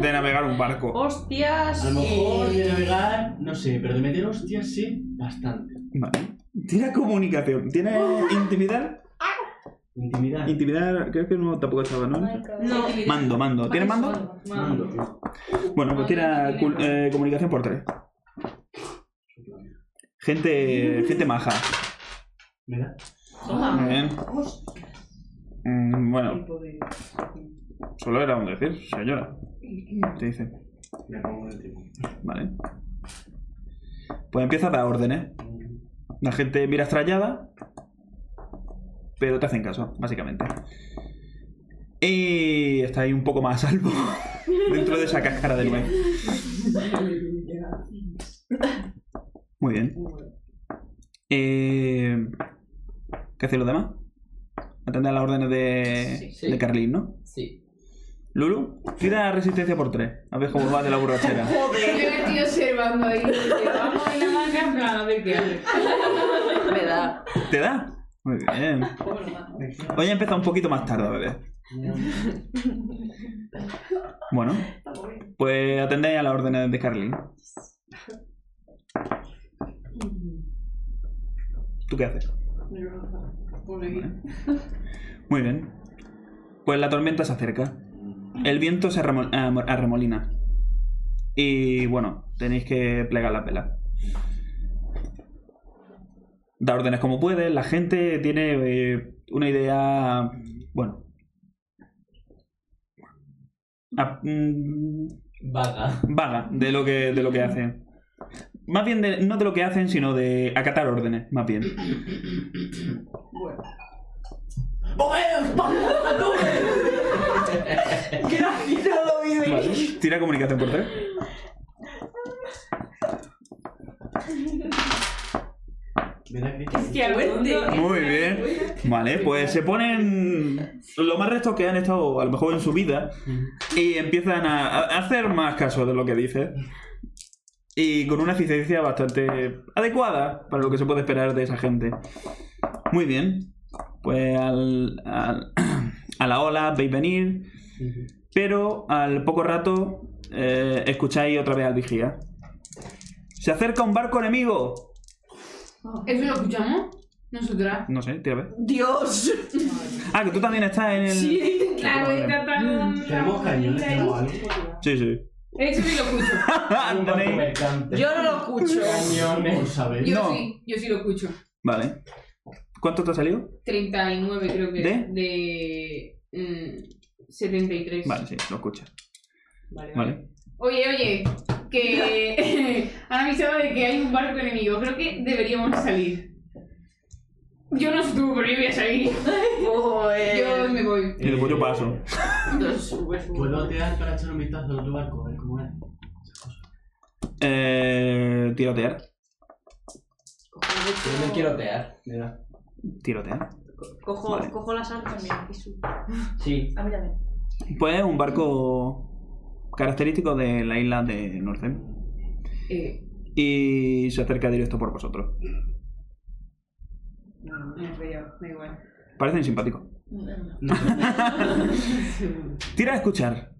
Speaker 1: de navegar un barco.
Speaker 4: ¡Hostias!
Speaker 8: A lo mejor
Speaker 4: y-
Speaker 8: de navegar, no sé, pero de meter hostias sí, bastante.
Speaker 1: Vale. Tiene comunicación. ¿Tiene intimidar?
Speaker 8: Intimidad.
Speaker 1: Intimidar, creo que no tampoco estaba, ¿no?
Speaker 4: No.
Speaker 1: Mando, mando. ¿Tiene mando?
Speaker 8: Mando.
Speaker 1: Bueno, pues
Speaker 5: Ah,
Speaker 1: tira cul- eh, comunicación por tres. Gente, gente maja.
Speaker 8: ¿Verdad?
Speaker 1: Muy
Speaker 4: Toma.
Speaker 1: bien. Mm, bueno, solo era un decir, señora. Te dice.
Speaker 8: Me pongo en el timón.
Speaker 1: Vale. Pues empieza a dar órdenes. La gente mira estrellada, pero te hacen caso, básicamente. Y estáis un poco más a salvo dentro de esa cáscara de nuez. Muy bien. Eh, ¿Qué hacéis los demás? Atender a las órdenes de,
Speaker 3: Sí, sí.
Speaker 1: de Carlin, ¿no?
Speaker 3: Sí.
Speaker 1: Lulu, tira resistencia por 3. A ver cómo va de la borrachera.
Speaker 5: Yo la estoy observando ahí. porque Vamos en la manga en plan, a ver qué hace.
Speaker 7: Me da.
Speaker 1: ¿Te da? Muy bien. Hoy he empezado un poquito más tarde, bebé. Bueno, pues atendéis a las órdenes de Carly. ¿Tú qué haces? Muy bien. Pues la tormenta se acerca. El viento se arremo- arremo- arremolina. Y bueno, tenéis que plegar la vela. Da órdenes como puede. La gente tiene eh, una idea. Bueno. a- mm,
Speaker 3: Vaga.
Speaker 1: vaga de lo que, de lo que hacen. Más bien, de- no de lo que hacen, sino de acatar órdenes, más bien. Vale. Tira comunicación por tres.
Speaker 8: Me da crítica.
Speaker 5: Que al mundo-
Speaker 1: Muy bien. Vale, pues se ponen lo más restos que han estado a lo mejor en su vida y empiezan a, a hacer más caso de lo que dice. Y con una eficiencia bastante adecuada para lo que se puede esperar de esa gente. Muy bien. Pues al- al- a la ola veis venir, pero al poco rato eh, escucháis otra vez al vigía. Se acerca un barco enemigo.
Speaker 5: ¿Eso lo escuchamos? Nosotras.
Speaker 1: No sé, tira a ver.
Speaker 7: ¡Dios!
Speaker 1: Ah, que tú también estás en el...
Speaker 7: Sí.
Speaker 5: Claro, está tan.
Speaker 8: ¿Tenemos cañones? ¿Tenemos algo?
Speaker 1: Sí, sí.
Speaker 5: Eso sí lo escucho.
Speaker 8: Un barco
Speaker 1: Tenéis-
Speaker 8: mercante.
Speaker 7: Yo no lo escucho.
Speaker 8: Por saber.
Speaker 5: Yo
Speaker 1: No.
Speaker 5: sí, yo sí lo escucho.
Speaker 1: Vale. ¿Cuánto te ha salido?
Speaker 5: 39 creo que.
Speaker 1: ¿De?
Speaker 5: De. mm, 73.
Speaker 1: Vale, sí, lo escuchas.
Speaker 9: Vale.
Speaker 1: Vale.
Speaker 5: Oye, oye, que han avisado de que hay un barco enemigo. Creo que deberíamos salir. Yo no sé tú, pero yo voy a salir.
Speaker 4: Eh.
Speaker 5: Yo me voy.
Speaker 1: Y después yo paso.
Speaker 8: ¿Puedo tirar para echar un vistazo a tu barco? A ver cómo es.
Speaker 1: Eh, tirotear.
Speaker 3: Yo no quiero tear.
Speaker 8: Mira.
Speaker 1: Tirotear.
Speaker 7: Cojo,
Speaker 1: Vale.
Speaker 7: cojo las armas mira, y subo.
Speaker 3: Sí.
Speaker 9: Ah, mira, mira.
Speaker 1: Pues un barco característico de la isla de Northern.
Speaker 5: Eh,
Speaker 1: Y se acerca directo por vosotros.
Speaker 5: no, no, no, pero da igual.
Speaker 1: Parecen simpáticos. Tira a escuchar.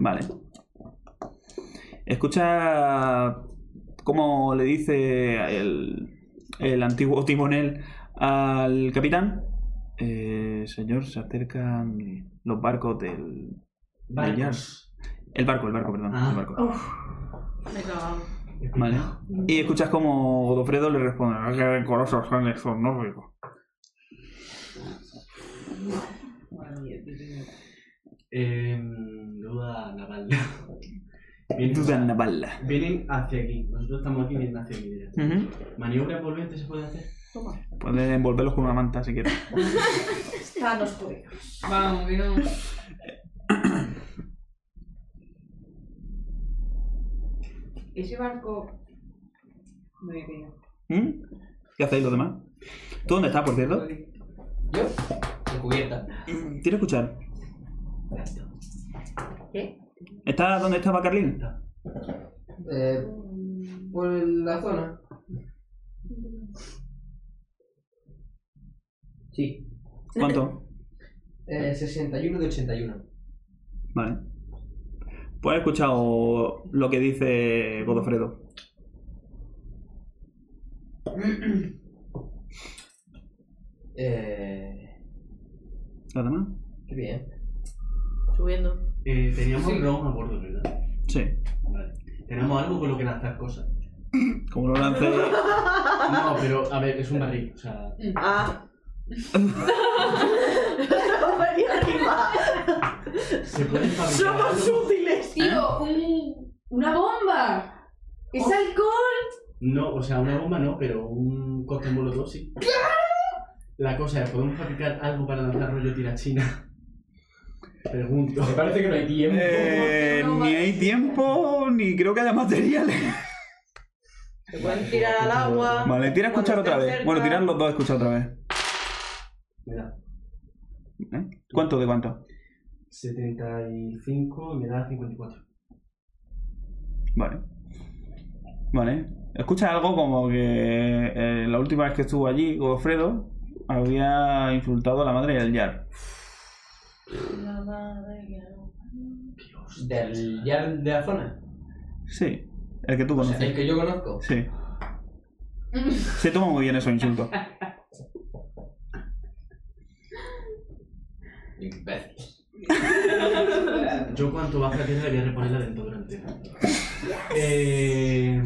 Speaker 1: Vale. Escucha cómo le dice el, el antiguo timonel al capitán. Eh, señor, se acercan los barcos del... del
Speaker 8: Barcos.
Speaker 1: Jarl. El barco, el barco, perdón.
Speaker 8: Ah.
Speaker 1: el barco.
Speaker 7: Me cagaba.
Speaker 1: Vale. Y escuchas como Godofredo le responde: "Ah, ¡Qué rencorosos son esos nórdicos!
Speaker 8: Eh, duda naval. Bien.
Speaker 1: Duda naval.
Speaker 8: Vienen hacia aquí. Nosotros estamos aquí vienen hacia aquí directo.
Speaker 1: Ujú.
Speaker 8: ¿Maniobra envolvente se puede hacer?
Speaker 1: Puedes envolverlos con una manta si quieres.
Speaker 9: Thanos joder.
Speaker 5: Vamos, que no. Ese barco. Me voy a pillar.
Speaker 1: ¿Mm? ¿Qué hacéis los demás? ¿Tú dónde estás, por cierto?
Speaker 3: Yo, encubierta.
Speaker 1: ¿Quieres escuchar?
Speaker 9: ¿Qué?
Speaker 1: ¿Estás donde estaba Carlín?
Speaker 3: Eh, por la zona. Sí.
Speaker 1: ¿Cuánto?
Speaker 3: Eh, 61 de 81.
Speaker 1: Vale. Pues he escuchado lo que dice Godofredo.
Speaker 3: Eh,
Speaker 1: ¿Los demás?
Speaker 3: qué bien.
Speaker 7: Subiendo.
Speaker 8: Eh, teníamos
Speaker 5: Sí.
Speaker 8: un round a bordo, ¿verdad?
Speaker 1: Sí.
Speaker 8: Vale. Tenemos algo con lo que lanzar cosas.
Speaker 1: Como lo lancé.
Speaker 8: No, pero a ver, es un barril. O sea,
Speaker 7: Ah. arriba.
Speaker 8: se puede fabricar.
Speaker 7: Somos
Speaker 8: algo?
Speaker 7: útiles.
Speaker 5: ¡Tío! Un, ¡Una Oh, bomba!
Speaker 4: Oh,
Speaker 5: ¡Es alcohol!
Speaker 8: No, o sea, una bomba no, pero un cóctel molotov sí. La cosa es, ¿podemos fabricar algo para lanzar rollo tirachina? Pregunto.
Speaker 14: Me parece que no hay tiempo.
Speaker 1: Eh, ni hay tiempo, ni creo que haya materiales.
Speaker 4: Te pueden tirar al agua.
Speaker 1: Vale, tira a escuchar
Speaker 4: Ah,
Speaker 1: otra
Speaker 4: Cuando esté
Speaker 1: vez.
Speaker 4: cerca-
Speaker 1: Bueno, tirar los dos a escuchar otra vez.
Speaker 8: Me da
Speaker 1: ¿Eh? ¿Cuánto de cuánto?
Speaker 8: 75 y me da 54.
Speaker 1: Vale. Vale. Escucha algo como que eh, la última vez que estuvo allí, Gofredo había insultado a la madre del Yar.
Speaker 3: Del yard de la zona.
Speaker 1: Sí, el que tú
Speaker 3: O sea,
Speaker 1: conoces.
Speaker 3: el que yo conozco.
Speaker 1: Sí. Se toma muy bien esos insultos.
Speaker 3: Imbécil.
Speaker 8: Yo cuanto baje la tierra le voy a reponer la dentadura entera. Eh,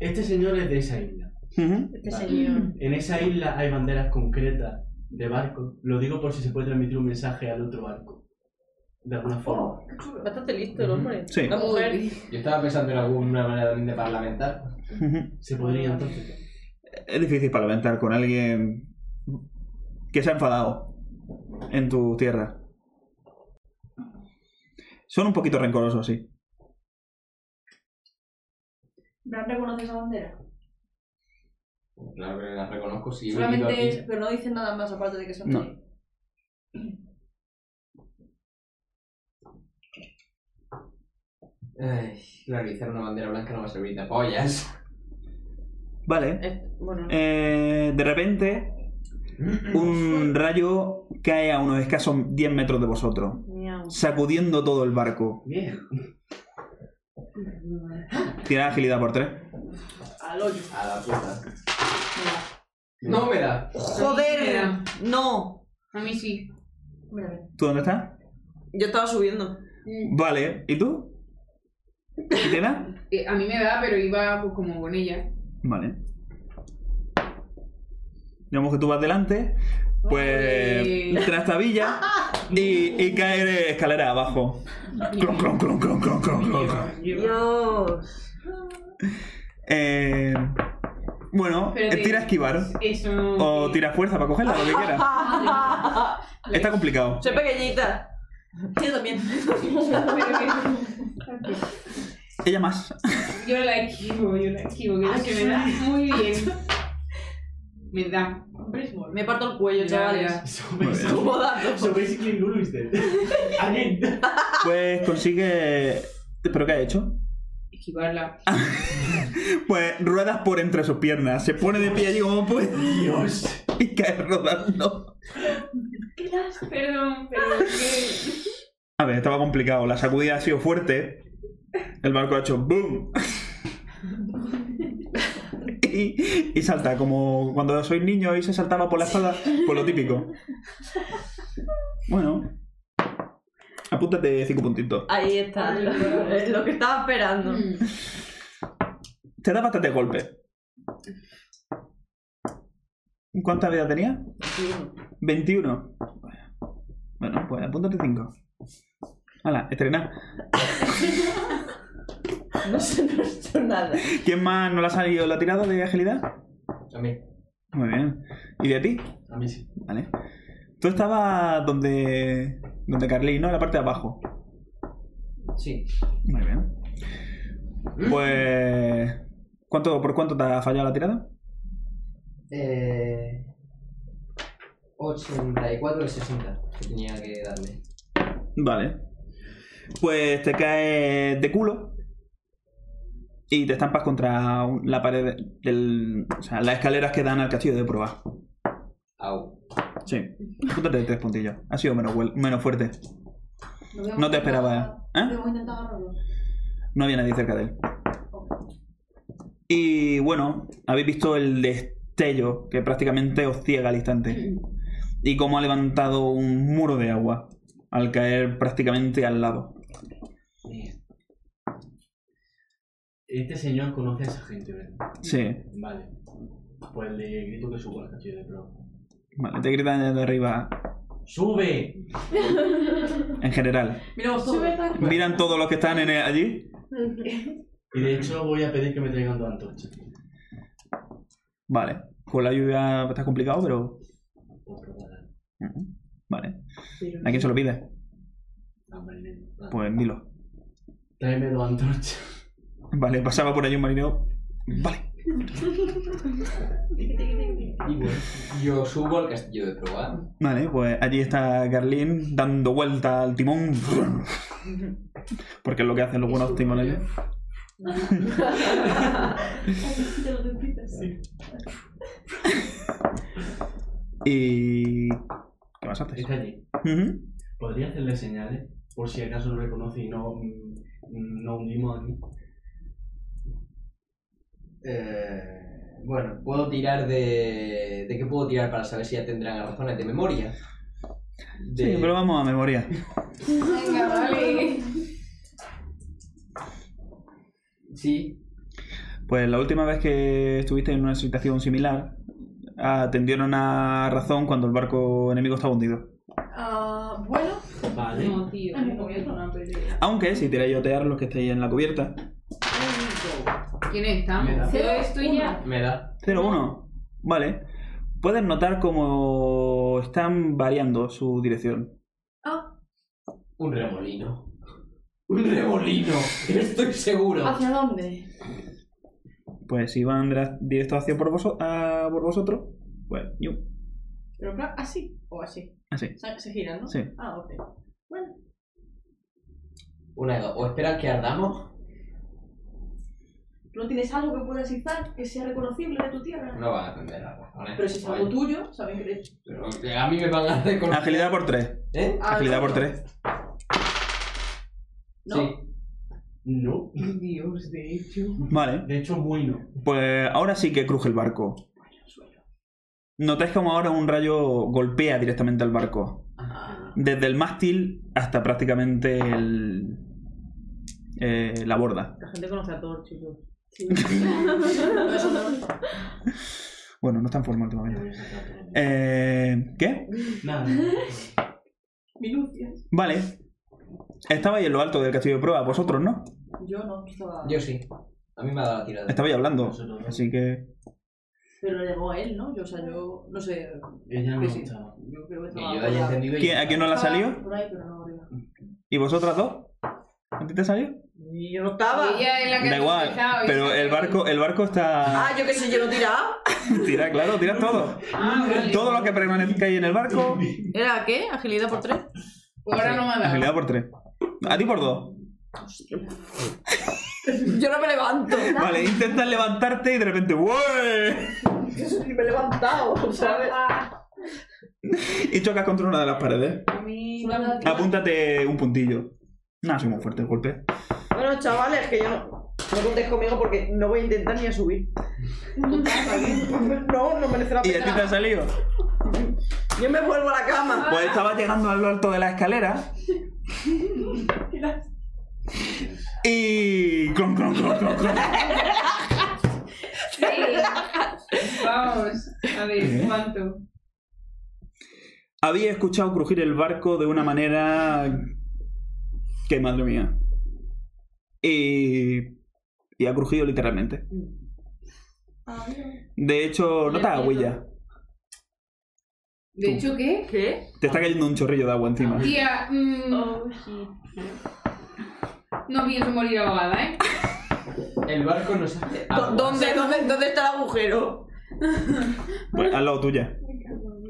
Speaker 8: este señor es de esa isla.
Speaker 1: Ujú.
Speaker 9: Este señor.
Speaker 8: En esa isla hay banderas concretas de barco. Lo digo por si se puede transmitir un mensaje al otro barco. De alguna forma.
Speaker 4: Bastante listo el hombre.
Speaker 1: Sí.
Speaker 4: La mujer.
Speaker 3: Yo estaba pensando en alguna manera de parlamentar.
Speaker 1: Ujú.
Speaker 8: Se podría entonces.
Speaker 1: Es difícil parlamentar con alguien que se ha enfadado en tu tierra. Son un poquito rencorosos, sí.
Speaker 2: Bran reconoce esa bandera.
Speaker 3: Claro que la reconozco si he venido
Speaker 2: Solamente
Speaker 3: aquí.
Speaker 2: es, pero no dicen nada más aparte de que son
Speaker 1: No.
Speaker 2: de-
Speaker 3: Ay, realizar una bandera blanca no va a servir de pollas.
Speaker 1: Vale.
Speaker 4: Eh, Bueno,
Speaker 1: Eh, de repente, un rayo cae a unos escasos 10 metros de vosotros,
Speaker 4: miau.
Speaker 1: sacudiendo todo el barco.
Speaker 8: Bien.
Speaker 1: Tirad agilidad por 3.
Speaker 3: A la puta. No me da.
Speaker 4: ¡Joder! ¡No!
Speaker 5: A mí sí.
Speaker 1: ¿Tú dónde estás?
Speaker 4: Yo estaba subiendo.
Speaker 1: Vale. ¿Y tú? ¿Y te da?
Speaker 5: Eh, a mí me da, pero iba pues, como con ella.
Speaker 1: Vale. Digamos que tú vas delante, pues
Speaker 5: Ole.
Speaker 1: trastabilla y, y cae de escalera abajo. Clon, clon, clon, clon, clon, clon, clon, clon.
Speaker 4: Dios.
Speaker 1: Eh, bueno, eh,
Speaker 5: Pero te-
Speaker 1: tira esquivar.
Speaker 5: Eso no.
Speaker 1: O Oh, tira fuerza para cogerla, lo que quieras. Está complicado.
Speaker 4: Soy pequeñita.
Speaker 2: Yo también.
Speaker 1: Ella más.
Speaker 5: Yo la esquivo, yo la esquivo,
Speaker 2: Ah,
Speaker 5: que es que me da muy bien. Me da.
Speaker 4: Me parto el cuello,
Speaker 5: Ya,
Speaker 4: chavales.
Speaker 1: Muy bien.
Speaker 8: So
Speaker 4: Como dato.
Speaker 8: basically Lulu is dead. Again.
Speaker 1: Pues consigue. ¿Pero qué ha hecho?
Speaker 5: Esquivarla.
Speaker 1: Pues ruedas por entre sus piernas. Se pone de pie allí como puede. Dios. Y cae rodando.
Speaker 5: Perdón, pero es que.
Speaker 1: A ver, estaba complicado. La sacudida ha sido fuerte. El barco ha hecho ¡boom! y, y salta, como cuando sois niños y se saltaba por la espada, por lo típico. Bueno. Apúntate cinco puntitos.
Speaker 4: Ahí está. Es lo que estaba esperando.
Speaker 2: Mm.
Speaker 1: Te da bastante golpe. ¿Cuánta vida tenía? 21. Bueno, pues apúntate 5. Hala, estrena.
Speaker 4: No sé, no he hecho nada.
Speaker 1: ¿Quién más no le ha salido la tirada de agilidad?
Speaker 3: A mí.
Speaker 1: Muy bien. ¿Y de ti?
Speaker 8: A mí sí.
Speaker 1: Vale. Tú estabas donde. donde Carly, ¿no? En la parte de abajo.
Speaker 3: Sí.
Speaker 1: Muy bien.
Speaker 8: ¿Mm?
Speaker 1: Pues. ¿Cuánto, ¿Por cuánto te ha fallado la tirada?
Speaker 3: Eh, 84 de 60 que tenía que darle.
Speaker 1: Vale. Pues te caes de culo. Y te estampas contra un- la pared del. O sea, las escaleras que dan al castillo de prueba.
Speaker 3: Au.
Speaker 1: Sí. Apúntate tres puntillos. Ha sido menos, huel- menos fuerte. No te esperaba.
Speaker 2: Lo
Speaker 1: ¿Eh?
Speaker 2: hemos intentado agarrarlo.
Speaker 1: No había nadie cerca de él. Y bueno, habéis visto el destello que prácticamente os ciega al instante. Y cómo ha levantado un muro de agua al caer prácticamente al lado.
Speaker 8: Bien. Este señor conoce a esa gente, ¿verdad?
Speaker 1: Sí.
Speaker 8: Vale. Pues le grito que suba al castillo de pro.
Speaker 1: Vale, te gritan desde arriba.
Speaker 8: ¡Sube!
Speaker 1: En general.
Speaker 2: Mira vosotros.
Speaker 1: Miran todos los que están en el- allí.
Speaker 8: Y de hecho voy a pedir que me traigan dos antorchas.
Speaker 1: Vale. Con la lluvia está complicado, pero.
Speaker 8: Por probar
Speaker 1: Ujú. Vale. ¿A quién se lo pide?
Speaker 8: a Marinero. Ah,
Speaker 1: Pues dilo.
Speaker 8: Tráeme dos antorchas.
Speaker 1: Vale, pasaba por allí un marinero. Vale.
Speaker 3: Y bueno, yo subo al castillo de proa.
Speaker 1: Vale, pues allí está Carlín dando vuelta al timón. Porque es lo que hacen los buenos timoneles. Y. ¿Qué más haces?
Speaker 8: Está allí.
Speaker 1: Ujú.
Speaker 8: ¿Podría hacerle señales? Por si acaso lo reconoce y no, mm, no hundimos aquí.
Speaker 3: Eh, bueno, puedo tirar de. ¿De qué puedo tirar para saber si ya tendrán razones de memoria? De...
Speaker 1: Sí, pero vamos a memoria.
Speaker 5: Venga, vale.
Speaker 3: Sí,
Speaker 1: Pues la última vez que estuviste en una situación similar, atendieron a razón cuando el barco enemigo estaba hundido.
Speaker 2: Ah, bueno,
Speaker 8: Vale.
Speaker 5: No, tío.
Speaker 2: no voy a tomar
Speaker 1: Aunque si tiráis a otear los que estáis en la cubierta.
Speaker 5: ¿Quiénes estamos? Yo estoy ya.
Speaker 3: me da.
Speaker 1: 0-1. Vale. Puedes notar cómo están variando su dirección.
Speaker 3: Un remolino. Un remolino. Estoy seguro.
Speaker 2: ¿Hacia dónde?
Speaker 1: Pues si van dra- directo hacia por, voso- a por vosotros, pues yo.
Speaker 2: Pero en plan, así o así.
Speaker 1: Así.
Speaker 2: Se, se giran, ¿no?
Speaker 1: Sí.
Speaker 2: Ah, ok.
Speaker 3: Una de dos. O esperan que ardamos.
Speaker 2: ¿No tienes algo que puedas izar que sea reconocible de tu tierra?
Speaker 3: No van a atender ¿eh? a razones.
Speaker 2: Pero si es algo tuyo, saben que le
Speaker 3: Pero que a mí me van a reconocer.
Speaker 1: Agilidad por 3.
Speaker 3: ¿Eh?
Speaker 2: Ah,
Speaker 1: Agilidad
Speaker 2: no,
Speaker 1: por
Speaker 2: no.
Speaker 1: 3.
Speaker 2: No.
Speaker 3: Sí.
Speaker 8: No.
Speaker 9: Dios, Pues de hecho.
Speaker 1: Vale.
Speaker 8: De hecho, muy no.
Speaker 1: Pues ahora sí que cruje el barco. Notáis como ahora un rayo golpea directamente al barco. Desde el mástil hasta prácticamente el, eh, la borda.
Speaker 4: La gente conoce a todos, chicos.
Speaker 1: Bueno, no está en forma
Speaker 8: Me
Speaker 1: últimamente.
Speaker 8: voy a sacar todo.
Speaker 1: Eh, ¿Qué?
Speaker 8: Nada.
Speaker 2: Minucias.
Speaker 1: Vale. Estabais en lo alto del castillo de proa, vosotros, ¿no?
Speaker 2: Yo no estaba.
Speaker 3: Yo sí. A mí me ha dado la tirada.
Speaker 1: Estabais hablando.
Speaker 8: Nosotros dos.
Speaker 1: Así que.
Speaker 2: Pero le llamó a él, ¿no? Yo, o sea, yo. No sé.
Speaker 8: Ella no
Speaker 2: Sí, sí.
Speaker 8: estaba.
Speaker 2: Yo creo que
Speaker 3: Que
Speaker 2: estaba.
Speaker 3: yo
Speaker 2: por
Speaker 3: haya
Speaker 2: la-
Speaker 3: entendido. y-
Speaker 1: ¿Quién- ¿A quién no la
Speaker 2: estaba
Speaker 1: salió?
Speaker 2: Por ahí, pero no arriba.
Speaker 1: ¿Y vosotras dos? ¿A ti te salió?
Speaker 4: Y yo no estaba.
Speaker 5: Ella es la que
Speaker 1: Da
Speaker 5: ha
Speaker 1: igual.
Speaker 5: empezado, y
Speaker 1: Pero
Speaker 5: sabe-
Speaker 1: el barco, el barco está.
Speaker 4: Ah, yo qué sé, yo no tiraba.
Speaker 1: Tira, claro, tira todo.
Speaker 5: Ah, vale.
Speaker 1: Todo lo que permanezca ahí en el barco.
Speaker 4: ¿Era qué? ¿Agilidad por tres?
Speaker 5: Pues ahora no me ha dado.
Speaker 1: Agilidad por 3. A ti por 2.
Speaker 4: Yo no me levanto.
Speaker 1: Vale, intentas levantarte y de repente. ¡Ué!
Speaker 4: Ni me he levantado, ¿sabes?
Speaker 2: Ah,
Speaker 1: Y chocas contra una de las paredes.
Speaker 5: A mí.
Speaker 1: Apúntate un puntillo. No, soy muy fuerte el golpe.
Speaker 4: Bueno, chavales, que yo no. No contéis conmigo porque no voy a intentar ni a subir. No, no merece la
Speaker 1: ¿Y a ti
Speaker 4: pena.
Speaker 1: te ha salido?
Speaker 4: Yo me vuelvo a la cama.
Speaker 1: Pues estabas llegando al alto de la escalera. Y. clon, clon, clon, clon, clon.
Speaker 5: Sí. Vamos. A ver, ¿cuánto?
Speaker 1: Había escuchado crujir el barco de una manera. que madre mía. Y. y ha crujido literalmente. De hecho, no te hagas huella.
Speaker 5: ¿De hecho qué?
Speaker 4: ¿Qué?
Speaker 1: Te está cayendo un chorrillo de agua encima.
Speaker 5: Tía, mm, no pienso morir ahogada, ¿eh?
Speaker 3: El barco nos hace.
Speaker 4: ¿Dó-
Speaker 3: aguas.
Speaker 4: ¿Dónde, dónde, dónde está el agujero?
Speaker 1: Pues, al lado tuya.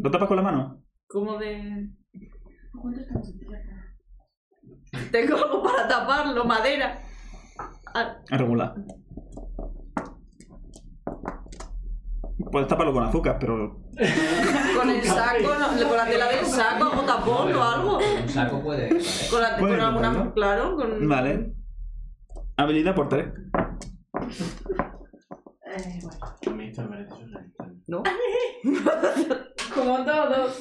Speaker 1: ¿Lo tapas con la mano?
Speaker 4: ¿Cómo de.? Tengo algo para taparlo, madera.
Speaker 1: A regular. Puedes taparlo con azúcar, pero.
Speaker 4: Con el saco, no, con la tela del saco, hago tapón o algo.
Speaker 3: Un saco puede. vale.
Speaker 4: Con, la, con
Speaker 1: Puedes
Speaker 4: alguna.
Speaker 1: intentarlo.
Speaker 4: Claro, con.
Speaker 1: Vale. Habilidad por tres.
Speaker 2: Eh, bueno.
Speaker 8: Me está merece su respeto.
Speaker 5: Como todos.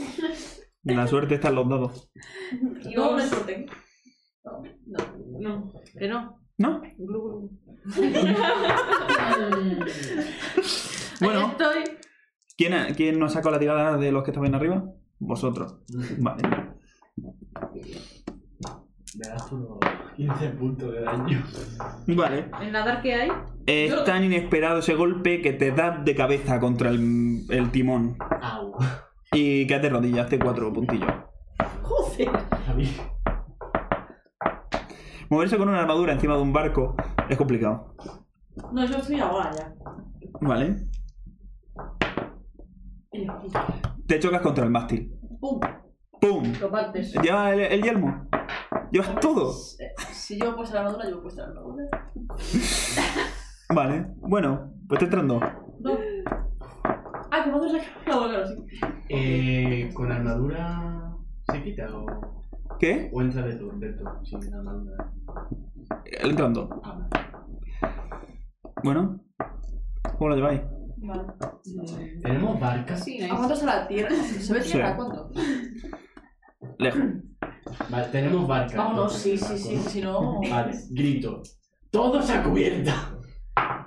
Speaker 1: La suerte está en los dados.
Speaker 2: No, no es sorteo. No, no.
Speaker 5: No.
Speaker 4: Que no.
Speaker 1: ¿No?
Speaker 5: Mm,
Speaker 1: Bueno.
Speaker 4: Ahí estoy.
Speaker 1: ¿Quién, ha- ¿Quién nos ha sacado la tirada de los que estaban arriba? Vosotros. Vale.
Speaker 8: Verás tú lo. 15 puntos de daño.
Speaker 1: Vale.
Speaker 7: ¿El nadar que hay?
Speaker 1: Es tan inesperado ese golpe que te da de cabeza contra el, el timón.
Speaker 8: Au.
Speaker 1: Y caes de rodillas, hace cuatro puntillos.
Speaker 8: David.
Speaker 1: Moverse con una armadura encima de un barco es complicado.
Speaker 2: No, yo estoy ahora ya.
Speaker 1: Vale.
Speaker 2: Y- y-
Speaker 1: Te chocas contra el mástil.
Speaker 2: ¡Pum!
Speaker 1: ¡Pum!
Speaker 2: Lo pues, partes.
Speaker 1: Llevas el, el yelmo. Llevas todo.
Speaker 2: Eh, Si yo puesto la armadura, yo puesto la armadura.
Speaker 1: Vale. Bueno, pues te entran dos.
Speaker 2: No. Ah, que cuando saca la boca, claro, sí.
Speaker 8: Eh, ¿Con armadura se quita o,
Speaker 1: ¿Qué?
Speaker 8: o entra de turno? De turno, sin armadura.
Speaker 1: Le entran dos.
Speaker 8: Ah, vale.
Speaker 1: Bueno. ¿Cómo lo lleváis?
Speaker 2: Vale.
Speaker 8: Tenemos barcas.
Speaker 5: Sí,
Speaker 2: ¿A
Speaker 5: nice.
Speaker 2: cuánto se la tierra? ¿Se ve tierra a cuánto?
Speaker 1: Lejos.
Speaker 8: Vale, tenemos barcas.
Speaker 2: Vámonos, sí, sí,
Speaker 8: entonces,
Speaker 2: sí,
Speaker 8: barcos.
Speaker 2: si no.
Speaker 8: Vale, grito. ¡Todos a cubierta!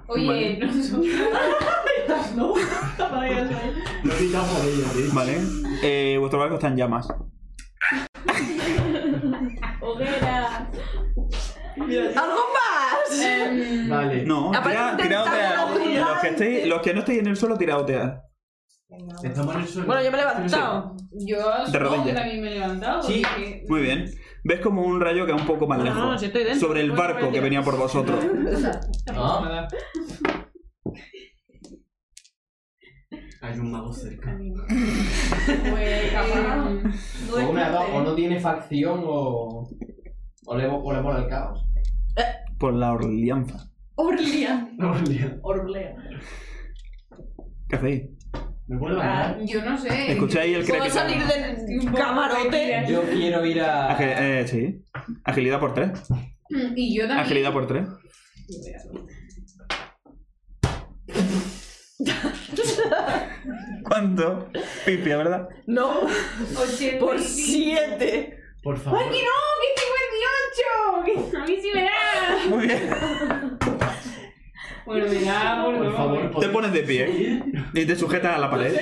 Speaker 5: Oye, nosotros.
Speaker 2: No, para ir al baño.
Speaker 8: Lo gritamos por ellos, ¿sí?
Speaker 1: Vale. Eh, vuestro barco está en llamas.
Speaker 5: Hoguera.
Speaker 7: ¡Algo más!
Speaker 5: Em,
Speaker 8: Vale.
Speaker 1: No, tira,
Speaker 7: Aparece un
Speaker 1: tiraotear.
Speaker 7: tentáculo gigante.
Speaker 1: Los que, estéis, los que no estéis en el suelo, tiraotear.
Speaker 8: Estamos en el suelo.
Speaker 7: Bueno, yo me he levantado.
Speaker 5: Yo
Speaker 1: De
Speaker 5: supongo que
Speaker 1: rodillas.
Speaker 5: también me he levantado.
Speaker 3: Sí.
Speaker 5: porque-
Speaker 1: Muy bien. Ves como un rayo que es un poco más lejos.
Speaker 7: no, si estoy dentro.
Speaker 1: sobre el
Speaker 7: Bueno, pues
Speaker 1: barco
Speaker 7: voy a
Speaker 1: que
Speaker 7: tirar.
Speaker 1: venía por vosotros.
Speaker 3: No,
Speaker 8: Hay un mago cerca.
Speaker 2: Pues, cabrón.
Speaker 5: Em,
Speaker 2: No
Speaker 3: o, una, dos, o
Speaker 2: descartes.
Speaker 3: no tiene facción o. O le, o le mola el caos.
Speaker 1: Por la orlianza.
Speaker 2: Orlea.
Speaker 8: No, Leo.
Speaker 2: Orlea.
Speaker 1: ¿Qué hacéis?
Speaker 8: ¿Me puedo bañar?
Speaker 5: yo no sé.
Speaker 1: ¿Escucháis el
Speaker 7: ¿Puedo
Speaker 1: crepitar?
Speaker 7: salir
Speaker 5: Estoy un
Speaker 7: del
Speaker 5: poco
Speaker 7: camarote?
Speaker 5: perdida.
Speaker 3: Yo quiero ir a.
Speaker 1: Agil- eh, sí. Agilidad por 3.
Speaker 5: Y yo también.
Speaker 1: Agilidad por 3. ¿Cuánto? Pipia, ¿verdad?
Speaker 7: No,
Speaker 5: 85.
Speaker 7: por siete.
Speaker 8: Por favor.
Speaker 5: ¡Ay, que no! ¡Que 58! ¡Que a mí sí me da!
Speaker 1: Muy bien.
Speaker 5: Bueno, me da, por,
Speaker 8: Por favor,
Speaker 1: Te pones de pie ¿eh? y te sujetas a la pared.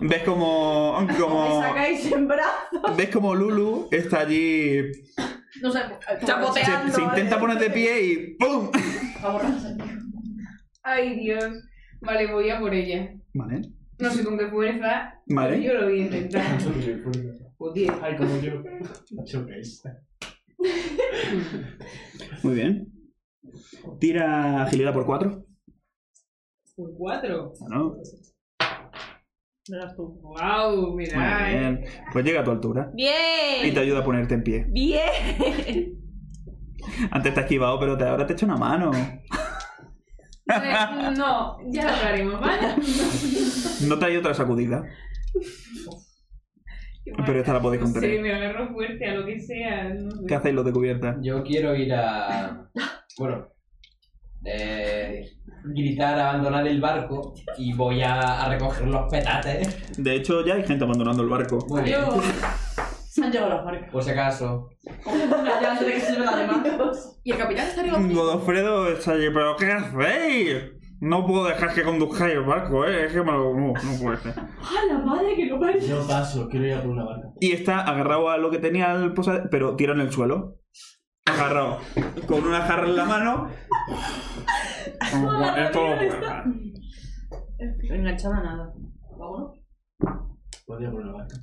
Speaker 1: Ves como. como
Speaker 7: Sacáis en brazos.
Speaker 1: ves como Lulu está allí.
Speaker 2: No sé, eh,
Speaker 1: Se,
Speaker 7: Chapotea.
Speaker 1: se intenta poner de pie y ¡pum!
Speaker 2: a borrarse.
Speaker 5: Ay, Dios. Vale, voy a por ella.
Speaker 1: Vale.
Speaker 5: No sé con qué fuerza, pero
Speaker 1: Vale.
Speaker 5: yo lo voy a intentar. O 10.
Speaker 8: Ay, como yo. Chocáis.
Speaker 1: Muy bien. Tira agilidad por 4.
Speaker 5: Por 4.
Speaker 1: Bueno,
Speaker 5: ¡Wow!
Speaker 1: muy
Speaker 5: Mirad.
Speaker 1: bien. Pues llega a tu altura. Y te
Speaker 7: Bien.
Speaker 1: ayuda a ponerte en pie.
Speaker 7: Bien.
Speaker 1: Antes te ha esquivado, pero te, ahora te echa una mano.
Speaker 5: Eh, No, ya lo haremos, ¿vale?
Speaker 1: No te hay otra sacudida, pero esta la podéis
Speaker 5: No sé,
Speaker 1: contener.
Speaker 5: me agarro fuerte a lo que sea. No sé.
Speaker 1: ¿Qué hacéis los de cubierta?
Speaker 3: Yo quiero ir a. Bueno. Eh, gritar, abandonar el barco y voy a, a recoger los petates.
Speaker 1: De hecho, ya hay gente abandonando el barco.
Speaker 3: Muy bien.
Speaker 2: Yo- Se han llevado las marcas.
Speaker 3: Por si acaso.
Speaker 2: Como una ya antes de que se lleven las demás. Y el capitán está arriba.
Speaker 1: Godofredo está allí, pero ¿qué hacéis? No puedo dejar que conduzcáis el barco, ¿eh? Es que me lo... No, no puede ser.
Speaker 2: ¡Ah, la madre que lo parece!
Speaker 8: Yo paso, quiero ir a por una barca.
Speaker 1: Y está agarrado a lo que tenía el posadero, pero tira en el suelo. Agarrado. Con una jarra en la mano. Esto-
Speaker 7: Enganchada nada.
Speaker 2: Vámonos.
Speaker 8: Podría por una barca.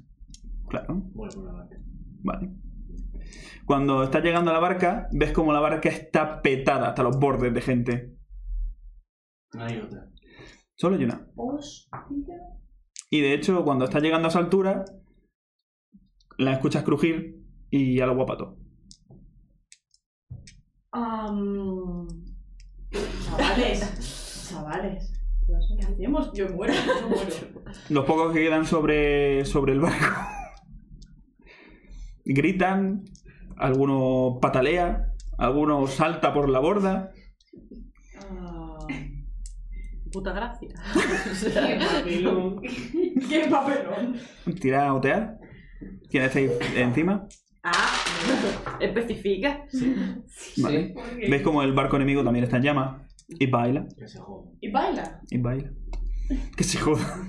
Speaker 1: Claro.
Speaker 8: Voy a por una barca.
Speaker 1: Vale. Cuando estás llegando a la barca, ves como la barca está petada hasta los bordes de gente.
Speaker 8: No hay otra.
Speaker 1: Solo hay una. Y de hecho, cuando estás llegando a esa altura, la escuchas crujir y a lo guapato.
Speaker 2: Am, Chavales. Chavales. ¿Qué hacemos? Yo muero. Yo muero.
Speaker 1: Los pocos que quedan sobre, sobre el barco gritan, alguno patalea, alguno salta por la borda.
Speaker 2: Ah,
Speaker 7: Puta gracia.
Speaker 5: Qué papelón.
Speaker 2: ¡Qué papelón!
Speaker 1: Tira a otear. ¿Quién estáis encima?
Speaker 7: Ah, especifica.
Speaker 1: Vale.
Speaker 3: Sí.
Speaker 5: ¿Por qué?
Speaker 1: ¿Veis como el barco enemigo también está en llamas? Y baila.
Speaker 8: Que se joda.
Speaker 2: Y baila.
Speaker 1: Y baila. Que se joda.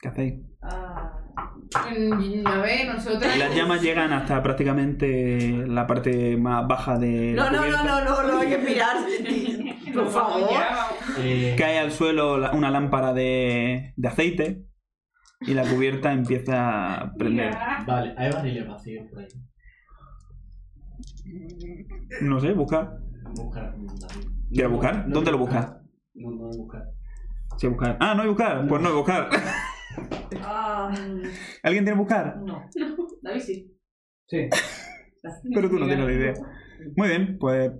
Speaker 1: ¿Qué hacéis?
Speaker 2: Ah,
Speaker 5: Mm, A ver, nosotras.
Speaker 1: Las llamas llegan hasta prácticamente la parte más baja de. la
Speaker 9: No, no, no,
Speaker 1: cubierta.
Speaker 9: no, no, no hay que mirar. Por
Speaker 5: Nos vamos
Speaker 9: favor.
Speaker 5: ya, vamos.
Speaker 8: Eh,
Speaker 1: Cae al suelo la- una lámpara de, de aceite y la cubierta empieza a prender.
Speaker 5: Ya.
Speaker 8: vale, hay barriles vacíos por ahí.
Speaker 1: No sé, busca.
Speaker 8: Buscar.
Speaker 1: ¿Quieres buscar? ¿Dónde lo buscas?
Speaker 8: No, no voy a buscar.
Speaker 1: Sí, buscar. Ah, no hay buscar. Pues no hay buscar.
Speaker 2: Ah,
Speaker 1: ¿Alguien tiene buscar?
Speaker 9: No.
Speaker 2: David sí.
Speaker 3: Sí.
Speaker 1: Pero tú no tienes ni idea. Muy bien, pues.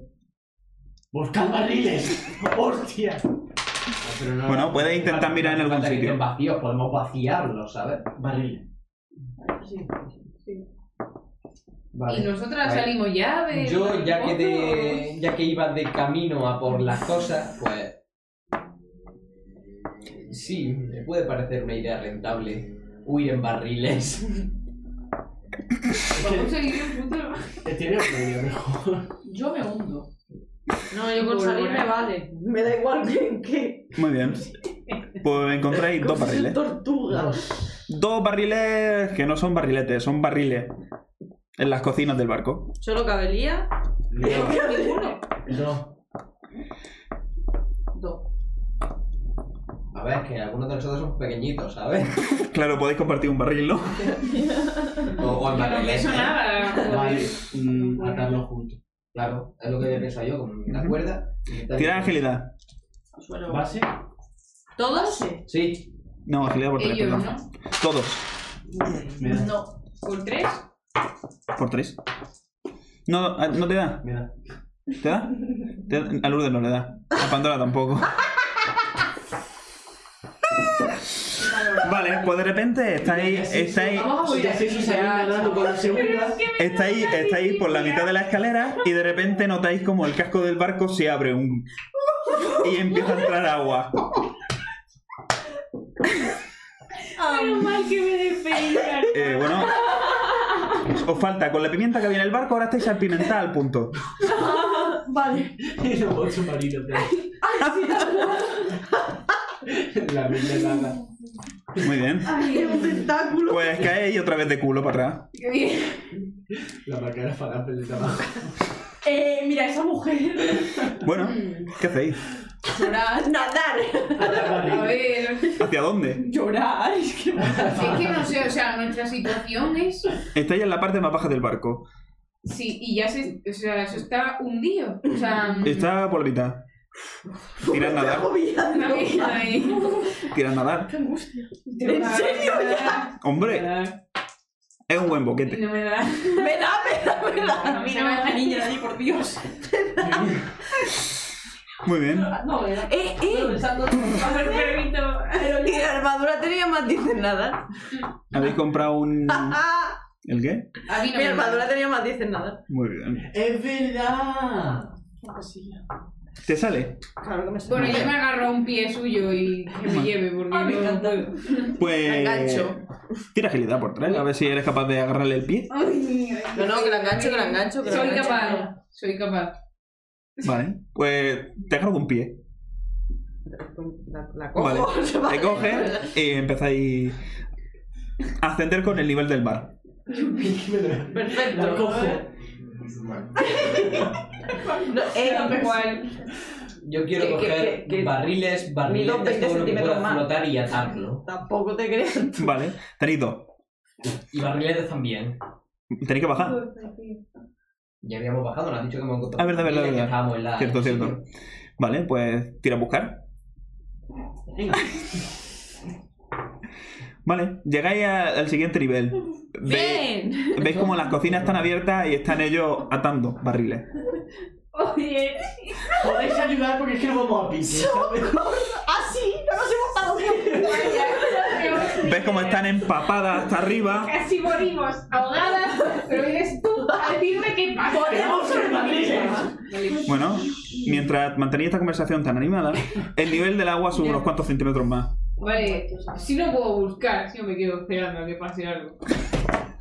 Speaker 8: ¡Buscar barriles! ¡Hostia! Pero no-
Speaker 1: Bueno, puedes intentar mirar en
Speaker 3: No hace
Speaker 1: algún
Speaker 3: falta que
Speaker 1: sitio.
Speaker 3: estén vacíos, podemos vaciarlos, ¿sabes?
Speaker 8: Barriles.
Speaker 5: Y
Speaker 3: Vale.
Speaker 5: nosotras
Speaker 3: Vale.
Speaker 5: salimos ya de.
Speaker 3: Yo, ya que,
Speaker 5: de...
Speaker 3: de, ya que iba de camino a por las cosas, pues. Sí, me puede parecer una idea rentable huir en barriles.
Speaker 5: Vamos a ir en puto.
Speaker 8: Eh, Tiene una idea mejor.
Speaker 2: Yo me hundo.
Speaker 4: No, yo con salir me vale.
Speaker 9: Me da igual bien que.
Speaker 1: Muy bien. Pues encontráis dos barriles.
Speaker 9: Tortuga.
Speaker 1: Dos barriles que no son barriletes, son barriles. En las cocinas del barco.
Speaker 4: Solo cabelía.
Speaker 9: Ninguno.
Speaker 8: No.
Speaker 3: A ver, que algunos de nosotros son pequeñitos, ¿sabes?
Speaker 1: Claro, podéis compartir un barril, ¿no?
Speaker 3: O, o en
Speaker 5: Que no
Speaker 3: barriles.
Speaker 5: peso
Speaker 3: ¿eh?
Speaker 5: nada. joder.
Speaker 8: Vale, mm, atarlos juntos.
Speaker 3: Claro, es lo que había pensado yo, con la
Speaker 1: Ujú.
Speaker 3: cuerda. intentar-
Speaker 1: Tira agilidad.
Speaker 8: ¿Base?
Speaker 4: ¿Todos?
Speaker 3: Sí,
Speaker 1: No, agilidad por tres,
Speaker 5: Ellos,
Speaker 1: perdón.
Speaker 5: ¿no?
Speaker 1: Todos.
Speaker 8: Me da.
Speaker 9: No.
Speaker 5: Por tres.
Speaker 1: Por tres. No, a- no te da.
Speaker 8: Me da.
Speaker 1: ¿Te da? Te- A Lourdes no le da. A Pandora tampoco. Vale, pues de repente estáis, estáis,
Speaker 9: Vamos a huir.
Speaker 8: Ya sé que se había ganado con la segunda.
Speaker 1: estáis, estáis por la mitad de la escalera y de repente notáis como el casco del barco se abre un... y empieza a entrar agua.
Speaker 5: Menos mal que me despedí.
Speaker 1: Eh, bueno, os falta con la pimienta que había en el barco, ahora estáis al pimental, punto.
Speaker 9: Vale.
Speaker 8: Y los ocho marinos de La misma nada.
Speaker 1: Muy bien.
Speaker 9: Es un tentáculo.
Speaker 1: Pues caéis otra vez de culo para atrás.
Speaker 5: Qué bien.
Speaker 8: La marca para el trabajo.
Speaker 2: Eh, mira, esa mujer.
Speaker 1: Bueno, ¿qué hacéis?
Speaker 2: Llorar.
Speaker 9: Nadar.
Speaker 5: A ver. Es
Speaker 1: ¿Hacia dónde?
Speaker 2: Llorar. Es que.
Speaker 5: que no sé, o sea, nuestra situación es.
Speaker 1: Estáis en la parte más baja del barco.
Speaker 5: Sí, y ya se. O sea, eso está hundido. O sea.
Speaker 1: Está por la mitad. Tirad nadar,
Speaker 5: una vez ahí.
Speaker 1: tirad nadar.
Speaker 9: Qué angustia.
Speaker 5: ¿En serio?
Speaker 1: Hombre, es un buen boquete.
Speaker 5: No me da.
Speaker 9: Me da, me da, me da.
Speaker 5: A mí no me da.
Speaker 2: niña de ahí, por Dios.
Speaker 1: Muy bien.
Speaker 2: No, me da.
Speaker 4: ¡Eh, eh!
Speaker 2: Pensando.
Speaker 5: A ver, perrito.
Speaker 4: Y la armadura tenía más 10 en nada.
Speaker 1: ¿Habéis comprado un.
Speaker 4: ¡Ah!
Speaker 1: ¿El qué?
Speaker 5: A mí
Speaker 4: Mi
Speaker 5: no me da.
Speaker 4: armadura tenía más 10 en nada.
Speaker 1: Muy bien.
Speaker 8: ¡Es verdad!
Speaker 1: ¿Te sale?
Speaker 9: Claro que me sale.
Speaker 5: Bueno, yo me agarro a un pie suyo y que me lleve porque
Speaker 2: Ah, me
Speaker 5: no
Speaker 2: encanta.
Speaker 5: puedo.
Speaker 1: Pues.
Speaker 4: Engancho.
Speaker 1: Tira agilidad por tres, a ver si eres capaz de agarrarle el pie.
Speaker 5: Ay, ay,
Speaker 4: No, no, que la engancho, que la
Speaker 5: ay.
Speaker 4: engancho, que la
Speaker 5: Soy
Speaker 4: engancho.
Speaker 5: capaz, soy capaz.
Speaker 1: Vale. Pues te agarro de un pie.
Speaker 4: La, la cojo.
Speaker 1: Vale. Te coge y empezáis a ascender con el nivel del mar.
Speaker 4: Perfecto.
Speaker 8: La cojo.
Speaker 4: No, eh,
Speaker 5: ¿Cuál?
Speaker 3: yo quiero
Speaker 4: Que- que-
Speaker 3: coger
Speaker 4: que- que-
Speaker 3: barriles, barriles,
Speaker 4: mido 20
Speaker 3: todo lo que
Speaker 4: centímetros
Speaker 3: pueda
Speaker 4: más.
Speaker 3: flotar y atarlo.
Speaker 4: tampoco te creas.
Speaker 1: Vale. Tenéis dos.
Speaker 3: Y barriles también.
Speaker 1: Tenéis que bajar.
Speaker 3: Ya habíamos bajado, nos has dicho que hemos encontrado.
Speaker 1: Ah, verdad, verdad,
Speaker 3: barriles, que
Speaker 1: verdad.
Speaker 3: estábamos
Speaker 4: Ah,
Speaker 3: en la-
Speaker 1: Cierto,
Speaker 3: en el
Speaker 1: cierto. Vale, pues tira a buscar. Vale, llegáis a- al siguiente nivel. Ve-
Speaker 4: ¡Bien!
Speaker 1: Veis como las cocinas están abiertas y están ellos atando barriles.
Speaker 5: Oye,
Speaker 8: Podéis ayudar porque es que no vamos a pinchar.
Speaker 9: Así, no nos hemos dado tiempo.
Speaker 1: Ves como están empapadas hasta arriba.
Speaker 5: casi morimos ahogadas, pero vienes tú a decirme qué
Speaker 3: Ah,
Speaker 5: pasa.
Speaker 9: Podemos ser barriles.
Speaker 5: Vale.
Speaker 1: Bueno, mientras mantenéis esta conversación tan animada, el nivel del agua sube unos cuantos centímetros más.
Speaker 5: Vale, si no puedo buscar, si no me quedo esperando a que pase algo.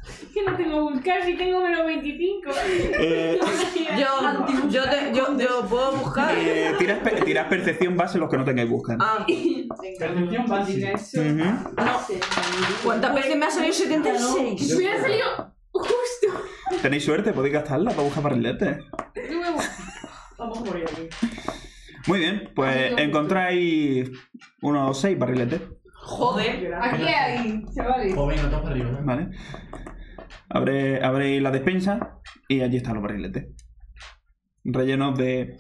Speaker 5: Es que no tengo buscar, si tengo menos 25.
Speaker 1: Eh,
Speaker 4: Yo, yo, te- yo, yo puedo buscar.
Speaker 1: Eh, tirad, per- tirad percepción base los que no tengáis buscan.
Speaker 4: Ah,
Speaker 8: Percepción básica.
Speaker 1: Ujú.
Speaker 4: ¿Cuántas veces me ha salido 76?
Speaker 5: Me ha salido justo.
Speaker 1: Tenéis suerte, podéis gastarla para buscar barriletes.
Speaker 5: Nuevo.
Speaker 2: Vamos a morir aquí.
Speaker 1: Muy bien, pues encontráis unos seis barriletes,
Speaker 4: Joder.
Speaker 5: Aquí hay, chavales.
Speaker 3: Pues
Speaker 8: O venga, todos para arriba. ¿no?
Speaker 1: ¿vale? Abre- abréis la despensa y allí están los barriletes. Rellenos de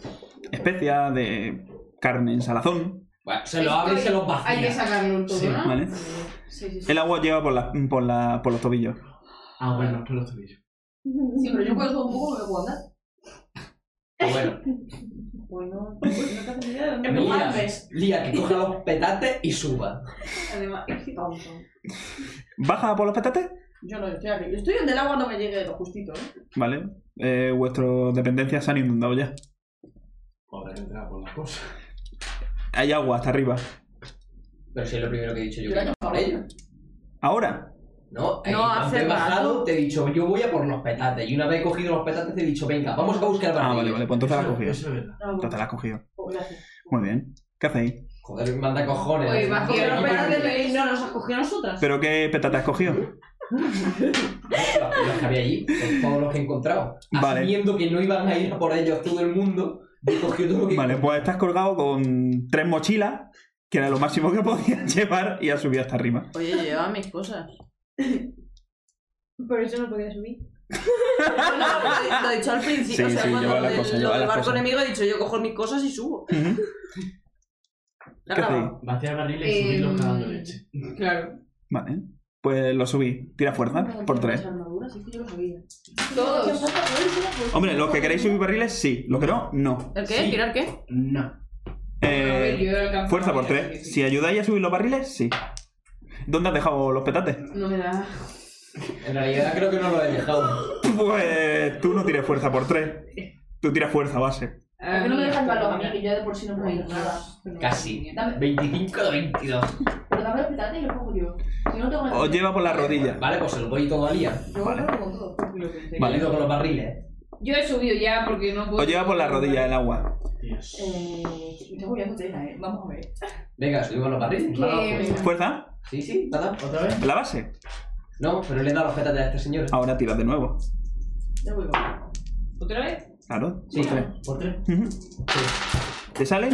Speaker 1: especias, de carne en salazón,
Speaker 3: Bueno, se lo abre y se lo vacía.
Speaker 5: Hay que sacarlo todo,
Speaker 8: Sí,
Speaker 5: ¿no?
Speaker 1: ¿vale?
Speaker 5: Ah, Sí, sí, sí.
Speaker 1: El agua lleva por, la- por, la- por los tobillos.
Speaker 8: Ah, bueno, por los tobillos.
Speaker 2: Sí, pero yo cuelgo un poco, me puedo andar.
Speaker 3: Pero pues Bueno,
Speaker 9: Bueno, pues no te haces idea de dónde me
Speaker 3: Lía,
Speaker 9: mandes.
Speaker 3: Lía, que coja los petates y suba.
Speaker 5: Además,
Speaker 1: ¿Baja por los petates?
Speaker 9: Yo no estoy aquí. Yo estoy donde el agua no me llegue lo justito, ¿eh?
Speaker 1: ¿Vale? Eh, vuestras dependencias se han inundado ya.
Speaker 8: Joder, entra por las cosas.
Speaker 1: Hay agua hasta arriba.
Speaker 3: Pero si es lo primero que he dicho yo,
Speaker 9: Yo
Speaker 3: que
Speaker 9: la
Speaker 3: iba por
Speaker 9: llamaba.
Speaker 3: ello.
Speaker 1: Ahora,
Speaker 3: No, eh,
Speaker 4: No,
Speaker 3: cuando
Speaker 4: hace
Speaker 3: he bajado,
Speaker 4: rato.
Speaker 3: te he dicho, yo voy a por los petates. Y una vez he cogido los petates, te he dicho, venga, vamos a buscar
Speaker 1: Ah,
Speaker 3: barriles.
Speaker 1: vale, vale, pues entonces la has
Speaker 8: Eso-
Speaker 1: cogido.
Speaker 8: Eso es verdad.
Speaker 1: Entonces la has cogido.
Speaker 9: Ah, Pues gracias.
Speaker 1: Muy bien. ¿Qué hacéis?
Speaker 3: Joder, manda cojones.
Speaker 4: Pues
Speaker 5: Oye, va a coger
Speaker 3: Aquí
Speaker 5: los
Speaker 3: para-
Speaker 5: petates.
Speaker 4: No, nos has cogido a nosotras.
Speaker 1: ¿Pero qué petata has cogido?
Speaker 3: Los que había allí, con todos los que he encontrado.
Speaker 1: Vale.
Speaker 3: Asumiendo que no iban a ir a por ellos todo el mundo, he cogido todo lo que
Speaker 1: Vale, pues estás colgado con tres mochilas, que era lo máximo que podías llevar, y has subido hasta arriba.
Speaker 4: Oye, lleva mis cosas.
Speaker 6: Por eso no podía subir.
Speaker 4: No, lo, he- lo he dicho al principio.
Speaker 1: Sí,
Speaker 4: o sea,
Speaker 1: sí,
Speaker 4: cuando
Speaker 1: lleva la
Speaker 4: lo del-
Speaker 1: cosa,
Speaker 4: lo
Speaker 1: lleva
Speaker 4: del
Speaker 1: la
Speaker 4: barco
Speaker 1: cosa.
Speaker 4: enemigo he dicho, yo cojo mis cosas y subo.
Speaker 1: Ujú.
Speaker 4: La
Speaker 1: ¿Qué
Speaker 4: grabado.
Speaker 1: hacéis?
Speaker 8: Vaciar barriles y
Speaker 5: Eh,
Speaker 8: subirlos cagando leche.
Speaker 5: Claro.
Speaker 1: Vale. Pues lo subí. Tira fuerza, por tres.
Speaker 9: armaduras, es que yo lo sabía.
Speaker 5: Todos.
Speaker 1: Hombre, los que queréis subir barriles, sí. Los que no, no.
Speaker 4: ¿El qué?
Speaker 8: Sí.
Speaker 4: ¿Tirar qué?
Speaker 8: No.
Speaker 5: A ver,
Speaker 1: Eh,
Speaker 5: yo he alcanzado
Speaker 1: fuerza por
Speaker 5: ya, así que
Speaker 1: tres.
Speaker 5: sí.
Speaker 1: Si ayudáis a subir los barriles, sí. ¿Dónde has dejado los petates?
Speaker 5: No me da.
Speaker 3: En realidad creo que no lo he dejado.
Speaker 1: Pues tú no tires fuerza por tres. Tú tiras fuerza base.
Speaker 5: Ah,
Speaker 9: ¿Por qué no me
Speaker 5: mira,
Speaker 9: dejan llevarlo a mí?
Speaker 5: mira.
Speaker 9: Que yo de por sí no puedo ir nada.
Speaker 3: Casi.
Speaker 9: Dame-
Speaker 3: 25 de 22.
Speaker 9: Pero dame los petates y los cojo yo. Si no tengo nada.
Speaker 1: Os lleva por la rodilla.
Speaker 3: Vale, pues se lo voy todo a Lía.
Speaker 9: Yo
Speaker 1: Vale.
Speaker 9: lo con todo.
Speaker 1: Vale.
Speaker 3: Vale. con los barriles.
Speaker 5: Yo he subido ya porque no puedo.
Speaker 1: Os lleva por la rodilla el agua.
Speaker 8: Dios.
Speaker 9: Eh, tengo ya tela, eh. Vamos a ver.
Speaker 3: Venga, subimos los barriles.
Speaker 5: Que-
Speaker 3: Vamos, pues.
Speaker 1: Fuerza,
Speaker 3: Sí, sí, nada.
Speaker 8: ¿Otra vez?
Speaker 1: la base.
Speaker 3: No, pero le he dado los petates a este señor.
Speaker 1: Ahora tiras de nuevo.
Speaker 9: Ya voy.
Speaker 5: ¿Otra vez?
Speaker 1: Claro.
Speaker 3: Sí,
Speaker 1: por tres.
Speaker 8: ¿Por tres?
Speaker 1: Ujú. ¿Te sale?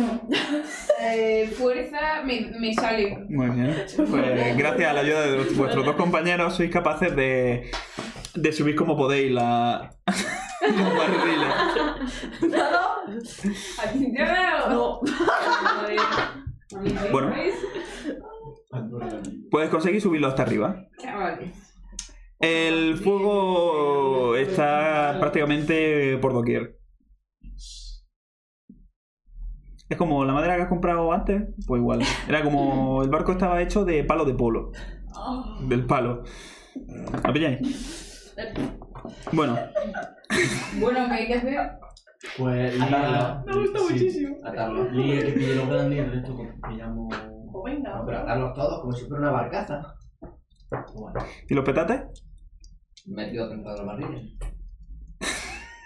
Speaker 5: Eh, fuerza me, me sale.
Speaker 1: Muy bien. Pues gracias a la ayuda de los- vuestros dos compañeros sois capaces de, de subir como podéis la, los barriles.
Speaker 5: ¡Ya veo! Joder. A mí me
Speaker 1: Bueno.
Speaker 5: ves,
Speaker 8: Pandora también.
Speaker 1: Puedes conseguir subirlo hasta arriba.
Speaker 5: Chavales.
Speaker 1: El fuego está prácticamente por doquier. Es como la madera que has comprado antes, pues igual. Era como el barco estaba hecho de palo de polo. Del palo. ¿La pilláis? Bueno,
Speaker 5: Bueno, ¿qué hay que hacer?
Speaker 8: Pues
Speaker 3: Atarlo.
Speaker 8: Me gusta muchísimo.
Speaker 3: Atarlo.
Speaker 8: Lía que pide los grandes y el resto con- pillamos...
Speaker 9: O pues venga.
Speaker 3: No, pero atarlos todos como si fuera una barcaza. Pues
Speaker 8: Bueno,
Speaker 1: ¿y los petates?
Speaker 3: Me he metido dentro de los barriles.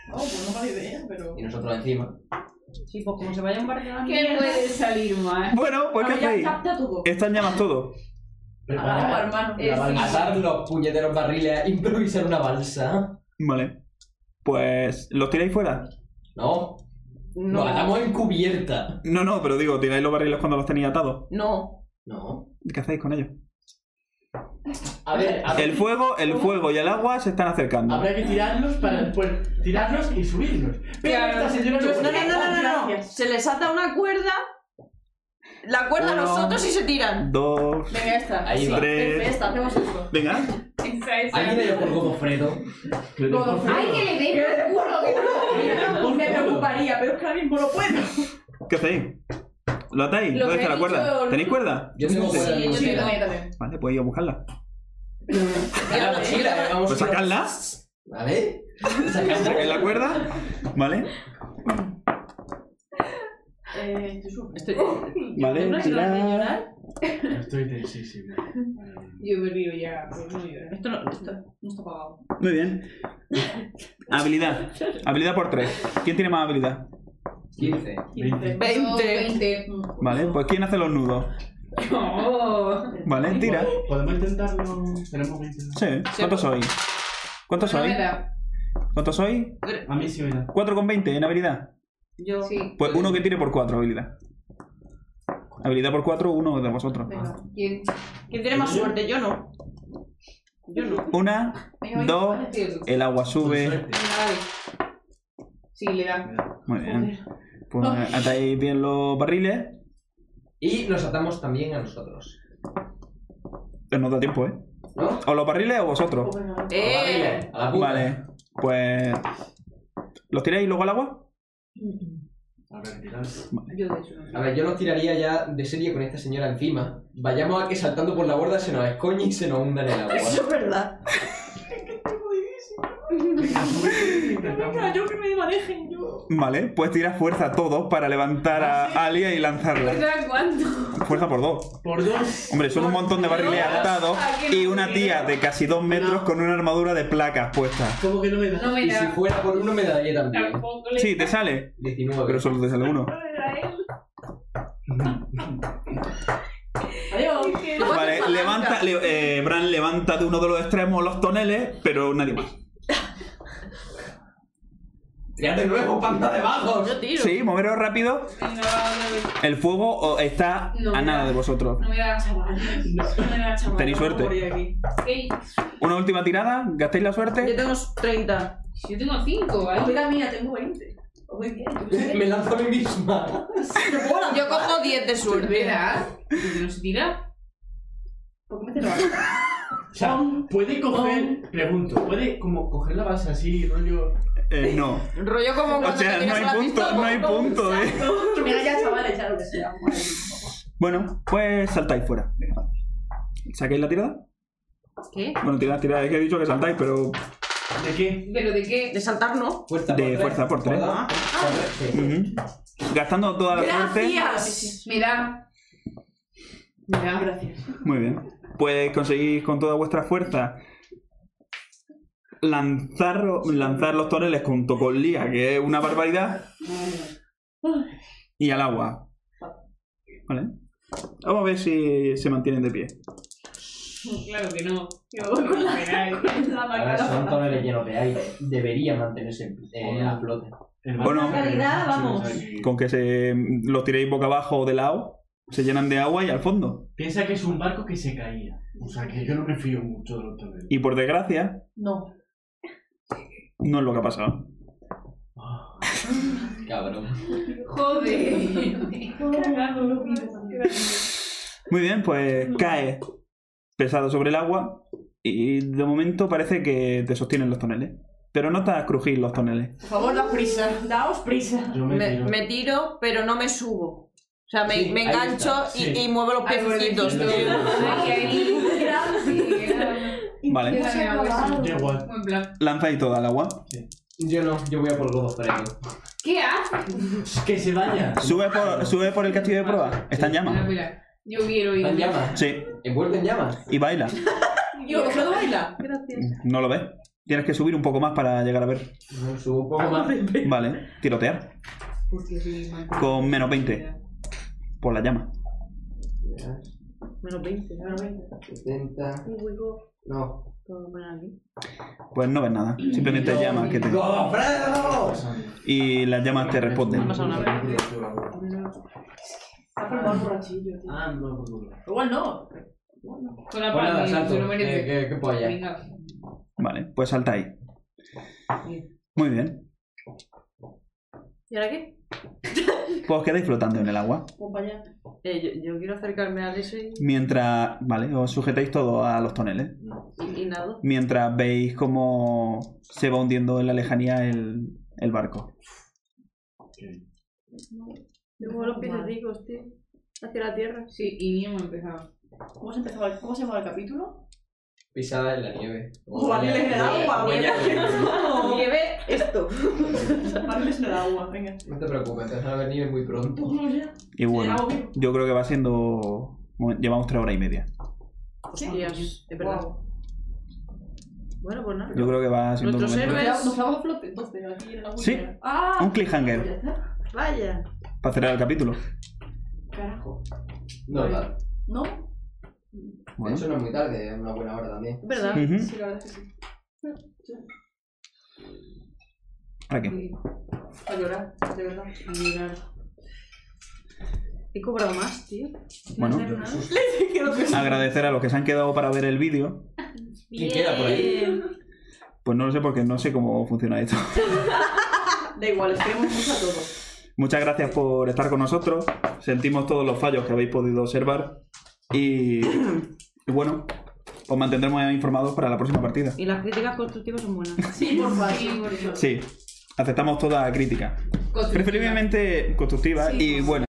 Speaker 9: No, pues no mala idea, pero.
Speaker 3: Y nosotros encima.
Speaker 4: Sí, pues como se vaya un barco
Speaker 5: ¿Qué puede salir mal?
Speaker 1: Bueno, pues ¿qué
Speaker 8: Ah,
Speaker 9: Ahora ya
Speaker 1: hacéis?
Speaker 9: capta todo.
Speaker 1: Están llamas todo.
Speaker 4: Ah,
Speaker 9: Ahora,
Speaker 8: Preparar
Speaker 9: hermano.
Speaker 5: Eh,
Speaker 8: la
Speaker 5: sí.
Speaker 8: balsa.
Speaker 3: Atar los puñeteros barriles e improvisar una balsa.
Speaker 1: Vale. Pues, ¿los tiráis fuera?
Speaker 3: No,
Speaker 4: No,
Speaker 3: Nos atamos en cubierta.
Speaker 1: No, no, pero digo, tiráis los barriles cuando los tenéis atados.
Speaker 4: no.
Speaker 3: No.
Speaker 1: ¿Qué hacéis con ellos?
Speaker 8: A ver, a ver.
Speaker 1: El fuego, el fuego y el agua se están acercando.
Speaker 8: Habrá que tirarlos para después tirarlos y subirlos. Pero
Speaker 5: Claro.
Speaker 8: esta señora
Speaker 4: No, no, no,
Speaker 8: no
Speaker 4: no, no, no.
Speaker 9: Gracias.
Speaker 4: Se les ata una cuerda, la cuerda a
Speaker 1: Uno.
Speaker 4: nosotros y se tiran.
Speaker 1: Dos,
Speaker 9: Venga, ya está.
Speaker 3: Ahí va.
Speaker 1: tres.
Speaker 9: Esta, hacemos esto.
Speaker 1: Venga.
Speaker 5: Esa, esa.
Speaker 3: Ahí me dio por Godofredo.
Speaker 5: ¡Ay, que le dé por culo! que no-
Speaker 9: Me preocuparía, pero es que ahora mismo no puedo.
Speaker 1: ¿Qué hacéis? ¿Lo atáis?
Speaker 2: Lo
Speaker 1: ¿Dónde
Speaker 2: que
Speaker 1: está
Speaker 2: ha
Speaker 1: la
Speaker 2: dicho
Speaker 1: cuerda?
Speaker 2: el-
Speaker 1: ¿Tenéis cuerda?
Speaker 3: Yo tengo
Speaker 1: Sí.
Speaker 3: fuera de
Speaker 9: Sí, yo
Speaker 3: mochila.
Speaker 9: también, también.
Speaker 1: Vale, pues ir a buscarla.
Speaker 3: La mochila, eh, vamos
Speaker 1: ¿Pues
Speaker 3: a sacarla.
Speaker 1: sacarla?
Speaker 3: ¿Vale?
Speaker 1: ¿Sacáis la cuerda? Vale.
Speaker 9: Eh, yo subo.
Speaker 4: Estoy...
Speaker 1: Vale, tirad.
Speaker 8: Estoy tensísimo.
Speaker 5: Yo me río ya, pues no llorar.
Speaker 4: Esto no, esto
Speaker 9: No está pagado.
Speaker 1: Muy bien. Habilidad. Habilidad por 3. ¿Quién tiene más habilidad?
Speaker 3: 15.
Speaker 8: 20.
Speaker 5: 20.
Speaker 1: Vale, pues ¿quién hace los nudos?
Speaker 5: Oh.
Speaker 1: Vale, tira.
Speaker 8: Podemos intentarlo. Tenemos 20. ¿no?
Speaker 1: Sí. ¿Cuántos sois? ¿Cuántos
Speaker 5: No
Speaker 1: sois?
Speaker 5: me da.
Speaker 1: ¿Cuántos sois?
Speaker 8: A mí sí me da.
Speaker 1: 4 con 20 en habilidad.
Speaker 4: Yo.
Speaker 5: Sí.
Speaker 1: Pues uno que tire por 4 habilidad. Habilidad por 4, uno de vosotros.
Speaker 5: Venga. ¿Quién?
Speaker 4: ¿Quién tiene más suerte? Yo no. Yo no.
Speaker 1: Una, dos,
Speaker 5: Cierto.
Speaker 1: el agua
Speaker 8: Con
Speaker 1: sube.
Speaker 8: suerte.
Speaker 5: Venga, dale. Sí, le da.
Speaker 8: Me da.
Speaker 1: Muy bien. Pues atáis bien los barriles.
Speaker 3: Y nos atamos también a nosotros.
Speaker 1: Eh, No da tiempo, ¿eh?
Speaker 3: ¿No?
Speaker 1: O los barriles o vosotros.
Speaker 4: ¡Eh!
Speaker 3: A la puta.
Speaker 1: Vale, pues. ¿Los tiráis luego al agua?
Speaker 8: Habrá que tirar.
Speaker 4: Yo de hecho no.
Speaker 3: A ver, yo nos tiraría ya de serie con esta señora encima. Vayamos a que saltando por la borda se nos escoñe y se nos hunda en el agua.
Speaker 7: Eso es verdad.
Speaker 8: Venga, sube, intentamos.
Speaker 7: yo que me manejen, yo.
Speaker 1: Vale, pues tira fuerza a todos para levantar a Alia y lanzarla.
Speaker 5: ¿Será cuánto?
Speaker 1: Fuerza por dos.
Speaker 8: Por dos.
Speaker 1: Hombre, son un montón de barriles atados y una tía de casi dos metros con una armadura de placas puesta.
Speaker 8: ¿Cómo que no me da?
Speaker 5: No me
Speaker 3: Y si
Speaker 5: da.
Speaker 3: fuera por uno me daría también.
Speaker 5: Tampoco le
Speaker 1: Sí, te sale,
Speaker 3: 19.
Speaker 1: pero solo te sale uno.
Speaker 2: Adiós.
Speaker 1: Vale, levanta, le- eh, Bran levanta de uno de los extremos los toneles, pero nadie más.
Speaker 3: ¡Tira de nuevo, panda de vagos!
Speaker 4: Yo tiro.
Speaker 1: Sí, moveros rápido.
Speaker 5: Venga, va, otra vez.
Speaker 1: El fuego o- está
Speaker 5: No,
Speaker 1: a nada
Speaker 5: no.
Speaker 1: de vosotros.
Speaker 5: No me da, chaval. No me da, chaval.
Speaker 1: Tenéis suerte.
Speaker 5: Ey,
Speaker 1: Una última tirada, gastéis la
Speaker 4: Yo
Speaker 1: suerte.
Speaker 4: tengo 30.
Speaker 5: yo tengo 5, ¿vale?
Speaker 2: Mira mía, tengo 20. Os
Speaker 9: pues,
Speaker 2: doy 10.
Speaker 3: Me lanzo a mí misma.
Speaker 4: Yo cojo 10 de suerte.
Speaker 5: ¿Verdad? Porque no se tira.
Speaker 2: ¿Por qué me te lo
Speaker 8: O sea, puede coger. Pregunto, puede como coger la base así, rollo.
Speaker 1: Eh, no.
Speaker 4: Rollo como
Speaker 1: O
Speaker 4: cuando
Speaker 1: sea,
Speaker 4: te
Speaker 1: no
Speaker 4: tiras a la
Speaker 1: hay punto,
Speaker 4: pistola,
Speaker 1: no hay
Speaker 4: como-
Speaker 1: punto, eh.
Speaker 2: Mira ya, chavales, ya lo que sea.
Speaker 9: pues.
Speaker 1: Bueno, pues saltáis fuera. ¿Sacáis la tirada?
Speaker 4: ¿Qué?
Speaker 1: Bueno, tirad, tirad. Es que he dicho que saltáis, pero...
Speaker 8: ¿De qué?
Speaker 5: ¿Pero de qué?
Speaker 4: De saltar no.
Speaker 3: Fuerza
Speaker 1: De
Speaker 3: por tres.
Speaker 1: fuerza por tres.
Speaker 3: Por dos. Por tres, sí.
Speaker 1: Ujú. Gastando toda la suerte.
Speaker 4: ¡Gracias!
Speaker 5: Me da. Me da. Gracias.
Speaker 1: Muy bien. Pues conseguís con toda vuestra fuerza lanzar, lanzar los toreles junto con Lía, que es una barbaridad, y al agua. ¿Vale? Vamos a ver si se mantienen de pie.
Speaker 5: Claro que no. Yo voy con la
Speaker 3: Ahora son toneles llenos de aire. Debería mantenerse eh, a flote.
Speaker 8: El
Speaker 1: Bueno.
Speaker 8: barco-
Speaker 1: En
Speaker 9: realidad, vamos.
Speaker 1: Con que se los tiréis boca abajo o de lado, se llenan de agua y al fondo.
Speaker 8: Piensa que es un barco que se caía. O sea, que yo no me fío mucho de los toneles.
Speaker 1: Y por desgracia,
Speaker 9: No.
Speaker 1: no es lo que ha pasado.
Speaker 8: Ah,
Speaker 3: Cabrón.
Speaker 5: Joder. Cagado, lo mismo.
Speaker 1: Muy bien, pues cae pesado sobre el agua y de momento parece que te sostienen los toneles. Pero notas crujir los toneles.
Speaker 2: Por favor, daos prisa. Daos prisa.
Speaker 8: yo me,
Speaker 4: Me,
Speaker 8: tiro.
Speaker 4: me tiro, pero no me subo. O sea, me,
Speaker 3: Sí,
Speaker 4: me
Speaker 3: ahí
Speaker 4: engancho
Speaker 3: está,
Speaker 4: y,
Speaker 8: sí.
Speaker 4: y muevo los
Speaker 5: Ay,
Speaker 4: piecitos.
Speaker 5: pobrecito. Ay, ahí. Sí, era-
Speaker 1: Vale,
Speaker 5: era mi abuelo.
Speaker 8: Da igual.
Speaker 5: Buen plan.
Speaker 1: lanzáis toda al agua.
Speaker 3: Yo no, yo voy a por los dos frenos.
Speaker 5: ¿Qué haces?
Speaker 8: Que se vaya.
Speaker 1: Sube por, sube por el castillo de prueba. Está en
Speaker 5: Mira,
Speaker 1: llamas.
Speaker 5: mira. Yo quiero ir.
Speaker 3: ¿Están llamas?
Speaker 1: Sí,
Speaker 3: ¿Envuelto en llamas?
Speaker 1: y baila.
Speaker 2: Yo, ¿qué no baila?
Speaker 1: No lo ves. Tienes que subir un poco más para llegar a ver.
Speaker 3: No, Subo un poco más.
Speaker 1: Vale, tirotear. Con menos 20. Por la llama.
Speaker 4: Menos 20, menos 20.
Speaker 3: 70.
Speaker 4: Un hueco,
Speaker 3: No.
Speaker 4: todo por aquí.
Speaker 1: Pues no ves nada. Simplemente llamas que te.
Speaker 3: ¡Gofredo!
Speaker 1: Y las llamas te responden.
Speaker 2: Está formado por así, yo.
Speaker 8: Ah, no, por culo.
Speaker 2: Igual no.
Speaker 5: Con la
Speaker 3: Pues nada,
Speaker 5: palma,
Speaker 3: salto.
Speaker 5: se lo merece.
Speaker 3: Eh, ¿Qué, qué polla?
Speaker 5: Venga.
Speaker 1: Vale, pues saltáis. Muy bien.
Speaker 4: ¿Y ahora qué?
Speaker 1: Pues quedáis flotando en el agua.
Speaker 2: Compañía.
Speaker 4: Eh, yo, yo quiero acercarme a eso y,
Speaker 1: Mientras, vale, os sujetáis todo a los toneles.
Speaker 4: y, y nado.
Speaker 1: Mientras veis cómo se va hundiendo en la lejanía el, el barco.
Speaker 4: Yo muevo los piecitos, tío. Hacia la tierra.
Speaker 5: Sí, y ni hemos empezado.
Speaker 2: ¿Cómo se, empezaba el, ¿Cómo se llamaba el capítulo?
Speaker 3: Pisada en la nieve.
Speaker 2: Barriles en el agua, güey.
Speaker 4: Nieve esto.
Speaker 2: Barriles en el agua, venga.
Speaker 3: No te preocupes, te vas a ver nieve muy
Speaker 2: Pues
Speaker 3: pronto.
Speaker 1: Y bueno,
Speaker 2: Agua viva.
Speaker 1: yo creo que va siendo... bueno, Llevamos tres horas y media.
Speaker 4: Hostias, es verdad.
Speaker 2: Guau.
Speaker 4: Bueno, pues nada.
Speaker 1: Yo creo que va siendo
Speaker 4: Nuestros
Speaker 1: momento.
Speaker 2: Nos
Speaker 4: héroes.
Speaker 2: nos vamos a flote, entonces, aquí en la
Speaker 1: Sí.
Speaker 2: búsqueda. ¡Ah!
Speaker 9: pues
Speaker 1: Un cliffhanger
Speaker 2: Ya está.
Speaker 4: Vaya.
Speaker 1: para cerrar el capítulo.
Speaker 2: Carajo.
Speaker 3: No, claro.
Speaker 2: ¿No?
Speaker 3: De hecho, no es muy tarde, es una buena hora también.
Speaker 4: Es verdad.
Speaker 1: Ujú.
Speaker 2: Sí, la verdad es que sí.
Speaker 1: Aquí.
Speaker 2: A llorar, de verdad.
Speaker 4: He cobrado más, tío.
Speaker 1: Bueno,
Speaker 4: No sé,
Speaker 1: agradecer a los que se han quedado para ver el vídeo.
Speaker 3: ¿Quién queda por ahí?
Speaker 1: Pues no lo sé porque no sé cómo funciona esto.
Speaker 2: Da igual, os queremos mucho a todos.
Speaker 1: Muchas gracias por estar con nosotros. Sentimos todos los fallos que habéis podido observar. Y, y bueno, os mantendremos informados para la próxima partida.
Speaker 4: Y las críticas constructivas son buenas.
Speaker 2: Sí, por favor.
Speaker 5: Sí, por favor.
Speaker 1: Sí, aceptamos toda crítica. Preferiblemente constructiva y buena.